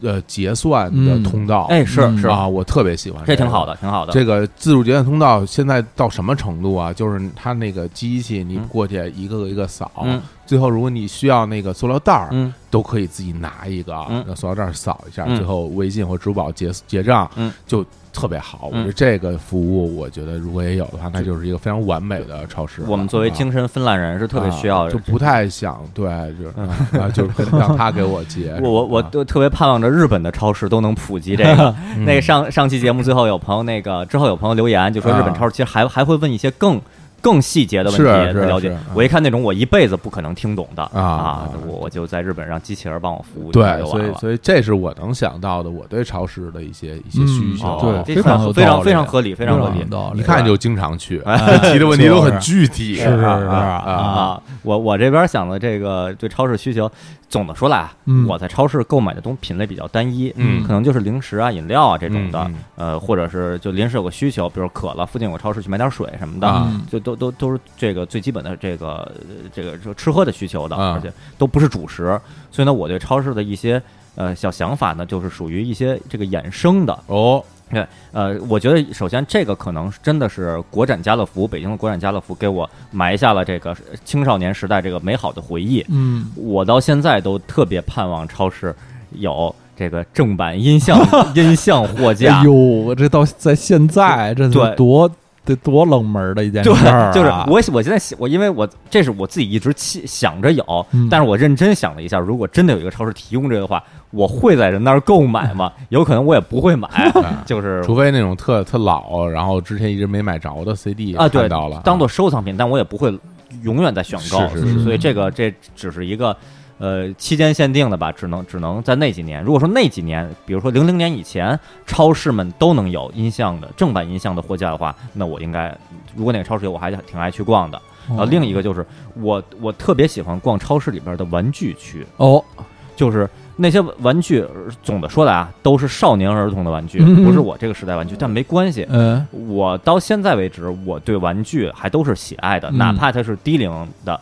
[SPEAKER 1] 呃结算的
[SPEAKER 3] 嗯
[SPEAKER 1] 通道。
[SPEAKER 2] 哎，是
[SPEAKER 3] 嗯
[SPEAKER 2] 是，
[SPEAKER 1] 啊，我特别喜欢、
[SPEAKER 2] 这
[SPEAKER 1] 个，
[SPEAKER 2] 挺好。的，挺好的。
[SPEAKER 1] 这个自助结算通道现在到什么程度啊？就是它那个机器，你
[SPEAKER 2] 嗯
[SPEAKER 1] 过去一个个一个扫，
[SPEAKER 2] 嗯
[SPEAKER 1] 最后，如果你需要那个塑料袋儿，
[SPEAKER 2] 嗯
[SPEAKER 1] 都可以自己拿一个啊，
[SPEAKER 2] 嗯
[SPEAKER 1] 那塑料袋儿扫一下，
[SPEAKER 2] 嗯
[SPEAKER 1] 最后微信或支付宝结结账，
[SPEAKER 2] 嗯
[SPEAKER 1] 就特别好。我
[SPEAKER 2] 嗯
[SPEAKER 1] 觉得这个服务，我觉得如果也有的话，那就是一个非常完美的超市了。
[SPEAKER 2] 我们作为
[SPEAKER 1] 啊
[SPEAKER 2] 精神分烂人是特别需
[SPEAKER 1] 啊
[SPEAKER 2] 要的
[SPEAKER 1] 就。不太想对，就是 啊，就让他给我结
[SPEAKER 2] 。我我我
[SPEAKER 1] 啊
[SPEAKER 2] 都特别盼望着日本的超市都能普及 这个。那
[SPEAKER 1] 嗯
[SPEAKER 2] 个上上期节目最后有朋友那个之后有朋友留言就说日本超市其实还还会问一些更更细节的问题
[SPEAKER 1] 啊是是
[SPEAKER 2] 来了解
[SPEAKER 1] 是啊。
[SPEAKER 2] 我一看那种我一辈子不可能听懂的
[SPEAKER 1] 啊
[SPEAKER 2] 啊
[SPEAKER 1] 啊，
[SPEAKER 2] 我我就在日本让机器人帮我服务就完
[SPEAKER 1] 对，所以
[SPEAKER 2] 了。
[SPEAKER 1] 所以这是我能想到的，我对超市的一些一些
[SPEAKER 3] 嗯
[SPEAKER 1] 需求。
[SPEAKER 2] 哦
[SPEAKER 3] 对
[SPEAKER 2] 这
[SPEAKER 3] 非常有
[SPEAKER 2] 非
[SPEAKER 3] 道
[SPEAKER 2] 常
[SPEAKER 3] 理
[SPEAKER 2] 非常合理，非常合理
[SPEAKER 1] 啊
[SPEAKER 3] 有。道理
[SPEAKER 1] 一看就经常 去，提的问题都很具体，
[SPEAKER 3] 是是是
[SPEAKER 1] 啊
[SPEAKER 3] 啊
[SPEAKER 1] 啊
[SPEAKER 2] 啊，我我这边想的这个对超市需求，总的说来啊，
[SPEAKER 3] 嗯
[SPEAKER 2] 我在超市购买的东品类比较单一，
[SPEAKER 1] 嗯
[SPEAKER 2] 可能就是零食啊、饮料啊这种的，
[SPEAKER 1] 嗯
[SPEAKER 2] 呃，或者是就临时有个需求，比如渴了，附近有个超市去买点水什么的，
[SPEAKER 1] 啊
[SPEAKER 3] 嗯
[SPEAKER 2] 就都都都是这个最基本的这个呃这个这个吃喝的需求的，
[SPEAKER 1] 啊
[SPEAKER 2] 而且都不是主食，所以呢，我对超市的一些呃小想法呢，就是属于一些这个衍生的，
[SPEAKER 1] 哦，
[SPEAKER 2] 对，呃，我觉得首先这个可能是真的是国展家乐福，北京的国展家乐福给我埋下了这个青少年时代这个美好的回忆。
[SPEAKER 3] 嗯，
[SPEAKER 2] 我到现在都特别盼望超市有这个正版音 像音像货架
[SPEAKER 3] 哎呦，。我这到在现在这
[SPEAKER 2] 对
[SPEAKER 3] 是多得多冷门的一件事儿啊，
[SPEAKER 2] 对， 就是我，我现在想，我因为我这是我自己一直期想着有，
[SPEAKER 3] 嗯
[SPEAKER 2] 但是我认真想了一下，如果真的有一个超市提供这个的话，我会在人那儿购买 吗？有可能我也不会买，
[SPEAKER 3] 啊
[SPEAKER 2] 就是
[SPEAKER 1] 除非那种特特老，然后之前一直没买着的 CD
[SPEAKER 2] 啊，对，
[SPEAKER 1] 看到了，
[SPEAKER 2] 当做收藏品，但我也不会永远在选购，
[SPEAKER 1] 是是
[SPEAKER 3] 是
[SPEAKER 2] 所以这个这只是一个呃期间限定的吧，只能只能在那几年。如果说那几年，比如说零零年以前，超市们都能有音像的正版音像的货架的话，那我应该如果哪个超市有，我还挺爱去逛的。
[SPEAKER 3] 哦
[SPEAKER 2] 然后另一个就是我我特别喜欢逛超市里边的玩具区，
[SPEAKER 3] 哦，
[SPEAKER 2] 就是那些玩具，呃总的说来啊，都是少年儿童的 玩具，
[SPEAKER 3] 嗯
[SPEAKER 2] 不是我这个时代玩具，但没关系，
[SPEAKER 3] 嗯
[SPEAKER 2] 我到现在为止，我对玩具还都是喜爱的，
[SPEAKER 3] 嗯
[SPEAKER 2] 哪怕它是低龄的，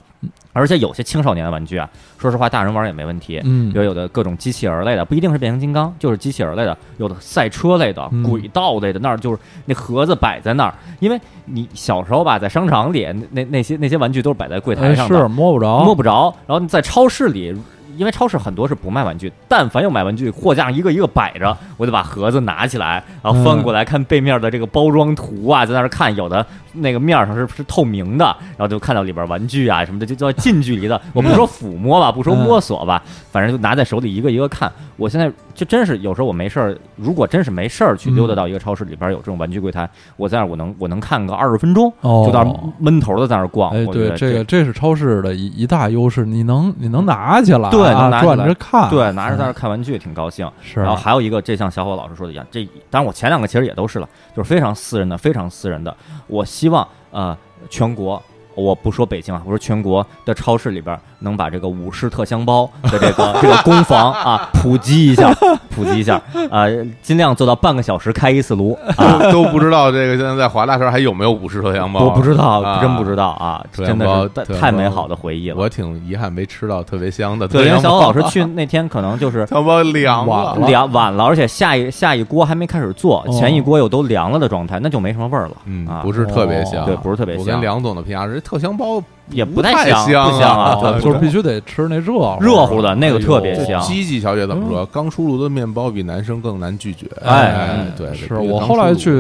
[SPEAKER 2] 而且有些青少年的玩具啊，说实话，大人玩也没问题。
[SPEAKER 3] 嗯
[SPEAKER 2] 比如有的各种机器人类的，不一定是变形金刚，就是机器人类的，有的赛车类的、
[SPEAKER 3] 嗯
[SPEAKER 2] 轨道类的，那儿就是那盒子摆在那儿，因为你小时候吧，在商场里那那那些那些玩具都是摆在柜台
[SPEAKER 3] 哎
[SPEAKER 2] 上的，
[SPEAKER 3] 是摸不着，
[SPEAKER 2] 摸不着。然后你在超市里，因为超市很多是不卖玩具，但凡有买玩具，货架上一个一个摆着，我就把盒子拿起来，然后翻过来看背面的这个包装图啊，在那儿看，有的那个面上是是透明的，然后就看到里边玩具啊什么的，就叫近距离的。
[SPEAKER 3] 嗯
[SPEAKER 2] 我不说抚摸吧，不说摸索吧，反正就拿在手里一个一个看。我现在就真是有时候我没事儿，如果真是没事儿去溜达到一个超市里边有这种玩具柜台，我在那儿我能我能看个二十分钟，
[SPEAKER 3] 哦
[SPEAKER 2] 就在那儿闷头的在那儿逛。
[SPEAKER 3] 哎，
[SPEAKER 2] 我觉
[SPEAKER 3] 对
[SPEAKER 2] 得，
[SPEAKER 3] 这个这是超市的一一大优势，你能你能拿起来啊，
[SPEAKER 2] 对能拿起来
[SPEAKER 3] 转着看，
[SPEAKER 2] 对，拿着在那
[SPEAKER 3] 嗯
[SPEAKER 2] 儿看玩具挺高兴。
[SPEAKER 3] 是，啊
[SPEAKER 2] 然后还有一个，这像小伙老师说的一样，这当然我前两个其实也都是了，就是非常私人的，非常私人的。我希望呃，全国我不说北京啊，我说全国的超市里边能把这个武士特香包的这个这个攻防啊普及一下， 普及一下，呃，尽量做到半个小时开一次炉 啊。
[SPEAKER 1] 都都不知道这个现在在华大时候还有没有五十头羊包，
[SPEAKER 2] 我不知道，
[SPEAKER 1] 啊
[SPEAKER 2] 真不知道啊，
[SPEAKER 1] 特
[SPEAKER 2] 真
[SPEAKER 1] 香
[SPEAKER 2] 的
[SPEAKER 1] 包
[SPEAKER 2] 是太
[SPEAKER 1] 特香
[SPEAKER 2] 太
[SPEAKER 1] 包
[SPEAKER 2] 美好的回忆了。
[SPEAKER 1] 我挺遗憾没吃到特别香的，
[SPEAKER 2] 对，因为
[SPEAKER 1] 羊
[SPEAKER 2] 小
[SPEAKER 1] 包
[SPEAKER 2] 伙老师去那天可能 就是
[SPEAKER 1] 羊包凉
[SPEAKER 3] 晚
[SPEAKER 1] 了，
[SPEAKER 2] 凉晚了，而且下一下一锅还没开始做，
[SPEAKER 3] 哦
[SPEAKER 2] 前一锅又都凉了的状态，那就没什么味儿了。
[SPEAKER 1] 嗯
[SPEAKER 2] 啊，，
[SPEAKER 1] 不是特别香，
[SPEAKER 2] 对，不是特别
[SPEAKER 1] 我
[SPEAKER 2] 香
[SPEAKER 1] 跟，梁总的评价是，特香包
[SPEAKER 2] 也不
[SPEAKER 1] 太
[SPEAKER 2] 太香，
[SPEAKER 1] 香
[SPEAKER 2] 不香啊，
[SPEAKER 3] 哦
[SPEAKER 2] 对，
[SPEAKER 3] 就是必
[SPEAKER 2] 须
[SPEAKER 3] 须得吃那热乎
[SPEAKER 2] 热乎的那个特别
[SPEAKER 3] 哎呦
[SPEAKER 2] 香嗯
[SPEAKER 1] 积极小姐怎么说？刚出炉的面包比男生更难拒绝。
[SPEAKER 2] 哎
[SPEAKER 1] 哎
[SPEAKER 2] 嗯，
[SPEAKER 1] 对，
[SPEAKER 3] 是
[SPEAKER 1] 对
[SPEAKER 3] 我后来去，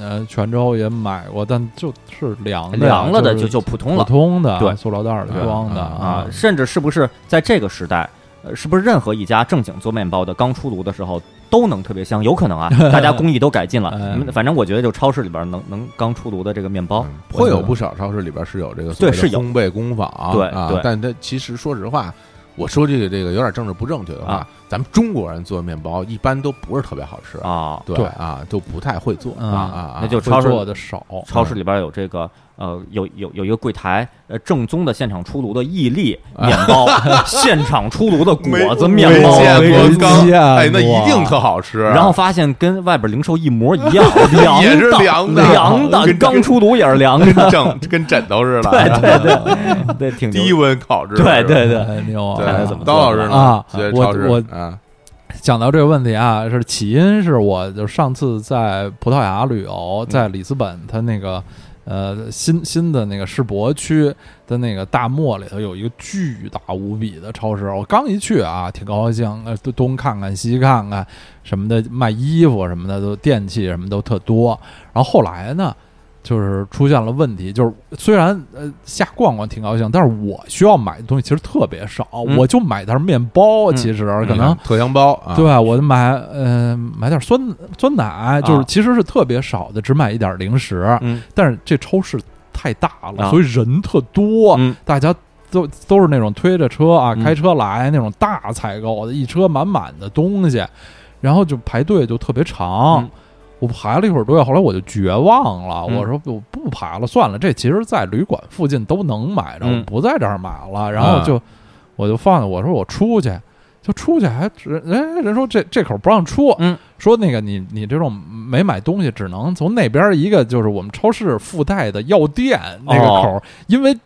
[SPEAKER 3] 呃泉州也买过，但就是凉的呀，
[SPEAKER 2] 凉了的就是就普通
[SPEAKER 3] 普
[SPEAKER 2] 了
[SPEAKER 3] 通的，啊
[SPEAKER 2] 对
[SPEAKER 3] 塑料袋里装的
[SPEAKER 1] 嗯
[SPEAKER 2] 啊。甚至是不是在这个时代，呃，是不是任何一家正经做面包的刚出炉的时候都能特别香？有可能啊，大家工艺都改进了。
[SPEAKER 3] 哎
[SPEAKER 2] 嗯反正我觉得就超市里边能能刚出炉的这个面包
[SPEAKER 1] 嗯，会有不少超市里边是有这个所
[SPEAKER 2] 对
[SPEAKER 1] 谓的
[SPEAKER 2] 是有
[SPEAKER 1] 烘焙工坊啊，
[SPEAKER 2] 对
[SPEAKER 1] 啊
[SPEAKER 2] 对
[SPEAKER 1] 但它其实说实话。我说这个这个有点政治不正确的话
[SPEAKER 2] 啊，
[SPEAKER 1] 咱们中国人做面包一般都不是特别好吃，
[SPEAKER 2] 啊，
[SPEAKER 1] 对
[SPEAKER 3] 对
[SPEAKER 1] 啊，都不太会做啊
[SPEAKER 3] 嗯
[SPEAKER 1] 啊，啊
[SPEAKER 2] 那就
[SPEAKER 3] 会
[SPEAKER 2] 超市
[SPEAKER 3] 做的少，
[SPEAKER 2] 超市里边有这个呃，有有有一个柜台，呃，正宗的现场出炉的意粒面包，现场出炉的果子面
[SPEAKER 1] 没
[SPEAKER 2] 包，嗯
[SPEAKER 1] 见
[SPEAKER 3] 没
[SPEAKER 1] 过刚
[SPEAKER 3] 见
[SPEAKER 1] 哎，那
[SPEAKER 3] 过
[SPEAKER 1] 一定特好吃。啊
[SPEAKER 2] 然后发现跟外边零售一模一样，凉
[SPEAKER 1] 也是
[SPEAKER 2] 的，
[SPEAKER 1] 凉的
[SPEAKER 2] 凉的，
[SPEAKER 1] 跟
[SPEAKER 2] 刚出炉也是凉的，
[SPEAKER 1] 跟枕跟枕头似的，对对对，
[SPEAKER 2] 哎对，挺
[SPEAKER 1] 低
[SPEAKER 2] 牛。
[SPEAKER 1] 温烤制，
[SPEAKER 2] 对
[SPEAKER 1] 是吧
[SPEAKER 2] 对对，
[SPEAKER 3] 哎牛啊，
[SPEAKER 1] 对，
[SPEAKER 2] 看来怎么做
[SPEAKER 1] 刀老师呢
[SPEAKER 3] 啊
[SPEAKER 1] 觉得
[SPEAKER 3] 我
[SPEAKER 1] 超市
[SPEAKER 3] 我
[SPEAKER 1] 啊，
[SPEAKER 3] 讲到这个问题啊，是起因是我就上次在葡萄牙旅游，在里斯本，它那个呃新新的那个世博区的那个大漠里头有一个巨大无比的超市，我刚一去啊，挺高兴，呃东东看看西看看什么的，卖衣服什么的都电器什么都特多。然后后来呢，就是出现了问题，就是虽然呃瞎逛逛挺高兴，但是我需要买的东西其实特别少，
[SPEAKER 2] 嗯
[SPEAKER 3] 我就买袋面包，
[SPEAKER 2] 嗯
[SPEAKER 3] 其实
[SPEAKER 1] 嗯
[SPEAKER 3] 可能
[SPEAKER 1] 特香包啊，
[SPEAKER 3] 对，我就买呃买点酸酸奶，就是其实是特别少的，只买一点零食。
[SPEAKER 2] 啊嗯
[SPEAKER 3] 但是这超市太大了，
[SPEAKER 2] 啊
[SPEAKER 3] 所以人特多，
[SPEAKER 2] 嗯
[SPEAKER 3] 大家都都是那种推着车啊，
[SPEAKER 2] 嗯
[SPEAKER 3] 开车来那种大采购的，一车满满的东西，然后就排队就特别长。
[SPEAKER 2] 嗯
[SPEAKER 3] 我排了一会儿队，后来我就绝望了。
[SPEAKER 2] 嗯
[SPEAKER 3] 我说我不排了，算了，这其实在旅馆附近都能买着，
[SPEAKER 2] 嗯
[SPEAKER 3] 我不在这儿买了。然后
[SPEAKER 1] 啊
[SPEAKER 3] 就、我就放下，我说我出去，就出去还只人人说这这口不让出，
[SPEAKER 2] 嗯，
[SPEAKER 3] 说那个你你这种没买东西，只能从那边一个就是我们超市附带的药店那个
[SPEAKER 2] 哦
[SPEAKER 3] 口，因为。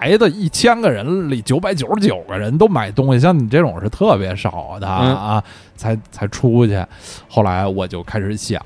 [SPEAKER 3] 来的一千个人里，九百九十九个人都买东西，像你这种是特别少的
[SPEAKER 2] 嗯
[SPEAKER 3] 啊，才才出去。后来我就开始想，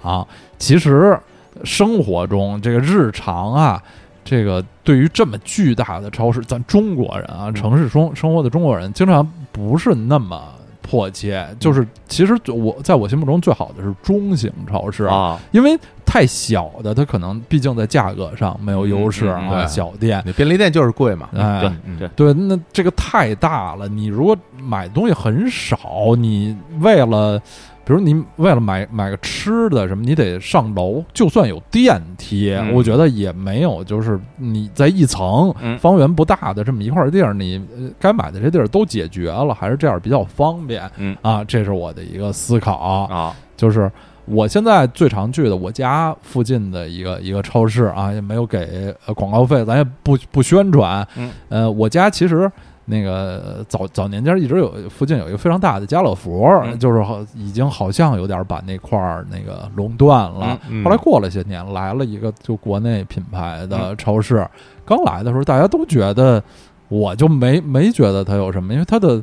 [SPEAKER 3] 其实生活中这个日常啊，这个对于这么巨大的超市，咱中国人
[SPEAKER 1] 嗯
[SPEAKER 3] 啊，城市中生活的中国人，经常不是那么迫切。就是其实我在我心目中最好的是中型超市，
[SPEAKER 2] 啊，
[SPEAKER 3] 因为太小的它可能毕竟在价格上没有优势
[SPEAKER 1] 嗯嗯
[SPEAKER 3] 啊，
[SPEAKER 1] 对
[SPEAKER 3] 小店。
[SPEAKER 1] 那便利店就是贵嘛，
[SPEAKER 3] 哎，
[SPEAKER 2] 对
[SPEAKER 1] 嗯
[SPEAKER 2] 对，
[SPEAKER 3] 对，那这个太大了。你如果买东西很少，你为了，比如你为了买买个吃的什么，你得上楼，就算有电梯，
[SPEAKER 2] 嗯
[SPEAKER 3] 我觉得也没有，就是你在一层、
[SPEAKER 2] 嗯
[SPEAKER 3] 方圆不大的这么一块地儿，你呃该买的这地儿都解决了，还是这样比较方便。
[SPEAKER 2] 嗯
[SPEAKER 3] 啊，这是我的一个思考。
[SPEAKER 2] 啊，
[SPEAKER 3] 就是我现在最常去的我家附近的一个一个超市啊，也没有给呃广告费，咱也不不宣传。
[SPEAKER 2] 嗯，
[SPEAKER 3] 呃，我家其实那个呃早早年间一直有附近有一个非常大的家乐福，
[SPEAKER 2] 嗯
[SPEAKER 3] 就是好已经好像有点把那块儿那个垄断了。
[SPEAKER 1] 嗯
[SPEAKER 3] 后来过了些年，来了一个就国内品牌
[SPEAKER 2] 嗯
[SPEAKER 3] 的超市，刚来的时候大家都觉得，我就没没觉得它有什么，因为它的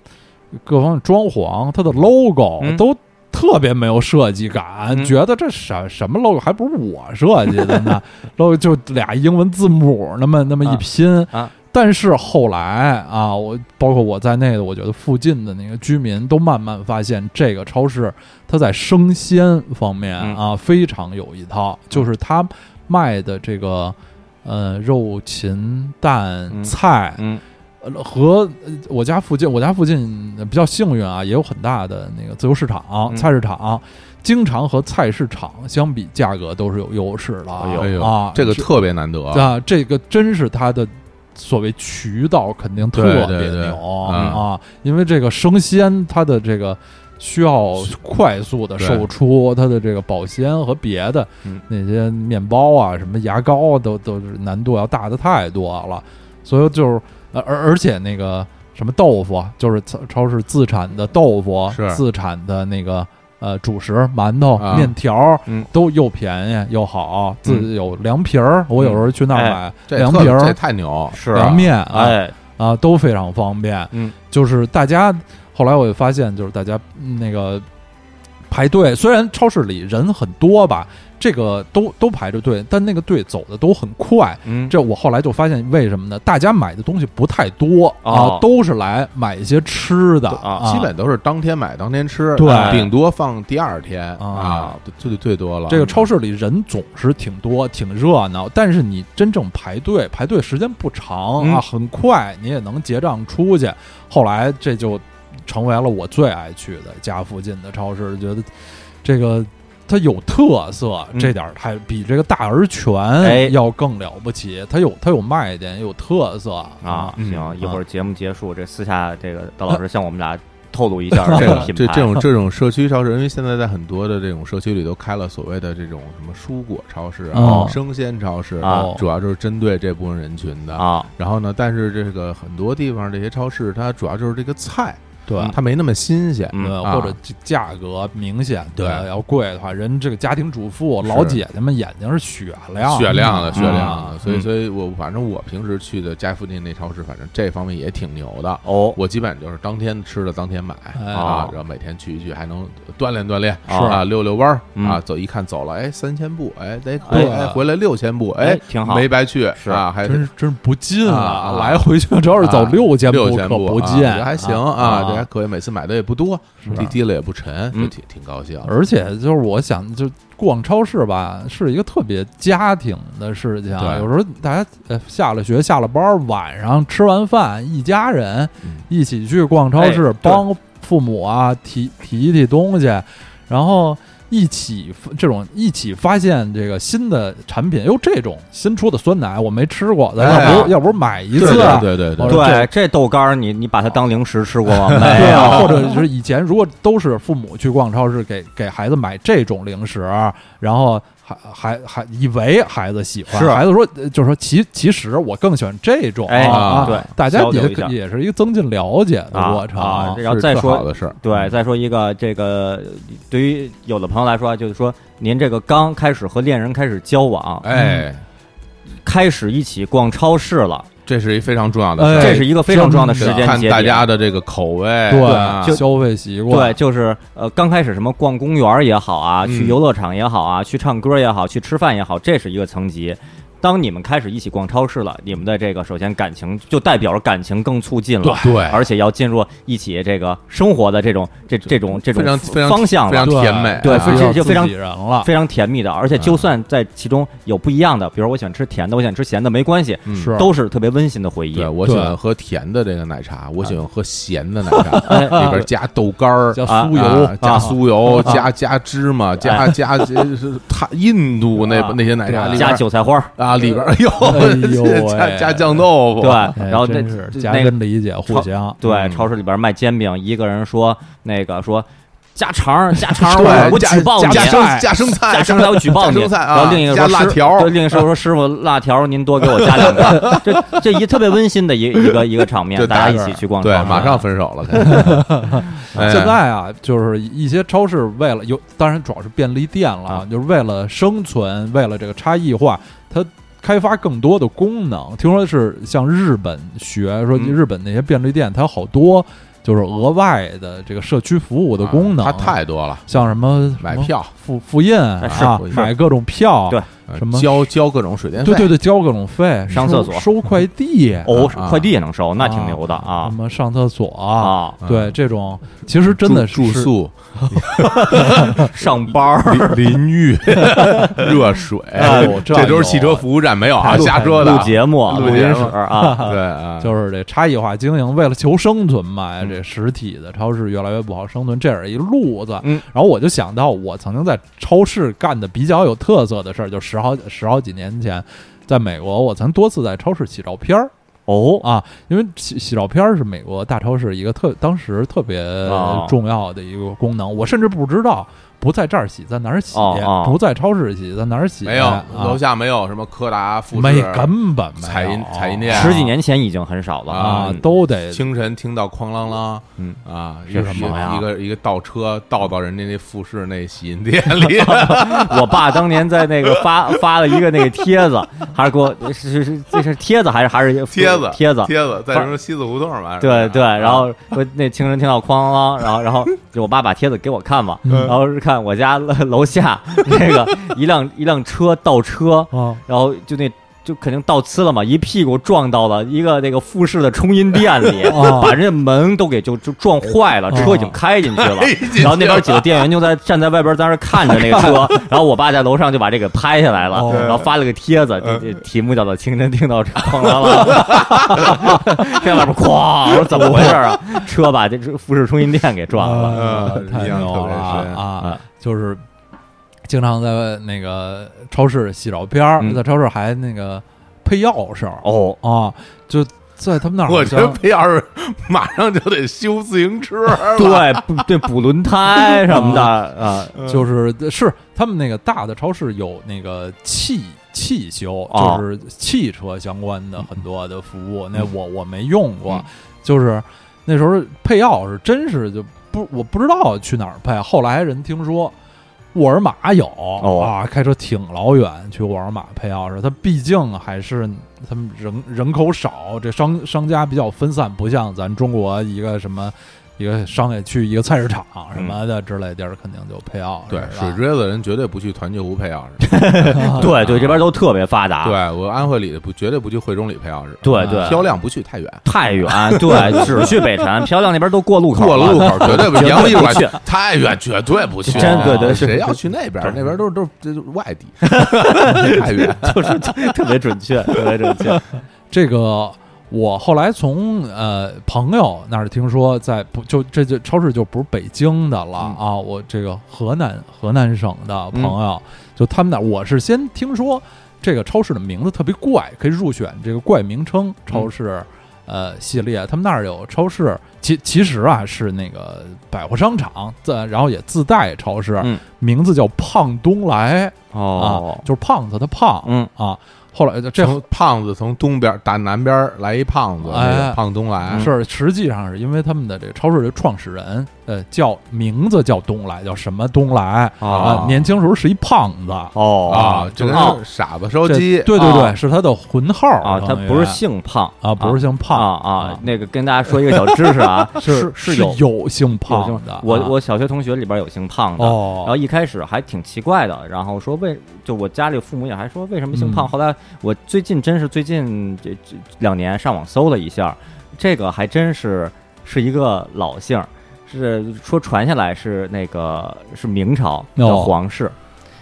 [SPEAKER 3] 各方面装潢、它的 logo
[SPEAKER 2] 嗯
[SPEAKER 3] 都特别没有设计感，
[SPEAKER 2] 嗯
[SPEAKER 3] 觉得这什什么 logo 还不是我设计的呢 ，logo 就俩英文字母那么那么一
[SPEAKER 2] 啊
[SPEAKER 3] 拼
[SPEAKER 2] 啊
[SPEAKER 3] 但是后来啊，我包括我在内的，我觉得附近的那个居民都慢慢发现，这个超市它在生鲜方面
[SPEAKER 1] 嗯
[SPEAKER 3] 啊、非常有一套，就是它卖的这个呃肉、禽、蛋、
[SPEAKER 2] 嗯
[SPEAKER 3] 菜，
[SPEAKER 2] 嗯
[SPEAKER 3] 呃和呃我家附近，我家附近比较幸运啊，也有很大的那个自由市场、
[SPEAKER 2] 嗯
[SPEAKER 3] 菜市场，经常和菜市场相比，价格都是有优势的啊。
[SPEAKER 1] 哎呦
[SPEAKER 3] 啊，
[SPEAKER 1] 这个
[SPEAKER 3] 是
[SPEAKER 1] 特别难得，
[SPEAKER 3] 啊，这个真是它的所谓渠道肯定特
[SPEAKER 1] 对对
[SPEAKER 3] 别
[SPEAKER 1] 对
[SPEAKER 3] 牛
[SPEAKER 1] 嗯
[SPEAKER 3] 啊，因为这个生鲜它的这个。需要快速的
[SPEAKER 1] 对
[SPEAKER 3] 售出它的这个保鲜和别的
[SPEAKER 2] 嗯
[SPEAKER 3] 那些面包啊、什么牙膏都都是难度要大的太多了，所以就是呃而而且那个什么豆腐，啊就是超超市自产的豆腐
[SPEAKER 1] 是，
[SPEAKER 3] 自产的那个呃主食、馒头、
[SPEAKER 1] 啊
[SPEAKER 3] 面条，
[SPEAKER 2] 嗯
[SPEAKER 3] 都又便宜又好，自己有凉皮儿，我有时候去那儿
[SPEAKER 2] 哎
[SPEAKER 3] 买
[SPEAKER 1] 这
[SPEAKER 3] 凉
[SPEAKER 1] 特
[SPEAKER 3] 皮
[SPEAKER 1] 这
[SPEAKER 3] 儿、
[SPEAKER 1] 太牛，
[SPEAKER 2] 是
[SPEAKER 3] 凉面，啊
[SPEAKER 2] 哎，
[SPEAKER 3] 啊都非常方便。
[SPEAKER 2] 嗯，
[SPEAKER 3] 就是大家后来我也发现，就是大家嗯那个排队，虽然超市里人很多吧，这个都都排着队，但那个队走的都很快，
[SPEAKER 2] 嗯，
[SPEAKER 3] 这我后来就发现为什么呢？大家买的东西不太多、
[SPEAKER 2] 哦
[SPEAKER 3] 啊，都是来买一些吃的
[SPEAKER 2] 啊
[SPEAKER 1] 基本都是当天买当天吃，啊
[SPEAKER 3] 对
[SPEAKER 1] 顶多放第二天
[SPEAKER 3] 啊
[SPEAKER 1] 啊，最最多了。
[SPEAKER 3] 这个超市里人总是挺多、挺热闹，但是你真正排队，排队时间不长啊，
[SPEAKER 2] 嗯
[SPEAKER 3] 很快你也能结账出去。后来这就成为了我最爱去的家附近的超市，觉得这个它有特色，
[SPEAKER 2] 嗯
[SPEAKER 3] 这点儿还比这个大而
[SPEAKER 2] 哎
[SPEAKER 3] 全要更了不起。它有它有卖点，也有特色
[SPEAKER 2] 啊，
[SPEAKER 1] 嗯
[SPEAKER 2] 行，一会
[SPEAKER 3] 啊
[SPEAKER 2] 儿节目结束，这私下这个刀老师向我们俩透露一 下这个
[SPEAKER 1] 这啊
[SPEAKER 2] 品
[SPEAKER 1] 这
[SPEAKER 2] 牌，
[SPEAKER 1] 这种这种社区超市，因为现在在很多的这种社区里都开了所谓的这种什么蔬果超市啊
[SPEAKER 3] 哦、
[SPEAKER 1] 生鲜超市
[SPEAKER 2] 啊
[SPEAKER 1] 主要就是针对这部分人群的。
[SPEAKER 2] 啊，
[SPEAKER 1] 然后呢，但是这个很多地方这些超市，它主要就是这个菜
[SPEAKER 3] 对
[SPEAKER 1] 它没那么新鲜。
[SPEAKER 2] 嗯
[SPEAKER 3] 呃，
[SPEAKER 1] 嗯啊
[SPEAKER 3] 或者价价格明显的
[SPEAKER 1] 对
[SPEAKER 3] 要贵的话，人这个家庭主妇
[SPEAKER 1] 是
[SPEAKER 3] 老姐姐们眼睛是雪亮
[SPEAKER 1] 雪亮的，
[SPEAKER 3] 嗯
[SPEAKER 1] 雪亮的，所以，
[SPEAKER 2] 嗯
[SPEAKER 1] 所以我反正我平时去的家附近那超市，反正这方面也挺牛的。
[SPEAKER 2] 哦，
[SPEAKER 1] 我基本就是当天吃的当天买
[SPEAKER 3] 哎
[SPEAKER 1] 啊
[SPEAKER 2] 哦，
[SPEAKER 1] 然后每天去一去，还能锻炼锻炼
[SPEAKER 2] 是
[SPEAKER 1] 啊，遛遛弯儿
[SPEAKER 2] 嗯
[SPEAKER 1] 啊，走一看走了，哎，三千步，哎，得
[SPEAKER 2] 哎
[SPEAKER 1] 回哎回来六千步，
[SPEAKER 2] 哎
[SPEAKER 1] 哎，
[SPEAKER 2] 挺好
[SPEAKER 1] 没白去，
[SPEAKER 2] 是
[SPEAKER 1] 啊，还
[SPEAKER 3] 真是真是不近
[SPEAKER 1] 啊
[SPEAKER 3] 来回去主要是走
[SPEAKER 1] 啊
[SPEAKER 3] 六千
[SPEAKER 1] 六千
[SPEAKER 3] 可
[SPEAKER 1] 步
[SPEAKER 3] 不
[SPEAKER 1] 啊
[SPEAKER 3] 近
[SPEAKER 1] 我觉得，还行
[SPEAKER 3] 啊
[SPEAKER 1] 啊，这还可以，每次买的也不多，
[SPEAKER 3] 是
[SPEAKER 1] 滴滴了也不沉，就
[SPEAKER 2] 嗯
[SPEAKER 1] 挺挺高兴。
[SPEAKER 3] 而且就是我想，就逛超市吧，是一个特别家庭的事情啊。
[SPEAKER 1] 对
[SPEAKER 3] 有时候大家呃下了学、下了班，晚上吃完饭，一家人
[SPEAKER 1] 嗯
[SPEAKER 3] 一起去逛超市，
[SPEAKER 2] 哎对
[SPEAKER 3] 帮父母啊提提提东西，然后一起这种一起发现这个新的产品。哟，这种新出的酸奶我没吃过，咱
[SPEAKER 1] 哎
[SPEAKER 3] 要不要不买一次啊？
[SPEAKER 1] 对对对对
[SPEAKER 3] 我说
[SPEAKER 2] 对，这豆干儿你你把它当零食吃过吗？没
[SPEAKER 3] 对
[SPEAKER 2] 有
[SPEAKER 3] 啊，或者就是以前如果都是父母去逛超市给给孩子买这种零食，然后还还还以为孩子喜欢，
[SPEAKER 2] 是
[SPEAKER 3] 孩子说呃就是说其其实我更喜欢这种
[SPEAKER 2] 哎
[SPEAKER 3] 啊，
[SPEAKER 2] 对
[SPEAKER 3] 大家
[SPEAKER 2] 交流
[SPEAKER 3] 也
[SPEAKER 2] 一下
[SPEAKER 3] 也是一个增进了解的
[SPEAKER 2] 啊
[SPEAKER 3] 过程
[SPEAKER 2] 啊
[SPEAKER 1] 对
[SPEAKER 2] 然后再
[SPEAKER 1] 是特
[SPEAKER 2] 说
[SPEAKER 1] 好的事儿，
[SPEAKER 2] 对，再说一个，这个对于有的朋友来说啊，就是说您这个刚开始和恋人开始交往，
[SPEAKER 1] 哎，
[SPEAKER 2] 开始一起逛超市了，
[SPEAKER 1] 这是一非常重要的事儿，
[SPEAKER 3] 哎
[SPEAKER 2] 这是一个非常重要的时间
[SPEAKER 1] 看
[SPEAKER 2] 节
[SPEAKER 1] 大
[SPEAKER 2] 点。
[SPEAKER 1] 家的这个口味，啊
[SPEAKER 3] 对
[SPEAKER 2] 就
[SPEAKER 3] 消费习
[SPEAKER 2] 对，
[SPEAKER 3] 惯，
[SPEAKER 2] 就是呃，刚开始什么逛公园儿也好啊，
[SPEAKER 1] 嗯
[SPEAKER 2] 去游乐场也好啊，去唱歌也好，去吃饭也好，这是一个层级。当你们开始一起逛超市了，你们的这个首先感情就代表着感情更促进了，
[SPEAKER 1] 对
[SPEAKER 2] 而且要进入一起这个生活的这种这这种这
[SPEAKER 1] 非常
[SPEAKER 2] 种
[SPEAKER 1] 非常
[SPEAKER 2] 方向
[SPEAKER 1] 非
[SPEAKER 2] 了
[SPEAKER 1] 常，
[SPEAKER 3] 对
[SPEAKER 1] 甜美，
[SPEAKER 2] 对
[SPEAKER 1] 啊
[SPEAKER 2] 非常
[SPEAKER 3] 要
[SPEAKER 2] 就非常
[SPEAKER 3] 自己人了，
[SPEAKER 2] 非常甜蜜的，而且就算在其中有不一样的，比如我喜欢吃甜的，我喜欢吃咸的，没关系，
[SPEAKER 1] 嗯
[SPEAKER 3] 是
[SPEAKER 2] 都是特别温馨的回忆
[SPEAKER 1] 对，。我喜欢喝甜的这个奶茶，我喜欢喝咸的奶茶，
[SPEAKER 2] 哎
[SPEAKER 1] 里边加豆干儿。
[SPEAKER 3] 加
[SPEAKER 2] 啊
[SPEAKER 3] 酥油
[SPEAKER 1] 啊，加
[SPEAKER 2] 啊
[SPEAKER 1] 酥油，加加芝麻，加加是它印度那
[SPEAKER 2] 啊
[SPEAKER 1] 那些奶茶里边
[SPEAKER 2] 加韭菜花儿，
[SPEAKER 1] 啊，里边哎呦
[SPEAKER 3] 呦喂，
[SPEAKER 1] 加加酱豆腐，
[SPEAKER 2] 对，
[SPEAKER 3] 哎
[SPEAKER 2] 然后那
[SPEAKER 3] 真是
[SPEAKER 2] 就
[SPEAKER 3] 加
[SPEAKER 2] 那个
[SPEAKER 3] 深理解互
[SPEAKER 2] 超
[SPEAKER 3] 相，
[SPEAKER 2] 对，
[SPEAKER 1] 嗯
[SPEAKER 2] 超市里边卖煎饼，一个人说那个说加肠儿加肠儿，
[SPEAKER 1] 对，
[SPEAKER 2] 我我
[SPEAKER 1] 加
[SPEAKER 2] 举报你。
[SPEAKER 1] 加
[SPEAKER 2] 加
[SPEAKER 1] 生加生菜，
[SPEAKER 2] 生菜，我举报你。
[SPEAKER 1] 加生菜啊
[SPEAKER 2] 然后另一个说
[SPEAKER 1] 加辣
[SPEAKER 2] 师
[SPEAKER 1] 条
[SPEAKER 2] 对另一个说说师傅辣条，您多给我加 两个。这这一特别温馨的一一个一个场面
[SPEAKER 1] 就，
[SPEAKER 2] 大
[SPEAKER 1] 打
[SPEAKER 2] 家一
[SPEAKER 1] 个
[SPEAKER 2] 起去逛超
[SPEAKER 1] 对
[SPEAKER 2] 市。，
[SPEAKER 1] 马上分手了，可能哎
[SPEAKER 3] 现在啊，就是一些超市为了有，当然主要是便利店了，
[SPEAKER 2] 啊
[SPEAKER 3] 就是为了生存，为了这个差异化，它开发更多的功能。听说是像日本学，说
[SPEAKER 1] 嗯
[SPEAKER 3] 日本那些便利店，它有好多就是额外的这个社区服务的功能，
[SPEAKER 1] 啊它太多了，
[SPEAKER 3] 像什么
[SPEAKER 1] 买
[SPEAKER 3] 什么
[SPEAKER 1] 票
[SPEAKER 3] 复复印啊
[SPEAKER 1] 是，是
[SPEAKER 3] 买各种票，
[SPEAKER 2] 对
[SPEAKER 3] 什么
[SPEAKER 1] 交交各种水电费，
[SPEAKER 3] 对对对，交各种费，
[SPEAKER 2] 上
[SPEAKER 3] 收
[SPEAKER 2] 厕所
[SPEAKER 3] 收快递，
[SPEAKER 2] 哦
[SPEAKER 1] 啊，啊
[SPEAKER 2] 快递也能收，那挺牛的啊
[SPEAKER 3] 什么上厕所
[SPEAKER 2] 啊！
[SPEAKER 1] 嗯
[SPEAKER 3] 对这种，其实真的是
[SPEAKER 1] 住住宿、
[SPEAKER 2] 上班儿，
[SPEAKER 1] 淋淋浴、热水，
[SPEAKER 3] 哎呦这
[SPEAKER 1] 这都
[SPEAKER 3] 有
[SPEAKER 1] 是汽车服务站没有啊，
[SPEAKER 3] 太
[SPEAKER 1] 瞎说的
[SPEAKER 2] 啊录。节目，
[SPEAKER 1] 录
[SPEAKER 2] 录
[SPEAKER 1] 节
[SPEAKER 2] 音
[SPEAKER 1] 目
[SPEAKER 2] 室啊，
[SPEAKER 1] 对啊，
[SPEAKER 3] 就是这差异化经营，为了求生存嘛，这实体的超市越来越不好生存，这是一路子。
[SPEAKER 2] 嗯，
[SPEAKER 3] 然后我就想到，我曾经在超市干的比较有特色的事儿，就十好十好几年前，在美国，我曾多次在超市洗照片儿。哦啊，因为洗洗照片儿是美国大超市一个特当时特别
[SPEAKER 2] 哦
[SPEAKER 3] 重要的一个功能，我甚至不知道不在这儿洗在哪儿洗，
[SPEAKER 2] 哦哦
[SPEAKER 3] 不在超市洗在哪儿洗，
[SPEAKER 1] 没有
[SPEAKER 3] 啊、
[SPEAKER 1] 楼下没有什么柯达、富士，
[SPEAKER 3] 没根本没有
[SPEAKER 1] 彩印彩印店啊
[SPEAKER 2] 十几年前已经很少了
[SPEAKER 3] 啊
[SPEAKER 2] 嗯，
[SPEAKER 3] 都得
[SPEAKER 1] 清晨听到哐啷啷，
[SPEAKER 2] 嗯
[SPEAKER 1] 啊，
[SPEAKER 2] 是什么呀
[SPEAKER 1] 一个一个倒车倒到人家那富士那洗印店里，
[SPEAKER 2] 我爸当年在那个发发了一个那个帖子，还是给我是是是这是帖子还是还是
[SPEAKER 1] 贴子
[SPEAKER 2] 帖子。
[SPEAKER 1] 贴子，在什么西子胡同吧？
[SPEAKER 2] 对对，
[SPEAKER 1] 啊
[SPEAKER 2] 然后说那清晨听到哐啷啷，然后然后就我爸把帖子给我看嘛，
[SPEAKER 3] 嗯
[SPEAKER 2] 然后是看我家楼楼下那个一辆一辆车倒车，
[SPEAKER 3] 啊。
[SPEAKER 2] 然后就那就肯定倒呲了嘛，一屁股撞到了一个那个复式的冲印店里，
[SPEAKER 3] 哦
[SPEAKER 2] 把人家门都给就就撞坏了，
[SPEAKER 3] 哦
[SPEAKER 2] 车已经开进去了。
[SPEAKER 1] 开进去了
[SPEAKER 2] 然后那边几个店员就在站在外边在那看着那个 车，然后我爸在楼上就把这给拍下来了，
[SPEAKER 3] 哦
[SPEAKER 2] 然后发了个帖子，
[SPEAKER 1] 嗯
[SPEAKER 2] 这这题目叫做“清晨听到 这哐啷啷”，在外边哐，我说怎么回事 啊？车把这复式冲印店给撞了。
[SPEAKER 3] 啊
[SPEAKER 1] 嗯
[SPEAKER 3] 太
[SPEAKER 1] 印象
[SPEAKER 3] 牛
[SPEAKER 1] 特
[SPEAKER 3] 了
[SPEAKER 1] 别深嗯
[SPEAKER 3] 啊
[SPEAKER 2] 啊！
[SPEAKER 3] 就是经常在那个超市洗照片儿，
[SPEAKER 2] 嗯
[SPEAKER 3] 在超市还那个配钥匙
[SPEAKER 2] 哦，
[SPEAKER 3] 啊，就在他们那儿好
[SPEAKER 1] 我觉得
[SPEAKER 3] 像
[SPEAKER 1] 裴老师马上就得修自行车了，
[SPEAKER 2] 对不对，补轮胎什么的啊，
[SPEAKER 1] 嗯
[SPEAKER 3] 就是是他们那个大的超市有那个汽汽修，啊
[SPEAKER 2] 哦嗯
[SPEAKER 3] 就是汽车相关的很多的服务，那我我没用过，就是。那时候配药是真是就不我不知道去哪儿配，后来人听说沃尔玛有、
[SPEAKER 2] 哦
[SPEAKER 3] 啊，开车挺老远去沃尔玛配钥匙，它毕竟还是他们人人口少，这商商家比较分散，不像咱中国一个什么。一个商业区、一个菜市场什么的之类地儿，肯定就配钥匙。
[SPEAKER 1] 嗯对，
[SPEAKER 3] 是吧
[SPEAKER 1] 水锥子人绝对不去团结湖配钥匙，
[SPEAKER 3] 啊
[SPEAKER 2] 对对，这边都特别发达，
[SPEAKER 1] 对我安徽里的不绝对不去汇中里配钥匙，
[SPEAKER 2] 对对，
[SPEAKER 3] 嗯
[SPEAKER 1] 销量不去太远，
[SPEAKER 2] 太远，对，只去北辰，漂亮那边都过路口
[SPEAKER 1] 过
[SPEAKER 2] 了
[SPEAKER 1] 路口绝 对不
[SPEAKER 2] 绝对
[SPEAKER 1] 杨一
[SPEAKER 2] 不去
[SPEAKER 1] 馆太远，绝对不去，啊
[SPEAKER 2] 真对对是
[SPEAKER 1] 谁要去那边
[SPEAKER 2] 对？
[SPEAKER 1] 那边都是都是这就是外 地，太远。
[SPEAKER 2] 就是特别准确，特别准确。
[SPEAKER 3] 这个我后来从呃朋友那儿听说在，不就这就超市就不是北京的了、
[SPEAKER 2] 嗯
[SPEAKER 3] 啊，我这个河南河南省的朋友，
[SPEAKER 2] 嗯
[SPEAKER 3] 就他们那儿我是先听说这个超市的名字特别怪，可以入选这个怪名称超市。呃，系列他们那儿有超市，其其实啊是那个百货商场，自然后也自带超市，
[SPEAKER 2] 嗯
[SPEAKER 3] 名字叫胖东来啊
[SPEAKER 2] 哦，，
[SPEAKER 3] 就是胖子他胖、
[SPEAKER 2] 嗯，
[SPEAKER 3] 啊。后来这
[SPEAKER 1] 从胖子从东边打南边来一胖子，
[SPEAKER 3] 哎
[SPEAKER 1] 那个胖东
[SPEAKER 2] 啊
[SPEAKER 1] 来，
[SPEAKER 3] 是，实际上是因为他们的这个超市的创始人，呃，叫名字叫东来，叫什么东来
[SPEAKER 2] 啊
[SPEAKER 3] 啊？年轻时候是一胖子
[SPEAKER 2] 哦
[SPEAKER 1] 啊，这
[SPEAKER 3] 就
[SPEAKER 1] 个是
[SPEAKER 3] 是
[SPEAKER 1] 傻子烧
[SPEAKER 3] 这
[SPEAKER 1] 鸡，
[SPEAKER 3] 对对
[SPEAKER 2] 啊
[SPEAKER 3] 对，是他的浑号
[SPEAKER 2] 啊，他
[SPEAKER 3] 等于
[SPEAKER 2] 不是姓胖
[SPEAKER 3] 哦啊，不是姓胖，
[SPEAKER 2] 啊啊
[SPEAKER 3] 啊，
[SPEAKER 2] 那个跟大家说一个小知识啊，
[SPEAKER 3] 是
[SPEAKER 2] 是
[SPEAKER 3] 有
[SPEAKER 2] 有
[SPEAKER 3] 姓
[SPEAKER 2] 有
[SPEAKER 3] 胖
[SPEAKER 2] 姓
[SPEAKER 3] 的啊。
[SPEAKER 2] 我我小学同学里边有姓胖的，然后
[SPEAKER 3] 哦，
[SPEAKER 2] 一开始还挺奇怪的，然后说为就我家里父母也还说为什么姓胖，
[SPEAKER 3] 嗯
[SPEAKER 2] 后来我最近真是最近这这两年上网搜了一下，这个还真是是一个老姓儿，是说传下来是那个是明朝的
[SPEAKER 3] 哦
[SPEAKER 2] 皇室，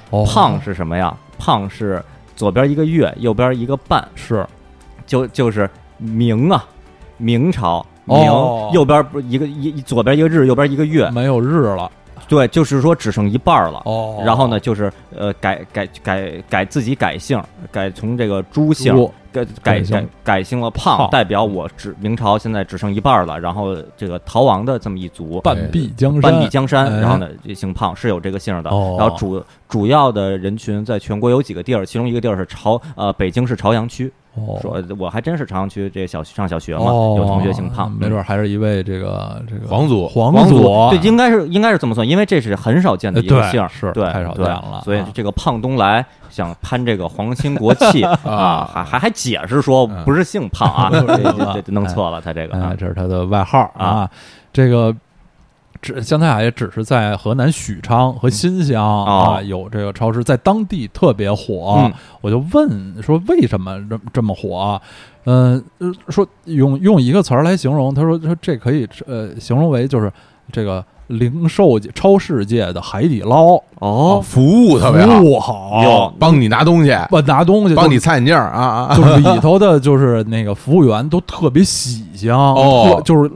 [SPEAKER 3] 哦
[SPEAKER 2] 胖是什么呀？胖是左边一个月，右边一个半，
[SPEAKER 3] 是
[SPEAKER 2] 就就是明啊，明朝。明
[SPEAKER 3] 哦
[SPEAKER 2] 右边不是一个一左边一个日，右边一个月，
[SPEAKER 3] 没有日了
[SPEAKER 2] 对，就是说只剩一半儿了。
[SPEAKER 3] 哦。
[SPEAKER 2] 然后呢，就是呃改改改改自己改姓，改从这个朱姓
[SPEAKER 3] 猪
[SPEAKER 2] 改改
[SPEAKER 3] 改姓
[SPEAKER 2] 改改姓了胖，
[SPEAKER 3] 胖
[SPEAKER 2] 代表我只明朝现在只剩一半了。然后这个逃亡的这么一族，
[SPEAKER 3] 半壁江山，
[SPEAKER 2] 哦半壁江山，
[SPEAKER 3] 哎
[SPEAKER 2] 然后呢就姓胖是有这个姓的。
[SPEAKER 3] 哦
[SPEAKER 2] 然后主主要的人群在全国有几个地儿，其中一个地儿是朝呃北京市朝阳区。
[SPEAKER 3] 哦
[SPEAKER 2] 说我还真是朝阳区这小上小学嘛，
[SPEAKER 3] 哦，
[SPEAKER 2] 有同学姓胖，
[SPEAKER 3] 没准还是一位这个这个
[SPEAKER 1] 皇祖
[SPEAKER 3] 皇
[SPEAKER 2] 王
[SPEAKER 3] 祖
[SPEAKER 2] 对，应该是应该是这么算，因为这是很少见的
[SPEAKER 3] 呃
[SPEAKER 2] 一个
[SPEAKER 3] 对
[SPEAKER 2] 姓儿，
[SPEAKER 3] 是
[SPEAKER 2] 对，
[SPEAKER 3] 太少
[SPEAKER 2] 对
[SPEAKER 3] 见了
[SPEAKER 2] 所以
[SPEAKER 3] 啊
[SPEAKER 2] 这个胖东来想攀这个皇亲国 戚啊，还还还解释说
[SPEAKER 3] 嗯
[SPEAKER 2] 不是姓胖啊，这这这这弄错了，他这个
[SPEAKER 3] 哎
[SPEAKER 2] 啊，，
[SPEAKER 3] 这是他的外号啊。这个只香菜也只是在河南许昌和新乡啊、
[SPEAKER 2] 哦
[SPEAKER 3] 有这个超市，在当地特别火。
[SPEAKER 2] 嗯
[SPEAKER 3] 我就问说为什么这这么火、啊？嗯、呃说用用一个词儿来形容，他说说这可以呃形容为就是这个零售界、超市界的海底捞，
[SPEAKER 2] 哦，
[SPEAKER 1] 服务特别好
[SPEAKER 3] 服，务好
[SPEAKER 2] 哟，
[SPEAKER 1] 帮你拿东西，
[SPEAKER 3] 我拿东西
[SPEAKER 1] 帮你
[SPEAKER 3] 都。
[SPEAKER 1] 擦眼镜儿啊啊啊！
[SPEAKER 3] 就是里头的，就是那个服务员都特别喜庆
[SPEAKER 1] 哦
[SPEAKER 3] 特就是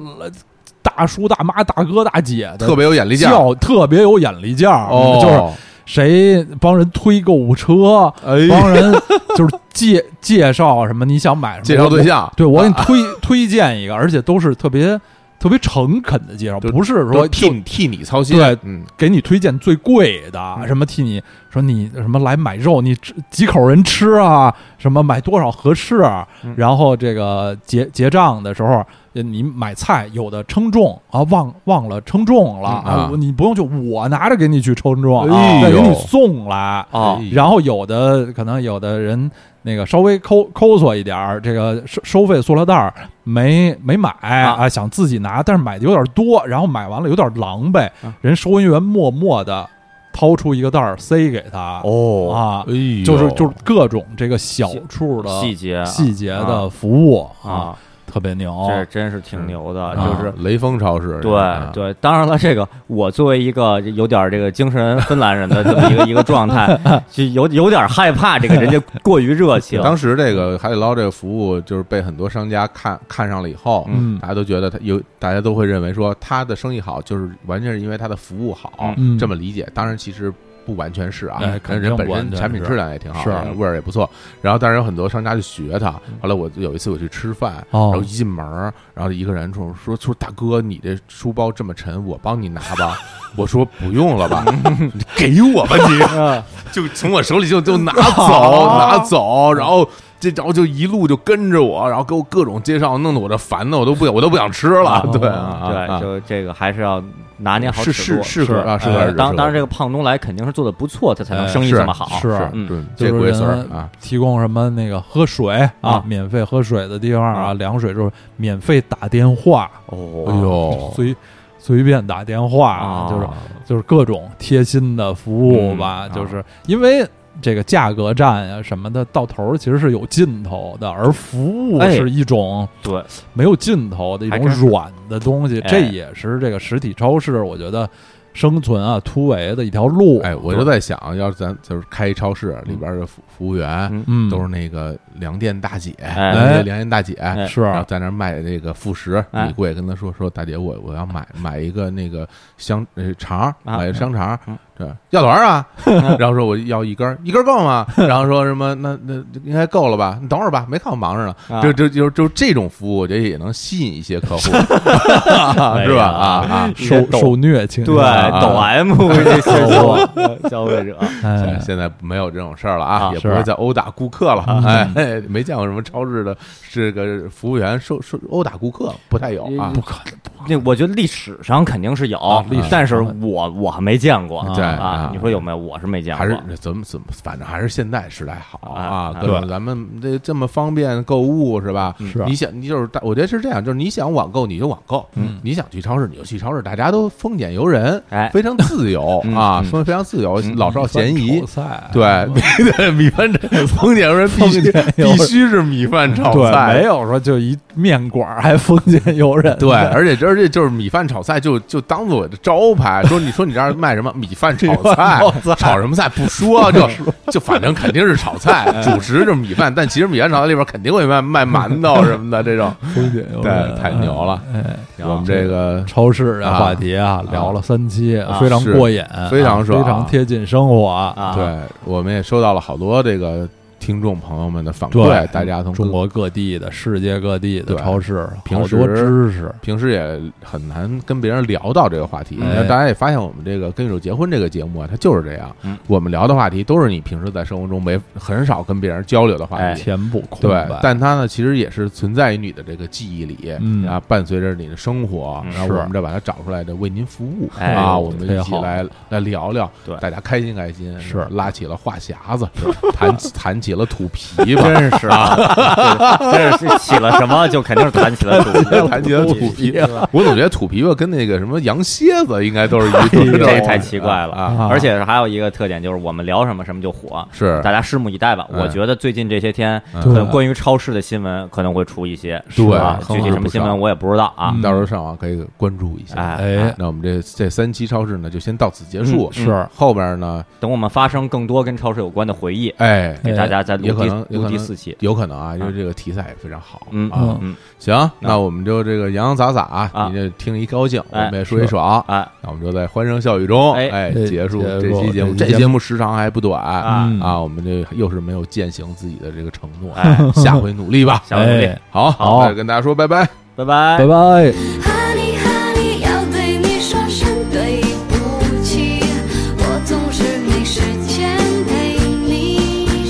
[SPEAKER 3] 大叔、大妈、大哥、大姐的，
[SPEAKER 1] 特别有眼力劲儿
[SPEAKER 3] 叫特别有眼力劲儿，
[SPEAKER 1] 哦，
[SPEAKER 3] 就是谁帮人推购物车，帮人就是介介绍什么你想买什么，
[SPEAKER 1] 介绍对象啊
[SPEAKER 3] 我，对我给你推、推荐一个，而且都是特别特别诚恳的介绍，
[SPEAKER 1] 就
[SPEAKER 3] 不是
[SPEAKER 1] 说
[SPEAKER 3] 说
[SPEAKER 1] 替
[SPEAKER 3] 就
[SPEAKER 1] 你替你操心，
[SPEAKER 3] 对
[SPEAKER 1] 嗯，
[SPEAKER 3] 给你推荐最贵的，什么替你说你什么来买肉，你吃几口人吃啊，什么买多少合适，啊
[SPEAKER 1] 嗯
[SPEAKER 3] 然后这个结结账的时候，呃你买菜有的称重啊，忘忘了称重了
[SPEAKER 1] 嗯啊
[SPEAKER 3] 我你不用去，我拿着给你去称重，
[SPEAKER 1] 哎
[SPEAKER 3] 再给你
[SPEAKER 1] 呦
[SPEAKER 3] 送来。
[SPEAKER 2] 哦
[SPEAKER 1] 哎
[SPEAKER 3] 然后有的可能有的人那个稍微抠抠索一点儿，这个收收费塑料袋儿没没买啊想自己拿，但是买的有点多，然后买完了有点狼狈，
[SPEAKER 2] 啊
[SPEAKER 3] 人收银员默默的掏出一个袋儿塞给他，
[SPEAKER 2] 哦
[SPEAKER 3] 啊，
[SPEAKER 1] 哎呦
[SPEAKER 3] 就是就是各种这个小处的
[SPEAKER 2] 细节
[SPEAKER 3] 细哦节的服务
[SPEAKER 2] 啊，，
[SPEAKER 3] 特别牛，
[SPEAKER 2] 这真是挺牛的，
[SPEAKER 3] 嗯
[SPEAKER 2] 就是
[SPEAKER 1] 啊雷锋超市，
[SPEAKER 3] 哎
[SPEAKER 1] 啊
[SPEAKER 2] 对对，当然了，这个我作为一个有点这个精神芬兰人的这么一个一个状态，就有有点害怕这个人家过于热情。
[SPEAKER 1] 当时这个海底捞这个服务，就是被很多商家看看上了以后，
[SPEAKER 3] 嗯
[SPEAKER 1] 大家都觉得他有，大家都会认为说他的生意好，就是完全是因为他的服务好，
[SPEAKER 3] 嗯
[SPEAKER 1] 这么理解。当然，其实不不完全是啊
[SPEAKER 3] 哎，
[SPEAKER 1] 但
[SPEAKER 3] 肯
[SPEAKER 1] 是
[SPEAKER 3] 定
[SPEAKER 1] 人本
[SPEAKER 3] 不完
[SPEAKER 1] 身
[SPEAKER 3] 全
[SPEAKER 1] 产品
[SPEAKER 3] 是
[SPEAKER 1] 质量也挺好的，
[SPEAKER 3] 是嗯
[SPEAKER 1] 味儿也不错。然后但是有很多商家就学它。后来我有一次我去吃饭，
[SPEAKER 3] 哦
[SPEAKER 1] 然后一进门儿，然后一个人说说说大哥，你这书包这么沉，我帮你拿吧。我说不用了吧，你给我吧你。就从我手里就就拿走拿走，然后这然后就一路就跟着我，然后给我各种介绍，弄得我这烦的我都不想我都不想吃了，对啊，
[SPEAKER 2] 对，
[SPEAKER 1] 啊
[SPEAKER 2] 就这个还是要拿捏好
[SPEAKER 1] 是
[SPEAKER 2] 尺
[SPEAKER 1] 是
[SPEAKER 2] 度。
[SPEAKER 1] 是
[SPEAKER 3] 是
[SPEAKER 1] 个啊是
[SPEAKER 2] 呃
[SPEAKER 1] 个，
[SPEAKER 2] 当当然，这
[SPEAKER 1] 个
[SPEAKER 2] 个胖东来肯定是做的不错，他才能
[SPEAKER 3] 哎
[SPEAKER 2] 生意这么好。
[SPEAKER 3] 是
[SPEAKER 1] 是
[SPEAKER 2] 嗯
[SPEAKER 1] 对，这
[SPEAKER 3] 就是
[SPEAKER 1] 龟丝儿
[SPEAKER 3] 人
[SPEAKER 1] 啊，
[SPEAKER 3] 提供什么那个喝水
[SPEAKER 2] 啊
[SPEAKER 3] 啊，免费喝水的地方啊，
[SPEAKER 2] 啊
[SPEAKER 3] 凉水就是免费打电话，
[SPEAKER 1] 哎
[SPEAKER 2] 哦，
[SPEAKER 1] 呦，
[SPEAKER 3] 随随便打电话
[SPEAKER 2] 啊，
[SPEAKER 3] 就是就是各种贴心的服务吧，
[SPEAKER 2] 嗯
[SPEAKER 3] 就是因为。这个价格战呀、什么的，到头儿其实是有尽头的，而服务
[SPEAKER 2] 哎
[SPEAKER 3] 是一种
[SPEAKER 2] 对，
[SPEAKER 3] 没有尽头的一种
[SPEAKER 2] 还真是
[SPEAKER 3] 软的东西，
[SPEAKER 2] 哎
[SPEAKER 3] 这也是这个实体超市我觉得生存啊突围的一条路。
[SPEAKER 1] 哎，我就在想，要是咱就是开一超市，里边的服服务员
[SPEAKER 2] 嗯
[SPEAKER 3] 嗯，
[SPEAKER 1] 都是那个粮店大姐，
[SPEAKER 2] 哎
[SPEAKER 1] 那些粮店大姐。
[SPEAKER 2] 哎
[SPEAKER 3] 是啊
[SPEAKER 1] 然后在那儿卖那个副食，
[SPEAKER 2] 哎
[SPEAKER 1] 李贵跟他说说大姐，我我要买买一个那个香呃肠儿，
[SPEAKER 2] 啊
[SPEAKER 1] 买一个香肠儿
[SPEAKER 2] 嗯，
[SPEAKER 1] 对，要多少 啊？然后说我要一根儿，一根儿够吗？然后说什么那那应该够了吧？你等会儿吧，没看我忙着呢。
[SPEAKER 2] 啊
[SPEAKER 1] 就就就就这种服务，我觉得也能吸引一些客 户，
[SPEAKER 2] 哎呀
[SPEAKER 1] 是吧？啊啊！
[SPEAKER 2] 你这
[SPEAKER 3] 受
[SPEAKER 2] 抖
[SPEAKER 3] 受虐倾向
[SPEAKER 2] 对
[SPEAKER 3] 啊，
[SPEAKER 2] 抖 M 这些 做呃消费者，
[SPEAKER 3] 哎，
[SPEAKER 1] 现在没有这种事儿了啊，
[SPEAKER 2] 啊
[SPEAKER 1] 也不
[SPEAKER 3] 是
[SPEAKER 1] 会再殴打顾客了。哎，没见过什么超市的这个服务员受受殴打顾客，不太有啊
[SPEAKER 2] 嗯。
[SPEAKER 3] 可能
[SPEAKER 2] 那我觉得历史上肯定是有，
[SPEAKER 3] 历史上
[SPEAKER 2] 但是我我还没见过
[SPEAKER 1] 对啊
[SPEAKER 2] 啊。你说有没有？我是没见过。
[SPEAKER 1] 还是怎么怎么，反正还是现代时代好啊
[SPEAKER 2] 啊！嗯
[SPEAKER 1] 各种咱们这这么方便购物是吧？
[SPEAKER 3] 是啊
[SPEAKER 1] 你想，你就是大我觉得是这样，就是你想网购你就网购，
[SPEAKER 3] 嗯
[SPEAKER 1] 你想去超市你就去超市，大家都丰俭由人，
[SPEAKER 2] 哎
[SPEAKER 1] 非常自由
[SPEAKER 2] 嗯
[SPEAKER 1] 啊，
[SPEAKER 2] 嗯
[SPEAKER 1] 说非常自由，老少咸宜
[SPEAKER 3] 米饭炒。菜啊
[SPEAKER 1] 对，米对米 饭炒丰俭由人必须
[SPEAKER 3] 丰俭由
[SPEAKER 1] 必
[SPEAKER 3] 人
[SPEAKER 1] 须是米饭炒
[SPEAKER 3] 对，没
[SPEAKER 1] 菜。
[SPEAKER 3] 有说就一面馆儿还封建游 人，
[SPEAKER 1] 对，而且而且就是米饭炒菜就，就当做我的招牌。说你说你这儿卖什么米饭炒菜，炒什么菜不 说，就就反正肯定是炒菜， 主食就是米饭，但其实米饭炒菜里边肯定会卖卖馒头什么的这种。
[SPEAKER 3] 封建游人
[SPEAKER 1] 对太牛了
[SPEAKER 3] 哎
[SPEAKER 2] 行
[SPEAKER 1] 我们这个
[SPEAKER 3] 超市的话题啊，聊了三期，非常
[SPEAKER 1] 啊是
[SPEAKER 3] 过瘾，
[SPEAKER 1] 非常
[SPEAKER 3] 啊
[SPEAKER 1] 爽
[SPEAKER 3] 非常贴近生活啊。
[SPEAKER 2] 啊，
[SPEAKER 1] 对，我们也收到了好多这个听众朋友们的反
[SPEAKER 3] 对
[SPEAKER 1] 馈，大家从各
[SPEAKER 3] 中国各地的、世界各地的
[SPEAKER 1] 对
[SPEAKER 3] 超市，啊
[SPEAKER 1] 平
[SPEAKER 3] 好多
[SPEAKER 1] 时
[SPEAKER 3] 知识，
[SPEAKER 1] 平时也很难跟别人聊到这个话题。
[SPEAKER 2] 嗯
[SPEAKER 3] 哎
[SPEAKER 1] 那大家也发现，我们这个《跟宇宙结婚》这个节目啊，它就是这样
[SPEAKER 2] 嗯，
[SPEAKER 1] 我们聊的话题都是你平时在生活中没很少跟别人交流的话
[SPEAKER 2] 哎
[SPEAKER 1] 题。
[SPEAKER 3] 填补空
[SPEAKER 1] 对
[SPEAKER 3] 白。，
[SPEAKER 1] 但它呢，其实也是存在于你的这个记忆里，
[SPEAKER 3] 嗯
[SPEAKER 1] 啊，伴随着你的生活，
[SPEAKER 2] 嗯
[SPEAKER 1] 然后
[SPEAKER 3] 是
[SPEAKER 1] 我们这把它找出来的，为您服务
[SPEAKER 2] 哎
[SPEAKER 1] 啊，我们
[SPEAKER 3] 特别
[SPEAKER 1] 一起
[SPEAKER 3] 好
[SPEAKER 1] 来来聊聊，
[SPEAKER 2] 对
[SPEAKER 1] 大家开心开心，
[SPEAKER 3] 是
[SPEAKER 1] 拉起了话匣子，弹弹起了土琵琶，
[SPEAKER 2] 真是啊，真是起了什么就肯定是弹起了土
[SPEAKER 1] 又 弹起了
[SPEAKER 3] 哎
[SPEAKER 1] 土皮
[SPEAKER 2] 了，
[SPEAKER 1] 我总觉得土琵琶跟那个什么羊蝎子应该都是 一种，
[SPEAKER 2] 这太奇怪了
[SPEAKER 1] 啊！
[SPEAKER 3] 啊
[SPEAKER 2] 而且还有一个特点就是我们聊什么什么就火，
[SPEAKER 1] 是
[SPEAKER 2] 大家拭目以待吧。
[SPEAKER 1] 哎
[SPEAKER 2] 我觉得最近这些天，
[SPEAKER 1] 嗯
[SPEAKER 2] 可能关于超市的新闻可能会出一些，
[SPEAKER 1] 对
[SPEAKER 2] 是吧
[SPEAKER 1] 很
[SPEAKER 2] 具体
[SPEAKER 1] 好
[SPEAKER 2] 什么新闻
[SPEAKER 1] 不嗯
[SPEAKER 2] 我也不知道啊
[SPEAKER 1] 你。
[SPEAKER 3] 嗯
[SPEAKER 1] 到时候上网可以关注一下。
[SPEAKER 3] 哎，
[SPEAKER 1] 那我们这这三期超市呢，就先到此结束。
[SPEAKER 3] 嗯是
[SPEAKER 1] 后边呢，
[SPEAKER 2] 等我们发生更多跟超市有关的回忆，
[SPEAKER 1] 哎，
[SPEAKER 2] 给大家再录
[SPEAKER 1] 也可
[SPEAKER 2] 第
[SPEAKER 1] 能有
[SPEAKER 2] 录
[SPEAKER 1] 可
[SPEAKER 2] 第
[SPEAKER 1] 能
[SPEAKER 2] 四期。
[SPEAKER 1] 有可能啊，因为这个题材也非常好。
[SPEAKER 2] 嗯
[SPEAKER 1] 啊，
[SPEAKER 2] 嗯，
[SPEAKER 1] 行，那我们就这个洋洋洒洒啊
[SPEAKER 2] 啊，
[SPEAKER 1] 你这听一高兴，我
[SPEAKER 2] 哎
[SPEAKER 1] 们也说一爽。
[SPEAKER 2] 哎，
[SPEAKER 1] 那我们就在欢声笑语中，
[SPEAKER 2] 哎
[SPEAKER 1] 哎，
[SPEAKER 3] 哎
[SPEAKER 1] 结束
[SPEAKER 3] 结
[SPEAKER 1] 这
[SPEAKER 3] 束
[SPEAKER 1] 期节目。这
[SPEAKER 3] 这期节目
[SPEAKER 1] 节目时长还不短
[SPEAKER 2] 啊
[SPEAKER 3] 嗯
[SPEAKER 1] 啊，我们这又是没有践行自己的这个承诺，
[SPEAKER 2] 哎
[SPEAKER 1] 下回努力吧。
[SPEAKER 2] 下回努力
[SPEAKER 3] 哎
[SPEAKER 1] 好，
[SPEAKER 3] 好
[SPEAKER 1] 再跟大家说拜拜。
[SPEAKER 2] 拜拜
[SPEAKER 3] 拜。拜。
[SPEAKER 4] Honey Honey，要对你说声对不起，我总是没时间陪你。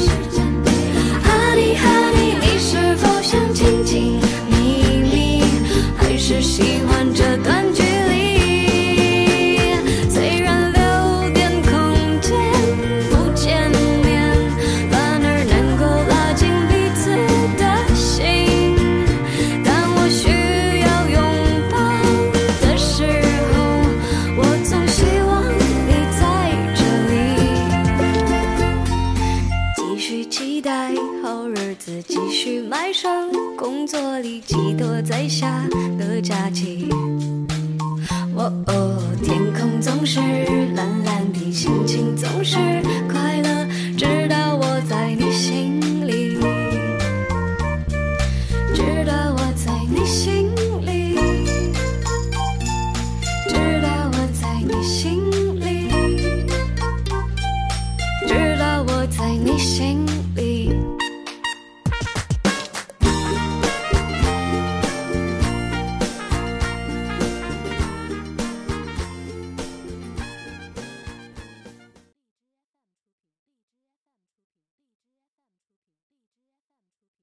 [SPEAKER 4] Honey Honey，你是否想亲近你你还是喜欢这段距离？虽然留点空间不见面，反而能够拉近彼此的心。当我需要拥抱的时候，我总希望你在这里。继续期待好日子，继续迈上工作里寄托在下的假期。哦哦，天空总是蓝蓝的，心情总是快乐